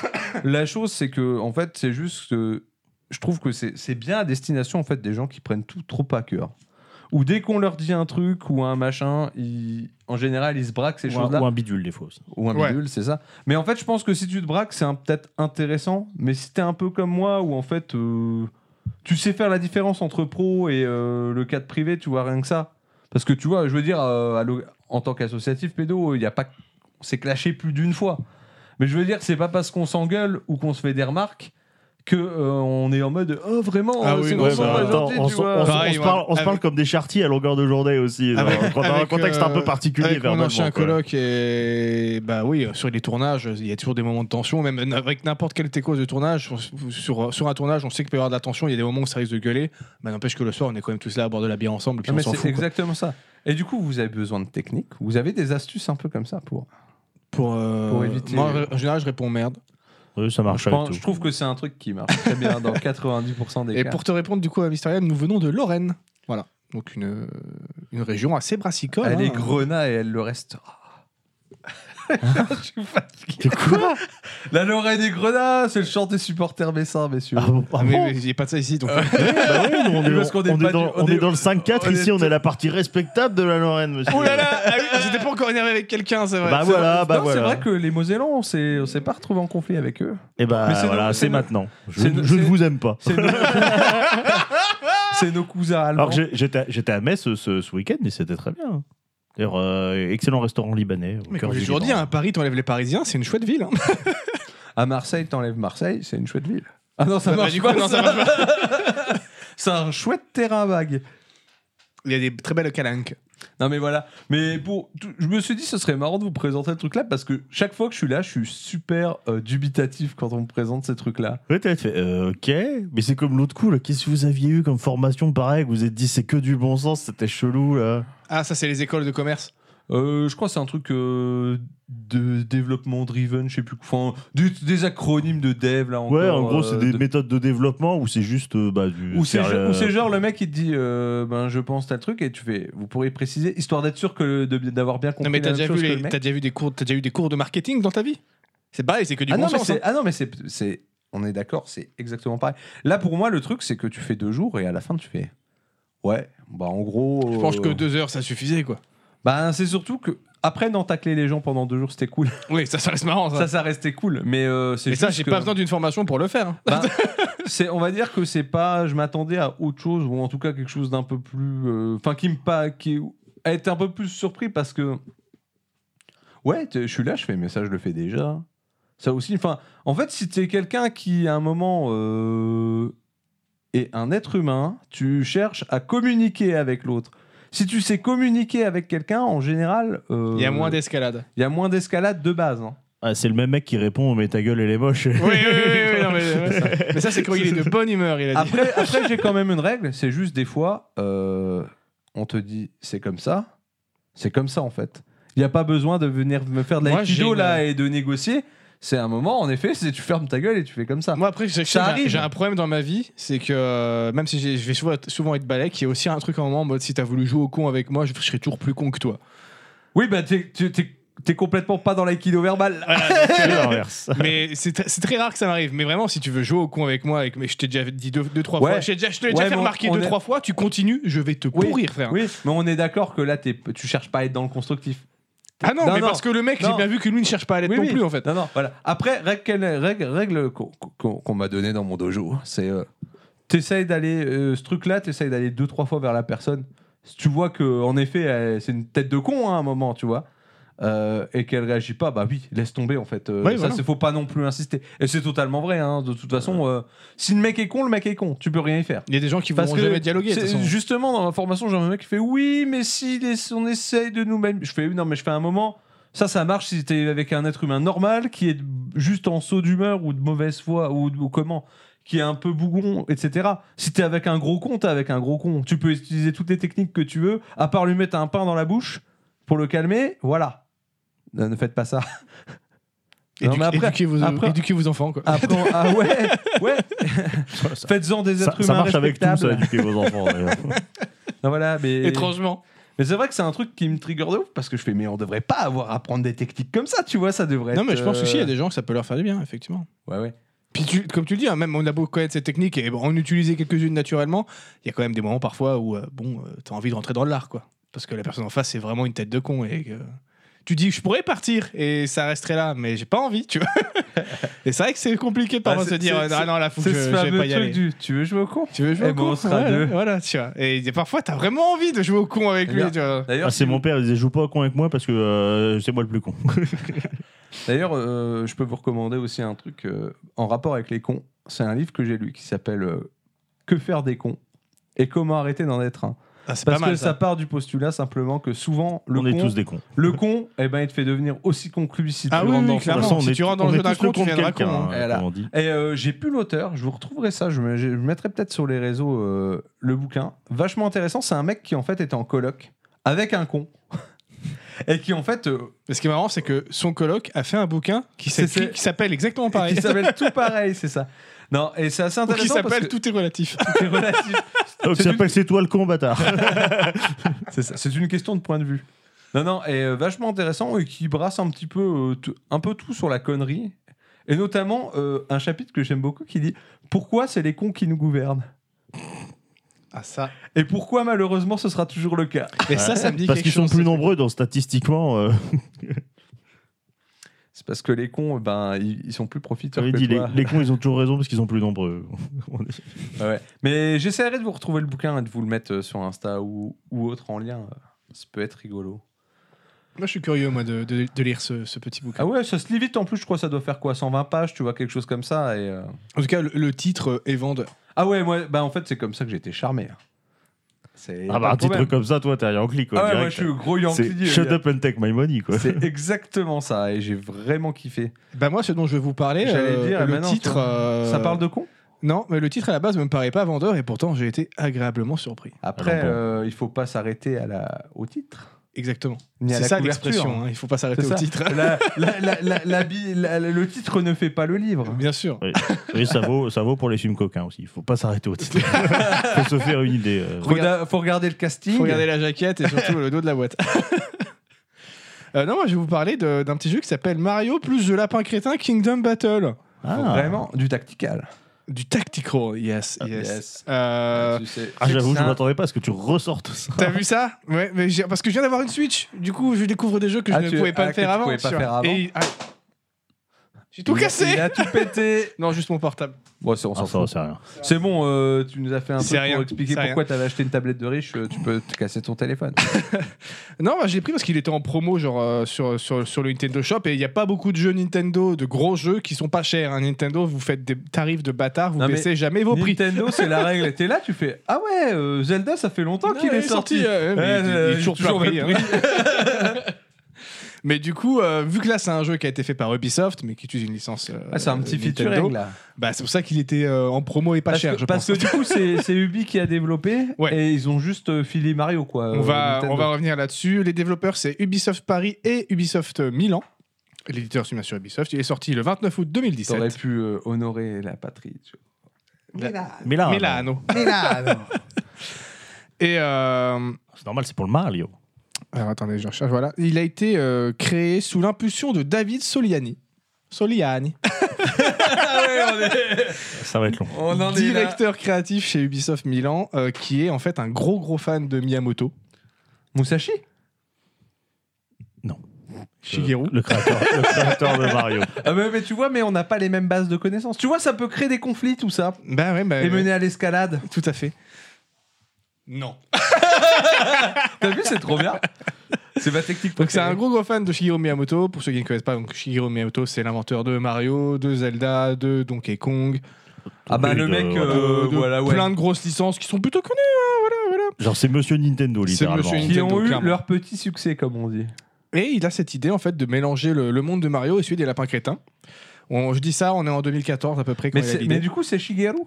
Speaker 2: la chose, c'est que, en fait, c'est juste que je trouve que c'est c'est bien à destination, en fait, des gens qui prennent tout trop à cœur. Ou dès qu'on leur dit un truc ou un machin, ils- en général, ils se braquent ces
Speaker 3: ou, un,
Speaker 2: choses-là.
Speaker 3: ou un bidule, des fois aussi.
Speaker 2: Ou un
Speaker 1: Ouais.
Speaker 2: bidule, c'est ça. Mais en fait, je pense que si tu te braques, c'est un- peut-être intéressant. Mais si t'es un peu comme moi, où en fait, euh, tu sais faire la différence entre pro et euh, le cadre privé, tu vois, rien que ça. Parce que tu vois, je veux dire, euh, à l'o- en tant qu'associatif pédo, il y a pas, on s'est clashé plus d'une fois. Mais je veux dire, c'est pas parce qu'on s'engueule ou qu'on se fait des remarques que euh, on est en mode, oh vraiment,
Speaker 1: Ah
Speaker 2: euh,
Speaker 1: oui,
Speaker 2: c'est
Speaker 1: ouais,
Speaker 2: vraiment
Speaker 1: bah,
Speaker 2: pas
Speaker 1: attends,
Speaker 2: gentil,
Speaker 3: on
Speaker 2: tu
Speaker 3: se
Speaker 2: vois.
Speaker 3: on se- on
Speaker 1: Pareil,
Speaker 3: se
Speaker 1: ouais.
Speaker 3: parle, on se parle
Speaker 1: Avec-
Speaker 3: comme des chartis à longueur de journée aussi. genre,
Speaker 1: Avec-
Speaker 3: dans un
Speaker 1: avec,
Speaker 3: contexte un
Speaker 1: euh,
Speaker 3: peu particulier.
Speaker 1: Avec mon
Speaker 3: verbalement,
Speaker 1: ancien
Speaker 3: quoi.
Speaker 1: coloc et bah oui, sur les tournages, il y a toujours des moments de tension, même euh, avec n'importe quelle techose de tournage. on- Sur, sur un tournage, on sait qu'il peut y avoir de la tension, il y a des moments où ça risque de gueuler. Bah, n'empêche que le soir, on est quand même tous là à boire de la bière ensemble, puis
Speaker 2: Ah, mais
Speaker 1: on s'en
Speaker 2: c'est
Speaker 1: fout. quoi.
Speaker 2: exactement ça. Et du coup, vous avez besoin de technique. Vous avez des astuces un peu comme ça pour.
Speaker 1: Pour, euh,
Speaker 2: Pour éviter-
Speaker 1: Moi, en général, je réponds merde.
Speaker 3: Oui, ça marche
Speaker 2: Je,
Speaker 3: avec
Speaker 2: pense-
Speaker 3: tout.
Speaker 2: je trouve que c'est un truc qui marche très bien dans 90% des
Speaker 1: Et
Speaker 2: cas.
Speaker 1: pour te répondre, du coup, à Mysterium, nous venons de Lorraine. Voilà. Donc, euh, une, une région assez brassicole.
Speaker 2: elle est
Speaker 1: hein.
Speaker 2: grenat et elle le restera. Je suis fatigué.
Speaker 3: C'est quoi
Speaker 2: La Lorraine et Grenat, c'est le chant des supporters messins, messieurs.
Speaker 3: Ah bon, ah
Speaker 1: mais
Speaker 3: bon
Speaker 1: mais il n'y a pas de ça ici. Donc,
Speaker 3: Bah oui, nous, on est,
Speaker 2: Parce qu'on est
Speaker 3: on
Speaker 2: pas
Speaker 3: est dans,
Speaker 2: du-
Speaker 3: on est dans le 5-4
Speaker 2: on est
Speaker 3: ici, on
Speaker 2: tout-
Speaker 3: est la partie respectable de la Lorraine, monsieur.
Speaker 1: oh là là, ah oui, j'étais pas encore énervé avec quelqu'un, c'est vrai.
Speaker 3: Bah
Speaker 1: C'est
Speaker 3: voilà,
Speaker 1: vrai.
Speaker 3: bah
Speaker 2: Non,
Speaker 3: voilà.
Speaker 2: C'est vrai que les Mosellans, on s'est on s'est pas retrouvé en conflit avec eux.
Speaker 3: Et bah
Speaker 2: Mais c'est
Speaker 3: voilà,
Speaker 2: no-
Speaker 3: c'est
Speaker 2: c'est no-
Speaker 3: maintenant. Je,
Speaker 2: c'est no-
Speaker 3: je ne
Speaker 2: c'est-
Speaker 3: vous aime pas.
Speaker 2: C'est nos... c'est nos cousins allemands.
Speaker 3: Alors que j'ai- j'étais à- j'étais à Metz ce, ce week-end et c'était très bien. D'ailleurs, euh, excellent restaurant libanais. au
Speaker 1: Mais
Speaker 3: cœur
Speaker 1: comme
Speaker 3: du
Speaker 1: j'ai toujours dit,
Speaker 3: Liban.
Speaker 1: hein, Paris, t'enlèves les Parisiens, c'est une chouette ville. hein.
Speaker 2: À Marseille, t'enlèves Marseille, c'est une chouette ville. Ah non, ça
Speaker 1: Bah,
Speaker 2: marche
Speaker 1: du coup,
Speaker 2: pas.
Speaker 1: non, ça
Speaker 2: ça.
Speaker 1: marche pas.
Speaker 2: C'est un chouette terrain vague.
Speaker 1: Il y a des très belles calanques.
Speaker 2: Non mais voilà. Mais pour, tout- je me suis dit, ce serait marrant de vous présenter le truc là parce que chaque fois que je suis là, je suis super euh, dubitatif quand on me présente ces trucs là.
Speaker 3: Ouais, t'as fait, euh, ok, mais c'est comme l'autre coup, là. Qu'est-ce que vous aviez eu comme formation pareil que Vous vous êtes dit, c'est que du bon sens, c'était chelou, là.
Speaker 1: Ah, ça, c'est les écoles de commerce.
Speaker 2: Euh, je crois que c'est un truc euh, de développement driven, je sais plus quoi. Enfin, des, des acronymes de dev là.
Speaker 3: ouais,
Speaker 2: encore,
Speaker 3: en gros,
Speaker 2: euh,
Speaker 3: c'est des
Speaker 2: de-
Speaker 3: méthodes de développement où c'est juste euh, bah, du.
Speaker 2: Ou c'est
Speaker 3: faire,
Speaker 2: ge-
Speaker 3: euh,
Speaker 2: ou c'est genre le mec il te dit euh, ben je pense tel truc et tu fais vous pourriez préciser histoire d'être sûr que de- d'avoir bien compris
Speaker 1: Non, mais t'as
Speaker 2: la même
Speaker 1: déjà,
Speaker 2: chose
Speaker 1: vu
Speaker 2: que
Speaker 1: les-
Speaker 2: le mec.
Speaker 1: t'as déjà vu des cours, t'as déjà eu des cours de marketing dans ta vie C'est pareil, c'est que du
Speaker 2: ah,
Speaker 1: bon
Speaker 2: non, mais
Speaker 1: sens.
Speaker 2: c'est-
Speaker 1: hein.
Speaker 2: ah non mais c'est c'est on est d'accord c'est exactement pareil. Là pour moi le truc c'est que tu fais deux jours et à la fin tu fais ouais bah en gros.
Speaker 1: Je pense que deux heures, ça suffisait, quoi.
Speaker 2: Ben c'est surtout que après d'en tacler les gens pendant deux jours c'était cool
Speaker 1: Oui, ça, ça reste marrant, ça.
Speaker 2: ça ça restait cool mais euh, c'est
Speaker 1: Et ça,
Speaker 2: juste
Speaker 1: j'ai
Speaker 2: que-
Speaker 1: pas besoin d'une formation pour le faire. hein.
Speaker 2: Ben, c'est, on va dire que c'est pas. Je m'attendais à autre chose, ou en tout cas quelque chose d'un peu plus. euh, Enfin, qui me pas. Qui a été un peu plus surpris parce que. Ouais, t'es- je suis là, je fais, mais ça, je le fais déjà. Ça aussi. Enfin, en fait, si t'es quelqu'un qui, à un moment. euh, est un être humain, tu cherches à communiquer avec l'autre. Si tu sais communiquer avec quelqu'un, en général. euh,
Speaker 1: Il y a moins d'escalade.
Speaker 2: il y a moins d'escalade de base. hein.
Speaker 3: ah, c'est le même mec qui répond, mais ta gueule, elle est moche.
Speaker 1: Oui, oui, oui, oui, non, mais, ouais. Mais ça, Ah, c'est quand il est de bonne humeur, il a dit.
Speaker 2: Après, après j'ai quand même une règle, c'est juste des fois, euh, on te dit c'est comme ça, c'est comme ça en fait. Il n'y a pas besoin de venir me faire de
Speaker 1: Moi, j'ai
Speaker 2: l'aïkido
Speaker 1: une-
Speaker 2: là et de négocier. C'est un moment, en effet, c'est tu fermes ta gueule et tu fais comme ça.
Speaker 1: Moi, après, j'ai-
Speaker 2: Ça
Speaker 1: j'ai
Speaker 2: arrive.
Speaker 1: j'ai un problème dans ma vie, c'est que euh, même si j'ai- je vais souvent, souvent être balèque, il y a aussi un truc en moment en mode si t'as voulu jouer au con avec moi, je, je serai toujours plus con que toi.
Speaker 2: Oui, bah t'es, t'es- t'es- t'es complètement pas dans l'aïkido verbal.
Speaker 3: c'est l'inverse.
Speaker 1: mais c'est tr- c'est très rare que ça m'arrive. Mais vraiment, si tu veux jouer au con avec moi, et que- mais je t'ai déjà dit deux, deux, trois
Speaker 2: Ouais.
Speaker 1: fois, je t'ai déjà, je te l'ai
Speaker 2: Ouais,
Speaker 1: déjà
Speaker 2: mais
Speaker 1: fait
Speaker 2: on-
Speaker 1: remarquer
Speaker 2: on
Speaker 1: deux,
Speaker 2: est-
Speaker 1: trois fois, tu continues, je vais te
Speaker 2: Oui.
Speaker 1: pourrir, frère.
Speaker 2: Oui, mais on est d'accord que là, t'es, tu cherches pas à être dans le constructif.
Speaker 1: Ah non,
Speaker 2: Non,
Speaker 1: mais
Speaker 2: non.
Speaker 1: parce que le mec, j'ai
Speaker 2: Non.
Speaker 1: bien vu que lui ne cherche pas à l'être
Speaker 2: Oui,
Speaker 1: non
Speaker 2: oui.
Speaker 1: plus, en fait.
Speaker 2: Non, non, voilà. Après, règle, règle, règle qu'on, qu'on- qu'on m'a donnée dans mon dojo, c'est euh, t'essayes d'aller, euh, ce truc-là, t'essayes d'aller deux, trois fois vers la personne. Si tu vois que, en effet, elle- c'est une tête de con hein, à un moment, tu vois, euh, et qu'elle réagit pas, bah oui, laisse tomber en fait. Euh,
Speaker 1: Oui,
Speaker 2: ça,
Speaker 1: voilà.
Speaker 2: c'est faut pas non plus insister. Et c'est totalement vrai, hein, de toute façon, euh, si le mec est con, le mec est con, tu peux rien y faire.
Speaker 1: Il y a des gens qui
Speaker 2: Parce
Speaker 1: vont
Speaker 2: que
Speaker 1: jamais dialoguer. de toute
Speaker 2: c'est-
Speaker 1: façon.
Speaker 2: Justement, dans ma formation, j'ai un mec qui fait Oui, mais si les- on essaye de nous-mêmes. Je fais Non, mais je fais un moment. Ça, ça marche si t'es avec un être humain normal qui est juste en saut d'humeur ou de mauvaise foi ou, ou comment qui est un peu bougon, etc. Si t'es avec un gros con, t'es avec un gros con. Tu peux utiliser toutes les techniques que tu veux, à part lui mettre un pain dans la bouche pour le calmer. Voilà. Ne, ne faites pas ça. Non,
Speaker 1: Éduque-
Speaker 2: mais après-
Speaker 1: éduquez, vos,
Speaker 2: après-
Speaker 1: éduquez vos enfants, quoi.
Speaker 2: Après, on- ah ouais, ouais.
Speaker 3: Ça- ça-
Speaker 2: Faites-en des
Speaker 3: ça
Speaker 2: êtres humains
Speaker 3: marche avec tout, ça,
Speaker 2: respectables.
Speaker 3: éduquer vos enfants. d'ailleurs.
Speaker 2: Non, voilà, mais...
Speaker 1: Étrangement.
Speaker 2: Mais c'est vrai que c'est un truc qui me trigger de ouf parce que je fais mais on devrait pas avoir à prendre des techniques comme ça, tu vois, ça devrait
Speaker 1: Non,
Speaker 2: être,
Speaker 1: mais je pense que
Speaker 2: euh,
Speaker 1: si, il y a des gens que ça peut leur faire du bien, effectivement.
Speaker 2: Ouais ouais.
Speaker 1: Puis, tu- comme tu le dis, hein, même on a beau connaître ces techniques et en utiliser quelques-unes naturellement, il y a quand même des moments parfois où, euh, bon, euh, t'as envie de rentrer dans l'art, quoi. Parce que la personne en face, c'est vraiment une tête de con et que tu dis, je pourrais partir et ça resterait là, mais j'ai pas envie, tu vois. et c'est vrai que c'est compliqué
Speaker 2: Ah,
Speaker 1: de parfois
Speaker 2: c'est-
Speaker 1: se dire,
Speaker 2: c'est-
Speaker 1: ah non, là, faut que
Speaker 2: C'est
Speaker 1: je,
Speaker 2: ce
Speaker 1: je vais
Speaker 2: fameux
Speaker 1: pas y
Speaker 2: truc
Speaker 1: aller.
Speaker 2: du tu veux jouer au con
Speaker 1: Tu veux jouer
Speaker 2: Eh
Speaker 1: au
Speaker 2: ben,
Speaker 1: con
Speaker 2: on sera
Speaker 1: voilà,
Speaker 2: deux. Eh
Speaker 1: voilà, tu vois. Et il y a parfois, t'as vraiment envie de jouer au con avec lui,
Speaker 2: D'ailleurs-
Speaker 1: tu vois.
Speaker 2: D'ailleurs,
Speaker 3: Ah, c'est
Speaker 2: si
Speaker 3: mon
Speaker 2: vous-
Speaker 3: père, il disait Joue pas au con avec moi parce que euh, c'est moi le plus con.
Speaker 2: D'ailleurs, euh, je peux vous recommander aussi un truc euh, en rapport avec les cons. C'est un livre que j'ai lu qui s'appelle euh, Que faire des cons et comment arrêter d'en être un.
Speaker 1: Ah, c'est
Speaker 2: Parce
Speaker 1: pas mal,
Speaker 2: que ça.
Speaker 1: ça.
Speaker 2: part du postulat simplement que souvent le
Speaker 3: on
Speaker 2: con,
Speaker 3: est tous des cons.
Speaker 2: le con, eh ben il te fait devenir aussi con que lui si
Speaker 1: Ah
Speaker 2: tu
Speaker 1: oui,
Speaker 2: rentres dans
Speaker 1: oui,
Speaker 2: son-
Speaker 1: clairement.
Speaker 3: De toute façon,
Speaker 1: si
Speaker 3: on est
Speaker 1: tu rentres
Speaker 3: on
Speaker 1: dans le
Speaker 3: est
Speaker 1: jeu d'un
Speaker 3: tous le
Speaker 1: con, tu
Speaker 3: con de
Speaker 1: viendras
Speaker 3: quelqu'un,
Speaker 1: con, hein.
Speaker 3: hein,
Speaker 2: Voilà.
Speaker 3: comme on dit.
Speaker 2: Et euh, j'ai plus l'auteur, je vous retrouverai ça, je, me- je- je mettrai peut-être sur les réseaux euh, le bouquin. Vachement intéressant, c'est un mec qui en fait était en coloc avec un con. Et qui en fait, euh,
Speaker 1: Mais ce qui est marrant, c'est que son coloc a fait un bouquin qui
Speaker 2: C'est-
Speaker 1: s'écrit-
Speaker 2: c'est-
Speaker 1: qui s'appelle exactement pareil.
Speaker 2: qui s'appelle tout pareil, c'est ça. Non, et c'est assez
Speaker 1: Ou qui
Speaker 2: intéressant parce
Speaker 1: s'appelle
Speaker 2: que
Speaker 1: Tout est relatif.
Speaker 2: c'est relatif.
Speaker 3: Donc,
Speaker 2: C'est
Speaker 3: ça s'appelle C'est toi le con, bâtard.
Speaker 2: C'est ça, c'est une question de point de vue. Non, non, et euh, vachement intéressant et qui brasse un petit peu, euh, tout- un peu tout sur la connerie. Et notamment euh, un chapitre que j'aime beaucoup qui dit Pourquoi c'est les cons qui nous gouvernent
Speaker 1: Ah, ça.
Speaker 2: Et pourquoi malheureusement ce sera toujours le cas
Speaker 1: Mais ça, ça me dit
Speaker 3: Parce
Speaker 1: quelque
Speaker 3: qu'ils sont
Speaker 1: chose.
Speaker 3: plus nombreux, donc statistiquement, euh,
Speaker 2: C'est parce que les cons, euh, ben, ils, ils sont plus profiteurs
Speaker 3: j'avais
Speaker 2: que
Speaker 3: dit, les,
Speaker 2: toi.
Speaker 3: les cons, ils ont toujours raison parce qu'ils sont plus nombreux. On est-
Speaker 2: Ouais. Mais j'essaierai de vous retrouver le bouquin et de vous le mettre euh, sur Insta ou, ou autre en lien. Euh, Ça peut être rigolo.
Speaker 1: Moi, je suis curieux, moi, de, de- de lire ce, ce petit bouquin.
Speaker 2: Ah ouais, ça se lit vite en plus, je crois que ça doit faire quoi 120 pages, tu vois, quelque chose comme ça. Et, euh,
Speaker 1: Ah, En tout cas, le, le titre euh, est vendeur.
Speaker 2: Ah ouais, moi, bah, en fait, c'est comme ça que j'ai été charmé. hein. C'est
Speaker 3: Ah bah, un petit truc comme ça, toi, t'es un Yankee, quoi.
Speaker 2: Ah ouais, moi,
Speaker 3: direct.
Speaker 2: je suis gros Yankee.
Speaker 3: C'est shut up and take my money, quoi.
Speaker 2: C'est exactement ça, et j'ai vraiment kiffé.
Speaker 1: Bah, moi, ce dont je vais vous parler,
Speaker 2: J'allais
Speaker 1: euh,
Speaker 2: dire, mais
Speaker 1: le
Speaker 2: non,
Speaker 1: titre.
Speaker 2: tu vois,
Speaker 1: euh,
Speaker 2: Ça parle de con
Speaker 1: Non, mais le titre à la base me paraît pas vendeur et pourtant j'ai été agréablement surpris.
Speaker 2: Après,
Speaker 3: Alors ah bon.
Speaker 2: euh, il faut pas s'arrêter à la... au titre.
Speaker 1: Exactement.
Speaker 2: ni à
Speaker 1: C'est
Speaker 2: la
Speaker 1: ça
Speaker 2: couverture.
Speaker 1: l'expression, hein, il faut pas s'arrêter
Speaker 2: C'est
Speaker 1: au
Speaker 2: ça.
Speaker 1: titre.
Speaker 2: La- la- la- la- la bi- la- le titre ne fait pas le livre.
Speaker 1: Bien sûr.
Speaker 3: Oui, ça vaut, ça vaut pour les films coquins aussi. Il faut pas s'arrêter au titre. faut se faire une idée. euh.
Speaker 2: Faut, da- faut regarder le casting.
Speaker 1: Faut regarder la jaquette et surtout le dos de la boîte. Euh, non, moi je vais vous parler de- d'un petit jeu qui s'appelle Mario plus le lapin crétin Kingdom Battle.
Speaker 3: Ah.
Speaker 2: Vraiment, du tactical.
Speaker 1: Du tactical, yes, yes.
Speaker 2: Ah, Yes.
Speaker 1: Euh,
Speaker 2: Tu sais-
Speaker 3: Ah, j'avoue,
Speaker 2: c'est
Speaker 3: je
Speaker 2: un-
Speaker 3: m'attendais pas à ce que tu ressortes ça.
Speaker 1: T'as vu ça Ouais, mais j'ai- parce que je viens d'avoir une Switch. Du coup, je découvre des jeux que je
Speaker 2: Ah,
Speaker 1: ne
Speaker 2: tu-
Speaker 1: pouvais pas
Speaker 2: ah, que
Speaker 1: faire
Speaker 2: tu
Speaker 1: avant.
Speaker 2: pouvais pas
Speaker 1: tu vois.
Speaker 2: faire avant.
Speaker 1: Et- ah, j'ai tout
Speaker 2: il a-
Speaker 1: cassé.
Speaker 2: Il a tout pété.
Speaker 1: Non, juste mon portable.
Speaker 2: Bon, c'est, on
Speaker 3: Ah,
Speaker 2: s'en
Speaker 3: ça,
Speaker 2: fout.
Speaker 3: c'est rien.
Speaker 2: C'est bon, euh, tu nous as fait un
Speaker 1: C'est
Speaker 2: peu
Speaker 1: rien,
Speaker 2: pour expliquer
Speaker 1: c'est rien.
Speaker 2: pourquoi t'avais acheté une tablette de riche. euh, Tu peux te casser ton téléphone.
Speaker 1: Non, bah, je l'ai pris parce qu'il était en promo genre euh, sur, sur, sur le Nintendo Shop et il n'y a pas beaucoup de jeux Nintendo, de gros jeux qui sont pas chers. hein. Nintendo, vous faites des tarifs de bâtard, vous
Speaker 2: Non, mais
Speaker 1: baissez jamais vos prix.
Speaker 2: Nintendo, c'est la règle. T'es là, tu fais Ah ouais, euh, Zelda, ça fait longtemps qu'il
Speaker 1: Ouais,
Speaker 2: est sorti.
Speaker 1: euh, mais
Speaker 2: Ouais,
Speaker 1: il- il est
Speaker 2: euh,
Speaker 1: toujours
Speaker 2: j'ai
Speaker 1: pas
Speaker 2: pas
Speaker 1: pris, hein. Mais du coup, euh, vu que là c'est un jeu qui a été fait par Ubisoft, mais qui utilise une licence. euh,
Speaker 2: Ah, c'est un petit
Speaker 1: Nintendo,
Speaker 2: featuring là.
Speaker 1: Bah, c'est pour ça qu'il était euh, en promo et pas
Speaker 2: parce
Speaker 1: cher,
Speaker 2: que,
Speaker 1: je
Speaker 2: parce
Speaker 1: pense.
Speaker 2: que du coup, c'est, c'est Ubi qui a développé
Speaker 1: Ouais.
Speaker 2: et ils ont juste euh, filé Mario quoi.
Speaker 1: On
Speaker 2: euh,
Speaker 1: va,
Speaker 2: Nintendo.
Speaker 1: on va revenir là-dessus. Les développeurs, c'est Ubisoft Paris et Ubisoft Milan. L'éditeur, c'est bien sûr Ubisoft. Il est sorti le 29 août 2017.
Speaker 2: T'aurais pu euh, honorer la patrie. tu vois.
Speaker 3: Mais là,
Speaker 1: Milano. Et euh,
Speaker 3: c'est normal, c'est pour le Mario.
Speaker 1: alors attendez, je recherche. Voilà, il a été euh, créé sous l'impulsion de David Soliani. Soliani,
Speaker 2: Ah
Speaker 3: Ça va être long.
Speaker 2: On en est là.
Speaker 1: directeur créatif chez Ubisoft Milan, euh, qui est en fait un gros gros fan de Miyamoto,
Speaker 2: Musashi
Speaker 1: Shigeru.
Speaker 3: Euh, Le, créateur, le créateur de Mario.
Speaker 2: Ah mais, mais tu vois, mais on n'a pas les mêmes bases de connaissances. Tu vois, ça peut créer des conflits tout ça
Speaker 1: Bah ouais, bah,
Speaker 2: et mener à l'escalade.
Speaker 1: tout à fait. Non.
Speaker 2: T'as vu, c'est trop bien. C'est ma technique.
Speaker 1: Donc c'est
Speaker 2: préférée.
Speaker 1: un gros gros fan de Shigeru Miyamoto. Pour ceux qui ne connaissent pas, donc Shigeru Miyamoto, c'est l'inventeur de Mario, de Zelda, de Donkey Kong,
Speaker 2: Ah bah
Speaker 3: Et
Speaker 2: le
Speaker 3: de-
Speaker 2: mec, euh,
Speaker 1: de- de
Speaker 2: voilà, ouais.
Speaker 1: plein de grosses licences qui sont plutôt connues.
Speaker 3: Genre, c'est Monsieur Nintendo,
Speaker 1: C'est
Speaker 3: littéralement.
Speaker 1: Monsieur Nintendo.
Speaker 2: qui ont eu
Speaker 1: clairement.
Speaker 2: leur petit succès, comme on dit.
Speaker 1: Et il a cette idée en fait de mélanger le, le monde de Mario et celui des lapins crétins. On- je dis ça, on est en 2014 à peu près quand
Speaker 2: Mais,
Speaker 1: il a
Speaker 2: c'est-
Speaker 1: l'idée.
Speaker 2: mais du coup, c'est Shigeru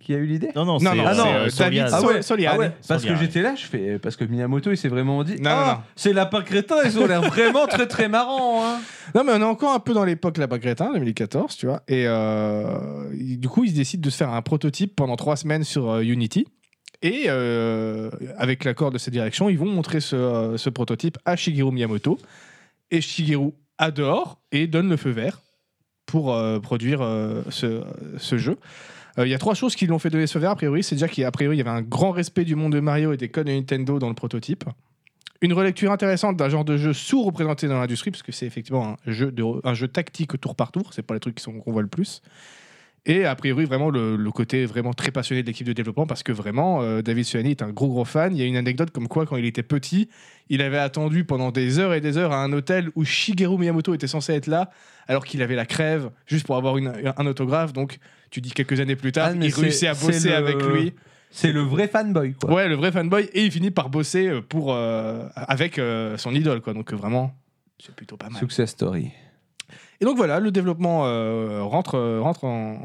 Speaker 2: qui a eu l'idée.
Speaker 3: Non, non, c'est
Speaker 1: Non, non,
Speaker 2: ah non,
Speaker 3: c'est,
Speaker 1: euh,
Speaker 3: euh, Solian.
Speaker 1: David- Ah ouais, Soliani.
Speaker 2: parce que
Speaker 3: Soliani.
Speaker 2: j'étais là, je fais euh, parce que Miyamoto, il s'est vraiment dit.
Speaker 1: Non, non, non.
Speaker 2: ah, c'est lapin crétin, ils ont l'air vraiment très très marrants. Hein.
Speaker 1: Non, mais on est encore un peu dans l'époque lapin crétin, 2014, tu vois. Et euh, il- du coup, ils décident de se faire un prototype pendant trois semaines sur euh, Unity. Et euh, avec l'accord de cette direction, ils vont montrer ce, euh, ce prototype à Shigeru Miyamoto. Et Shigeru adore et donne le feu vert pour euh, produire euh, ce, ce jeu. Euh, Il y a trois choses qui l'ont fait donner ce feu vert, a priori. C'est déjà qu'à priori, il y avait un grand respect du monde de Mario et des codes de Nintendo dans le prototype. Une relecture intéressante d'un genre de jeu sous-représenté dans l'industrie, parce que c'est effectivement un jeu, de, un jeu tactique tour par tour, c'est pas les trucs qui sont- qu'on voit le plus. Et a priori, vraiment, le, le côté vraiment très passionné de l'équipe de développement, parce que vraiment, euh, David Suani est un gros, gros fan. Il y a une anecdote comme quoi, quand il était petit, il avait attendu pendant des heures et des heures à un hôtel où Shigeru Miyamoto était censé être là, alors qu'il avait la crève, juste pour avoir une- un autographe. Donc, tu dis quelques années plus tard,
Speaker 2: Ah, mais
Speaker 1: il
Speaker 2: c'est-
Speaker 1: réussit à
Speaker 2: c'est
Speaker 1: bosser
Speaker 2: le-
Speaker 1: avec lui.
Speaker 2: C'est le vrai fanboy, quoi.
Speaker 1: Ouais, le vrai fanboy, et il finit par bosser euh, pour, euh, avec euh, son idole, quoi. Donc euh, vraiment, c'est plutôt pas mal.
Speaker 2: Success story.
Speaker 1: Et donc voilà, le développement euh, rentre, euh, rentre en,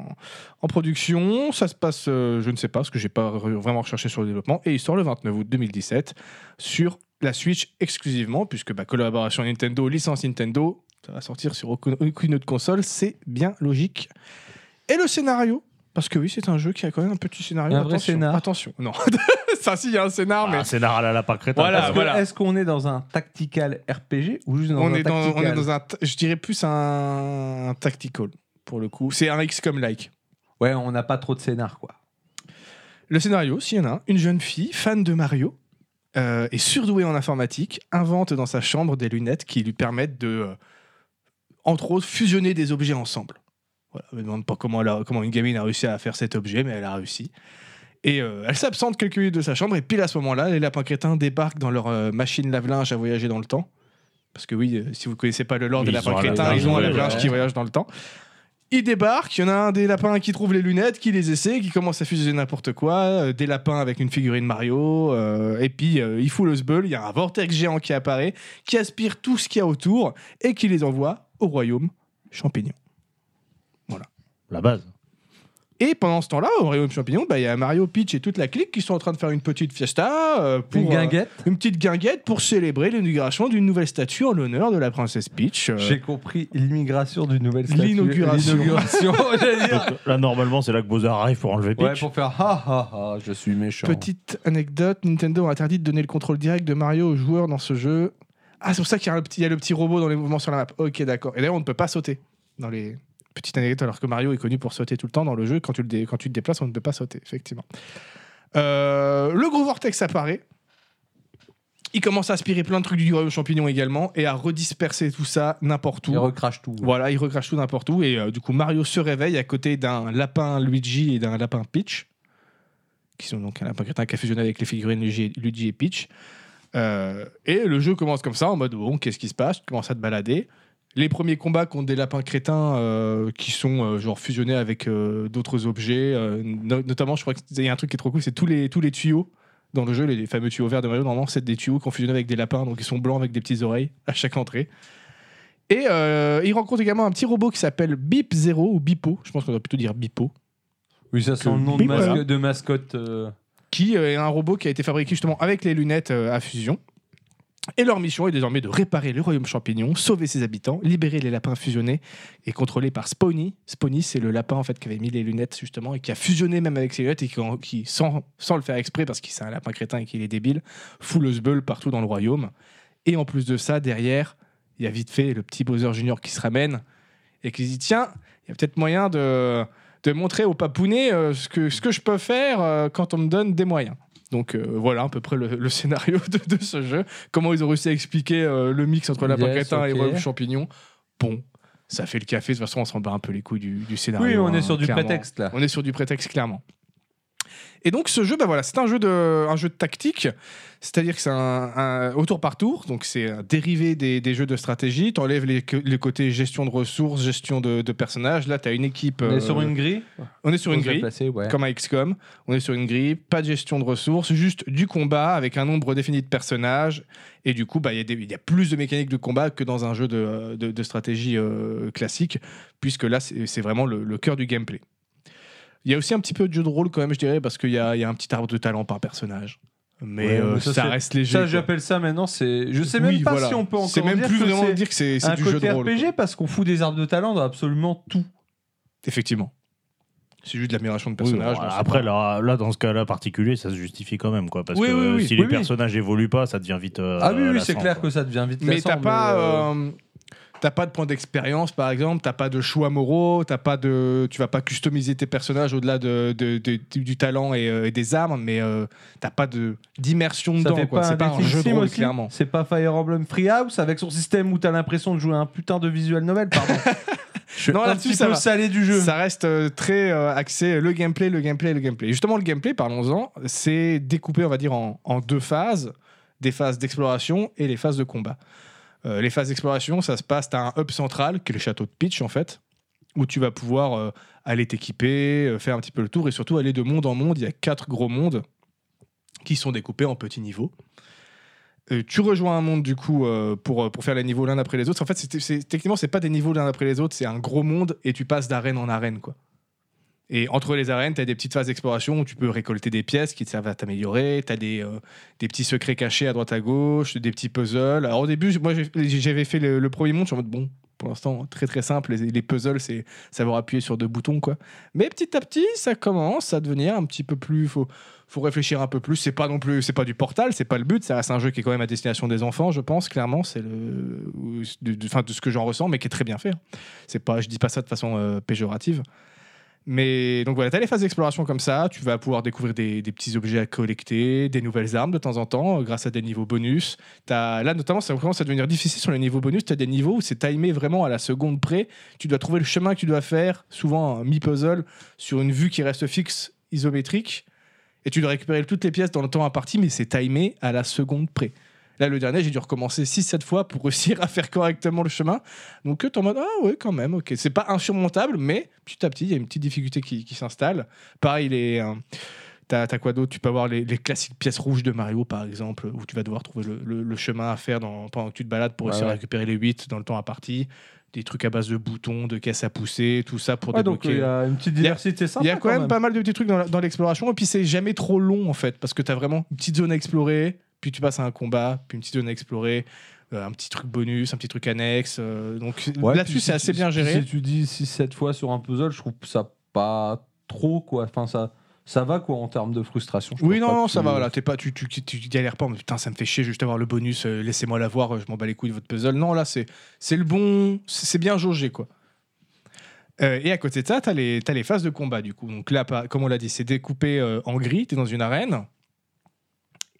Speaker 1: en production. Ça se passe, euh, je ne sais pas, parce que j'ai pas re- vraiment recherché sur le développement. Et il sort le 29 août 2017 sur la Switch exclusivement, puisque bah, collaboration Nintendo, licence Nintendo, ça va sortir sur aucune, aucune autre console, c'est bien logique. Et le scénario Parce que oui, c'est un jeu qui a quand même un petit scénario.
Speaker 2: Un vrai
Speaker 1: attention.
Speaker 2: scénar.
Speaker 1: Attention, non. ça, si, il y a un scénar, mais.
Speaker 3: Ah, c'est Nara la lapin crétin.
Speaker 1: Voilà,
Speaker 2: Parce que
Speaker 1: voilà.
Speaker 2: Est-ce qu'on est dans un tactical RPG ou juste dans
Speaker 1: on,
Speaker 2: un
Speaker 1: est dans, on
Speaker 2: tactical
Speaker 1: est dans un. t- Je dirais plus un, un tactical, pour le coup. C'est un XCOM-like.
Speaker 2: Ouais, on n'a pas trop de scénar, quoi.
Speaker 1: Le scénario, s'il y en a un, une jeune fille, fan de Mario, euh, et surdouée en informatique, invente dans sa chambre des lunettes qui lui permettent de, euh, entre autres, fusionner des objets ensemble. Voilà, je me demande pas comment, elle a- comment une gamine a réussi à faire cet objet, mais elle a réussi. Et euh, elle s'absente quelques minutes de sa chambre, et pile à ce moment-là, les lapins crétins débarquent dans leur euh, machine lave-linge à voyager dans le temps. Parce que oui, euh, si vous connaissez pas le lore des
Speaker 3: Ils
Speaker 1: lapins
Speaker 3: ont un
Speaker 1: crétins,
Speaker 3: lave-linge,
Speaker 1: ils ont un
Speaker 3: ouais,
Speaker 1: lave-linge
Speaker 2: ouais.
Speaker 1: qui voyage dans le temps. Ils débarquent, il y en a un des lapins qui trouve les lunettes, qui les essaie, qui commence à fusionner n'importe quoi, euh, des lapins avec une figurine Mario, euh, et puis euh, il fout le sbeul, il y a un vortex géant qui apparaît, qui aspire tout ce qu'il y a autour, et qui les envoie au royaume champignon.
Speaker 3: La base.
Speaker 1: Et pendant ce temps-là, au Royaume Champignon, bah, il y a Mario, Peach et toute la clique qui sont en train de faire une petite fiesta, euh, pour,
Speaker 2: Une
Speaker 1: euh,
Speaker 2: guinguette
Speaker 1: une petite guinguette pour célébrer l'inauguration d'une nouvelle statue en l'honneur de la princesse Peach. euh,
Speaker 2: J'ai compris l'immigration d'une nouvelle statue.
Speaker 1: L'inauguration.
Speaker 2: L'inauguration, j'allais dire.
Speaker 3: Donc, là, normalement, c'est là que Bowser arrive pour enlever Peach.
Speaker 2: Ouais, pour faire ha ha ha, je suis méchant.
Speaker 1: Petite anecdote, Nintendo a interdit de donner le contrôle direct de Mario aux joueurs dans ce jeu. Ah, c'est pour ça qu'il y a, le petit, il y a le petit robot dans les mouvements sur la map. Ok, d'accord. Et d'ailleurs, on ne peut pas sauter dans les petites anecdotes, alors que Mario est connu pour sauter tout le temps dans le jeu. Quand tu, le dé- quand tu te déplaces, on ne peut pas sauter, effectivement. Euh, le gros vortex apparaît. Il commence à aspirer plein de trucs du royaume champignon également et à redisperser tout ça n'importe où.
Speaker 2: Il recrache tout.
Speaker 1: Voilà, il recrache tout n'importe où. Et euh, du coup, Mario se réveille à côté d'un lapin Luigi et d'un lapin Peach, qui sont donc un lapin crétin qui a fusionné avec les figurines Luigi, Luigi et Peach. Euh, et le jeu commence comme ça, en mode bon, qu'est-ce qui se passe Tu commences à te balader. Les premiers combats contre des lapins crétins euh, qui sont euh, genre fusionnés avec euh, d'autres objets. euh, no- notamment, je crois qu'il y a un truc qui est trop cool, c'est tous les, tous les tuyaux dans le jeu, les, les fameux tuyaux verts de Mario. Normalement, c'est des tuyaux qui ont fusionné avec des lapins, donc ils sont blancs avec des petites oreilles à chaque entrée. Et euh, il rencontre également un petit robot qui s'appelle Bip Zero ou Bipo, je pense qu'on doit plutôt dire Bipo,
Speaker 2: Oui, ça, c'est
Speaker 3: Que-
Speaker 2: le nom de,
Speaker 3: Oui,
Speaker 2: masque-
Speaker 3: voilà.
Speaker 2: de mascotte. euh,
Speaker 1: qui euh, est un robot qui a été fabriqué justement avec les lunettes euh, à fusion. Et leur mission est désormais de réparer le royaume champignon, sauver ses habitants, libérer les lapins fusionnés et contrôlés par Spawny. Spawny, c'est le lapin en fait qui avait mis les lunettes justement et qui a fusionné même avec ses lunettes et qui, en- qui, sans, sans le faire exprès parce qu'il c'est un lapin crétin et qu'il est débile, fout le sbeul partout dans le royaume. Et en plus de ça, derrière, il y a vite fait le petit Bowser Junior qui se ramène et qui se dit tiens, il y a peut-être moyen de, de montrer aux papounets euh, ce, que, ce que je peux faire euh, quand on me donne des moyens. Donc euh, voilà à peu près le, le scénario de, de ce jeu. Comment ils ont réussi à expliquer euh, le mix entre lapin
Speaker 2: Yes,
Speaker 1: crétin et
Speaker 2: ok.
Speaker 1: royaume champignon. Bon, ça fait le café. De toute façon, on s'en bat un peu les couilles du, du scénario.
Speaker 2: Oui, on
Speaker 1: hein,
Speaker 2: est sur du
Speaker 1: clairement.
Speaker 2: prétexte, là.
Speaker 1: On est sur du prétexte, clairement. Et donc ce jeu, bah voilà, c'est un jeu de, un jeu de tactique, c'est-à-dire que c'est un, un- au tour par tour, donc c'est un dérivé des, des jeux de stratégie. T'enlèves les, co- les côtés gestion de ressources, gestion de, de personnages. Là, t'as une équipe.
Speaker 2: On
Speaker 1: euh,
Speaker 2: est sur une grille
Speaker 1: on est sur une
Speaker 2: Vous
Speaker 1: grille,
Speaker 2: placez, ouais.
Speaker 1: comme à XCOM. On est sur une grille, pas de gestion de ressources, juste du combat avec un nombre défini de personnages. Et du coup, bah, il y, a des- il y a plus de mécaniques de combat que dans un jeu de, euh, de- de stratégie euh, classique, puisque là, c'est c'est vraiment le, le cœur du gameplay. Il y a aussi un petit peu de jeu de rôle quand même, je dirais, parce qu'il y a, il y a un petit arbre de talent par personnage. Mais,
Speaker 2: Ouais, mais
Speaker 1: euh,
Speaker 2: ça,
Speaker 1: ça,
Speaker 2: c'est-
Speaker 1: reste léger.
Speaker 2: Ça,
Speaker 1: quoi.
Speaker 2: j'appelle ça maintenant, c'est. Je sais
Speaker 1: Oui,
Speaker 2: même pas
Speaker 1: voilà.
Speaker 2: si on peut encore
Speaker 1: C'est même
Speaker 2: dire
Speaker 1: plus
Speaker 2: que
Speaker 1: vraiment
Speaker 2: c'est
Speaker 1: dire que c'est c'est
Speaker 2: un
Speaker 1: du jeu de
Speaker 2: côté
Speaker 1: rôle. quoi.
Speaker 2: RPG parce qu'on fout des arbres de talent dans absolument tout.
Speaker 1: Effectivement. C'est juste de l'amélioration de
Speaker 3: Oui,
Speaker 1: personnages.
Speaker 3: bon,
Speaker 1: donc c'est
Speaker 3: après, là, là, dans ce cas-là particulier, ça se justifie quand même, quoi. Parce
Speaker 2: Oui,
Speaker 3: que
Speaker 2: oui, oui,
Speaker 3: si
Speaker 2: oui,
Speaker 3: les
Speaker 2: oui.
Speaker 3: personnages évoluent pas, ça devient vite. euh,
Speaker 2: ah oui, oui,
Speaker 3: lassant,
Speaker 2: c'est clair que
Speaker 3: quoi.
Speaker 2: ça devient vite
Speaker 1: Bah, Mais
Speaker 2: lassant,
Speaker 1: t'as pas,
Speaker 2: euh,
Speaker 1: euh, t'as pas de point d'expérience, par exemple, t'as pas de choix moraux, t'as pas de, tu vas pas customiser tes personnages au-delà de, de- de- du, du talent et, euh, et des armes, mais euh, t'as pas de d'immersion
Speaker 2: Ça
Speaker 1: dedans.
Speaker 2: fait
Speaker 1: quoi.
Speaker 2: pas
Speaker 1: C'est
Speaker 2: un
Speaker 1: pas un
Speaker 2: Netflix
Speaker 1: jeu de
Speaker 2: Sim
Speaker 1: rôle,
Speaker 2: aussi
Speaker 1: clairement.
Speaker 2: C'est pas Fire Emblem Freehouse avec son système où t'as l'impression de jouer à un putain de visual novel, pardon. Je suis
Speaker 1: Non,
Speaker 2: un
Speaker 1: là-dessus,
Speaker 2: petit
Speaker 1: ça
Speaker 2: peu
Speaker 1: va.
Speaker 2: salé du jeu.
Speaker 1: Ça reste euh, très euh, axé le gameplay, le gameplay, le gameplay. Justement, le gameplay, parlons-en, c'est découpé, on va dire, en, en deux phases des phases d'exploration et les phases de combat. Euh, les phases d'exploration, ça se passe, t'as un hub central, qui est le château de Peach, en fait, où tu vas pouvoir euh, aller t'équiper, euh, faire un petit peu le tour et surtout aller de monde en monde. Il y a quatre gros mondes qui sont découpés en petits niveaux. Euh, tu rejoins un monde du coup euh, pour, euh, pour faire les niveaux l'un après les autres. En fait, c'est- c'est- techniquement, c'est pas des niveaux l'un après les autres, c'est un gros monde et tu passes d'arène en arène quoi. Et entre les arènes, tu as des petites phases d'exploration où tu peux récolter des pièces qui te servent à t'améliorer. Tu as des, euh, des petits secrets cachés à droite à gauche, des petits puzzles. Alors au début, moi j'ai- j'avais fait le, le premier monde, je suis en mode bon, pour pour l'instant très très simple. Les, les puzzles, c'est savoir appuyer sur deux boutons, quoi. Mais petit à petit, ça commence à devenir un petit peu plus. Faut, faut réfléchir un peu plus. C'est pas non plus, c'est pas du portal, c'est pas le but. Ça reste un jeu qui est quand même à destination des enfants, je pense. Clairement, c'est le, ou- de, de- enfin, de ce que j'en ressens, mais qui est très bien fait. C'est pas, je dis pas ça de façon euh, péjorative. Mais donc voilà, t'as les phases d'exploration comme ça, tu vas pouvoir découvrir des, des petits objets à collecter, des nouvelles armes de temps en temps, euh, grâce à des niveaux bonus. T'as- là notamment, ça commence à devenir difficile sur les niveaux bonus, tu as des niveaux où c'est timé vraiment à la seconde près, tu dois trouver le chemin que tu dois faire, souvent un mi-puzzle, sur une vue qui reste fixe, isométrique, et tu dois récupérer toutes les pièces dans le temps imparti, mais c'est timé à la seconde près. Là, le dernier, j'ai dû recommencer 6-7 fois pour réussir à faire correctement le chemin. Donc, euh, t'es en mode, ah ouais, quand même, ok. C'est pas insurmontable, mais petit à petit, il y a une petite difficulté qui, qui s'installe. Pareil, les. euh, T'as t'as quoi d'autre Tu peux avoir les, les classiques pièces rouges de Mario, par exemple, où tu vas devoir trouver le, le- le chemin à faire dans- pendant que tu te balades pour
Speaker 2: Ouais,
Speaker 1: essayer de
Speaker 2: ouais.
Speaker 1: récupérer les 8 dans le temps imparti. Des trucs à base de boutons, de caisses à pousser, tout ça pour
Speaker 2: Ouais, donc euh,
Speaker 1: débloquer.
Speaker 2: il y a une petite
Speaker 1: Il y a-
Speaker 2: diversité sympa.
Speaker 1: Il y a quand même, pas mal de petits trucs dans la- dans l'exploration, et puis c'est jamais trop long en fait, parce que t'as vraiment une petite zone à explorer, puis tu passes à un combat, puis une petite zone à explorer, euh, un petit truc bonus, un petit truc annexe. euh, donc
Speaker 2: Ouais,
Speaker 1: là-dessus,
Speaker 2: puis
Speaker 1: c'est
Speaker 2: si
Speaker 1: assez
Speaker 2: tu-
Speaker 1: bien
Speaker 2: Si
Speaker 1: géré.
Speaker 2: tu dis 6-7 fois sur un puzzle, je trouve ça pas trop quoi. Enfin, ça, ça va quoi en termes de frustration. je
Speaker 1: Oui,
Speaker 2: pense
Speaker 1: non,
Speaker 2: pas
Speaker 1: non,
Speaker 2: que
Speaker 1: ça
Speaker 2: tu-
Speaker 1: va, voilà, t'es pas, tu, tu, tu, tu galères pas, mais putain, ça me fait chier juste avoir le bonus, euh, laissez-moi l'avoir, euh, je m'en bats les couilles de votre puzzle. Non, là, c'est c'est le bon, c'est c'est bien jaugé, quoi. Euh, et à côté de ça, t'as les, t'as les phases de combat, du coup. Donc là, pas- comme on l'a dit, c'est découpé euh, en gris, t'es dans une arène,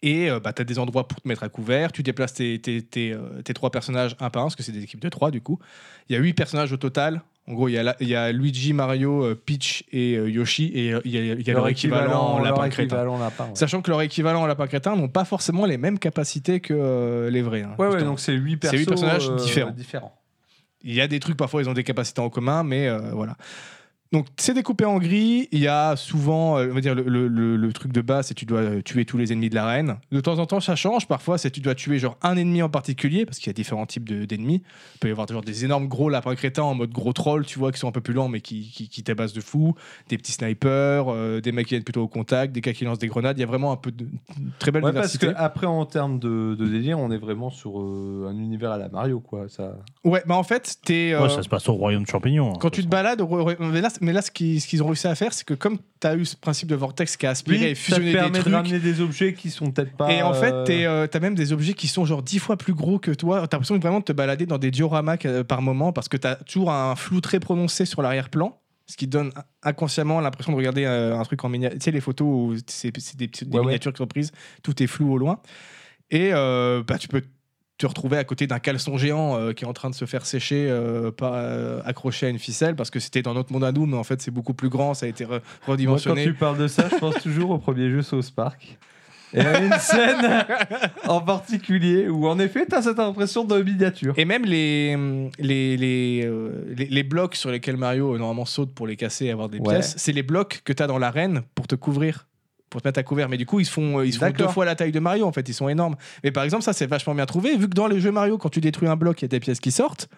Speaker 1: et euh, bah, t'as des endroits pour te mettre à couvert, tu déplaces tes, tes, tes, euh, tes trois personnages un par un, parce que c'est des équipes de trois, du coup. Il y a huit personnages au total. En gros, il y, a la- il y a Luigi, Mario, euh, Peach et euh, Yoshi, et euh, il y a, il y a leur, équivalent,
Speaker 2: leur
Speaker 1: lapin crétin.
Speaker 2: équivalent lapin. Ouais,
Speaker 1: Sachant que leur équivalent à lapin crétin n'ont pas forcément les mêmes capacités que euh, les vrais. hein,
Speaker 2: ouais, ouais,
Speaker 1: justement.
Speaker 2: donc c'est 8
Speaker 1: C'est huit personnages différents.
Speaker 2: différents.
Speaker 1: Il y a des trucs, parfois, ils ont des capacités en commun, mais euh, voilà. Donc, c'est découpé en gris. Il y a souvent, euh, on va dire, le, le- le- le truc de base, c'est tu dois euh, tuer tous les ennemis de l'arène. De temps en temps, ça change. Parfois, c'est tu dois tuer genre un ennemi en particulier, parce qu'il y a différents types de- d'ennemis. Il peut y avoir genre des énormes gros lapins crétins en mode gros troll, tu vois, qui sont un peu plus lents, mais qui, qui, qui tabassent de fou. Des petits snipers, euh, des mecs qui viennent plutôt au contact, des gars qui lancent des grenades. Il y a vraiment un peu de une très belle
Speaker 2: Ouais, parce
Speaker 1: diversité.
Speaker 2: que après, en termes de, de délire, on est vraiment sur euh, un univers à la Mario quoi. Ça.
Speaker 1: Ouais, bah en fait, t'es. euh,
Speaker 3: Ouais, ça se passe au royaume de champignons. hein.
Speaker 1: Quand tu te balades, au- au- mais là, mais là, ce qu'ils ce qu'ils ont réussi à faire, c'est que comme tu as eu ce principe de vortex qui a aspiré et
Speaker 2: ça
Speaker 1: fusionné des
Speaker 2: permet de
Speaker 1: trucs,
Speaker 2: ramener des objets qui sont peut-être pas.
Speaker 1: et en fait,
Speaker 2: euh,
Speaker 1: t'es, euh, t'as même des objets qui sont genre dix fois plus gros que toi. T'as l'impression de vraiment de te balader dans des dioramas que- par moment parce que t'as toujours un flou très prononcé sur l'arrière-plan, ce qui donne inconsciemment l'impression de regarder euh, un truc en miniature. Tu sais, les photos où c'est, c'est des, petites- des
Speaker 2: Ouais, ouais.
Speaker 1: miniatures qui sont prises, tout est flou au loin. Et euh, bah, tu peux te retrouver à côté d'un caleçon géant euh, qui est en train de se faire sécher, euh, par- euh, accroché à une ficelle, parce que c'était dans notre monde à nous, mais en fait c'est beaucoup plus grand, ça a été re-
Speaker 2: Moi, quand
Speaker 1: redimensionné.
Speaker 2: tu parles de ça, je pense toujours au premier jeu South Park. Et à une scène en particulier où, en effet, t'as cette impression de miniature.
Speaker 1: Et même les, hum, les, les, euh, les, les blocs sur lesquels Mario euh, normalement saute pour les casser et avoir des
Speaker 2: Ouais.
Speaker 1: pièces, c'est les blocs que tu as dans l'arène pour te couvrir, pour te mettre à couvert. Mais du coup, ils se font, euh, ils se font
Speaker 2: D'accord.
Speaker 1: deux fois la taille de Mario, en fait, ils sont énormes. Mais par exemple, ça, c'est vachement bien trouvé, vu que dans les jeux Mario, quand tu détruis un bloc, il y a des pièces qui sortent.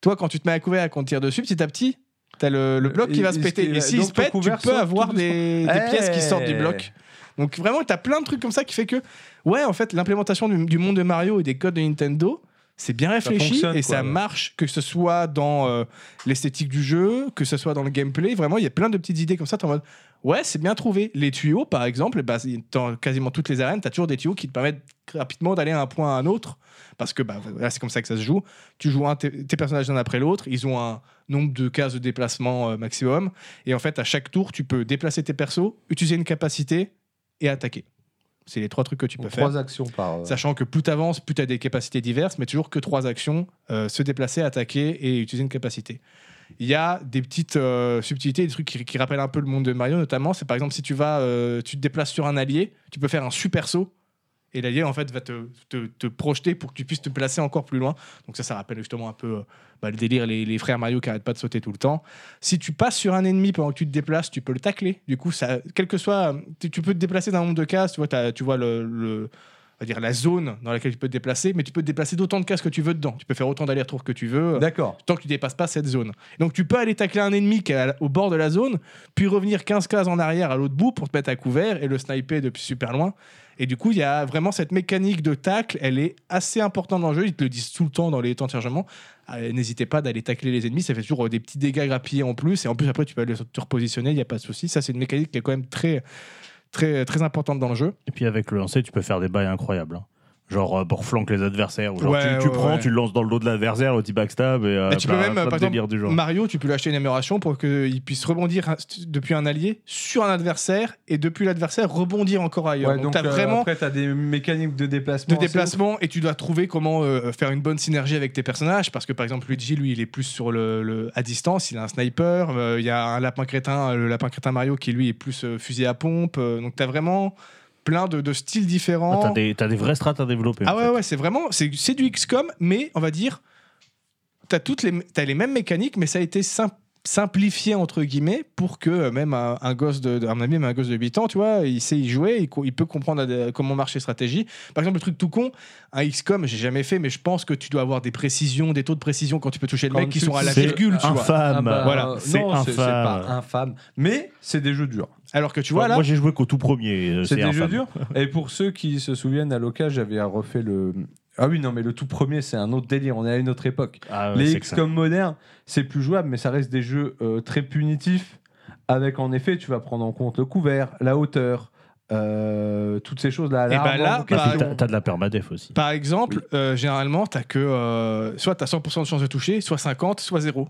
Speaker 1: Toi, quand tu te mets à couvert et qu'on te tire dessus, petit à petit, t'as le, le bloc
Speaker 2: Et-
Speaker 1: qui va
Speaker 2: et
Speaker 1: se
Speaker 2: ce
Speaker 1: péter.
Speaker 2: qui-
Speaker 1: Et s'il
Speaker 2: euh, donc,
Speaker 1: se
Speaker 2: ton
Speaker 1: pète, tu
Speaker 2: couvert
Speaker 1: peux
Speaker 2: saute
Speaker 1: avoir
Speaker 2: tout
Speaker 1: des, des
Speaker 2: Eh.
Speaker 1: pièces qui sortent du bloc. Donc vraiment, t'as plein de trucs comme ça qui fait que, ouais, en fait, l'implémentation du, du monde de Mario et des codes de Nintendo, c'est bien réfléchi
Speaker 2: fonctionne,
Speaker 1: et
Speaker 2: quoi,
Speaker 1: ça
Speaker 2: ouais.
Speaker 1: marche, que ce soit dans euh, l'esthétique du jeu, que ce soit dans le gameplay. Vraiment, il y a plein de petites idées comme ça. T'es en mode, ouais, c'est bien trouvé. Les tuyaux, par exemple, bah, c'est- dans quasiment toutes les arènes, t'as toujours des tuyaux qui te permettent rapidement d'aller d'un point à un autre. Parce que bah, voilà, c'est comme ça que ça se joue. Tu joues un, tes, tes personnages l'un après l'autre. Ils ont un nombre de cases de déplacement euh, maximum. Et en fait, à chaque tour, tu peux déplacer tes persos, utiliser une capacité et attaquer. C'est les trois trucs que tu peux
Speaker 2: Donc,
Speaker 1: faire.
Speaker 2: Trois actions par. euh,
Speaker 1: Sachant que plus t'avances, plus t'as des capacités diverses, mais toujours que trois actions euh, se déplacer, attaquer et utiliser une capacité. Il y a des petites euh, subtilités, des trucs qui, qui rappellent un peu le monde de Mario, notamment. C'est par exemple si tu vas, euh, tu te déplaces sur un allié, tu peux faire un super saut. Et l'allié, en fait, va te, te- te projeter pour que tu puisses te placer encore plus loin. Donc ça, ça rappelle justement un peu euh, bah, le délire, les, les frères Mario qui arrêtent pas de sauter tout le temps. Si tu passes sur un ennemi pendant que tu te déplaces, tu peux le tacler. Du coup, ça, quel que soit, tu, tu peux te déplacer d'un nombre de cases. Tu vois, t'as- tu vois le, le- on va dire, la zone dans laquelle tu peux te déplacer, mais tu peux te déplacer d'autant de cases que tu veux dedans. Tu peux faire autant d'allers-retours que tu veux.
Speaker 2: D'accord.
Speaker 1: tant que tu dépasses pas cette zone. Donc tu peux aller tacler un ennemi qui est à la- au bord de la zone, puis revenir 15 cases en arrière à l'autre bout pour te mettre à couvert et le sniper depuis super loin. Et du coup, il y a vraiment cette mécanique de tacle, elle est assez importante dans le jeu, ils te le disent tout le temps dans les temps de chargement. Euh, N'hésitez pas d'aller tacler les ennemis, ça fait toujours euh, des petits dégâts grappillés en plus, et en plus après tu peux aller te repositionner, il n'y a pas de souci. Ça c'est une mécanique qui est quand même très, très, très importante dans le jeu.
Speaker 3: Et puis avec le lancer, tu peux faire des bails incroyables. hein. Genre euh, pour flanquer les adversaires. ou Genre
Speaker 1: Ouais,
Speaker 3: tu, tu
Speaker 1: ouais,
Speaker 3: prends,
Speaker 1: ouais.
Speaker 3: tu le lances dans le dos de l'adversaire, le petit backstab et, euh,
Speaker 1: Et tu peux
Speaker 3: plein-
Speaker 1: même,
Speaker 3: plein de
Speaker 1: par
Speaker 3: délires du genre. Ah,
Speaker 1: Mario, tu peux lui acheter une amélioration pour qu'il puisse rebondir un- depuis un allié sur un adversaire et depuis l'adversaire rebondir encore ailleurs.
Speaker 2: Ouais,
Speaker 1: donc,
Speaker 2: donc
Speaker 1: tu
Speaker 2: euh,
Speaker 1: as vraiment
Speaker 2: après, t'as des mécaniques de déplacement.
Speaker 1: de
Speaker 2: assez
Speaker 1: déplacement et tu dois trouver comment euh, faire une bonne synergie avec tes personnages parce que par exemple Luigi lui il est plus sur le, le- à distance il a un sniper euh, il y a un lapin crétin euh, le lapin crétin Mario qui lui est plus euh, fusil à pompe Euh, donc tu as vraiment plein de, de styles
Speaker 3: Ah,
Speaker 1: différents
Speaker 3: T'as des, t'as des vraies strates à développer. en
Speaker 1: ah ouais,
Speaker 3: fait.
Speaker 1: ouais, c'est vraiment. C'est c'est du XCOM, mais on va dire. T'as toutes les, t'as les mêmes mécaniques, mais ça a été sim- simplifié entre guillemets pour que euh, même un, un gosse de, de- à mon avis, même un gosse de 8 ans tu vois il sait y jouer il, co- il peut comprendre euh, comment marche les stratégies par exemple le truc tout con un XCOM j'ai jamais fait mais je pense que tu dois avoir des précisions des taux de précision quand tu peux toucher le
Speaker 2: Quand
Speaker 1: mec qui
Speaker 2: tu-
Speaker 1: sont à la
Speaker 2: c'est
Speaker 1: virgule tu vois
Speaker 2: Ah
Speaker 3: Infâme.
Speaker 2: bah,
Speaker 1: Voilà,
Speaker 2: euh,
Speaker 3: c'est
Speaker 2: non, c'est c'est
Speaker 3: infâme.
Speaker 2: pas infâme. Mais c'est des jeux durs.
Speaker 1: alors que tu
Speaker 3: Moi,
Speaker 1: vois là
Speaker 3: Moi, j'ai joué qu'au tout premier. euh,
Speaker 2: C'est des
Speaker 3: infâme.
Speaker 2: jeux durs. Et pour ceux qui se souviennent, à l'occasion, j'avais refait le. Ah oui, non, mais le tout premier, c'est un autre délire. On est à une autre époque.
Speaker 3: Ah ouais,
Speaker 2: Les
Speaker 3: c'est que ça.
Speaker 2: XCOM modernes, c'est plus jouable, mais ça reste des jeux euh, très punitifs. Avec en effet, tu vas prendre en compte le couvert, la hauteur, euh, toutes ces choses-là.
Speaker 1: Et bah
Speaker 2: l'arme,
Speaker 1: là,
Speaker 2: la
Speaker 1: bah,
Speaker 3: Et puis
Speaker 2: protection.
Speaker 3: t'as- T'as de la permadef aussi.
Speaker 1: par exemple euh, généralement t'as que euh, soit t'as 100% de chance de toucher soit 50 soit 0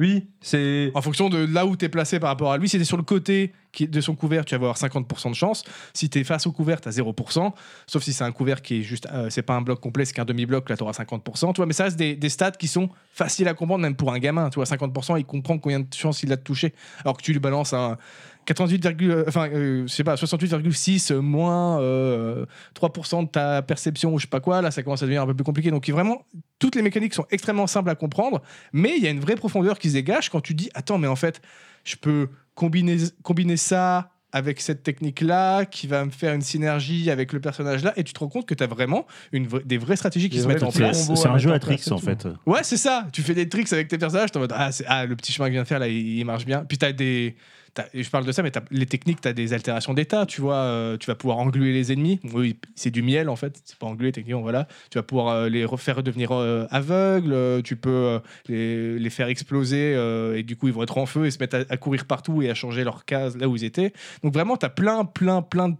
Speaker 2: oui, c'est.
Speaker 1: En fonction de là où tu es placé par rapport à lui, si tu sur le côté qui- de son couvert, tu vas avoir 50% de chance. Si tu es face au couvert, tu as 0%. Sauf si c'est un couvert qui est juste. euh, c'est pas un bloc complet, c'est qu'un demi-bloc, là, tu auras 50%. Tu vois, mais ça reste des, des stats qui sont faciles à comprendre, même pour un gamin. Tu vois, 50%, il comprend combien de chances il a de toucher. Alors que tu lui balances un. 88, virgule- euh, enfin, euh, je sais pas, 68,6 euh, moins euh, 3% de ta perception ou je sais pas quoi, là ça commence à devenir un peu plus compliqué. Donc vraiment, toutes les mécaniques sont extrêmement simples à comprendre, mais il y a une vraie profondeur qui se dégage quand tu dis attends, mais en fait, je peux combiner, combiner ça avec cette technique-là qui va me faire une synergie avec le personnage-là, et tu te rends compte que tu as vraiment une vraie- des vraies stratégies qui
Speaker 2: Des
Speaker 1: se
Speaker 2: vrais
Speaker 1: mettent en
Speaker 2: trucs.
Speaker 1: place.
Speaker 3: C'est
Speaker 2: combos
Speaker 3: c'est
Speaker 2: à
Speaker 3: un jeu
Speaker 2: mettre
Speaker 3: à
Speaker 2: en place
Speaker 3: tricks en
Speaker 2: et
Speaker 3: fait.
Speaker 1: Ouais, c'est ça. Tu fais des tricks avec tes personnages. T'es en mode ah, c'est- ah, le petit chemin que je viens de faire là, il, il marche bien. Puis t'as des. t'as- je parle de ça, mais t'as- les techniques, t'as des altérations d'état. Tu vois, euh, tu vas pouvoir engluer les ennemis. Oui, c'est du miel en fait. C'est pas engluer techniquement, voilà. Tu vas pouvoir euh, les refaire devenir euh, aveugles. euh, tu peux euh, les, les faire exploser euh, et du coup ils vont être en feu et se mettre à, à courir partout et à changer leur case là où ils étaient. Donc vraiment, t'as plein, plein, plein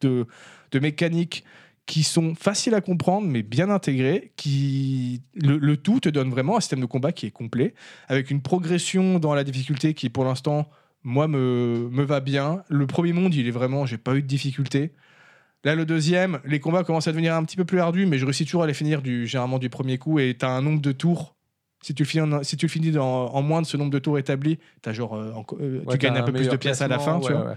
Speaker 1: de, de mécaniques qui sont faciles à comprendre mais bien intégrées, qui le, le tout te donne vraiment un système de combat qui est complet, avec une progression dans la difficulté qui pour l'instant moi me, me va bien. Le premier monde il est vraiment, j'ai pas eu de difficulté. Là le deuxième, les combats commencent à devenir un petit peu plus ardus, mais je réussis toujours à les finir du généralement du premier coup et t'as un nombre de tours. Si tu le finis, en, si tu le finis dans- en moins de ce nombre de tours établis, as genre, euh, en- euh,
Speaker 2: Ouais,
Speaker 1: tu gagnes
Speaker 2: t'as
Speaker 1: un peu plus de
Speaker 2: meilleur
Speaker 1: pièces à la fin.
Speaker 2: placement,
Speaker 1: tu
Speaker 2: ouais,
Speaker 1: vois.
Speaker 2: ouais.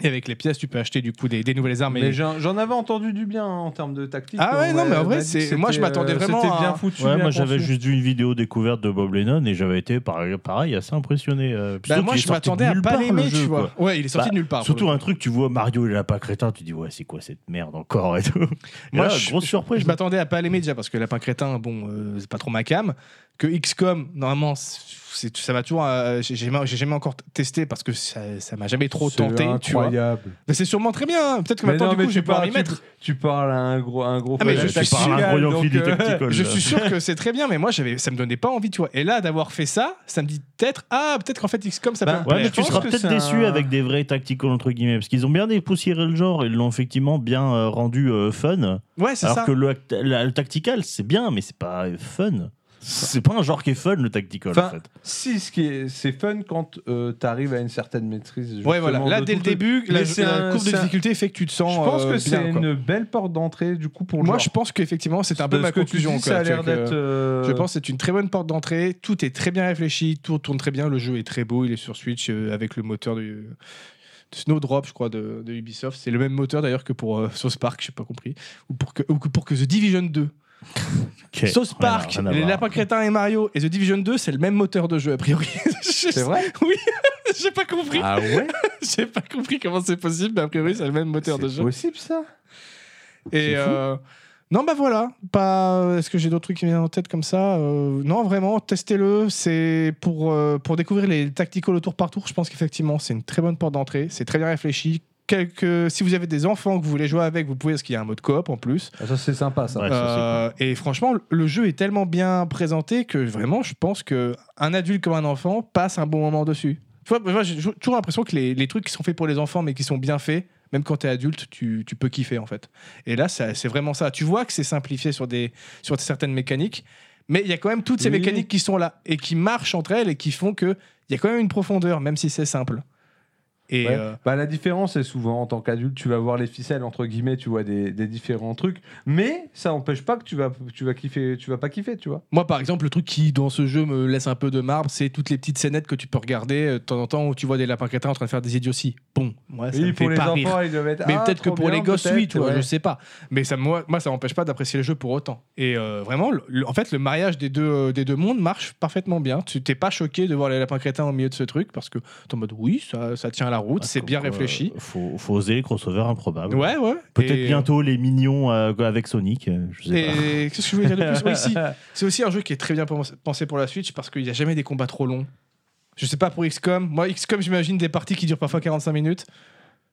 Speaker 1: Et avec les pièces, tu peux acheter du coup des, des nouvelles armes.
Speaker 2: Mais,
Speaker 1: et-
Speaker 2: j'en j'en avais entendu du bien hein, en termes de tactique.
Speaker 1: Ah ouais,
Speaker 2: On
Speaker 1: non, mais en
Speaker 2: m'a
Speaker 1: vrai,
Speaker 2: dit que
Speaker 1: c'est-
Speaker 2: c'était,
Speaker 1: moi, je m'attendais
Speaker 2: euh,
Speaker 1: vraiment
Speaker 2: C'était bien
Speaker 1: à-
Speaker 2: foutu.
Speaker 3: Ouais,
Speaker 2: bien
Speaker 3: moi j'avais
Speaker 2: conçu.
Speaker 3: juste vu une vidéo découverte de Bob Lennon et j'avais été par- pareil assez impressionné. euh,
Speaker 1: Bah,
Speaker 3: surtout
Speaker 1: moi,
Speaker 3: qu'il est
Speaker 1: je
Speaker 3: sorti de
Speaker 1: m'attendais à
Speaker 3: nulle
Speaker 1: pas
Speaker 3: part, le
Speaker 1: l'aimer,
Speaker 3: jeu,
Speaker 1: tu vois.
Speaker 3: quoi.
Speaker 1: Ouais, il est sorti
Speaker 3: Bah,
Speaker 1: de nulle part.
Speaker 3: Surtout
Speaker 1: pour le
Speaker 3: un truc, tu vois Mario et lapin crétin, tu dis ouais c'est quoi cette merde encore et tout.
Speaker 1: coup.
Speaker 3: Et
Speaker 1: Moi,
Speaker 3: là,
Speaker 1: je,
Speaker 3: grosse
Speaker 1: je-
Speaker 3: surprise.
Speaker 1: je m'attendais à pas l'aimer déjà parce que Lapin Crétin, bon, euh, c'est pas trop ma cam. Que XCOM, normalement, c'est- ça m'a toujours. euh, j'ai j'ai jamais, j'ai jamais encore testé parce que ça ça m'a jamais trop
Speaker 2: C'est
Speaker 1: tenté, tu vois.
Speaker 2: incroyable.
Speaker 1: Mais c'est sûrement très bien. hein. Peut-être que
Speaker 2: Mais
Speaker 1: maintenant,
Speaker 2: non,
Speaker 1: du
Speaker 2: mais
Speaker 1: coup, je vais
Speaker 2: tu
Speaker 1: pouvoir
Speaker 2: parles-
Speaker 1: m'y mettre.
Speaker 2: Tu parles à un gros, un gros.
Speaker 1: Ah, mais
Speaker 2: fan
Speaker 1: je
Speaker 2: de
Speaker 1: suis
Speaker 2: tactique,
Speaker 1: par un
Speaker 2: donc,
Speaker 3: broyophile
Speaker 2: euh,
Speaker 3: tactical.
Speaker 1: Je
Speaker 3: là.
Speaker 1: suis sûr que c'est très bien, mais moi, j'avais, ça me donnait pas envie, tu vois. Et là, d'avoir fait ça, ça me dit peut-être, ah, peut-être qu'en fait, XCOM, ça
Speaker 2: Bah,
Speaker 1: peut me
Speaker 3: Ouais,
Speaker 1: plaire.
Speaker 3: mais
Speaker 2: je
Speaker 3: tu
Speaker 2: pense
Speaker 3: seras
Speaker 2: que
Speaker 3: peut-être
Speaker 2: c'est
Speaker 3: déçu
Speaker 2: un-
Speaker 3: avec des vrais tacticals entre guillemets parce qu'ils ont bien dépoussiéré le genre, ils l'ont effectivement bien euh, rendu euh, fun.
Speaker 1: Ouais, c'est
Speaker 3: Alors
Speaker 1: ça.
Speaker 3: que le, act- la- le tactical c'est bien mais c'est pas euh, fun. C'est pas un genre qui est fun le tactical en
Speaker 2: Enfin,
Speaker 3: fait.
Speaker 2: Si, ce qui est, c'est fun quand euh, t'arrives à une certaine maîtrise.
Speaker 1: Ouais,
Speaker 2: justement,
Speaker 1: voilà. Là,
Speaker 2: de
Speaker 1: dès
Speaker 2: tout
Speaker 1: le début, la,
Speaker 2: Mais c'est
Speaker 1: la
Speaker 2: un-
Speaker 1: courbe de
Speaker 2: c'est un-
Speaker 1: difficulté fait que tu te
Speaker 2: Je
Speaker 1: sens.
Speaker 2: pense
Speaker 1: euh,
Speaker 2: que
Speaker 1: bien,
Speaker 2: c'est
Speaker 1: quoi.
Speaker 2: une belle porte d'entrée du coup pour le
Speaker 1: Moi,
Speaker 2: genre.
Speaker 1: je pense qu'effectivement, c'est un peu
Speaker 2: Parce
Speaker 1: ma
Speaker 2: que tu
Speaker 1: conclusion.
Speaker 2: dis,
Speaker 1: quoi,
Speaker 2: ça a
Speaker 1: tu
Speaker 2: l'air
Speaker 1: vois, que-
Speaker 2: d'être. euh,
Speaker 1: Je pense que c'est une très bonne porte d'entrée. Tout est très bien réfléchi, tout tourne très bien. Le jeu est très beau. Il est sur Switch euh, avec le moteur du, de Snowdrop, je crois, de, de Ubisoft. C'est le même moteur d'ailleurs que pour euh, South Park, j'ai pas compris, ou pour que, ou que- pour que The Division 2.
Speaker 3: Ok,
Speaker 1: Sauce
Speaker 3: rien à-
Speaker 1: Park,
Speaker 3: rien à
Speaker 1: les
Speaker 3: voir.
Speaker 1: Lapins Crétins et Mario et The Division 2, c'est le même moteur de jeu a priori.
Speaker 2: C'est
Speaker 1: J'ai-
Speaker 2: vrai.
Speaker 1: J'ai pas compris.
Speaker 2: Ah ouais.
Speaker 1: J'ai pas compris comment c'est possible, mais a priori c'est le même moteur de
Speaker 2: C'est
Speaker 1: jeu.
Speaker 2: possible ça.
Speaker 1: Et
Speaker 3: C'est fou.
Speaker 1: euh, non, bah voilà. Pas. euh, Est-ce que j'ai d'autres trucs qui me viennent en tête comme ça Euh, Non, vraiment, testez-le. C'est pour euh, pour découvrir les tacticals au tour par tour. Je pense qu'effectivement, c'est une très bonne porte d'entrée. C'est très bien réfléchi. Quelque... Si vous avez des enfants que vous voulez jouer avec, vous pouvez, parce qu'il y a un mode coop en plus.
Speaker 2: Ah, ça, c'est sympa, ça.
Speaker 3: Ouais, ça, c'est
Speaker 1: Euh, et franchement, le jeu est tellement bien présenté que vraiment, je pense que un adulte comme un enfant passe un bon moment dessus. Tu vois, moi, j'ai toujours l'impression que les, les trucs qui sont faits pour les enfants, mais qui sont bien faits, même quand t'es adulte, tu, tu peux kiffer en fait. Et là, ça- c'est vraiment ça. Tu vois que c'est simplifié sur, des, sur certaines mécaniques, mais il y a quand même toutes ces
Speaker 2: Oui.
Speaker 1: mécaniques qui sont là et qui marchent entre elles et qui font que il y a quand même une profondeur, même si c'est simple. Et
Speaker 2: Ouais.
Speaker 1: euh,
Speaker 2: Bah, la différence, c'est souvent en tant qu'adulte, tu vas voir les ficelles, entre guillemets, tu vois des, des différents trucs, mais ça n'empêche pas que tu vas, tu vas kiffer, tu vas pas kiffer, tu vois.
Speaker 1: Moi, par exemple, le truc qui, dans ce jeu, me laisse un peu de marbre, c'est toutes les petites scénettes que tu peux regarder euh, de temps en temps où tu vois des lapins crétins en train de faire des idioties. Bon, moi, ça
Speaker 2: oui,
Speaker 1: me
Speaker 2: pour
Speaker 1: fait
Speaker 2: les
Speaker 1: pas
Speaker 2: enfants,
Speaker 1: rire.
Speaker 2: ils doivent être.
Speaker 1: Mais
Speaker 2: Ah,
Speaker 1: peut-être que
Speaker 2: trop
Speaker 1: pour
Speaker 2: bien,
Speaker 1: les gosses, oui,
Speaker 2: peut-être,
Speaker 1: tu vois,
Speaker 2: ouais.
Speaker 1: je sais pas. Mais ça, moi, moi ça m'empêche pas d'apprécier le jeu pour autant. Et euh, vraiment, le- le- en fait, le mariage des deux, euh, des deux mondes marche parfaitement bien. Tu t'es pas choqué de voir les lapins crétins au milieu de ce truc parce que t'es en mode oui, ça, ça tient la route,
Speaker 2: Ah,
Speaker 1: c'est bien
Speaker 3: Donc, euh,
Speaker 1: réfléchi.
Speaker 3: faut, faut oser les crossovers
Speaker 2: euh,
Speaker 3: improbables.
Speaker 1: Ouais, ouais.
Speaker 3: Peut-être
Speaker 1: Et-
Speaker 3: bientôt les mignons euh, avec Sonic. euh, Je sais pas.
Speaker 1: Et qu'est-ce que je voulais dire de plus Oui, si. C'est aussi un jeu qui est très bien pens- pensé pour la Switch parce qu'il n'y a jamais des combats trop longs. Je sais pas pour XCOM. Moi, XCOM, j'imagine des parties qui durent parfois 45 minutes.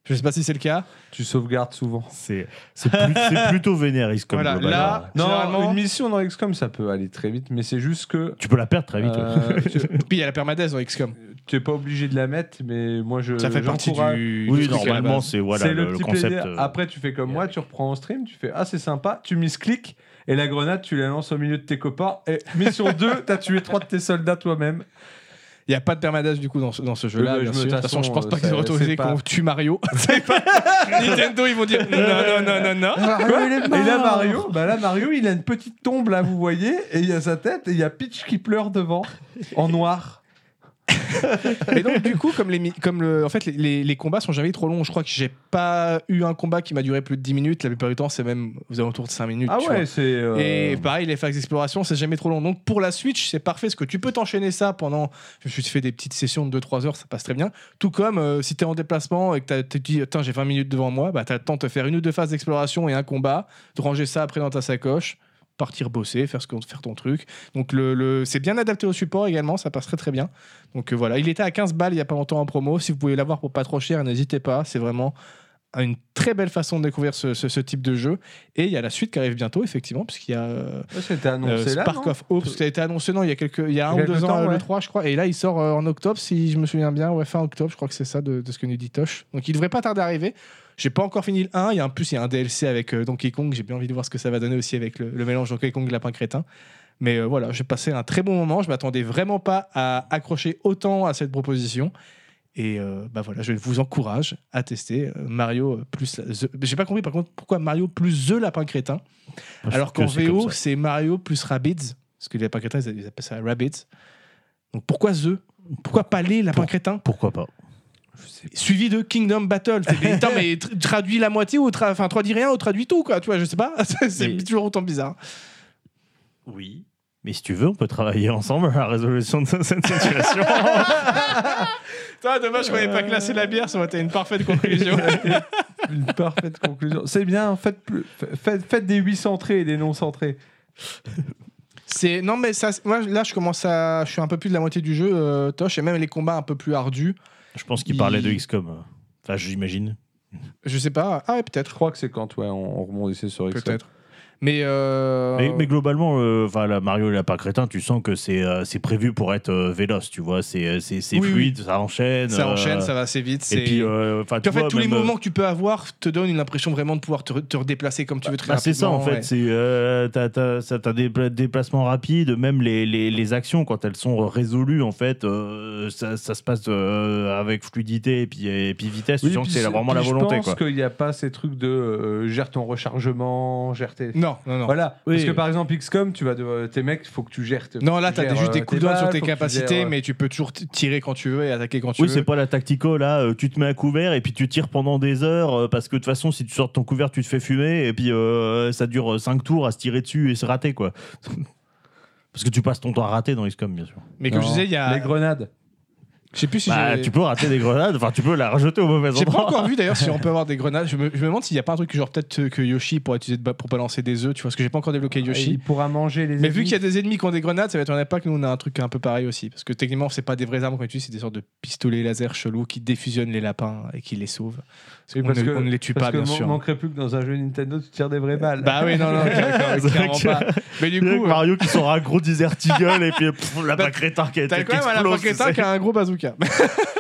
Speaker 1: Je sais pas si c'est le cas.
Speaker 2: Tu sauvegardes souvent.
Speaker 3: C'est c'est plus- c'est plutôt vénère, comme
Speaker 1: Voilà, là- Ah,
Speaker 2: non,
Speaker 1: généralement-
Speaker 2: une mission dans XCOM, ça peut aller très vite, mais c'est juste que.
Speaker 3: Tu peux la perdre très vite. ouais.
Speaker 2: euh,
Speaker 1: Et puis il y a la permadez dans XCOM.
Speaker 2: tu- tu n'es pas obligé de la mettre, mais moi, je.
Speaker 1: Ça fait partie
Speaker 2: j'encourage-
Speaker 1: du.
Speaker 3: Oui,
Speaker 1: du truc à la
Speaker 3: normalement,
Speaker 1: base.
Speaker 3: c'est voilà,
Speaker 2: c'est
Speaker 3: le,
Speaker 2: le,
Speaker 3: le
Speaker 2: petit
Speaker 3: concept.
Speaker 2: plaisir.
Speaker 3: euh,
Speaker 2: Après, tu fais comme
Speaker 3: et
Speaker 2: moi,
Speaker 3: avec.
Speaker 2: tu reprends en stream, tu fais Ah, c'est sympa, tu mis-clic, et la grenade, tu la lances au milieu de tes copains. Et mission 2, t'as tué 3 de tes soldats toi-même.
Speaker 1: Il n'y a pas de permadez du coup dans ce, dans ce
Speaker 2: Oui,
Speaker 1: jeu-là,
Speaker 2: bah,
Speaker 1: bien
Speaker 2: je me-
Speaker 1: sûr. De toute façon, je pense
Speaker 2: euh,
Speaker 1: pas qu'ils
Speaker 2: ça-
Speaker 1: ont autorisé
Speaker 2: c'est pas-
Speaker 1: qu'on tue Mario. C'est pas- Nintendo, ils vont dire non, non, non, non, non.
Speaker 2: Quoi et là, Mario, bah là, Mario, il a une petite tombe, là, vous voyez, et il y a sa tête, et il y a Peach qui pleure devant, en noir.
Speaker 1: Et donc, du coup, comme, les, mi- comme le, en fait, les, les, les combats sont jamais trop longs, je crois que j'ai pas eu un combat qui m'a duré plus de 10 minutes. La plupart du temps, c'est même aux alentours de 5 minutes.
Speaker 2: Ah
Speaker 1: tu vois.
Speaker 2: ouais, c'est. euh,
Speaker 1: Et pareil, les phases d'exploration, c'est jamais trop long. Donc pour la Switch, c'est parfait, parce que tu peux t'enchaîner ça pendant. Je me suis fait des petites sessions de 2-3 heures, ça passe très bien. Tout comme euh, si t'es en déplacement et que t'as- tu te dis, tiens, j'ai 20 minutes devant moi, bah t'as le temps de te faire une ou deux phases d'exploration et un combat, de ranger ça après dans ta sacoche, partir bosser, faire, ce qu'on- faire ton truc. Donc le, le- c'est bien adapté au support également, ça passe très très bien. Donc euh, voilà, il était à 15 balles il y a pas longtemps en promo. Si vous pouvez l'avoir pour pas trop cher, n'hésitez pas, c'est vraiment une très belle façon de découvrir ce- ce- ce type de jeu. Et il y a la suite qui arrive bientôt, effectivement, puisqu'il y a euh,
Speaker 2: ouais, C'était
Speaker 1: euh,
Speaker 2: annoncé là.
Speaker 1: Spark
Speaker 2: non
Speaker 1: of Hope, qui a été annoncé non, il, y a quelques, il y a un
Speaker 2: Il y a
Speaker 1: ou deux
Speaker 2: quelques
Speaker 1: ans,
Speaker 2: temps,
Speaker 1: euh, le
Speaker 2: ouais.
Speaker 1: 3, je crois. Et là, il sort euh, en octobre, si je me souviens bien, ouais, fin octobre, je crois que c'est ça de, de ce que nous dit Tosh. Donc il devrait pas tarder à arriver. J'ai pas encore fini le 1, il y a en plus, il y a un DLC avec euh, Donkey Kong, j'ai bien envie de voir ce que ça va donner aussi avec le, le mélange Donkey Kong lapin crétin. Mais euh, voilà, j'ai passé un très bon moment, je m'attendais vraiment pas à accrocher autant à cette proposition. Et euh, bah voilà, je vous encourage à tester euh, Mario euh, plus The... J'ai pas compris par contre pourquoi Mario plus The Lapin Crétin.
Speaker 3: je
Speaker 1: Alors
Speaker 3: trouve
Speaker 1: qu'en
Speaker 3: que c'est comme
Speaker 1: VO,
Speaker 3: ça.
Speaker 1: c'est Mario plus Rabbids. Parce que les lapins crétins, ils ils appellent ça Rabbids. Donc pourquoi The Pourquoi pas les lapins
Speaker 3: Pour-
Speaker 1: crétins
Speaker 3: Pourquoi pas
Speaker 1: Suivi de Kingdom Battle. Fait, mais, attends, mais tr- traduis la moitié ou tra- enfin, traduis rien ou traduis tout, quoi. Tu vois, je sais pas. C'est- c'est
Speaker 3: Mais-
Speaker 1: toujours autant bizarre.
Speaker 3: Oui. Mais si tu veux, on peut travailler ensemble à la résolution de cette situation.
Speaker 1: Putain, dommage qu'on n'ait pas classé la bière, ça aurait été une parfaite conclusion.
Speaker 2: Une parfaite conclusion. C'est bien, faites, plus, faites, faites des 8 centrés et des non centrés.
Speaker 1: C'est non mais ça moi là je commence à je suis un peu plus de la moitié du jeu euh, Tosh et même les combats un peu plus ardus
Speaker 3: je pense qu'il
Speaker 1: Il-
Speaker 3: parlait de XCOM. euh. Enfin, j'imagine.
Speaker 1: je sais pas ah ouais, peut-être
Speaker 2: Je crois que c'est quand ouais, on, on rebondissait sur XCOM.
Speaker 1: peut-être mais, euh,
Speaker 3: Mais, mais globalement, euh, enfin, la Mario et la pas crétin, tu sens que c'est euh, c'est prévu pour être euh, véloce, tu vois. C'est euh, c'est- c'est
Speaker 1: Oui, oui.
Speaker 3: fluide, ça enchaîne.
Speaker 1: ça
Speaker 3: euh,
Speaker 1: enchaîne ça va assez vite c'est-
Speaker 3: Et puis, euh, enfin,
Speaker 1: Puis
Speaker 3: tu
Speaker 1: en fait,
Speaker 3: vois,
Speaker 1: tous les
Speaker 3: même, euh,
Speaker 1: mouvements que tu peux avoir te donnent une impression vraiment de pouvoir te, te redéplacer comme tu veux très
Speaker 3: Bah, c'est ça en
Speaker 1: rapidement,
Speaker 3: fait,
Speaker 1: ouais.
Speaker 3: c'est euh, t'as, t'as- ça- t'as des pla- déplacements rapides, même les, les, les actions quand elles sont résolues en fait, euh, ça, ça se passe euh, avec fluidité et puis, et puis vitesse, tu
Speaker 2: Oui,
Speaker 3: sens que
Speaker 2: puis
Speaker 3: c'est la-
Speaker 2: c'est-
Speaker 3: vraiment la
Speaker 2: puis Je
Speaker 3: volonté
Speaker 2: pense
Speaker 3: quoi.
Speaker 2: qu'il n'y a pas ces trucs de euh, gère ton rechargement, gère tes.
Speaker 1: Non, non, non.
Speaker 2: Voilà,
Speaker 3: Oui.
Speaker 2: parce que par exemple, XCOM, tu vas de, euh, tes mecs, faut que tu gères. tes-
Speaker 1: Non, là,
Speaker 2: tu
Speaker 1: t'as
Speaker 2: gères,
Speaker 1: juste des
Speaker 2: euh,
Speaker 1: coups de doigt sur
Speaker 2: balles,
Speaker 1: tes
Speaker 2: faut que tu
Speaker 1: capacités,
Speaker 2: gères, euh,
Speaker 1: mais tu peux toujours t- tirer quand tu veux et attaquer quand tu
Speaker 3: Oui,
Speaker 1: veux.
Speaker 3: c'est pas la tactico là, euh, tu te mets à couvert et puis tu tires pendant des heures euh, parce que de toute façon, si tu sors de ton couvert, tu te fais fumer et puis euh, ça dure 5 tours à se tirer dessus et se rater quoi. parce que tu passes ton temps à rater dans XCOM bien sûr.
Speaker 1: Mais comme
Speaker 2: non,
Speaker 1: je disais, il y a.
Speaker 2: Les grenades.
Speaker 1: Je sais plus si
Speaker 3: Bah,
Speaker 1: j'ai-
Speaker 3: tu peux rater des grenades, enfin tu peux la rejeter au mauvais endroit.
Speaker 1: J'ai pas encore vu d'ailleurs si on peut avoir des grenades. Je me, je me demande s'il n'y a pas un truc genre peut-être que Yoshi pourrait utiliser de ba- pour balancer des œufs, tu vois, parce que j'ai pas encore débloqué Yoshi.
Speaker 2: Ah, Il pourra manger les
Speaker 1: Mais vu qu'il y a des ennemis qui ont des grenades, ça va être un impact. Nous, on a un truc un peu pareil aussi. Parce que techniquement, c'est pas des vraies armes qu'on utilise, c'est des sortes de pistolets laser chelous qui défusionnent les lapins et qui les sauvent.
Speaker 2: Oui,
Speaker 1: on,
Speaker 2: parce
Speaker 1: ne,
Speaker 2: que-
Speaker 1: on ne les tue
Speaker 2: Parce
Speaker 1: pas,
Speaker 2: que
Speaker 1: bien
Speaker 2: man-
Speaker 1: sûr.
Speaker 2: manquerait plus que dans un jeu Nintendo, tu tires des vraies balles.
Speaker 1: Bah oui, non, non, clairement clairement pas. Mais du
Speaker 3: Il y a que
Speaker 1: coup, euh,
Speaker 3: Mario qui sort un gros desert eagle et puis pff, la
Speaker 1: Bah,
Speaker 3: plaque rétard qui a été
Speaker 1: t'as
Speaker 3: qui
Speaker 1: quand même un lapin
Speaker 3: explose, tu
Speaker 1: crétin
Speaker 3: sais.
Speaker 1: qui a un gros bazooka.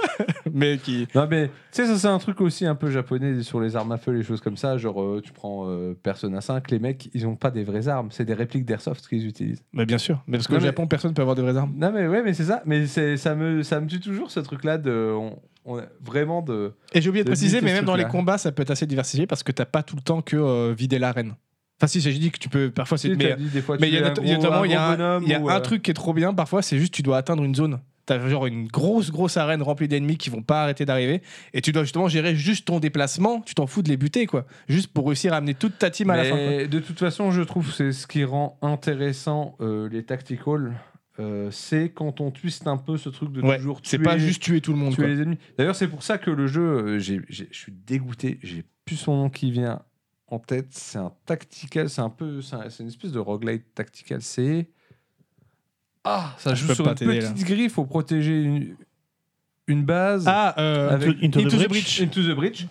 Speaker 1: Mais qui.
Speaker 2: Non mais tu sais ça c'est un truc aussi un peu japonais sur les armes à feu les choses comme ça genre euh, tu prends euh, Persona 5 les mecs ils ont pas des vraies armes c'est des répliques d'airsoft qu'ils utilisent.
Speaker 1: Mais bien sûr. Mais parce
Speaker 2: Non,
Speaker 1: qu'au
Speaker 2: mais-
Speaker 1: Japon, personne peut avoir des vraies armes.
Speaker 2: Non mais ouais mais c'est ça mais c'est ça me ça me tue toujours ce truc là de on, on a vraiment de
Speaker 1: Et j'ai oublié de
Speaker 2: De
Speaker 1: préciser,
Speaker 2: buter
Speaker 1: mais
Speaker 2: ce
Speaker 1: même dans les
Speaker 2: truc-là.
Speaker 1: combats, ça peut être assez diversifié parce que t'as pas tout le temps que euh, vider l'arène. Enfin, si, j'ai dit que tu peux. Parfois, c'est.
Speaker 2: Tu sais, t'as
Speaker 1: Mais
Speaker 2: dit, des fois,
Speaker 1: mais
Speaker 2: tu
Speaker 1: il y a
Speaker 2: es un
Speaker 1: not- il y a
Speaker 2: gros-
Speaker 1: notamment
Speaker 2: un
Speaker 1: il y a
Speaker 2: gros
Speaker 1: un,
Speaker 2: bonhomme
Speaker 1: il y a
Speaker 2: ou,
Speaker 1: un
Speaker 2: euh,
Speaker 1: truc qui est trop bien. Parfois, c'est juste tu dois atteindre une zone. T'as genre une grosse grosse arène remplie d'ennemis qui vont pas arrêter d'arriver et tu dois justement gérer juste ton déplacement. Tu t'en fous de les buter quoi, juste pour réussir à amener toute ta team à la fin. quoi.
Speaker 2: Mais de toute façon, je trouve que c'est ce qui rend intéressant euh, les tacticals, euh, c'est quand on twiste un peu ce truc de
Speaker 1: Ouais,
Speaker 2: toujours
Speaker 1: c'est
Speaker 2: tuer-
Speaker 1: pas juste tuer tout le monde.
Speaker 2: tuer
Speaker 1: quoi.
Speaker 2: les ennemis. D'ailleurs, c'est pour ça que le jeu, euh, j'ai- j'ai- je suis dégoûté, j'ai plus son nom qui vient en tête. C'est un tactical, c'est un peu, c'est un- c'est une espèce de roguelite tactical. C'est ah, ça
Speaker 1: Je
Speaker 2: joue
Speaker 1: peux
Speaker 2: sur
Speaker 1: pas
Speaker 2: une
Speaker 1: t'aider, là.
Speaker 2: petite griffe, faut protéger une, une base.
Speaker 1: Ah, euh,
Speaker 2: Avec-
Speaker 3: Into,
Speaker 1: Into the
Speaker 3: the
Speaker 1: Breach.
Speaker 3: Breach
Speaker 2: Into the bridge.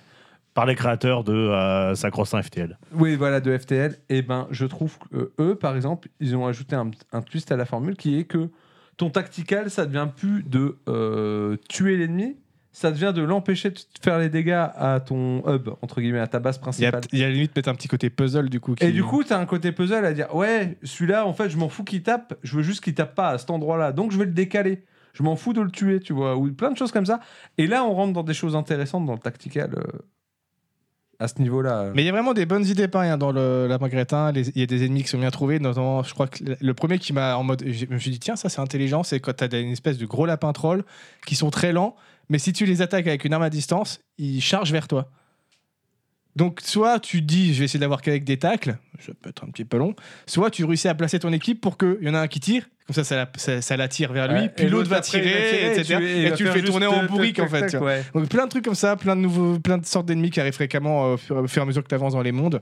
Speaker 3: par les créateurs de euh, Sacro-Saint FTL.
Speaker 2: Oui, voilà, de FTL. Et ben, je trouve que euh, eux, par exemple, ils ont ajouté un, un twist à la formule qui est que ton tactical, ça devient plus de euh, tuer l'ennemi, ça devient de l'empêcher de faire les dégâts à ton hub, entre guillemets, à ta base
Speaker 1: il y a,
Speaker 2: principale.
Speaker 1: il y a limite peut-être un petit côté puzzle du coup. qui-
Speaker 2: Et du coup, t'as un côté puzzle à dire ouais, celui-là, en fait, je m'en fous qu'il tape, je veux juste qu'il tape pas à cet endroit-là, donc je vais le décaler. Je m'en fous de le tuer, tu vois, ou plein de choses comme ça. Et là, on rentre dans des choses intéressantes dans le tactical euh, à ce niveau-là. euh.
Speaker 1: Mais il y a vraiment des bonnes idées pareil hein, dans le lapin crétin. Les- Il y a des ennemis qui sont bien trouvés. Notamment, je crois que le- le premier qui m'a en mode. Je me suis dit, tiens, ça c'est intelligent. C'est quand t'as des- une espèce de gros lapin troll qui sont très lents. Mais si tu les attaques avec une arme à distance, ils chargent vers toi. Donc, soit tu te dis, je vais essayer d'avoir qu'avec des tacles. Ça peut être un petit peu long. Soit tu réussis à placer ton équipe pour qu'il y en a un qui tire. Comme ça, ça, la- ça, ça l'attire vers lui.
Speaker 2: Ouais,
Speaker 1: puis
Speaker 2: et
Speaker 1: l'autre va
Speaker 2: après,
Speaker 1: tirer,
Speaker 2: il tirer,
Speaker 1: etc.
Speaker 2: il
Speaker 1: Et,
Speaker 2: va
Speaker 1: tu
Speaker 2: faire
Speaker 1: fais
Speaker 2: juste
Speaker 1: tourner en
Speaker 2: tac,
Speaker 1: bourrique,
Speaker 2: tac,
Speaker 1: en fait.
Speaker 2: tac,
Speaker 1: tu vois.
Speaker 2: ouais.
Speaker 1: Donc plein de trucs comme ça, plein de nouveaux, plein de sortes d'ennemis qui arrivent fréquemment euh, au fur au fur et à mesure que tu avances dans les mondes.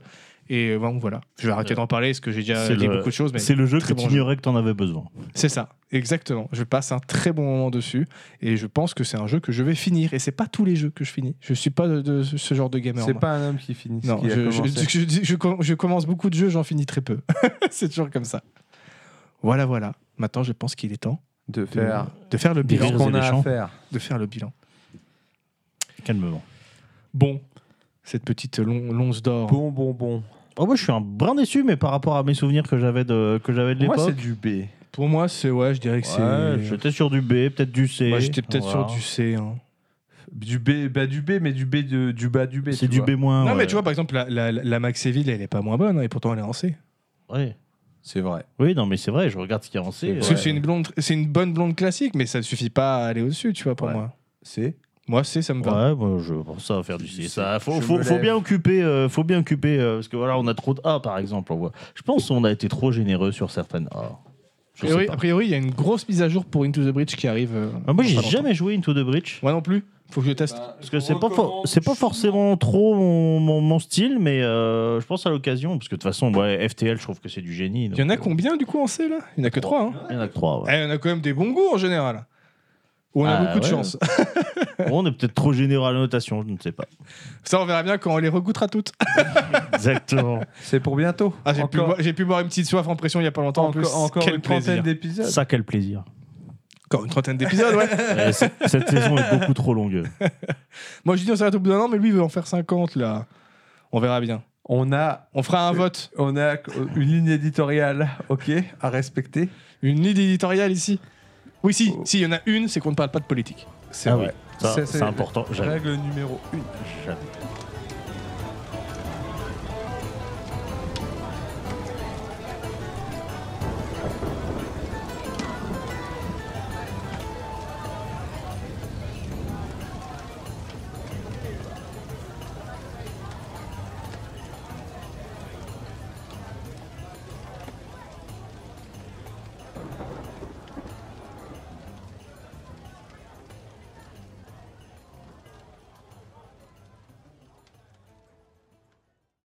Speaker 1: Et euh, bon, voilà, je vais arrêter
Speaker 3: Ouais.
Speaker 1: d'en parler parce que j'ai déjà
Speaker 3: C'est
Speaker 1: dit
Speaker 3: le-
Speaker 1: beaucoup de choses, mais
Speaker 3: C'est le jeu
Speaker 1: très
Speaker 3: que
Speaker 1: bon
Speaker 3: tu ignorais que t'en avais besoin.
Speaker 1: c'est ça, exactement. Je passe un très bon moment dessus et je pense que c'est un jeu que je vais finir. Et c'est pas tous les jeux que je finis. Je suis pas de, de ce ce genre de gamer.
Speaker 2: C'est
Speaker 1: moi.
Speaker 2: pas un homme qui finit. ce
Speaker 1: Non,
Speaker 2: qu'il a
Speaker 1: je, je-
Speaker 2: commencé.
Speaker 1: je- je- je com- je commence beaucoup de jeux, j'en finis très peu. c'est toujours comme ça. Voilà, voilà. Maintenant, je pense qu'il est temps
Speaker 2: de
Speaker 1: de
Speaker 2: faire
Speaker 1: de faire le
Speaker 3: Des
Speaker 1: bilan.
Speaker 3: rires
Speaker 2: ce qu'on
Speaker 3: et
Speaker 2: a
Speaker 3: des
Speaker 2: à
Speaker 3: chants.
Speaker 2: faire.
Speaker 1: De faire le bilan.
Speaker 3: Calmement.
Speaker 1: Bon, cette petite lon- lonce d'or.
Speaker 2: Bon, bon, bon.
Speaker 3: Oh, moi, je suis un brin déçu, mais par rapport à mes souvenirs que j'avais de, que j'avais de
Speaker 2: Moi, c'est
Speaker 3: l'époque.
Speaker 2: du B.
Speaker 1: Pour moi, c'est ouais, je dirais que
Speaker 3: Ouais,
Speaker 1: c'est.
Speaker 3: j'étais sur du B, peut-être du C.
Speaker 1: Moi, j'étais peut-être
Speaker 3: Voilà.
Speaker 1: sur du C. hein.
Speaker 2: Du B, bah, du B, mais du B de- du bas du B.
Speaker 3: C'est
Speaker 2: tu
Speaker 3: du
Speaker 2: vois.
Speaker 3: B-.
Speaker 1: non, mais tu vois, par exemple, la, la, la Maxéville, elle est pas moins bonne, hein, et pourtant elle est en C.
Speaker 3: Ouais.
Speaker 2: C'est vrai.
Speaker 3: Oui, non, mais c'est vrai, je regarde ce qui est avancé.
Speaker 1: Parce que c'est une, blonde, c'est une bonne blonde classique, mais ça ne suffit pas à aller au-dessus, tu vois, pour
Speaker 2: Ouais.
Speaker 1: moi.
Speaker 2: C'est.
Speaker 1: Moi, C, ça me va.
Speaker 3: Ouais, moi, je pense ça va faire du C.
Speaker 2: Je
Speaker 3: Ça, faut,
Speaker 2: me
Speaker 3: faut, faut
Speaker 2: lève.
Speaker 3: bien occuper, euh, faut bien occuper, euh, parce que voilà, on a trop de A par exemple. On voit. Je pense qu'on a été trop généreux sur certaines A. Je
Speaker 1: A
Speaker 3: sais
Speaker 1: priori-
Speaker 3: pas.
Speaker 1: a priori, il y a une grosse mise à jour pour Into the Bridge qui arrive. euh,
Speaker 3: Ah, moi, j'ai
Speaker 1: dans pas
Speaker 3: jamais Bah, joué Into the Breach.
Speaker 1: longtemps. Moi non plus. Faut que je teste.
Speaker 3: Parce que c'est pas, for- c'est pas forcément trop mon, mon- mon style, mais euh, je pense à l'occasion. Parce que de toute façon, ouais, FTL, je trouve que c'est du génie. euh,
Speaker 1: Il y en a combien du coup en C là Il n'y en a que trois. Hein.
Speaker 3: Il y en a que trois. ouais.
Speaker 1: Eh, Il y en a quand même des bons goûts en général. Ou on a
Speaker 3: Ah,
Speaker 1: beaucoup de
Speaker 3: ouais.
Speaker 1: chance.
Speaker 3: on est peut-être trop généreux à la notation, je ne sais pas.
Speaker 1: Ça, on verra bien quand on les recoutera toutes.
Speaker 3: Exactement.
Speaker 2: C'est pour bientôt.
Speaker 1: Ah, j'ai, pu
Speaker 2: Encore-
Speaker 1: boire, j'ai pu boire une petite soif en pression il n'y a pas longtemps. en
Speaker 2: encore-
Speaker 1: plus.
Speaker 2: encore
Speaker 1: Quel
Speaker 2: une
Speaker 1: plaisir.
Speaker 2: trentaine d'épisodes.
Speaker 3: Ça, quel plaisir.
Speaker 1: Encore une trentaine d'épisodes, ouais.
Speaker 3: Ouais, c- cette saison est beaucoup trop longue.
Speaker 1: Moi, je dis on s'arrête au bout d'un an, mais lui, il veut en faire 50, là. On verra bien.
Speaker 2: On a,
Speaker 1: On fera un
Speaker 2: Euh.
Speaker 1: vote,
Speaker 2: on a une ligne éditoriale, ok, à respecter.
Speaker 1: une ligne éditoriale ici. Oui, si,
Speaker 2: Oh.
Speaker 1: si, il y en a une, c'est qu'on ne parle pas de politique.
Speaker 2: C'est
Speaker 3: Ah
Speaker 2: vrai.
Speaker 3: Ça,
Speaker 2: Ça,
Speaker 3: c'est
Speaker 2: c'est-
Speaker 3: important. J'avais-
Speaker 2: Règle numéro 1.
Speaker 3: j'avais-